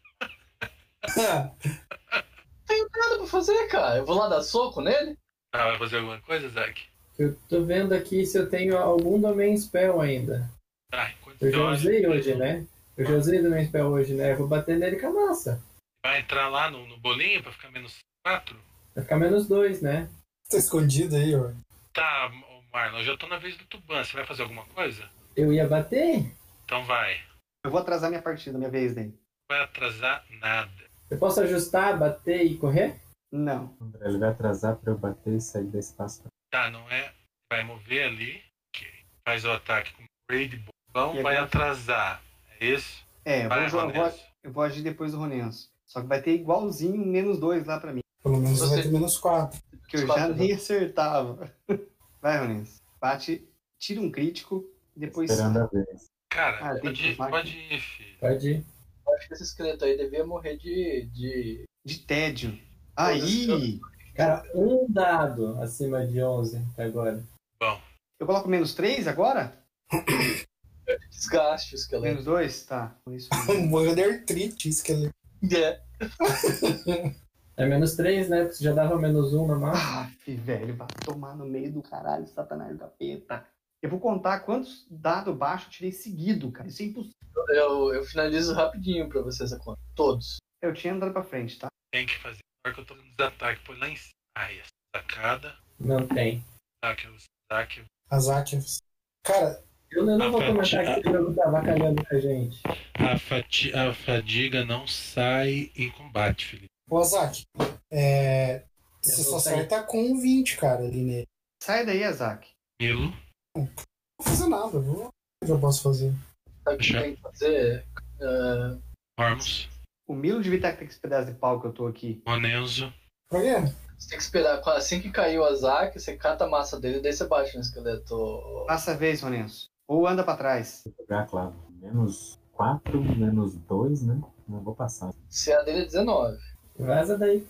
Speaker 3: Não tem nada pra fazer, cara. Eu vou lá dar soco nele?
Speaker 1: Ah, vai fazer alguma coisa, Zack?
Speaker 8: Eu tô vendo aqui se eu tenho algum Domain Spell ainda.
Speaker 1: Tá, enquanto
Speaker 8: Eu
Speaker 1: você
Speaker 8: já
Speaker 1: olha,
Speaker 8: usei hoje, né? Eu já usei Domain Spell hoje, né? Eu vou bater nele com a massa.
Speaker 1: Vai entrar lá no, no bolinho pra ficar menos 4?
Speaker 8: Vai ficar menos dois, né?
Speaker 6: Tá escondido aí, ó.
Speaker 1: Tá, ô Marlon, eu já tô na vez do Tuban. Você vai fazer alguma coisa?
Speaker 8: Eu ia bater?
Speaker 1: Então vai.
Speaker 2: Eu vou atrasar minha partida, minha vez daí.
Speaker 1: Vai atrasar nada.
Speaker 8: Eu posso ajustar, bater e correr?
Speaker 2: Não.
Speaker 4: André, ele vai atrasar pra eu bater e sair da espaço.
Speaker 1: Tá, não é? Vai mover ali. Ok. Faz o ataque com raid bom.
Speaker 2: E
Speaker 1: Vai
Speaker 2: agora?
Speaker 1: atrasar. É isso?
Speaker 2: É, eu vou,
Speaker 1: Vai,
Speaker 2: jogar- eu vou-
Speaker 1: Ronenso.
Speaker 2: eu vou agir depois do Ronenso. Só que vai ter igualzinho um menos 2 lá pra mim.
Speaker 6: Pelo menos
Speaker 3: Você-
Speaker 6: vai ter menos 4.
Speaker 2: Que eu já
Speaker 3: Quatro,
Speaker 2: nem acertava. Vai, Ronenso. Bate, tira um crítico e depois.
Speaker 4: Esperando
Speaker 2: sai.
Speaker 4: a vez.
Speaker 1: Cara,
Speaker 2: Ah, tem
Speaker 1: pode,
Speaker 2: que
Speaker 1: ir,
Speaker 2: usar
Speaker 1: pode ir, filho.
Speaker 8: Pode ir.
Speaker 3: Eu acho que esse esqueleto aí devia morrer de. de...
Speaker 2: De tédio. Aí!
Speaker 8: Cara, um dado acima de 11 até agora.
Speaker 1: Bom,
Speaker 2: Eu coloco menos 3 agora?
Speaker 3: Desgaste o esqueleto.
Speaker 2: Menos 2? Tá. Foi isso.
Speaker 6: Morreu de artrite, Um isso que ele...
Speaker 3: É.
Speaker 8: É menos 3, né? Porque você já dava menos um na massa.
Speaker 2: Ah, velho, vai tomar no meio do caralho, satanás da peta. Eu vou contar quantos dados baixo eu tirei seguido, cara. Isso é impossível.
Speaker 3: Eu, eu finalizo rapidinho pra vocês essa conta. Todos.
Speaker 2: Eu tinha andado pra frente, tá?
Speaker 1: tem que fazer. Agora que eu tô dando ataque, põe lá em cima. Ai, essa sacada. tá, é
Speaker 8: Não tem.
Speaker 1: Ataque, eu- ataque.
Speaker 6: A Zac... Cara,
Speaker 8: Eu não, eu não vou
Speaker 1: Ah, tá.
Speaker 8: comentar que esse jogo tá avacalhando com a gente.
Speaker 1: A, fati- a fadiga não sai em combate, filho.
Speaker 6: o Zac... É...
Speaker 8: Eu
Speaker 6: Você só
Speaker 8: vou sair.
Speaker 6: acerta com 20, cara, ali nele.
Speaker 2: Sai daí, Azak.
Speaker 1: Milo,
Speaker 6: Não vou fazer nada, eu vou... O que eu posso fazer?
Speaker 3: Sabe o que
Speaker 1: Já.
Speaker 3: tem que fazer? Ah,
Speaker 1: Ormus,
Speaker 2: O Milo devia estar com esse pedaço de pau que eu tô aqui.
Speaker 1: Monenzo.
Speaker 6: Pra quê?
Speaker 3: você tem que esperar. Assim que caiu o Azak, você cata a massa dele e daí você bate no esqueleto. ô-
Speaker 2: Passa a vez, Ronenso. Ou anda pra trás.
Speaker 4: Jogar, claro. Menos 4, menos 2, né? Não vou passar.
Speaker 3: CA dele é 19.
Speaker 8: Vaza daí.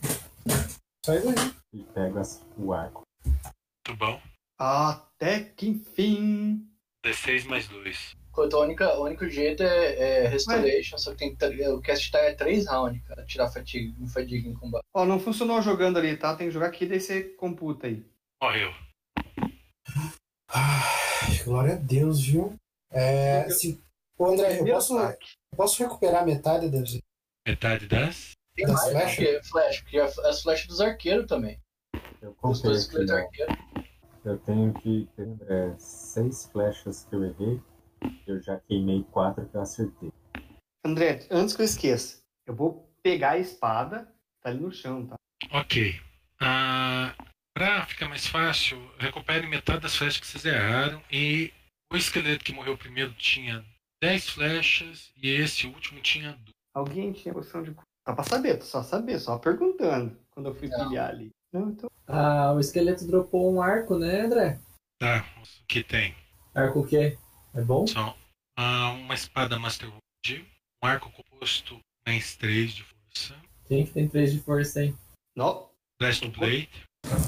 Speaker 6: Sai daí.
Speaker 4: E pego as- o arco.
Speaker 1: Muito bom.
Speaker 2: Até que enfim.
Speaker 1: 16 mais 2.
Speaker 3: Então, o único, o único jeito é, é Restoration, só que tem, tre- o cast time é 3 rounds, cara, tirar fatiga, fadiga em combate.
Speaker 2: Ó, não funcionou jogando ali, tá? Tem que jogar aqui, daí você computa aí.
Speaker 1: Morreu.
Speaker 6: Ai, glória a Deus, viu? É... Se... Ô, André, eu
Speaker 2: Primeiro
Speaker 6: posso, eu
Speaker 2: ataque.
Speaker 6: posso recuperar metade das,
Speaker 1: Metade das.
Speaker 3: Tem
Speaker 6: das
Speaker 3: mais né? do
Speaker 6: flechas?
Speaker 3: que flash, porque a- as flechas dos arqueiros também.
Speaker 4: Eu
Speaker 3: Os
Speaker 4: contei
Speaker 3: dois esqueletos
Speaker 4: aqui,
Speaker 3: arqueiros.
Speaker 4: ó. Eu tenho que. É, seis flechas que eu errei. Eu já queimei quatro que eu acertei.
Speaker 2: André, antes que eu esqueça, eu vou pegar a espada. Tá ali no chão, tá?
Speaker 1: Ok. Ah, pra ficar mais fácil, recupere metade das flechas que vocês erraram. E o esqueleto que morreu primeiro tinha 10 flechas e esse último tinha 2.
Speaker 2: Alguém tinha noção de. cu- Só pra saber, tô só saber, só perguntando quando eu fui
Speaker 3: Não.
Speaker 2: pilhar ali. Não, então.
Speaker 8: Ah, o esqueleto dropou um arco, né, André?
Speaker 1: Tá, o que tem?
Speaker 8: Arco o quê? É bom?
Speaker 1: São ah, uma espada Master Wood, um arco composto mais 3 de força,
Speaker 8: Quem que tem 3 de força aí?
Speaker 2: Não.
Speaker 1: breastplate,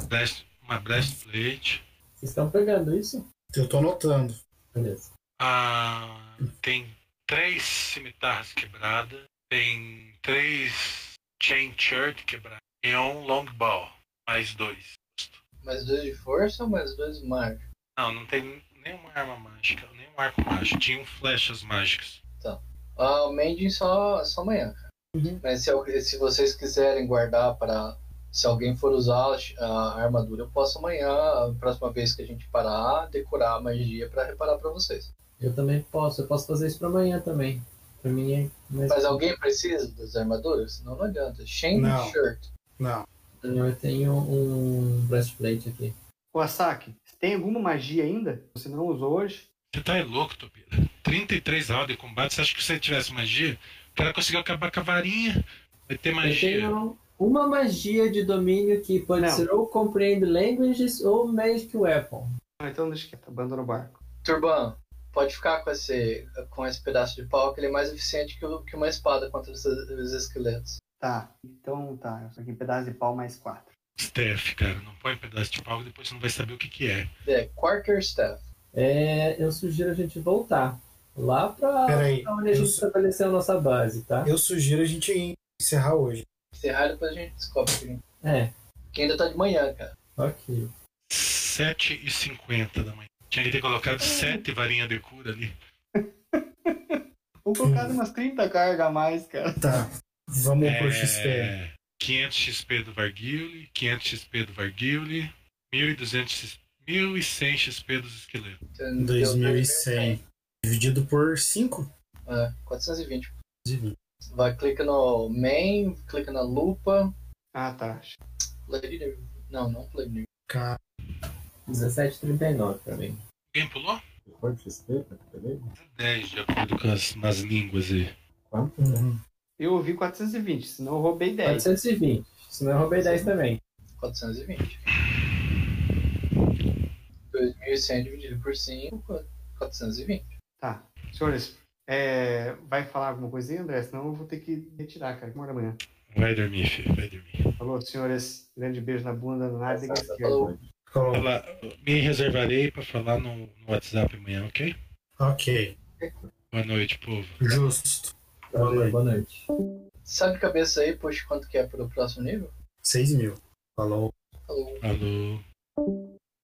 Speaker 1: breast, uma breastplate,
Speaker 8: Vocês estão pegando isso?
Speaker 6: Eu tô anotando.
Speaker 8: Beleza.
Speaker 1: Ah, tem três cimitarras quebradas, tem três chain shirt quebradas e um longbow, mais dois.
Speaker 3: Mais dois de força, mais dois de mágica.
Speaker 1: Não, não tem nenhuma arma mágica, nenhum arco mágico. Tinham flechas mágicas.
Speaker 3: Ah, o Mending só, só amanhã, cara. Mas se, al- se vocês quiserem guardar para Se alguém for usar a ch- a armadura, eu posso amanhã, a próxima vez que a gente parar, decorar a magia para reparar para vocês.
Speaker 5: Eu também posso, eu posso fazer isso pra amanhã também. Pra mim é. Mas,
Speaker 3: Mas alguém precisa das armaduras? Senão não adianta. Shane
Speaker 6: Não.
Speaker 3: Shirt.
Speaker 6: Não.
Speaker 5: eu tenho um breastplate aqui.
Speaker 2: O Asaki, você tem alguma magia ainda? que Você não usou hoje?
Speaker 1: Você tá é louco, Topira. 33 rounds de combate. Você acha que se ele tivesse magia? O cara conseguiu acabar com a varinha. Vai ter
Speaker 5: Eu
Speaker 1: magia.
Speaker 5: tenho uma magia de domínio que pode
Speaker 2: Não.
Speaker 5: ser ou Comprehend Languages ou Magic Weapon.
Speaker 2: Ah, então deixa quieto, abandona o barco.
Speaker 3: Turban, pode ficar com esse, com esse pedaço de pau que ele é mais eficiente que, o- que uma espada contra os, os esqueletos.
Speaker 2: Tá, então tá. Só que em pedaço de pau mais quatro.
Speaker 1: Steph, cara. Não põe um pedaço de pau que depois você não vai saber o que que é.
Speaker 3: É, Quarterstaff.
Speaker 5: É, eu sugiro a gente voltar lá pra,
Speaker 6: Peraí,
Speaker 5: pra onde a gente
Speaker 6: eu-
Speaker 5: estabeleceu a nossa base, tá?
Speaker 6: Eu sugiro a gente encerrar hoje.
Speaker 3: Encerrar depois a gente descobre que-
Speaker 5: É,
Speaker 3: que ainda tá de manhã, cara.
Speaker 5: ok.
Speaker 1: 7h50 da manhã. Tinha que ter colocado 7 varinhas de cura ali.
Speaker 2: Vamos colocar umas 30 cargas a mais, cara.
Speaker 6: Tá. Vamos pro XP.
Speaker 1: É, 500 XP do Varguile, 500 XP do Varguile, 1200 XP, 1100 XP dos esqueletos.
Speaker 3: Então, deu
Speaker 6: 2100. Dividido por 5?
Speaker 3: É, 420. Vai, clica no main, clica na lupa.
Speaker 2: Ah, tá.
Speaker 3: Play new. Não, não play new.
Speaker 6: Cara,
Speaker 5: 17,39 pra mim.
Speaker 1: Alguém pulou?
Speaker 4: Foi de XP, tá beleza?
Speaker 1: 10 de acordo com as nas línguas aí.
Speaker 4: Quanto?
Speaker 2: Eu ouvi 420, senão eu roubei 10.
Speaker 5: 420. Senão eu roubei 10 também.
Speaker 3: 420. 2100 dividido por 5, 420.
Speaker 2: Tá. Senhores, é, vai falar alguma coisinha, André? Senão eu vou ter que retirar, cara. que Uma hora da manhã.
Speaker 1: Vai dormir, filho, vai dormir.
Speaker 2: Falou, senhores. Grande beijo na bunda, na nada e na esquerda.
Speaker 3: Falou.
Speaker 6: Falou.
Speaker 1: Fala- me reservarei pra falar no, no WhatsApp amanhã, ok?
Speaker 6: Ok.
Speaker 1: Boa noite, povo.
Speaker 6: Justo. Boa
Speaker 5: Valeu,
Speaker 6: noite.
Speaker 5: Boa noite.
Speaker 3: Sabe de cabeça aí, puxa quanto que é pro próximo nível?
Speaker 6: 6 mil. Falou.
Speaker 3: Falou.
Speaker 1: Falou.